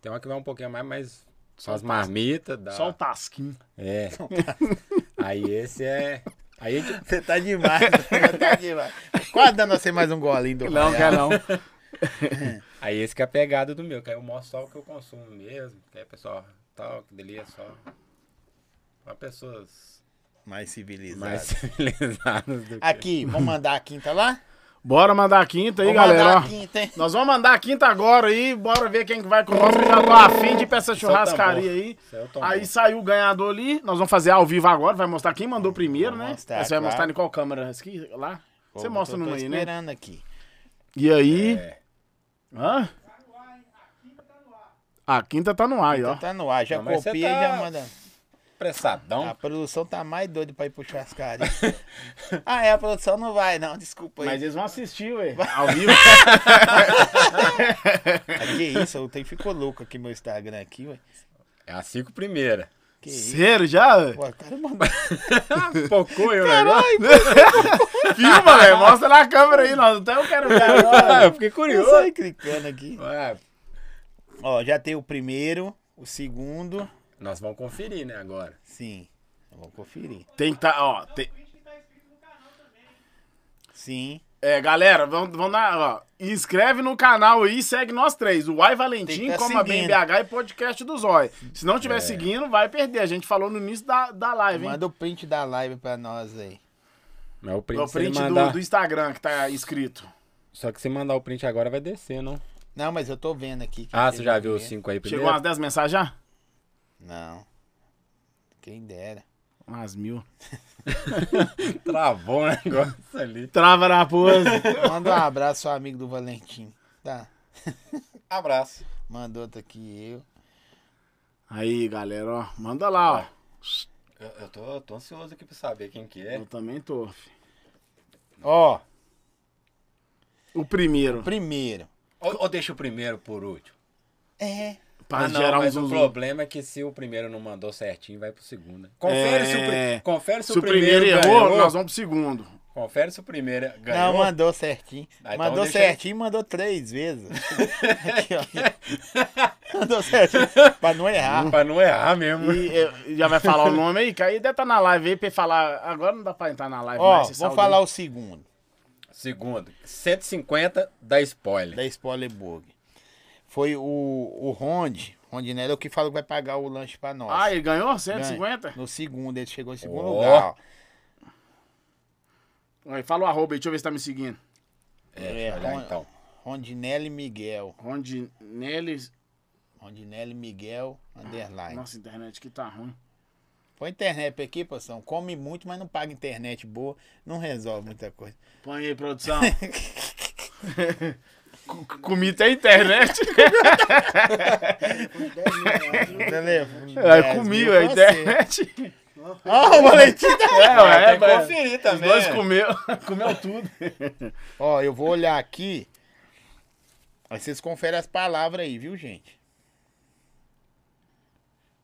S1: Tem uma que vai um pouquinho a mais, mas.
S3: Só
S1: as
S3: o
S1: marmitas. Dá...
S3: Só o tasquinho.
S1: <laughs> É. Aí esse é. Aí a gente.
S2: Você tá <laughs> demais, você tá demais. Quase dando a ser mais um golinho do
S3: Não,
S2: Royal.
S3: quer não.
S1: Aí esse que é a pegada do meu, que aí eu mostro só o que eu consumo mesmo. Que aí, pessoal, tal, que delícia só. Pra pessoas
S2: Mais civilizado.
S1: mais civilizadas do que.
S2: Aqui, vamos mandar a quinta lá?
S3: Bora mandar a quinta aí,
S2: vamos
S3: galera.
S2: mandar
S3: ó.
S2: a quinta, hein?
S3: Nós vamos mandar a quinta agora aí, bora ver quem que vai com nós. Eu já tô afim de ir pra essa churrascaria aí.
S1: Isso é o tambor.
S3: Aí saiu o ganhador ali. Nós vamos fazer ao vivo agora, vai mostrar quem mandou primeiro,
S2: Vou
S3: né?
S2: mostrar,
S3: Aí você vai
S2: claro.
S3: mostrar em qual câmera? Essa Aqui, lá? Você mostra
S2: Eu tô
S3: numa aí, né?
S2: esperando aqui.
S3: E aí?
S1: É.
S3: Hã? tá A quinta tá no ar aí, ó.
S2: Então tá no ar, já
S1: Não, mas você
S2: copia e
S1: tá-
S2: já manda.
S1: Pressadão.
S2: A produção tá mais doida pra ir
S1: <laughs>
S2: pro churrascaria. ah, é, a produção não vai, não, desculpa aí.
S3: Mas eles vão assistir, ué. Ao vivo.
S2: Ah, que isso, eu tenho, ficou louco aqui meu Instagram aqui, ué.
S1: É as cinco primeiras.
S2: Que isso.
S3: Sério, já? ué?
S2: Pô, o cara mandou.
S1: Focou eu, né? <laughs>
S3: Filma, velho. Mostra na câmera aí, nós. Até eu quero ver
S2: <laughs>
S3: agora.
S1: Ah, <laughs> eu fiquei
S2: Eu
S1: curioso.
S2: saí clicando aqui.
S1: Ué,
S2: Ó, já tem o primeiro, o segundo.
S1: nós vamos conferir, né, agora.
S2: Sim. Vamos conferir.
S3: Tem que tá, ó. tem-
S2: Sim.
S3: É, galera, vamos, vamos dar, ó. Inscreve no canal aí, segue nós três. O Uai
S2: Tem
S3: Valentim,
S2: que tá
S3: Coma Bem
S2: seguindo.
S3: BH e Podcast do Zói. Se não
S1: É.
S3: tiver seguindo, vai perder. A gente falou no início da, da live, hein?
S2: Manda o print da live pra nós aí.
S1: Mas o print,
S3: O
S1: se ele
S3: print
S1: mandar...
S3: do, do Instagram que tá escrito.
S1: Só que se mandar o print agora vai descer, não?
S2: Não, mas eu tô vendo aqui. que
S1: Ah,
S2: tem um
S1: você já
S2: que
S1: viu os
S2: ver.
S1: cinco aí primeiro?
S3: Chegou umas 10 mensagens já?
S2: Não. Quem dera.
S3: Umas mil.
S1: <laughs> Travou o negócio ali.
S3: Trava na pose. <laughs>
S2: Manda um abraço ao amigo do Valentim. Tá.
S1: Abraço.
S2: Mandou outro aqui eu.
S3: Aí, galera, ó. Manda lá, ó.
S1: Eu, eu tô, eu tô ansioso aqui pra saber quem que é.
S3: Eu também tô. fi.
S2: Ó,
S3: O primeiro.
S1: Ah,
S2: primeiro.
S1: Ou, ou deixa o primeiro por último?
S2: É.
S3: Pra
S1: ah, não,
S3: gerar um
S1: mas o
S3: zoom.
S1: problema é que se o primeiro não mandou certinho, vai pro segundo. né? Confere, se, o,
S3: É.
S1: pri- confere se,
S3: Se o primeiro errou,
S1: ganhou.
S3: nós vamos pro segundo.
S1: Confere se o primeiro é- ganhou.
S2: Não, mandou certinho.
S1: Ah, então
S2: mandou
S1: deixa
S2: certinho, mandou três vezes. <laughs> Aqui, ó. mandou certinho, pra não errar.
S1: Pra não errar mesmo. <laughs>
S3: E eh, já vai falar o nome aí, que aí deve estar na live aí pra ele falar. Agora não dá pra entrar na live
S2: Ó,
S3: mais.
S2: vou falar o segundo,
S1: Segundo, 150 da spoiler.
S2: da Spoiler Burger. Foi o, o Ronde, Rondinelli, é o que falou que vai pagar o lanche pra nós.
S3: Ah, ele ganhou?
S2: Ganha.
S3: 150?
S2: No segundo, ele chegou em segundo
S1: Ó.
S2: lugar. ó.
S3: Aí, fala o arroba aí, deixa eu ver se tá me seguindo.
S1: É,
S2: É,
S1: olha
S2: Ron-
S1: então.
S2: Rondinelli Miguel.
S3: Rondinelli.
S2: Rondinelli Miguel, underline.
S3: Nossa, internet que tá ruim.
S2: Põe internet pra aqui, poção. Come muito, mas não paga internet boa. Não resolve muita
S3: <laughs>
S2: coisa.
S3: Põe aí,
S1: <laughs>
S3: produção. Co- co- Comida
S1: <laughs>
S3: é internet.
S4: Com 10 mil reais, eu-
S2: Telefone.
S3: É, comigo, é
S1: <laughs>
S3: internet.
S2: Ó, Ah, o boletim tá
S3: É, ué,
S1: Tem que
S3: mas-
S1: conferir
S3: Os
S1: também. é.
S3: dois
S1: <laughs>
S3: comeu, comeu tudo.
S2: Ó, eu vou olhar aqui. Aí vocês conferem as palavras aí, viu, gente?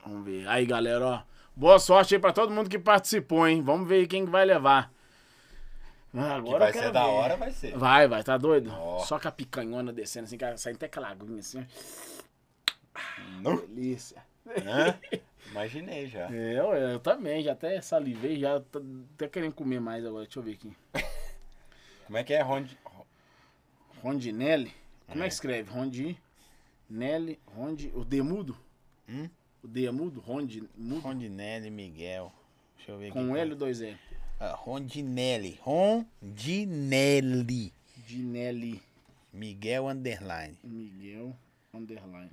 S3: Vamos ver. Aí, galera, ó. Boa sorte aí pra todo mundo que participou, hein? Vamos ver quem que vai levar.
S1: Que
S3: Ah, Agora eu
S1: vai
S3: quero
S1: ser da
S3: ver.
S1: hora, vai ser.
S3: Vai, vai, tá doido?
S1: Ó.
S3: Só com a picanhona descendo assim, cara, saindo até aquela aguinha assim. ó. Ah, delícia.
S1: Hã? Imaginei já.
S3: Eu, eu também, já até salivei, já tô até querendo comer mais agora. Deixa eu ver aqui.
S1: Como é que é Rondi?
S3: Rondinelli? Como é que escreve? Rondinelli, Rondi... O Demudo?
S2: Hum?
S3: O Demudo? Rondi... Mudo?
S2: Rondinelli Miguel. Deixa eu ver aqui.
S3: Com L ou dois L?
S2: Ah, Rondinelli. Rondinelli.
S3: Dinelli
S2: Miguel Underline.
S3: Miguel Underline.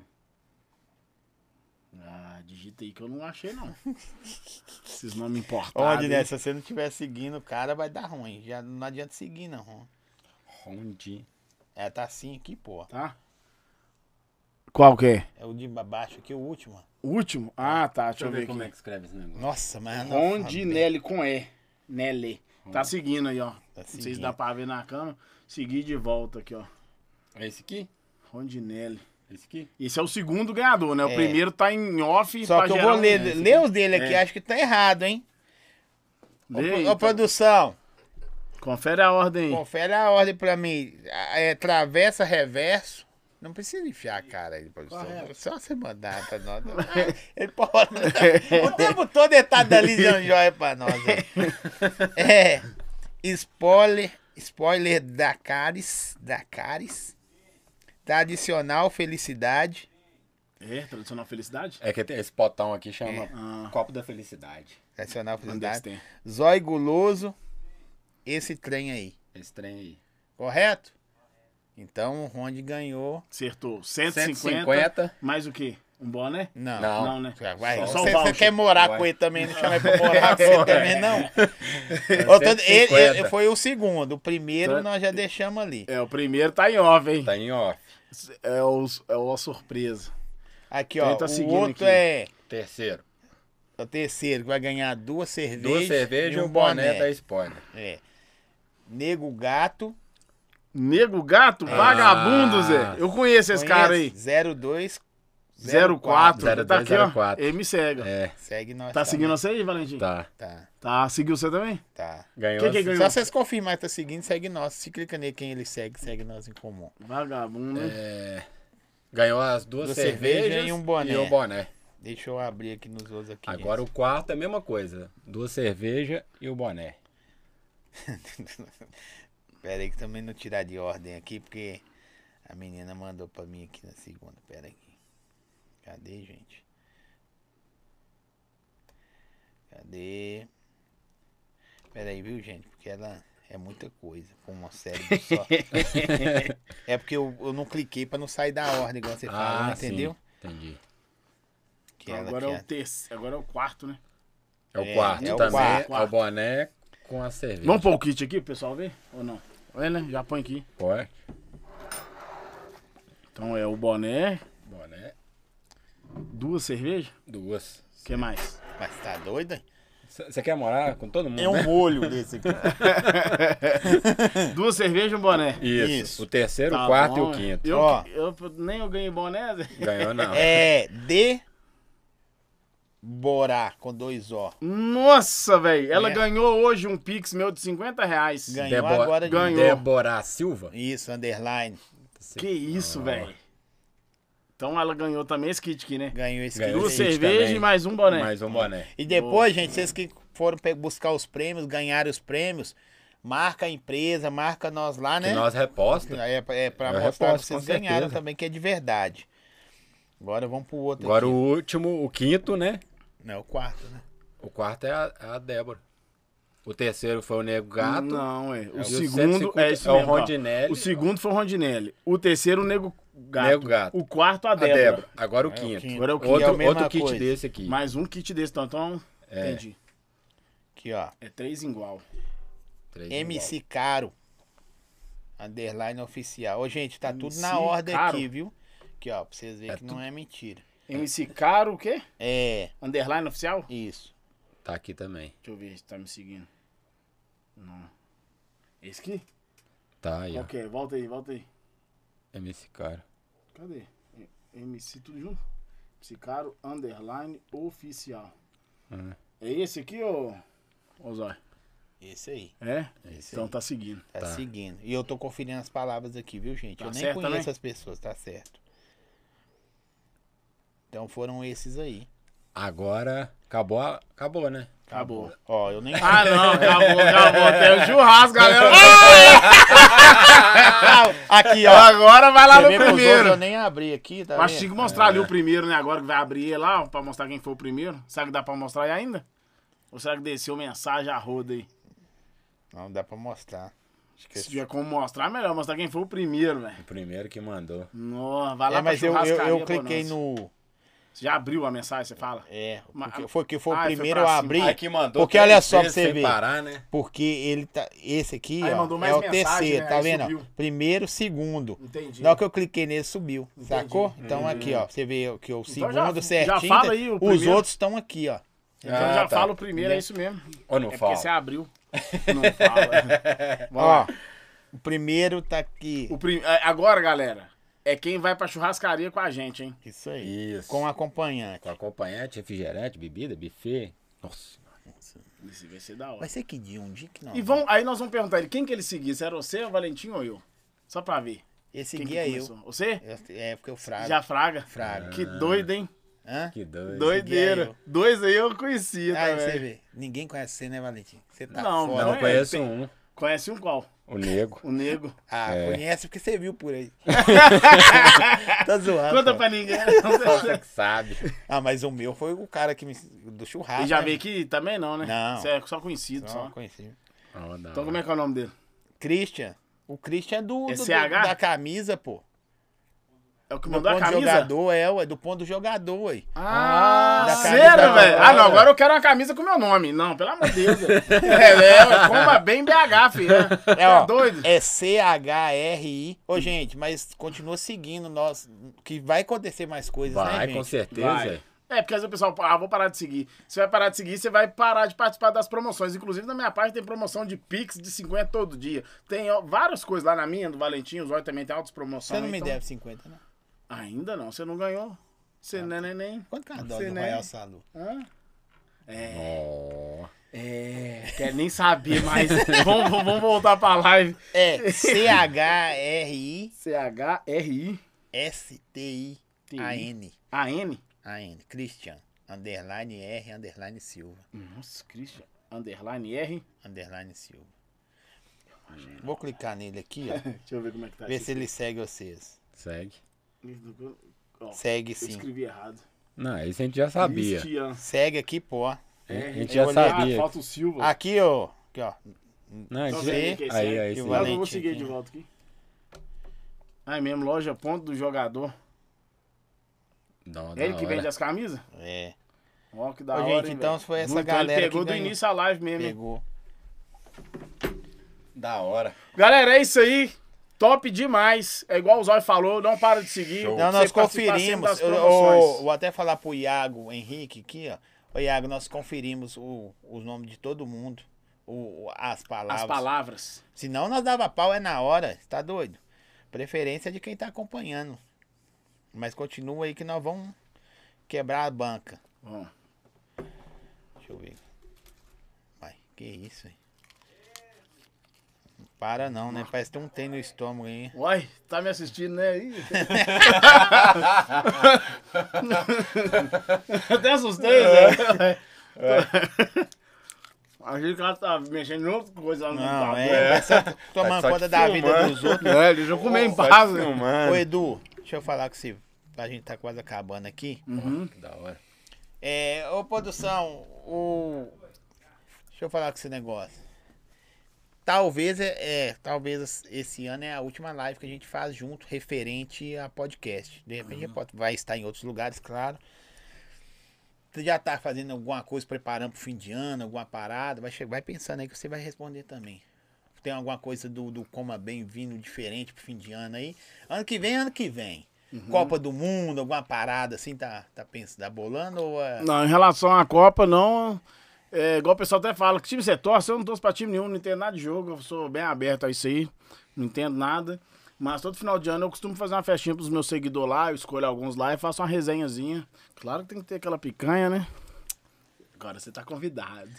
S3: Ah, digita aí que eu não
S2: <laughs>
S3: achei, não. Esses nomes
S2: Ô,
S3: importados.
S2: Rondinelli,
S3: hein?
S2: se você não estiver seguindo o cara, vai dar ruim. Já não adianta seguir, não. Ron.
S1: Rondi.
S2: É, tá assim aqui, pô.
S3: Tá? Qual que é?
S2: É o de baixo aqui, o último. ó.
S3: O último? Ah, tá.
S1: Deixa
S3: Deixa,
S1: eu ver
S3: eu
S1: como
S3: ver
S1: é
S3: aqui.
S1: que escreve esse negócio.
S2: Nossa, mas... não-
S3: Rondinelli com E. Nele. Tá seguindo aí, ó.
S2: Tá
S3: Não sei se
S2: seguindo.
S3: dá pra ver na câmera. Seguir de volta aqui, ó.
S1: É esse aqui?
S3: Rondinelli.
S1: Esse aqui?
S3: Esse é o segundo ganhador, né? O
S2: É.
S3: primeiro tá em off.
S2: Só
S3: pra
S2: que eu
S3: geral.
S2: vou ler,
S3: É,
S2: ler os dele aqui,
S3: É.
S2: acho que tá errado, hein? Ô,
S3: Lê aí,
S2: pro- ô,
S3: então.
S2: produção,
S3: Confere a ordem aí.
S2: confere a ordem pra mim. Ah, É travessa, reverso. Não precisa enfiar a cara aí, produção. Só você mandar pra nós. Ah, Ele pode... O tempo todo ele tá dando um joia pra nós. ó. É. Spoiler, spoiler da Caris. Da Caris. Tradicional felicidade.
S3: É, tradicional felicidade?
S1: É que tem esse potão aqui chama
S3: Ah.
S1: Copo da Felicidade.
S2: Tradicional
S3: Anderson
S2: felicidade.
S3: tem.
S2: Zói guloso. Esse trem aí.
S1: Esse trem aí.
S2: Correto? Então o Rondi ganhou.
S3: Acertou. 150,
S1: 150.
S3: Mais o quê? Um boné?
S2: Não.
S1: Não.
S3: Não, né?
S2: Já Vai,
S3: Só o
S2: você,
S3: voucher.
S2: quer morar
S1: Vai.
S2: com ele também, não chama ele pra morar
S3: <laughs>
S2: com você também, não.
S3: É
S2: Outro- ele,
S1: 150.
S2: ele foi o segundo. O primeiro
S3: Tá.
S2: nós já deixamos ali.
S3: É, o primeiro tá em off, hein?
S1: Tá em off.
S3: É, o, é o a surpresa.
S2: Aqui,
S3: Então
S2: ó.
S3: ele tá
S2: o
S3: seguindo
S2: outro
S3: aqui.
S2: é
S1: Terceiro.
S2: o terceiro, que vai ganhar duas cervejas.
S1: Duas cervejas e um boné
S3: tá
S1: da spoiler.
S2: É. Nego Gato.
S3: Nego Gato,
S1: Ah.
S3: vagabundo, Zé. Eu conheço esse cara aí.
S2: 02.
S3: 04. tá aqui, ó.
S1: 0204.
S3: Ele me segue.
S1: É,
S2: Segue nós.
S3: Tá seguindo
S2: também.
S3: você aí, Valentim?
S1: tá.
S2: Tá,
S3: Tá, seguiu você também?
S2: tá.
S1: Ganhou.
S3: Quem que
S1: as-
S3: ganhou?
S2: Só vocês confirmar que tá seguindo, segue nós. Se clica nele quem ele segue, segue nós em comum.
S3: Vagabundo,
S1: É,
S3: hein?
S1: Ganhou as duas
S2: Duas
S1: cervejas
S2: cervejas e um boné.
S1: E um boné.
S2: Deixa eu abrir aqui nos outros aqui.
S1: Agora o quarto é a mesma coisa. Duas cervejas e o boné.
S2: <laughs> Pera aí que também não tirar de ordem aqui, porque a menina mandou pra mim aqui na segunda. Pera aí. Cadê, gente? Cadê? Pera aí, viu, gente? Porque ela é muita coisa com uma série
S1: <laughs>
S2: só. é porque eu, eu não cliquei pra não sair da ordem, igual você fala,
S1: Ah,
S2: entendeu?
S1: sim. Então, Entendi.
S2: Que ela
S3: agora, é o
S2: quer.
S3: terceiro, agora é o quarto, né?
S1: É o
S2: É,
S1: quarto
S2: é o
S1: também.
S2: quarto.
S1: É o boné com a cerveja.
S3: Vamos pôr o kit aqui, pro pessoal ver? Ou não? Olha, né? Já põe aqui.
S1: Pode.
S3: Então é o boné,
S1: Boné,
S3: duas cervejas.
S1: duas.
S3: O que mais?
S2: Mas tá doida?
S1: Você quer morar com todo mundo,
S2: É um
S1: né?
S2: molho desse <laughs> aqui.
S3: Duas cervejas e um boné.
S1: Isso.
S2: Isso.
S1: O terceiro,
S3: Tá
S1: o quarto
S3: bom,
S1: e o quinto.
S3: Eu,
S2: Ó.
S3: <laughs> É, eu- nem eu ganhei boné, Zé.
S1: Ganhou não.
S2: É D É Borá, com dois O.
S3: Nossa, velho. Ela
S2: É.
S3: ganhou hoje um pix meu de 50 reais.
S2: Ganhou
S1: Débora-
S2: agora de
S3: ganhou.
S1: Débora Silva?
S2: Isso, underline.
S3: Que
S1: Ah.
S3: isso, velho. Então ela ganhou também esse kit aqui, né?
S2: Ganhou esse
S1: Ganhou
S2: kit
S3: Duas
S2: aí.
S1: esse kit
S3: cervejas
S1: também.
S3: e mais um boné.
S1: Mais um boné.
S2: E depois, gente, vocês que foram pe- buscar os prêmios, ganharam os prêmios, marca a empresa, marca nós lá, né?
S1: Que nós reposta.
S2: É, pra- é pra
S1: Eu
S2: mostrar que
S1: reposto,
S2: vocês
S1: com certeza.
S2: ganharam também, que é de verdade. Agora vamos pro outro
S1: Agora o
S2: aqui.
S1: último, o quinto, né?
S2: Não, é o quarto, né?
S1: O quarto é a, é a Débora. O terceiro foi o Nego um Gato.
S3: Não, é. O
S1: É o
S3: segundo é
S1: 150,
S3: isso
S1: é o
S3: mesmo, ó.
S1: Rondinelli.
S3: O segundo é foi o Rondinelli. O terceiro, o Nego Gato.
S1: Nego Gato.
S3: O quarto, a
S1: A
S3: Débora.
S1: Débora. Agora o
S2: É o
S1: quinto.
S2: quinto.
S3: Agora é o quinto.
S1: Outro,
S2: É a mesma
S1: outro kit
S2: coisa.
S1: desse aqui.
S3: Mais um kit desse, então. Então,
S1: É.
S3: entendi.
S2: Aqui, ó.
S3: É três igual.
S1: Três
S2: MC Caro. Underline oficial. Ô, gente, tá tudo na
S3: MC
S2: ordem
S3: Caro.
S2: aqui, viu? Aqui, ó, pra vocês verem
S1: É
S2: que não é mentira.
S3: MC Caro, o quê?
S2: É,
S3: Underline oficial?
S2: isso.
S1: igual. Tá aqui também.
S3: Deixa eu ver se tá me seguindo. Não. Esse aqui?
S1: Tá aí, ó.
S3: Ok, volta aí, volta aí.
S1: MC Cara.
S3: Cadê? E- MC tudo junto? MC Caro, underline oficial.
S1: Hum.
S3: É esse aqui, ô? Ô, Zóio?
S2: Esse aí.
S3: É?
S1: Esse
S3: então tá seguindo.
S2: Tá,
S1: Tá.
S2: seguindo. E eu tô conferindo as palavras aqui, viu, gente?
S3: Tá
S2: eu nem
S3: certo
S2: conheço
S3: também?
S2: as pessoas, tá certo. Então foram esses aí.
S1: Agora acabou, a- acabou, né?
S3: Acabou.
S2: Ó, eu
S3: <laughs>
S2: nem.
S3: Ah, não, acabou, <laughs> acabou. Até o churrasco, galera.
S2: aqui, ó.
S3: Agora vai
S2: Você
S3: lá no
S2: vê que os outros Eu
S3: primeiro.
S2: nem abri aqui, tá
S3: Eu acho que
S2: vendo?
S3: tinha que mostrar ali o primeiro, né? Agora que vai abrir lá, ó, pra mostrar quem foi o primeiro. Será que dá pra mostrar aí ainda? Ou será que desceu mensagem a roda aí?
S2: Não dá pra mostrar. Acho que
S3: Se tiver como mostrar, melhor mostrar quem foi o primeiro, velho.
S1: O primeiro que mandou.
S3: Nossa, vai lá
S2: É,
S3: pra
S2: mas eu, eu,
S3: churrascaria,
S2: eu
S3: pô, não.
S2: cliquei no.
S3: Você já abriu a mensagem, você fala?
S2: É,
S3: Mas-
S2: porque foi que foi
S3: Ah,
S2: o
S3: foi
S2: primeiro
S3: pra
S2: a
S3: cima.
S2: abrir.
S1: Ah, que mandou
S2: Porque olha
S1: três
S2: só pra
S1: vezes
S2: você
S1: sem
S2: ver.
S1: parar, né?
S2: Porque ele tá. Esse aqui,
S3: Aí
S2: ó.
S3: mandou mais
S2: é o
S3: mensagem,
S2: terceiro,
S3: né?
S2: tá
S3: Aí
S2: vendo? ó?
S3: subiu.
S2: Primeiro, segundo.
S3: Entendi. Uhum.
S2: Na hora que eu cliquei nele, subiu. Sacou? Então aqui, ó. Você vê que o segundo
S3: Então já- já
S2: certinho.
S3: fala aí o
S2: os
S3: primeiro.
S2: outros estão aqui, ó.
S3: Então
S1: Ah,
S3: já
S1: tá.
S3: fala o primeiro, é isso mesmo.
S1: Ou não
S3: é
S1: fala?
S3: porque você abriu. Não fala. Vamos
S2: Ó.
S3: lá.
S2: O primeiro tá aqui.
S3: O prim... é, Agora, galera, é quem vai pra churrascaria com a gente, hein?
S2: Isso aí.
S1: Isso.
S2: Com
S1: <laughs> Com,
S2: acompanhante.
S1: acompanhante, refrigerante, bebida, buffet. Nossa.
S3: Isso vai ser da hora.
S2: Vai ser que dia? Um dia que não.
S3: E vão... aí nós vamos perguntar ele quem que ele seguia, se era você, o Valentim ou eu? Só pra ver.
S2: Esse
S3: Quem que
S2: guia é eu.
S3: começou. Você?
S2: Eu- É, porque eu frago.
S3: Já Fraga?
S2: Fraga.
S3: Que doido, hein?
S2: Hã?
S1: Que doido.
S3: Doideira.
S2: guia é
S3: Dois aí eu conhecia
S2: Aí
S3: também.
S2: você vê. Ninguém conhece você, né, Valentim? Você tá
S1: Não,
S3: Não,
S2: fora.
S1: não
S3: é,
S1: conheço
S3: tem-
S1: um.
S3: Conhece um qual?
S1: O Nego.
S3: <laughs>
S2: <laughs>
S3: O Nego.
S2: Ah,
S1: É.
S2: conhece porque você viu por
S3: <laughs>
S2: aí. <laughs> tá zoado.
S3: Conta
S2: pô. <laughs>
S3: pra ninguém.
S1: Você que sabe.
S2: Ah, mas o meu foi o cara que me. do churrasco.
S3: E já
S2: né?
S3: veio aqui também não, né?
S2: Não.
S3: Você é só conhecido,
S2: Não,
S3: só.
S2: conheci.
S1: Ó, da
S3: Então
S1: hora.
S3: como é que é o nome dele?
S2: Christian. O Christian é do,
S3: É
S2: do- do-
S3: CH?
S2: da camisa, pô.
S3: É o que
S2: Do
S3: mandou a
S2: ponto do
S3: camisa?
S2: jogador, é, ué. Do ponto do jogador, ué.
S3: Ah,
S2: Da camisa
S3: sério,
S2: da
S3: velho?
S2: hora.
S3: Ah, não, agora eu quero uma camisa com meu nome. Não, pelo amor de Deus. velho. <laughs> é, é, ué, compra bem BH, filho. né?
S2: É,
S3: <laughs> Tá
S2: ó,
S3: doido?
S2: é C-H-R-I. Ô, gente, mas continua seguindo nós. Que vai acontecer mais coisas, né,
S1: Vai,
S2: gente?
S1: com certeza.
S3: Vai. É, porque às vezes o pessoal, ah, vou parar de seguir. Você vai parar de seguir, você vai parar de participar das promoções. Inclusive, na minha página tem promoção de Pix de 50 todo dia. Tem ó, várias coisas lá na minha, do Valentim, o Zóio também tem altas promoções.
S2: Você não me
S3: então-
S2: deve 50, né?
S3: Ainda não, você não ganhou. Você nem, nem, nem.
S2: Quanto que é a dose
S3: Você
S2: do
S3: nem-
S2: Royal Salu?
S3: Hã?
S1: Ó.
S3: É, quer nem saber mais. <laughs> vamos, vamos- vamos voltar pra live. <laughs>
S2: É C-H-R-I.
S3: C-H-R-I-A-N.
S2: S-T-I-A-N. A-N. Christian. Underline R, underline Silva.
S3: Nossa, Christian. Underline R.
S2: Underline Silva. Vou clicar nele aqui,
S3: <laughs>
S2: ó.
S3: Deixa eu ver como é que tá
S2: Ver
S3: aqui.
S2: se ele segue vocês.
S1: Segue.
S3: Ó,
S2: Segue
S3: eu
S2: sim.
S3: escrevi errado.
S1: Não, isso a gente já sabia.
S3: Christian.
S2: Segue aqui, pô.
S1: A gente
S2: Eu
S1: já
S2: olhei-
S3: Ah,
S1: sabia.
S3: falta o Silva. Então,
S2: Aqui, ó. Aqui, ó.
S1: Não, a gente
S2: Você-
S1: já- Aí, aí,
S2: que
S1: sim.
S2: vai-
S3: é Mas eu vou
S2: Valente
S3: seguir
S2: aqui.
S3: de volta aqui. Aí Ah, é mesmo, loja ponto do jogador.
S1: Não,
S3: É ele
S1: da
S3: que
S1: hora.
S3: vende as camisas?
S2: É.
S3: Ó, que da
S2: Ô,
S3: hora,
S2: gente,
S3: hein,
S2: então
S3: velho.
S2: foi essa
S3: Não, então ele
S2: galera
S3: pegou
S2: que
S3: do
S2: ganhou.
S3: início a live mesmo, hein?
S2: Pegou.
S1: Da hora.
S3: Galera, é isso aí. Top demais. É igual o Zóio falou, não para de seguir.
S1: Show.
S2: Então
S3: Você
S2: nós
S3: participar sempre
S2: conferimos.
S3: das
S2: Eu- eu-
S3: promoções.
S2: vou até falar pro Iago Henrique aqui, ó. Ô, Iago, nós conferimos o, os nomes de todo mundo. O, o- as palavras.
S3: As palavras.
S2: Senão nós dava pau, é na hora. Tá doido? Preferência de quem tá acompanhando. Mas continua aí que nós vamos quebrar a banca.
S3: Bom,
S2: Deixa eu ver. Vai, que isso, hein? Não para não, né? Parece que tem um tem no estômago aí. hein?
S3: Uai, tá me assistindo, né? Ih.
S2: <laughs>
S3: <laughs> Até assustei, né?
S2: É.
S3: Achei que ela tá mexendo em outra coisa. ela
S2: Não,
S3: tá
S2: é. Parece que tá tomando
S5: Tá só
S2: conta
S5: te
S2: da vida
S5: filmando.
S2: dos outros.
S3: É, eles vão comer em
S5: Só te
S3: paz. né?
S5: filmando.
S2: Ô, Edu, deixa eu falar com você. A gente tá quase acabando aqui.
S5: Que da hora.
S2: É, ô produção, o. Deixa eu falar com esse negócio. Talvez é, é, talvez esse ano é a última live que a gente faz junto, referente a podcast. De repente pode- vai estar em outros lugares, claro. Você já tá fazendo alguma coisa, preparando pro fim de ano, alguma parada? Vai, che- vai pensando aí que você vai responder também. Tem alguma coisa do, do Coma Bem vindo diferente pro fim de ano aí? Ano que vem, ano que vem. Copa do Mundo, alguma parada assim, tá, tá pensando, tá bolando ou é...
S3: Não, em relação à Copa, não. É, igual o pessoal até fala, que time você torce? Eu não torço pra time nenhum, não entendo nada de jogo, eu sou bem aberto a isso aí, não entendo nada. Mas todo final de ano eu costumo fazer uma festinha pros meus seguidores lá, eu escolho alguns lá e faço uma resenhazinha. Claro que tem que ter aquela picanha, né? Agora você tá convidado.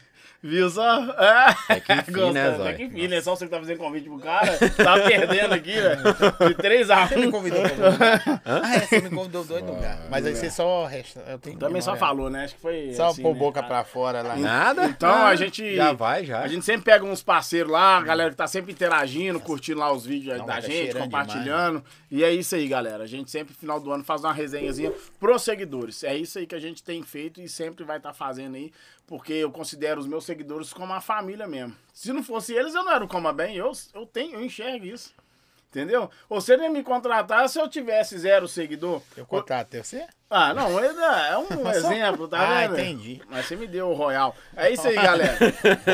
S3: Viu só? É,
S5: Até que enfim,
S3: Gostou,
S5: né,
S3: até
S5: Zói?
S3: que enfim, né? Só você que tá fazendo convite pro cara, tá perdendo aqui, velho. De 3 a 1.
S2: Você me convidou pra algum lugar? Ah, é, você me convidou dois lugares. Mas aí você só. resta- Eu tenho
S3: Também só
S5: É.
S2: memória.
S3: falou, né? Acho que foi.
S2: Só
S3: assim,
S2: pôr
S3: né?
S2: boca pra Ah, fora lá.
S5: Nada?
S3: Então a
S5: Nada.
S3: gente.
S5: Já vai, já.
S3: A gente sempre pega uns parceiros lá, a galera que tá sempre interagindo, curtindo lá os vídeos aí
S2: Não,
S3: da
S2: mas tá
S3: gente,
S2: cheirando né?
S3: compartilhando. E é isso aí, galera. A gente sempre, final do ano, faz uma resenhazinha pros seguidores. É isso aí que a gente tem feito e sempre vai estar fazendo aí, porque eu considero os meus seguidores como uma família mesmo. Se não fosse eles, eu não era o Coma Bem. Eu, eu, tenho, eu enxergo isso. Entendeu? Ou se ele me contratar se eu tivesse zero seguidor.
S2: Eu contratei você?
S3: Ah, não, ele é um exemplo, tá
S2: Ah,
S3: vendo?
S2: entendi.
S3: Mas você me deu o Royal. É isso aí, galera.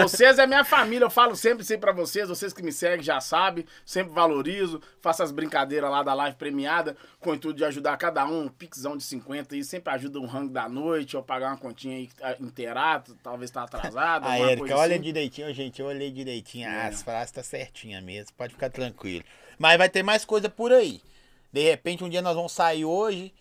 S3: Vocês é minha família, eu falo sempre isso aí pra vocês. Vocês que me seguem já sabem, sempre valorizo. Faço as brincadeiras lá da live premiada, com o intuito de ajudar cada um, um pixão de 50 aí. Sempre ajuda um rango da noite, ou pagar uma continha aí ah, inteirado, talvez tá atrasado.
S2: A
S3: alguma
S2: Erika,
S3: coisa
S2: Ah, olha
S3: assim. É.
S2: direitinho, gente. Eu olhei direitinho. As frases tá certinha mesmo. Pode ficar tranquilo. Mas vai ter mais coisa por aí. De repente, um dia nós vamos sair hoje.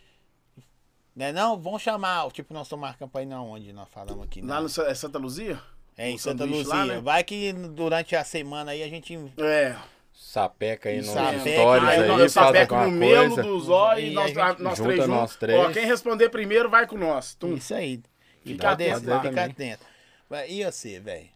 S2: Né não? Vão chamar. Tipo, nós estamos marcando pra ir na onde nós falamos aqui.
S3: Lá
S2: né?
S3: no Sa- é Santa Luzia?
S2: É em
S3: no
S2: Santa
S3: sanduíche
S2: Luzia.
S3: lá, né?
S2: Vai que durante a semana aí a gente
S3: É.
S5: Sapeca aí nos
S2: Sapeca,
S5: stories
S2: aí
S5: aí,
S3: Aí, nós-
S5: faz
S3: sapeca
S5: alguma
S3: no melo
S5: coisa.
S3: do zóio e
S2: E
S3: nós,
S2: a gente
S3: nós
S5: junta
S3: três juntos.
S5: nós três.
S3: Ó, quem responder primeiro vai com nós. Tum.
S2: Isso aí.
S3: Fica
S2: Fica
S3: atento
S2: atento,
S5: lá.
S2: fica
S5: também.
S2: atento. Vai, E você, velho?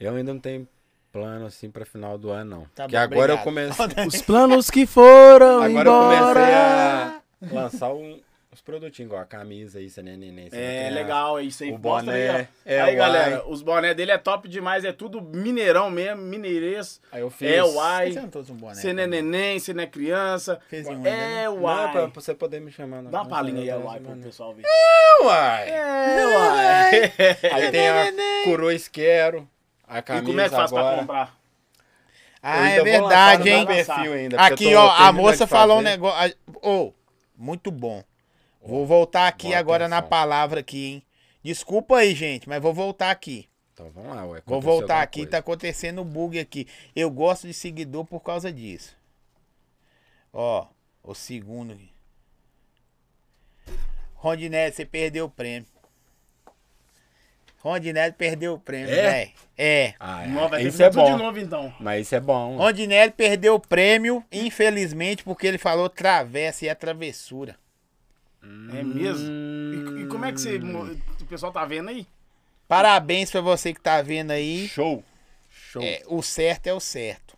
S5: Eu ainda não tenho plano assim pra final do ano, não.
S2: Tá
S5: Porque
S2: bom,
S5: agora
S2: obrigado.
S5: eu comecei.
S3: <laughs> Os planos que foram
S5: Agora eu comecei a lançar um- uns produtinhos, igual a camisa né, aí, CNN.
S3: É legal, é isso aí.
S5: O
S3: Mostra aí, ó.
S5: boné é
S3: aí,
S5: uai.
S3: galera, os boné dele é top demais, é tudo mineirão mesmo, mineirês.
S5: Aí eu fiz.
S3: É
S2: Por que
S3: uai.
S2: Você não trouxe um boné.
S3: Você não é neném, você não é criança.
S2: Fez um
S3: É
S2: ainda,
S5: Não, é pra
S3: uai.
S5: você poder me chamar. não.
S3: Dá uma
S5: Não,
S3: palhinha aí,
S5: não,
S3: é
S5: não,
S3: uai,
S5: não,
S3: pro
S5: não.
S3: pessoal ver.
S5: É uai!
S3: É uai.
S5: Aí tem a coroa isquero, a
S3: E
S5: camisa
S3: como é que faz
S5: agora.
S3: pra comprar?
S5: Eu
S2: Ah,
S5: ainda
S2: é
S5: vou lançar
S2: verdade,
S5: no meu
S2: hein?
S5: perfil ainda, porque eu
S2: Aqui,
S5: tô-
S2: ó,
S5: eu tenho
S2: a
S5: muita
S2: moça
S5: que
S2: falou um
S5: fazer.
S2: negócio. Ô, muito bom. Vou voltar aqui
S5: boa
S2: agora na
S5: atenção.
S2: palavra aqui, hein? Desculpa aí, gente, mas vou voltar aqui.
S5: Então vamos lá, ué.
S2: Vou
S5: aconteceu
S2: voltar
S5: alguma
S2: aqui,
S5: coisa.
S2: tá acontecendo um bug aqui. Eu gosto de seguidor por causa disso. Ó, o segundo. Rondinelli, você perdeu o prêmio. Rondinelli perdeu o prêmio,
S5: É?
S2: velho. É.
S5: Ah, é.
S3: Não, vai ter que
S5: Isso é
S3: fazer tudo de
S5: bom.
S3: novo então.
S5: Mas isso é bom.
S2: Rondinelli perdeu o prêmio, infelizmente, porque ele falou travessa e é travessura.
S3: É
S5: Hum.
S3: mesmo? E, e como é que você. O pessoal tá vendo aí?
S2: Parabéns pra você que tá vendo aí.
S5: Show. Show.
S2: É, o certo é o certo.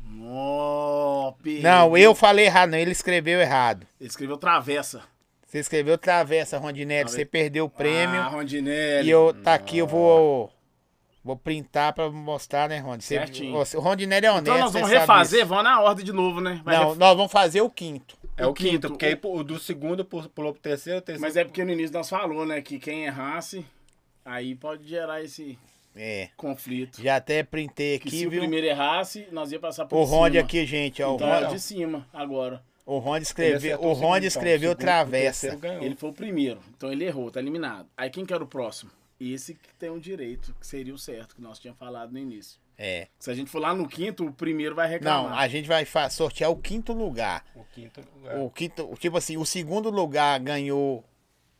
S3: Nó, perdeu.
S2: Não, eu falei errado, não. Ele escreveu errado.
S3: Ele escreveu Travessa.
S2: Você escreveu Travessa, Rondinelli. Você perdeu o prêmio.
S3: Ah, Rondinelli.
S2: e eu tá aqui, eu vou. Vou printar pra mostrar, né, Rondi? Você-
S3: Certinho.
S2: você- o Rondinelli é honesto.
S3: Então nós vamos
S2: você sabe
S3: refazer,
S2: disso.
S3: vamos na ordem de novo, né? Vai
S2: Não,
S3: ref-
S2: nós vamos fazer o quinto.
S5: É
S3: o
S5: o quinto,
S3: quinto,
S5: porque aí pu- o do segundo pu- pulou pro terceiro, o terceiro.
S3: Mas é porque no início nós falou, né? Que quem errasse, aí pode gerar esse
S2: É.
S3: conflito.
S2: Já até printei
S3: Que
S2: aqui,
S3: se o
S2: viu?
S3: primeiro errasse, nós ia passar por
S2: O
S3: cima.
S2: Rondi aqui, gente, ó. o
S3: Então é
S2: Rondi-
S3: de cima agora.
S2: O Ronde
S5: Ele
S2: escreveu,
S1: é
S5: acertou
S2: o
S5: segundo,
S2: Ronde
S5: então.
S2: escreveu
S5: O segundo pro
S2: travessa.
S5: terceiro ganhou.
S3: Ele foi o primeiro, então ele errou, tá eliminado. Aí quem que era o próximo? Esse que tem um direito, que seria o certo, que nós tínhamos falado no início.
S2: É.
S3: Se a gente for lá no quinto, o primeiro vai reclamar.
S2: Não, a gente vai fa- sortear o quinto lugar.
S5: O
S1: É.
S5: quinto lugar.
S2: O quinto, tipo assim, o segundo lugar ganhou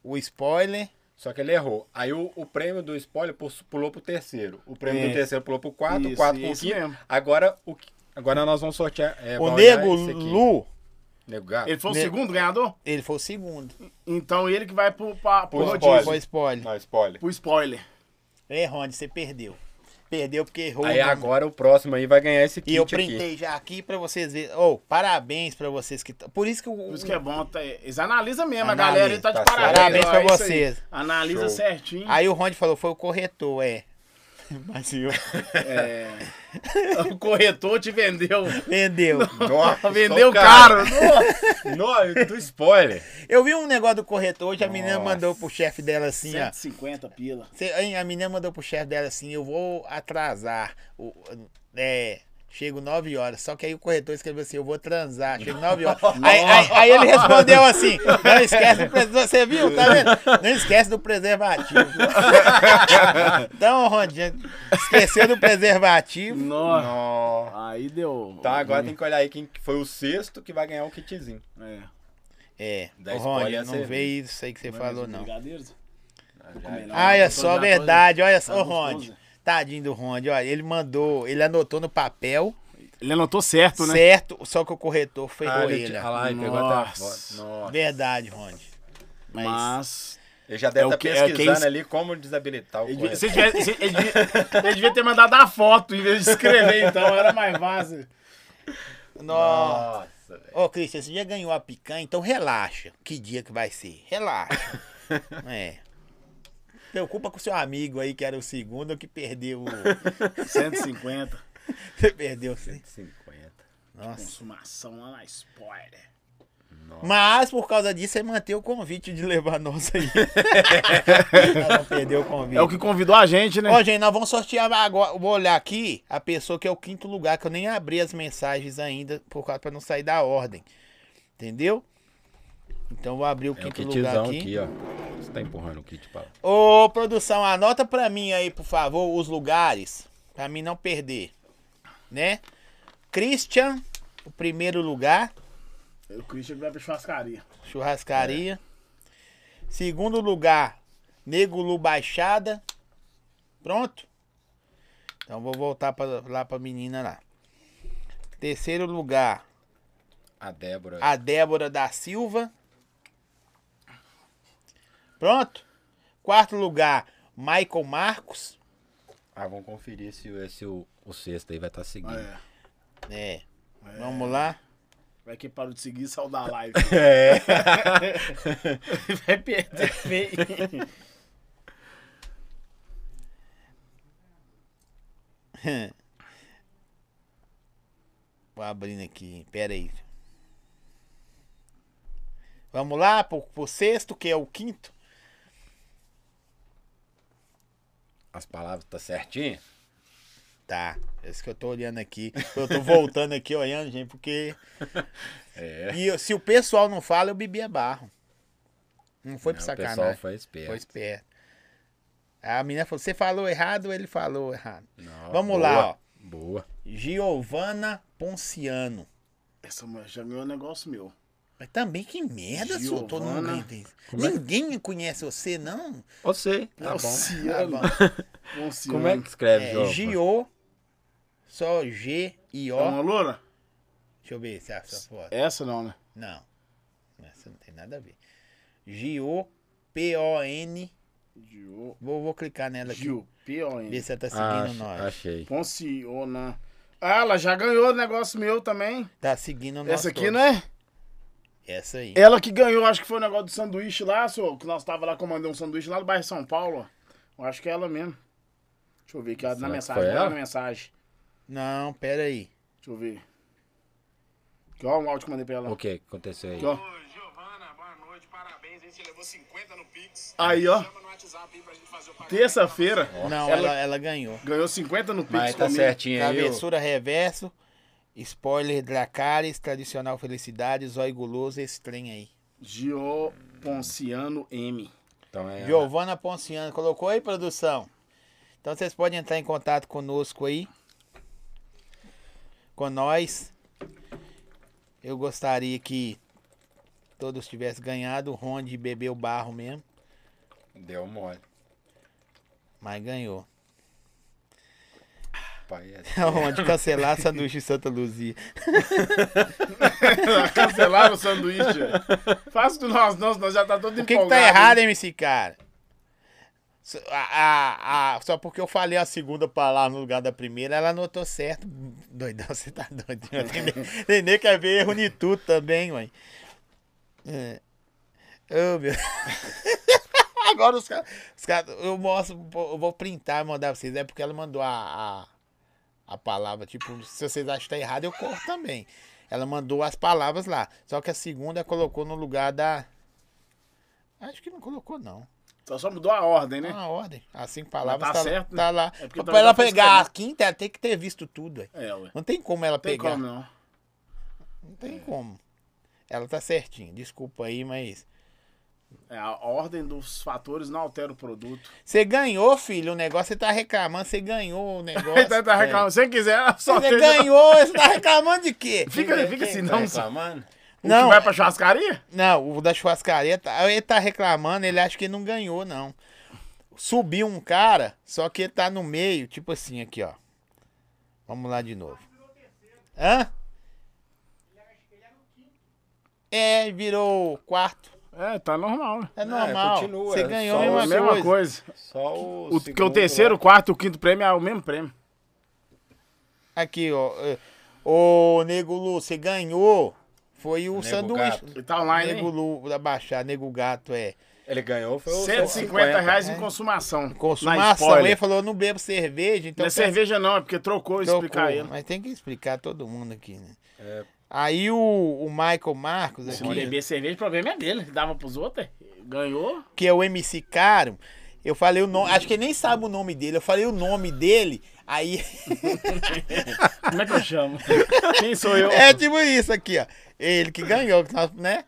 S2: o spoiler
S1: Só que ele errou. Aí o, o prêmio do spoiler pus- pulou pro terceiro. O prêmio
S2: Isso.
S1: do terceiro pulou pro quarto,
S3: Isso,
S1: o quarto
S3: e
S1: pro
S3: isso
S1: quinto.
S3: mesmo.
S1: Agora, o, qui- agora nós vamos sortear. é,
S2: O
S1: baldear
S2: Nego
S1: esse aqui.
S2: Lu,
S1: Nego Gato.
S3: Ele foi o
S2: Ne-
S3: segundo ganhador?
S2: ele foi o segundo.
S3: Então ele que vai pro, pra,
S1: Pro
S3: pro rodízio,
S1: spoiler.
S2: Foi spoiler.
S1: Não, spoiler.
S3: pro spoiler.
S2: É, Rony, você perdeu. Perdeu porque errou.
S1: Aí
S2: o nome.
S1: agora o próximo aí vai ganhar esse kit
S2: E eu
S1: aqui.
S2: printei já aqui pra vocês verem. Ô, parabéns pra vocês que t- Por isso que o.
S3: Por isso que é bom, tá, eles analisam mesmo, a
S2: Analisa,
S3: galera aí tá de
S1: tá certo.
S3: parabéns.
S2: Parabéns
S3: ó,
S2: pra
S3: é isso aí.
S2: vocês.
S3: Analisa
S1: Show.
S3: certinho.
S2: Aí o Rony falou, foi o corretor, é. Mas eu.
S3: É, o corretor te vendeu.
S2: Vendeu.
S1: Nossa,
S3: vendeu
S1: sou
S3: caro.
S1: <laughs> Não, do spoiler.
S2: Eu vi um negócio do corretor hoje, a menina
S1: Nossa.
S2: mandou pro chefe dela assim,
S3: é.
S2: ó.
S3: 150 pila.
S2: Cê- hein, a menina mandou pro chefe dela assim, eu vou atrasar. O, é, chego 9 horas. Só que aí o corretor escreveu assim, eu vou transar, chego
S1: <laughs>
S2: 9 horas. aí, aí- aí ele respondeu assim, não esquece do preservativo. Você viu, tá vendo? Não esquece do preservativo. <laughs> então, Rondinha, esqueceu do preservativo.
S3: Nossa.
S1: Nossa.
S3: Aí deu.
S1: Tá, agora tem que olhar aí quem que foi o sexto que vai ganhar o kitzinho.
S3: É.
S2: É,
S1: Dá
S2: ô,
S1: spoiler,
S2: Rondinha,
S1: você
S2: não
S1: vê.
S2: veio isso aí que você falou, não.
S3: Brigadeiros?
S2: Ah, é só verdade, olha
S3: Tá
S2: só, Rond.
S3: gostoso.
S2: Tadinho do Rond, olha, ele mandou, ele anotou no papel,
S3: Ele anotou certo, né?
S2: certo, só que o corretor ferrou
S1: Ah, ele,
S2: ele.
S1: ah lá, ele pegou até a foto.
S3: Nossa.
S1: Nossa.
S2: Verdade, Rond. Mas,
S3: Mas.
S1: Ele já
S3: É
S1: deve
S3: o
S1: estar
S3: que- é
S1: pesquisando
S3: quem es-
S1: ali como desabilitar o
S3: Ele devia,
S1: corretor.
S3: se ele tivesse- se- ele devia- ele devia ter mandado a foto em vez de escrever, então era mais fácil.
S2: nossa.
S1: Nossa, velho.
S2: Ô, Cristian, você já ganhou a picanha, então relaxa. Que dia que vai ser?
S1: <laughs>
S2: Relaxa. é. Preocupa com seu amigo aí, que era o segundo, que perdeu.
S1: <laughs>
S2: o-
S3: 150.
S2: Você perdeu sim.
S1: 150.
S2: Nossa.
S1: Tipo,
S3: Consumação lá na spoiler.
S2: Mas por causa disso, você manteve o convite de levar nós
S1: <laughs>
S2: aí. Ela não perdeu o convite.
S3: É o que convidou a gente, né?
S2: Ó, gente, nós vamos sortear agora. Vou olhar aqui a pessoa que é o quinto lugar, que eu nem abri as mensagens ainda, por causa pra não sair da ordem. Entendeu? Então vou abrir o
S1: É o
S2: quinto lugar
S1: kitzão
S2: aqui.
S1: aqui, ó. Você tá empurrando o kit pra lá.
S2: Ô, produção, anota pra mim aí, por favor, os lugares. Pra mim não perder. Né? Christian, o primeiro lugar.
S3: O Christian vai pra churrascaria.
S2: Churrascaria. Segundo lugar, Nego Lu Baixada. Pronto? Então vou voltar pra, lá pra menina lá. Terceiro lugar,
S1: A Débora.
S2: a Débora da Silva. Pronto? Quarto lugar, Michael Marcos.
S1: Ah, vamos conferir se, o- se o, o sexto aí vai estar seguindo.
S3: É.
S2: É. Vamos lá.
S3: Vai que parou de seguir, saiu da live.
S1: É. <laughs>
S3: vai perder feio.
S2: Vou abrindo aqui, pera aí. Vamos lá pro, pro sexto, que é o quinto.
S1: As palavras tá certinho?
S2: Tá, é isso que eu tô olhando aqui. Eu tô voltando aqui olhando, gente, porque.
S1: É.
S2: E eu- se o pessoal não fala, eu bebia barro. Não foi
S1: Não,
S2: pra
S1: O pessoal
S2: sacanagem.
S1: foi esperto.
S2: Foi esperto. A menina falou: você falou errado, ele falou errado.
S1: Não,
S2: Vamos
S1: boa,
S2: lá, ó.
S1: Boa.
S2: Giovana Ponciano.
S3: Essa mulher já ganhou um negócio meu.
S2: Mas também que merda, senhor. Todo mundo
S3: Giovana. é
S2: entende. Ninguém conhece você, não?
S1: Eu sei, tá bom.
S3: Ponciano.
S2: Tá bom.
S3: Ponciano.
S1: Como é que escreve,
S2: É,
S1: Giovana?
S2: Gio. Só G e
S3: É uma
S2: O.
S3: loura?
S2: Deixa eu ver se é a sua foto.
S3: Essa não, né?
S2: Não. Essa não tem nada a ver. Gio P-O-N.
S3: Gio.
S2: Vou, vou clicar nela aqui.
S3: Gio.
S2: Ver
S3: Pione.
S2: se ela tá seguindo
S1: Ah, ach-
S2: nós.
S1: achei.
S3: Ponciona. Ah, ela já ganhou um negócio meu também.
S2: Tá seguindo nós.
S3: Essa aqui, É.
S2: todos.
S3: né?
S2: Essa aí.
S3: Ela que ganhou, acho que foi o negócio do sanduíche lá, senhor. Que nós tava lá comandando um sanduíche lá do bairro de São Paulo. ó. Eu acho que é ela mesmo. Deixa eu ver aqui, ó, na
S1: que
S3: mensagem.
S1: foi
S3: vai lá
S1: ela?
S3: na mensagem.
S2: Não, pera aí.
S3: Deixa eu ver. Aqui, ó, um áudio que eu mandei pra ela.
S1: O que que aconteceu aí?
S3: Aqui, ó.
S6: Ô, Giovana, boa noite, parabéns. A gente levou 50 no Pix.
S3: Aí, ó.
S6: Chama no WhatsApp aí pra gente fazer o pagamento.
S3: Terça-feira,
S2: Não, ela,
S3: Ela-
S2: ela ganhou.
S3: ganhou 50 no Pix
S1: Mas tá
S3: comigo.
S1: certinho aí. ó.
S2: Travessura reverso. Spoiler Dracarys, tradicional felicidade, zóio guloso, esse trem aí.
S3: Gio Ponciano M. <laughs>
S1: Então é.
S2: Giovana Ponciano colocou aí, produção. Então vocês podem entrar em contato conosco aí. Com nós. Eu gostaria que todos tivessem ganhado. O Ronde bebeu barro mesmo.
S5: Deu mole.
S2: Mas ganhou. <laughs>
S5: Pai, é...
S2: Onde cancelar sanduíche de Santa Luzia.
S3: Cancelaram o sanduíche. Faça do nós, nós, nós já tá todo
S2: O que, que tá errado, MC cara? S- a- a- a- só porque eu falei a segunda palavra no lugar da primeira, ela anotou certo. Doidão, <laughs> você tá doidinho. Tem nem- Tem nem quer ver erro em tudo também, mãe. É. Ô, meu. <laughs> Agora os caras. os caras- eu mostro, eu vou printar e mandar pra vocês. É porque ela mandou a, a, a palavra, tipo, se vocês acham que tá errado, eu corto também. Ela mandou as palavras lá. Só que a segunda colocou no lugar da. Acho que não colocou, não.
S3: Só, só mudou a ordem,
S2: Tá
S3: né?
S2: na ordem. As cinco palavras
S3: tá
S2: tá,
S3: certo,
S2: tá lá.
S3: É porque
S2: pra
S3: tá-
S2: ela
S3: tá pra
S2: pegar
S3: escrever.
S2: a quinta, ela tem que ter visto tudo, ué.
S3: É, ué.
S2: Não tem como ela
S3: Não tem
S2: pegar.
S3: como, né? não.
S2: Não tem como. Ela tá certinha. Desculpa aí, mas.
S3: É, a ordem dos fatores não altera o produto.
S2: Você ganhou, filho, o negócio, você tá reclamando, você ganhou o negócio.
S3: <laughs>
S2: é.
S3: Então, tá reclamando. Se você quiser, só
S2: Você
S3: tem.
S2: ganhou, você tá reclamando de quê?
S3: Fica, fica assim, não.
S1: Tá
S3: só.
S5: reclamando?
S3: O
S2: Não.
S3: que vai pra churrascaria?
S2: Não, o da churrascaria, tá- ele tá reclamando, ele acha que não ganhou, não. Subiu um cara, só que ele tá no meio, tipo assim, aqui, ó. Vamos lá de novo. Hã? É, virou quarto.
S3: É, tá normal, né?
S2: É
S5: Não,
S2: normal.
S5: continua,
S2: Você
S5: é
S2: ganhou
S5: só
S2: a
S3: É
S2: mesma,
S3: a mesma
S2: coisa.
S3: coisa.
S5: Só o.
S3: O, que o
S5: segundo
S3: terceiro, o
S5: lá.
S3: quarto e o quinto prêmio é o mesmo prêmio.
S2: Aqui, ó. é, Ô, Nego Lu, você ganhou. Foi o
S5: Nego
S2: sanduíche.
S5: Gato.
S3: E tá online,
S2: Nego
S3: hein?
S2: Lu da Baixada, Nego Gato, é.
S5: Ele ganhou, foi o.
S3: 150 reais em consumação. Na
S2: Consumação,
S3: spoiler.
S2: ele falou, eu não bebo cerveja, então...
S3: não é
S2: peça-
S3: cerveja não, é porque trocou,
S2: Trocou,
S3: explicar ele.
S2: Então, Mas tem que explicar todo mundo aqui, né? Aí o, o Michael Marcos
S3: Se
S2: aqui,
S3: não beber cerveja, o problema é dele. Dava pros outros, é. ganhou.
S2: que é o MC Caro, eu falei o nome, acho que ele nem sabe o nome dele, eu falei o nome dele, aí
S3: Como é que eu chamo? <laughs> Quem sou eu?
S2: <laughs> é tipo isso aqui, ó. Ele que ganhou, que nós- né?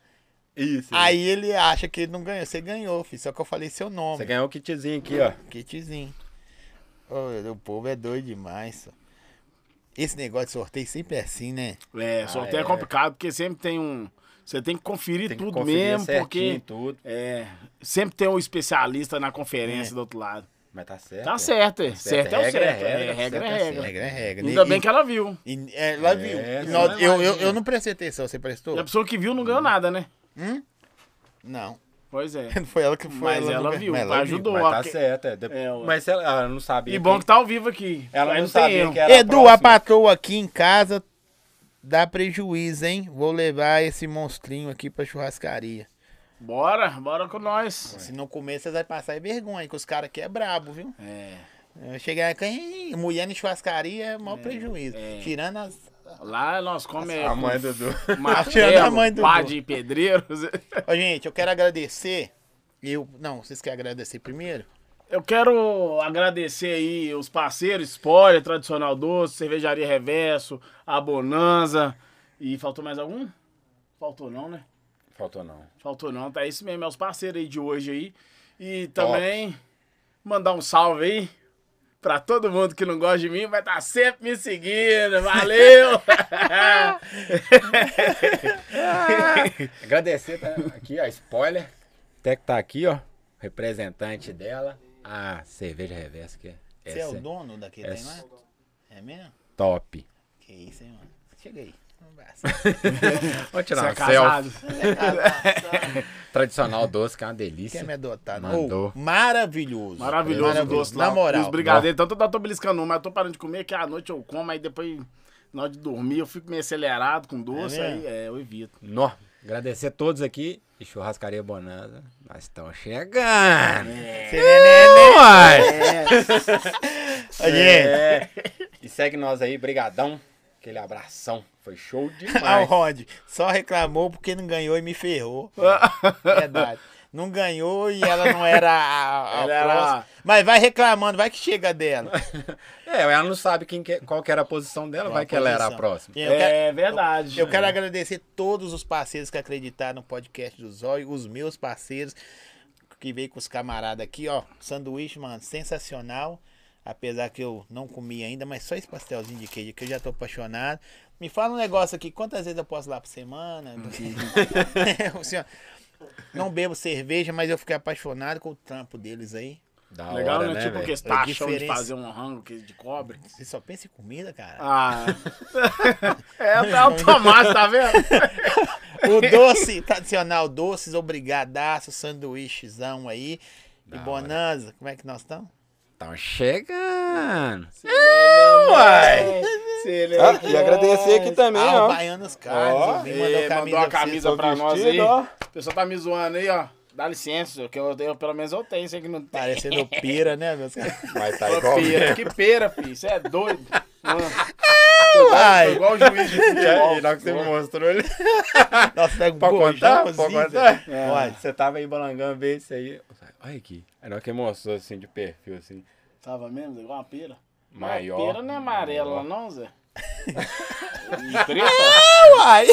S5: Isso.
S2: Aí ele acha que ele não ganhou, você ganhou, filho, só que eu falei seu nome,
S5: Você ganhou o kitzinho aqui, ó.
S2: kitzinho. Ô, o povo é doido demais, só. Esse negócio de sorteio sempre é assim, né?
S3: É, sorteio
S5: Ah,
S3: é.
S5: é.
S3: complicado, porque sempre tem um... Você tem que conferir
S5: Tem que
S3: tudo
S5: conferir
S3: mesmo,
S5: certinho
S3: porque...
S5: tudo.
S3: É, sempre tem um especialista na conferência do outro lado.
S5: Mas tá certo.
S3: Tá
S5: é.
S3: certo, é. Certo é o
S5: Regra é
S3: certo.
S5: regra,
S3: é, Regra é
S5: certo é
S3: regra.
S2: Regra é regra.
S3: Ainda
S2: E-
S3: bem que ela viu.
S2: E, é, lá viu.
S5: É,
S2: E
S5: não
S2: nós- eu,
S5: é mais
S2: eu,
S5: ninguém.
S2: eu não prestei atenção. Você prestou?
S3: E a pessoa que viu não ganhou nada, né?
S2: Não. <laughs>
S3: Pois é.
S2: Foi ela que foi.
S3: Mas
S2: não
S3: ela
S2: ganhou.
S3: viu,
S2: Mas
S3: ajudou.
S5: Mas tá
S3: ok.
S5: certo, é. Dep-
S3: É, ué.
S5: Mas ela, ela não sabia.
S3: E bom que tá ao vivo aqui.
S5: Ela
S3: Aí
S5: não
S3: tem
S5: sabia
S3: erro.
S5: que era.
S2: Edu,
S5: próxima.
S2: a patroa aqui em casa dá prejuízo, hein? Vou levar esse monstrinho aqui pra churrascaria.
S3: Bora, bora com nós.
S2: Se não comer, vocês vai passar vergonha, que os caras aqui é brabo, viu?
S3: É.
S2: Eu chegar aqui, "Ih, mulher em churrascaria é maior prejuízo. Tirando as.
S3: Lá nós comemos
S5: A mãe do
S3: <laughs>
S5: Dudu.
S2: Tirando a
S3: martelo,
S2: mãe do
S3: pá
S2: Dudu.
S3: de pedreiros. <laughs>
S2: Ó, gente, eu quero agradecer. Eu. Não, vocês querem agradecer primeiro?
S3: Eu quero agradecer aí os parceiros, Spoiler, Tradicional Doce, Cervejaria Reverso, a Bonanza. E faltou mais algum? Faltou não, né?
S5: Faltou não.
S3: Faltou não, tá isso mesmo, é os parceiros aí de hoje aí. E também mandar um salve aí pra todo mundo que não gosta de mim, vai estar tá sempre me seguindo. Valeu!
S5: Agradecer tá aqui, ó. Spoiler. Até que tá aqui, ó. Representante dela. A cerveja reversa que é.
S2: Você é
S5: essa
S2: o
S5: é
S2: dono daquele
S5: é
S2: trem lá?
S5: s-
S2: É mesmo?
S3: <laughs>
S5: top.
S2: Que isso, hein, mano? Chega aí. Um abraço.
S5: Vou tirar
S3: Você é
S5: uma selfie.
S3: casado?
S5: Tradicional doce, que é uma
S2: Quer
S5: delícia.
S2: me adotar, não?
S5: Mandou.
S2: Ô, maravilhoso.
S3: Maravilhoso o doce lá.
S2: Na moral.
S3: Os brigadeiros. Tanto eu tô beliscando um, mas eu tô parando de comer, que à noite eu como, aí depois, na hora de dormir, eu fico meio acelerado com doce,
S2: É
S3: aí
S2: mesmo?
S3: é, eu evito.
S5: Nó. Agradecer a todos aqui. E churrascaria Bonanza. Nós estamos
S1: É.
S5: chegando. Né,
S2: é
S3: É,
S2: Serelele.
S5: Uai.
S2: Ô, <laughs> Gente,
S5: É. E segue nós aí, brigadão. Aquele abração. Foi show
S2: ah, o
S5: demais.
S2: Rod só reclamou porque não ganhou e me
S3: <laughs>
S2: ferrou. Verdade. Não ganhou e ela não era a, a
S3: Ela era
S2: próxima.
S3: a-
S2: Mas vai reclamando, vai que chega dela.
S5: <laughs> É, ela não sabe quem que- qual que era a posição dela,
S2: Uma
S5: vai que ela era a
S2: posição.
S5: próxima.
S2: Eu quero-
S3: é verdade.
S2: Eu quero agradecer todos os parceiros que acreditaram no podcast do Zóio, os meus parceiros que veio com os camaradas aqui, ó. Sanduíche, mano, sensacional. Apesar que eu não comi ainda, mas só esse pastelzinho de queijo que eu já tô apaixonado. Me fala um negócio aqui, quantas vezes eu posso ir lá por semana? <laughs> o senhor, Não bebo cerveja, mas eu fiquei apaixonado com o trampo deles aí.
S5: Da
S3: Legal,
S5: hora,
S3: né?
S5: né,
S3: tipo,
S5: velho?
S3: que eles taxam de
S2: diferença.
S3: fazer um rango que- de cobre.
S2: Você só pensa em comida, cara.
S3: Ah. <laughs> é, é automático, tá vendo?
S2: <laughs> O doce tradicional, doces, obrigadaço, sanduíchezão aí. E bonanza, como é que nós estamos?
S5: Tão chegando.
S1: é
S5: É,
S3: Uai!
S7: Ah, e agradecer aqui também,
S2: Ah, o
S7: ó.
S2: Baianos Carlos, me mandou
S3: Mandou,
S2: camisa.
S3: mandou a
S2: pra vocês.
S3: camisa pra nós aí.
S7: vestido, ó.
S3: O pessoal tá me zoando aí, ó. Dá licença, que eu, eu pelo menos eu tenho, sei que não tem.
S2: Parecendo pira, né,
S7: <laughs>
S2: meus caras?
S7: Mas tá
S3: Ô,
S7: igual.
S3: pera, que pera, filho. Você é doido. Mano, tô
S2: Uai!
S3: igual o juiz de futebol.
S7: E na hora que você me mostrou ele.
S2: Nossa, pega um
S7: Pode contar?
S2: gojãozinho,
S7: Pode
S2: velho. <laughs>
S7: contar?
S2: Pode.
S5: Você tava aí balangando, vê isso aí. É. Olha aqui. Era que mostrou assim de perfil, assim.
S3: Tava mesmo, igual uma pera.
S5: Maior.
S3: Mas pera não é amarela, não, Zé?
S7: <laughs>
S2: Uai!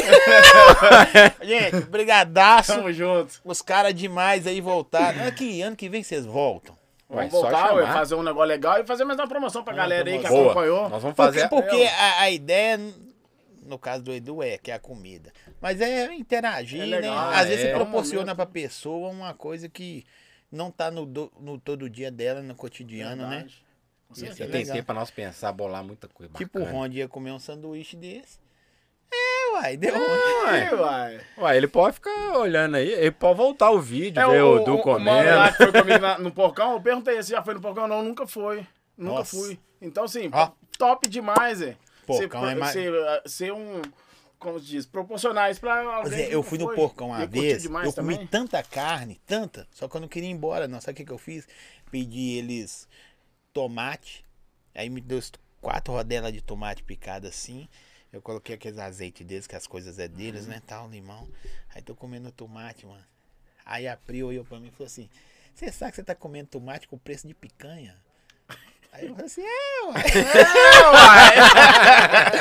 S2: Gente, brigadaço.
S3: <laughs> Tamo junto.
S2: Os caras demais aí voltaram. Ano que, ano que vem vocês voltam.
S5: Vai
S3: Vamos
S5: só
S3: voltar, ué,
S5: chamar.
S3: fazer um negócio legal e fazer mais uma promoção pra galera aí que
S5: Boa.
S3: acompanhou.
S5: Nós vamos
S2: Porque,
S5: fazer.
S2: porque a, a ideia, no caso do Edu, é que é a comida. Mas é interagir,
S3: É legal,
S2: né? Às
S5: é.
S2: vezes você
S5: É um
S2: proporciona pra pessoa uma coisa que não tá no, do- no todo dia dela, no cotidiano, né?
S3: Verdade. Com
S2: Isso é
S5: Você
S3: certeza.
S5: tem
S2: legal.
S5: tempo pra nós pensar, bolar muita coisa.
S2: Tipo, o
S5: bacana.
S2: Ronde ia comer um sanduíche desse. É, uai, deu ruim.
S5: Ué,
S3: Ih, uai.
S5: ué, ele pode ficar olhando aí, ele pode voltar o
S3: É
S5: vídeo, ver o, Du
S3: mano lá
S5: comendo.
S3: que foi comigo na- no porcão, eu perguntei se já foi no porcão. Não, nunca foi. Nunca
S2: Nossa.
S3: fui. Então, assim,
S2: Ó.
S3: top demais, é.
S2: Porcão
S3: Ser-
S2: é mais-
S3: Ser, ser um... Como se diz? Proporcionais pra
S2: Mas
S3: alguém
S2: é,
S3: que
S2: eu
S3: nunca
S2: fui no
S3: foi.
S2: porcão uma
S3: Eu curti
S2: vez,
S3: demais
S2: eu comi
S3: também.
S2: tanta carne, tanta, só que eu não queria ir embora, não. Sabe o que, que eu fiz? Pedi eles tomate, aí me deu quatro rodelas de tomate picado assim. Eu coloquei aqueles azeite deles, que as coisas é deles,
S3: Uhum.
S2: né? Tal, limão. Aí tô comendo tomate, mano. Aí a Pri olhou pra mim e falou assim: Você sabe que você tá comendo tomate com preço de picanha? Aí eu falei assim: É,
S3: <laughs>
S2: uai.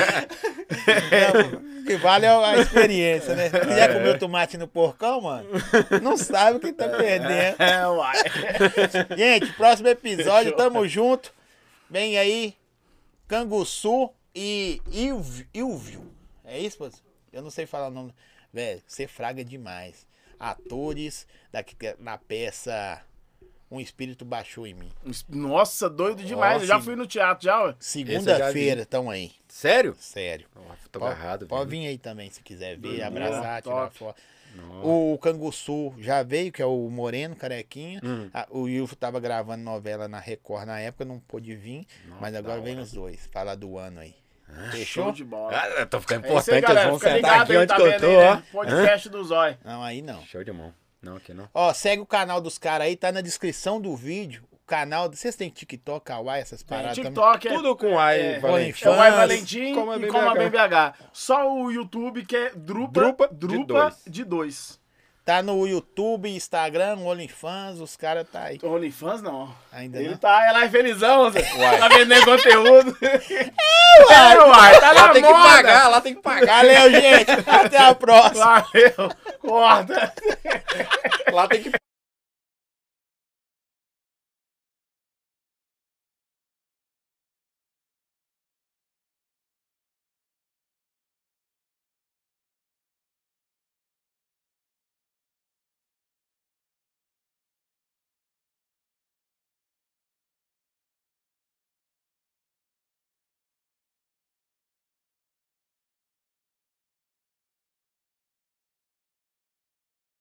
S2: Não, o que vale é a experiência,
S3: <laughs>
S2: né? Se quiser comer o tomate no porcão, mano, não sabe o que tá perdendo.
S3: <laughs> É, uai.
S2: Gente, próximo episódio, tamo junto. Vem aí, Canguçu e Ilv- Ilvio. É isso, pô? Eu não sei falar o nome. Velho, você fraga demais. Atores daqui na peça Um Espírito Baixou em Mim.
S3: Nossa, doido demais. eu já
S2: assim,
S5: Nossa.
S3: fui no teatro, já, ué.
S2: Segunda-feira, tão aí.
S5: Sério?
S2: Sério.
S5: Ó, tô
S2: Pode-
S5: agarrado.
S2: Pode
S5: velho.
S2: vir aí também, se quiser ver,
S3: Doideira,
S2: abraçar, tirar
S3: top.
S2: foto. O Canguçu já veio, que é o Moreno, carequinha.
S3: Hum.
S2: Ah, O Ilvo tava gravando novela na Record na época, não pôde vir. mas agora vem os dois, falar do ano aí.
S3: Show
S2: Fechou?
S3: de bola.
S5: Ah, eu tô ficando
S3: É isso aí,
S5: importante, eles
S3: galera.
S5: vão
S3: Fica
S5: sentar
S3: ligado
S5: aqui
S3: aí,
S5: onde
S3: tá
S5: que eu
S3: vendo
S5: tô,
S3: aí, né?
S5: ó.
S3: Podcast do Zói.
S2: Não, aí não.
S5: Show de mão. Não, aqui não.
S2: Ó, segue o canal dos caras aí, tá na descrição do vídeo. O canal. Vocês têm TikTok, Kawaii, essas paradas também?
S3: TikTok é...
S5: Tudo com ai,
S3: É,
S5: Valente.
S2: Infância.
S3: É o Vai
S2: Fãs,
S3: Valentim
S5: Como é a
S3: e Como a
S5: BBH.
S3: BBH. Só o YouTube que é Drupa,
S5: Drupa
S3: drupa,
S5: de dois.
S3: de 2.
S2: Tá no YouTube, Instagram, OnlyFans, os caras tá aí.
S3: OnlyFans não.
S2: Ainda
S3: Ele
S2: não?
S3: tá é lá é felizão,
S5: <laughs>
S3: Zé. Tá vendendo conteúdo. É, uai, tá
S5: Lá
S3: na
S5: tem que
S3: moda.
S5: pagar, lá tem que pagar.
S2: Valeu, gente! Até a próxima!
S3: Valeu, corta.
S5: Lá tem que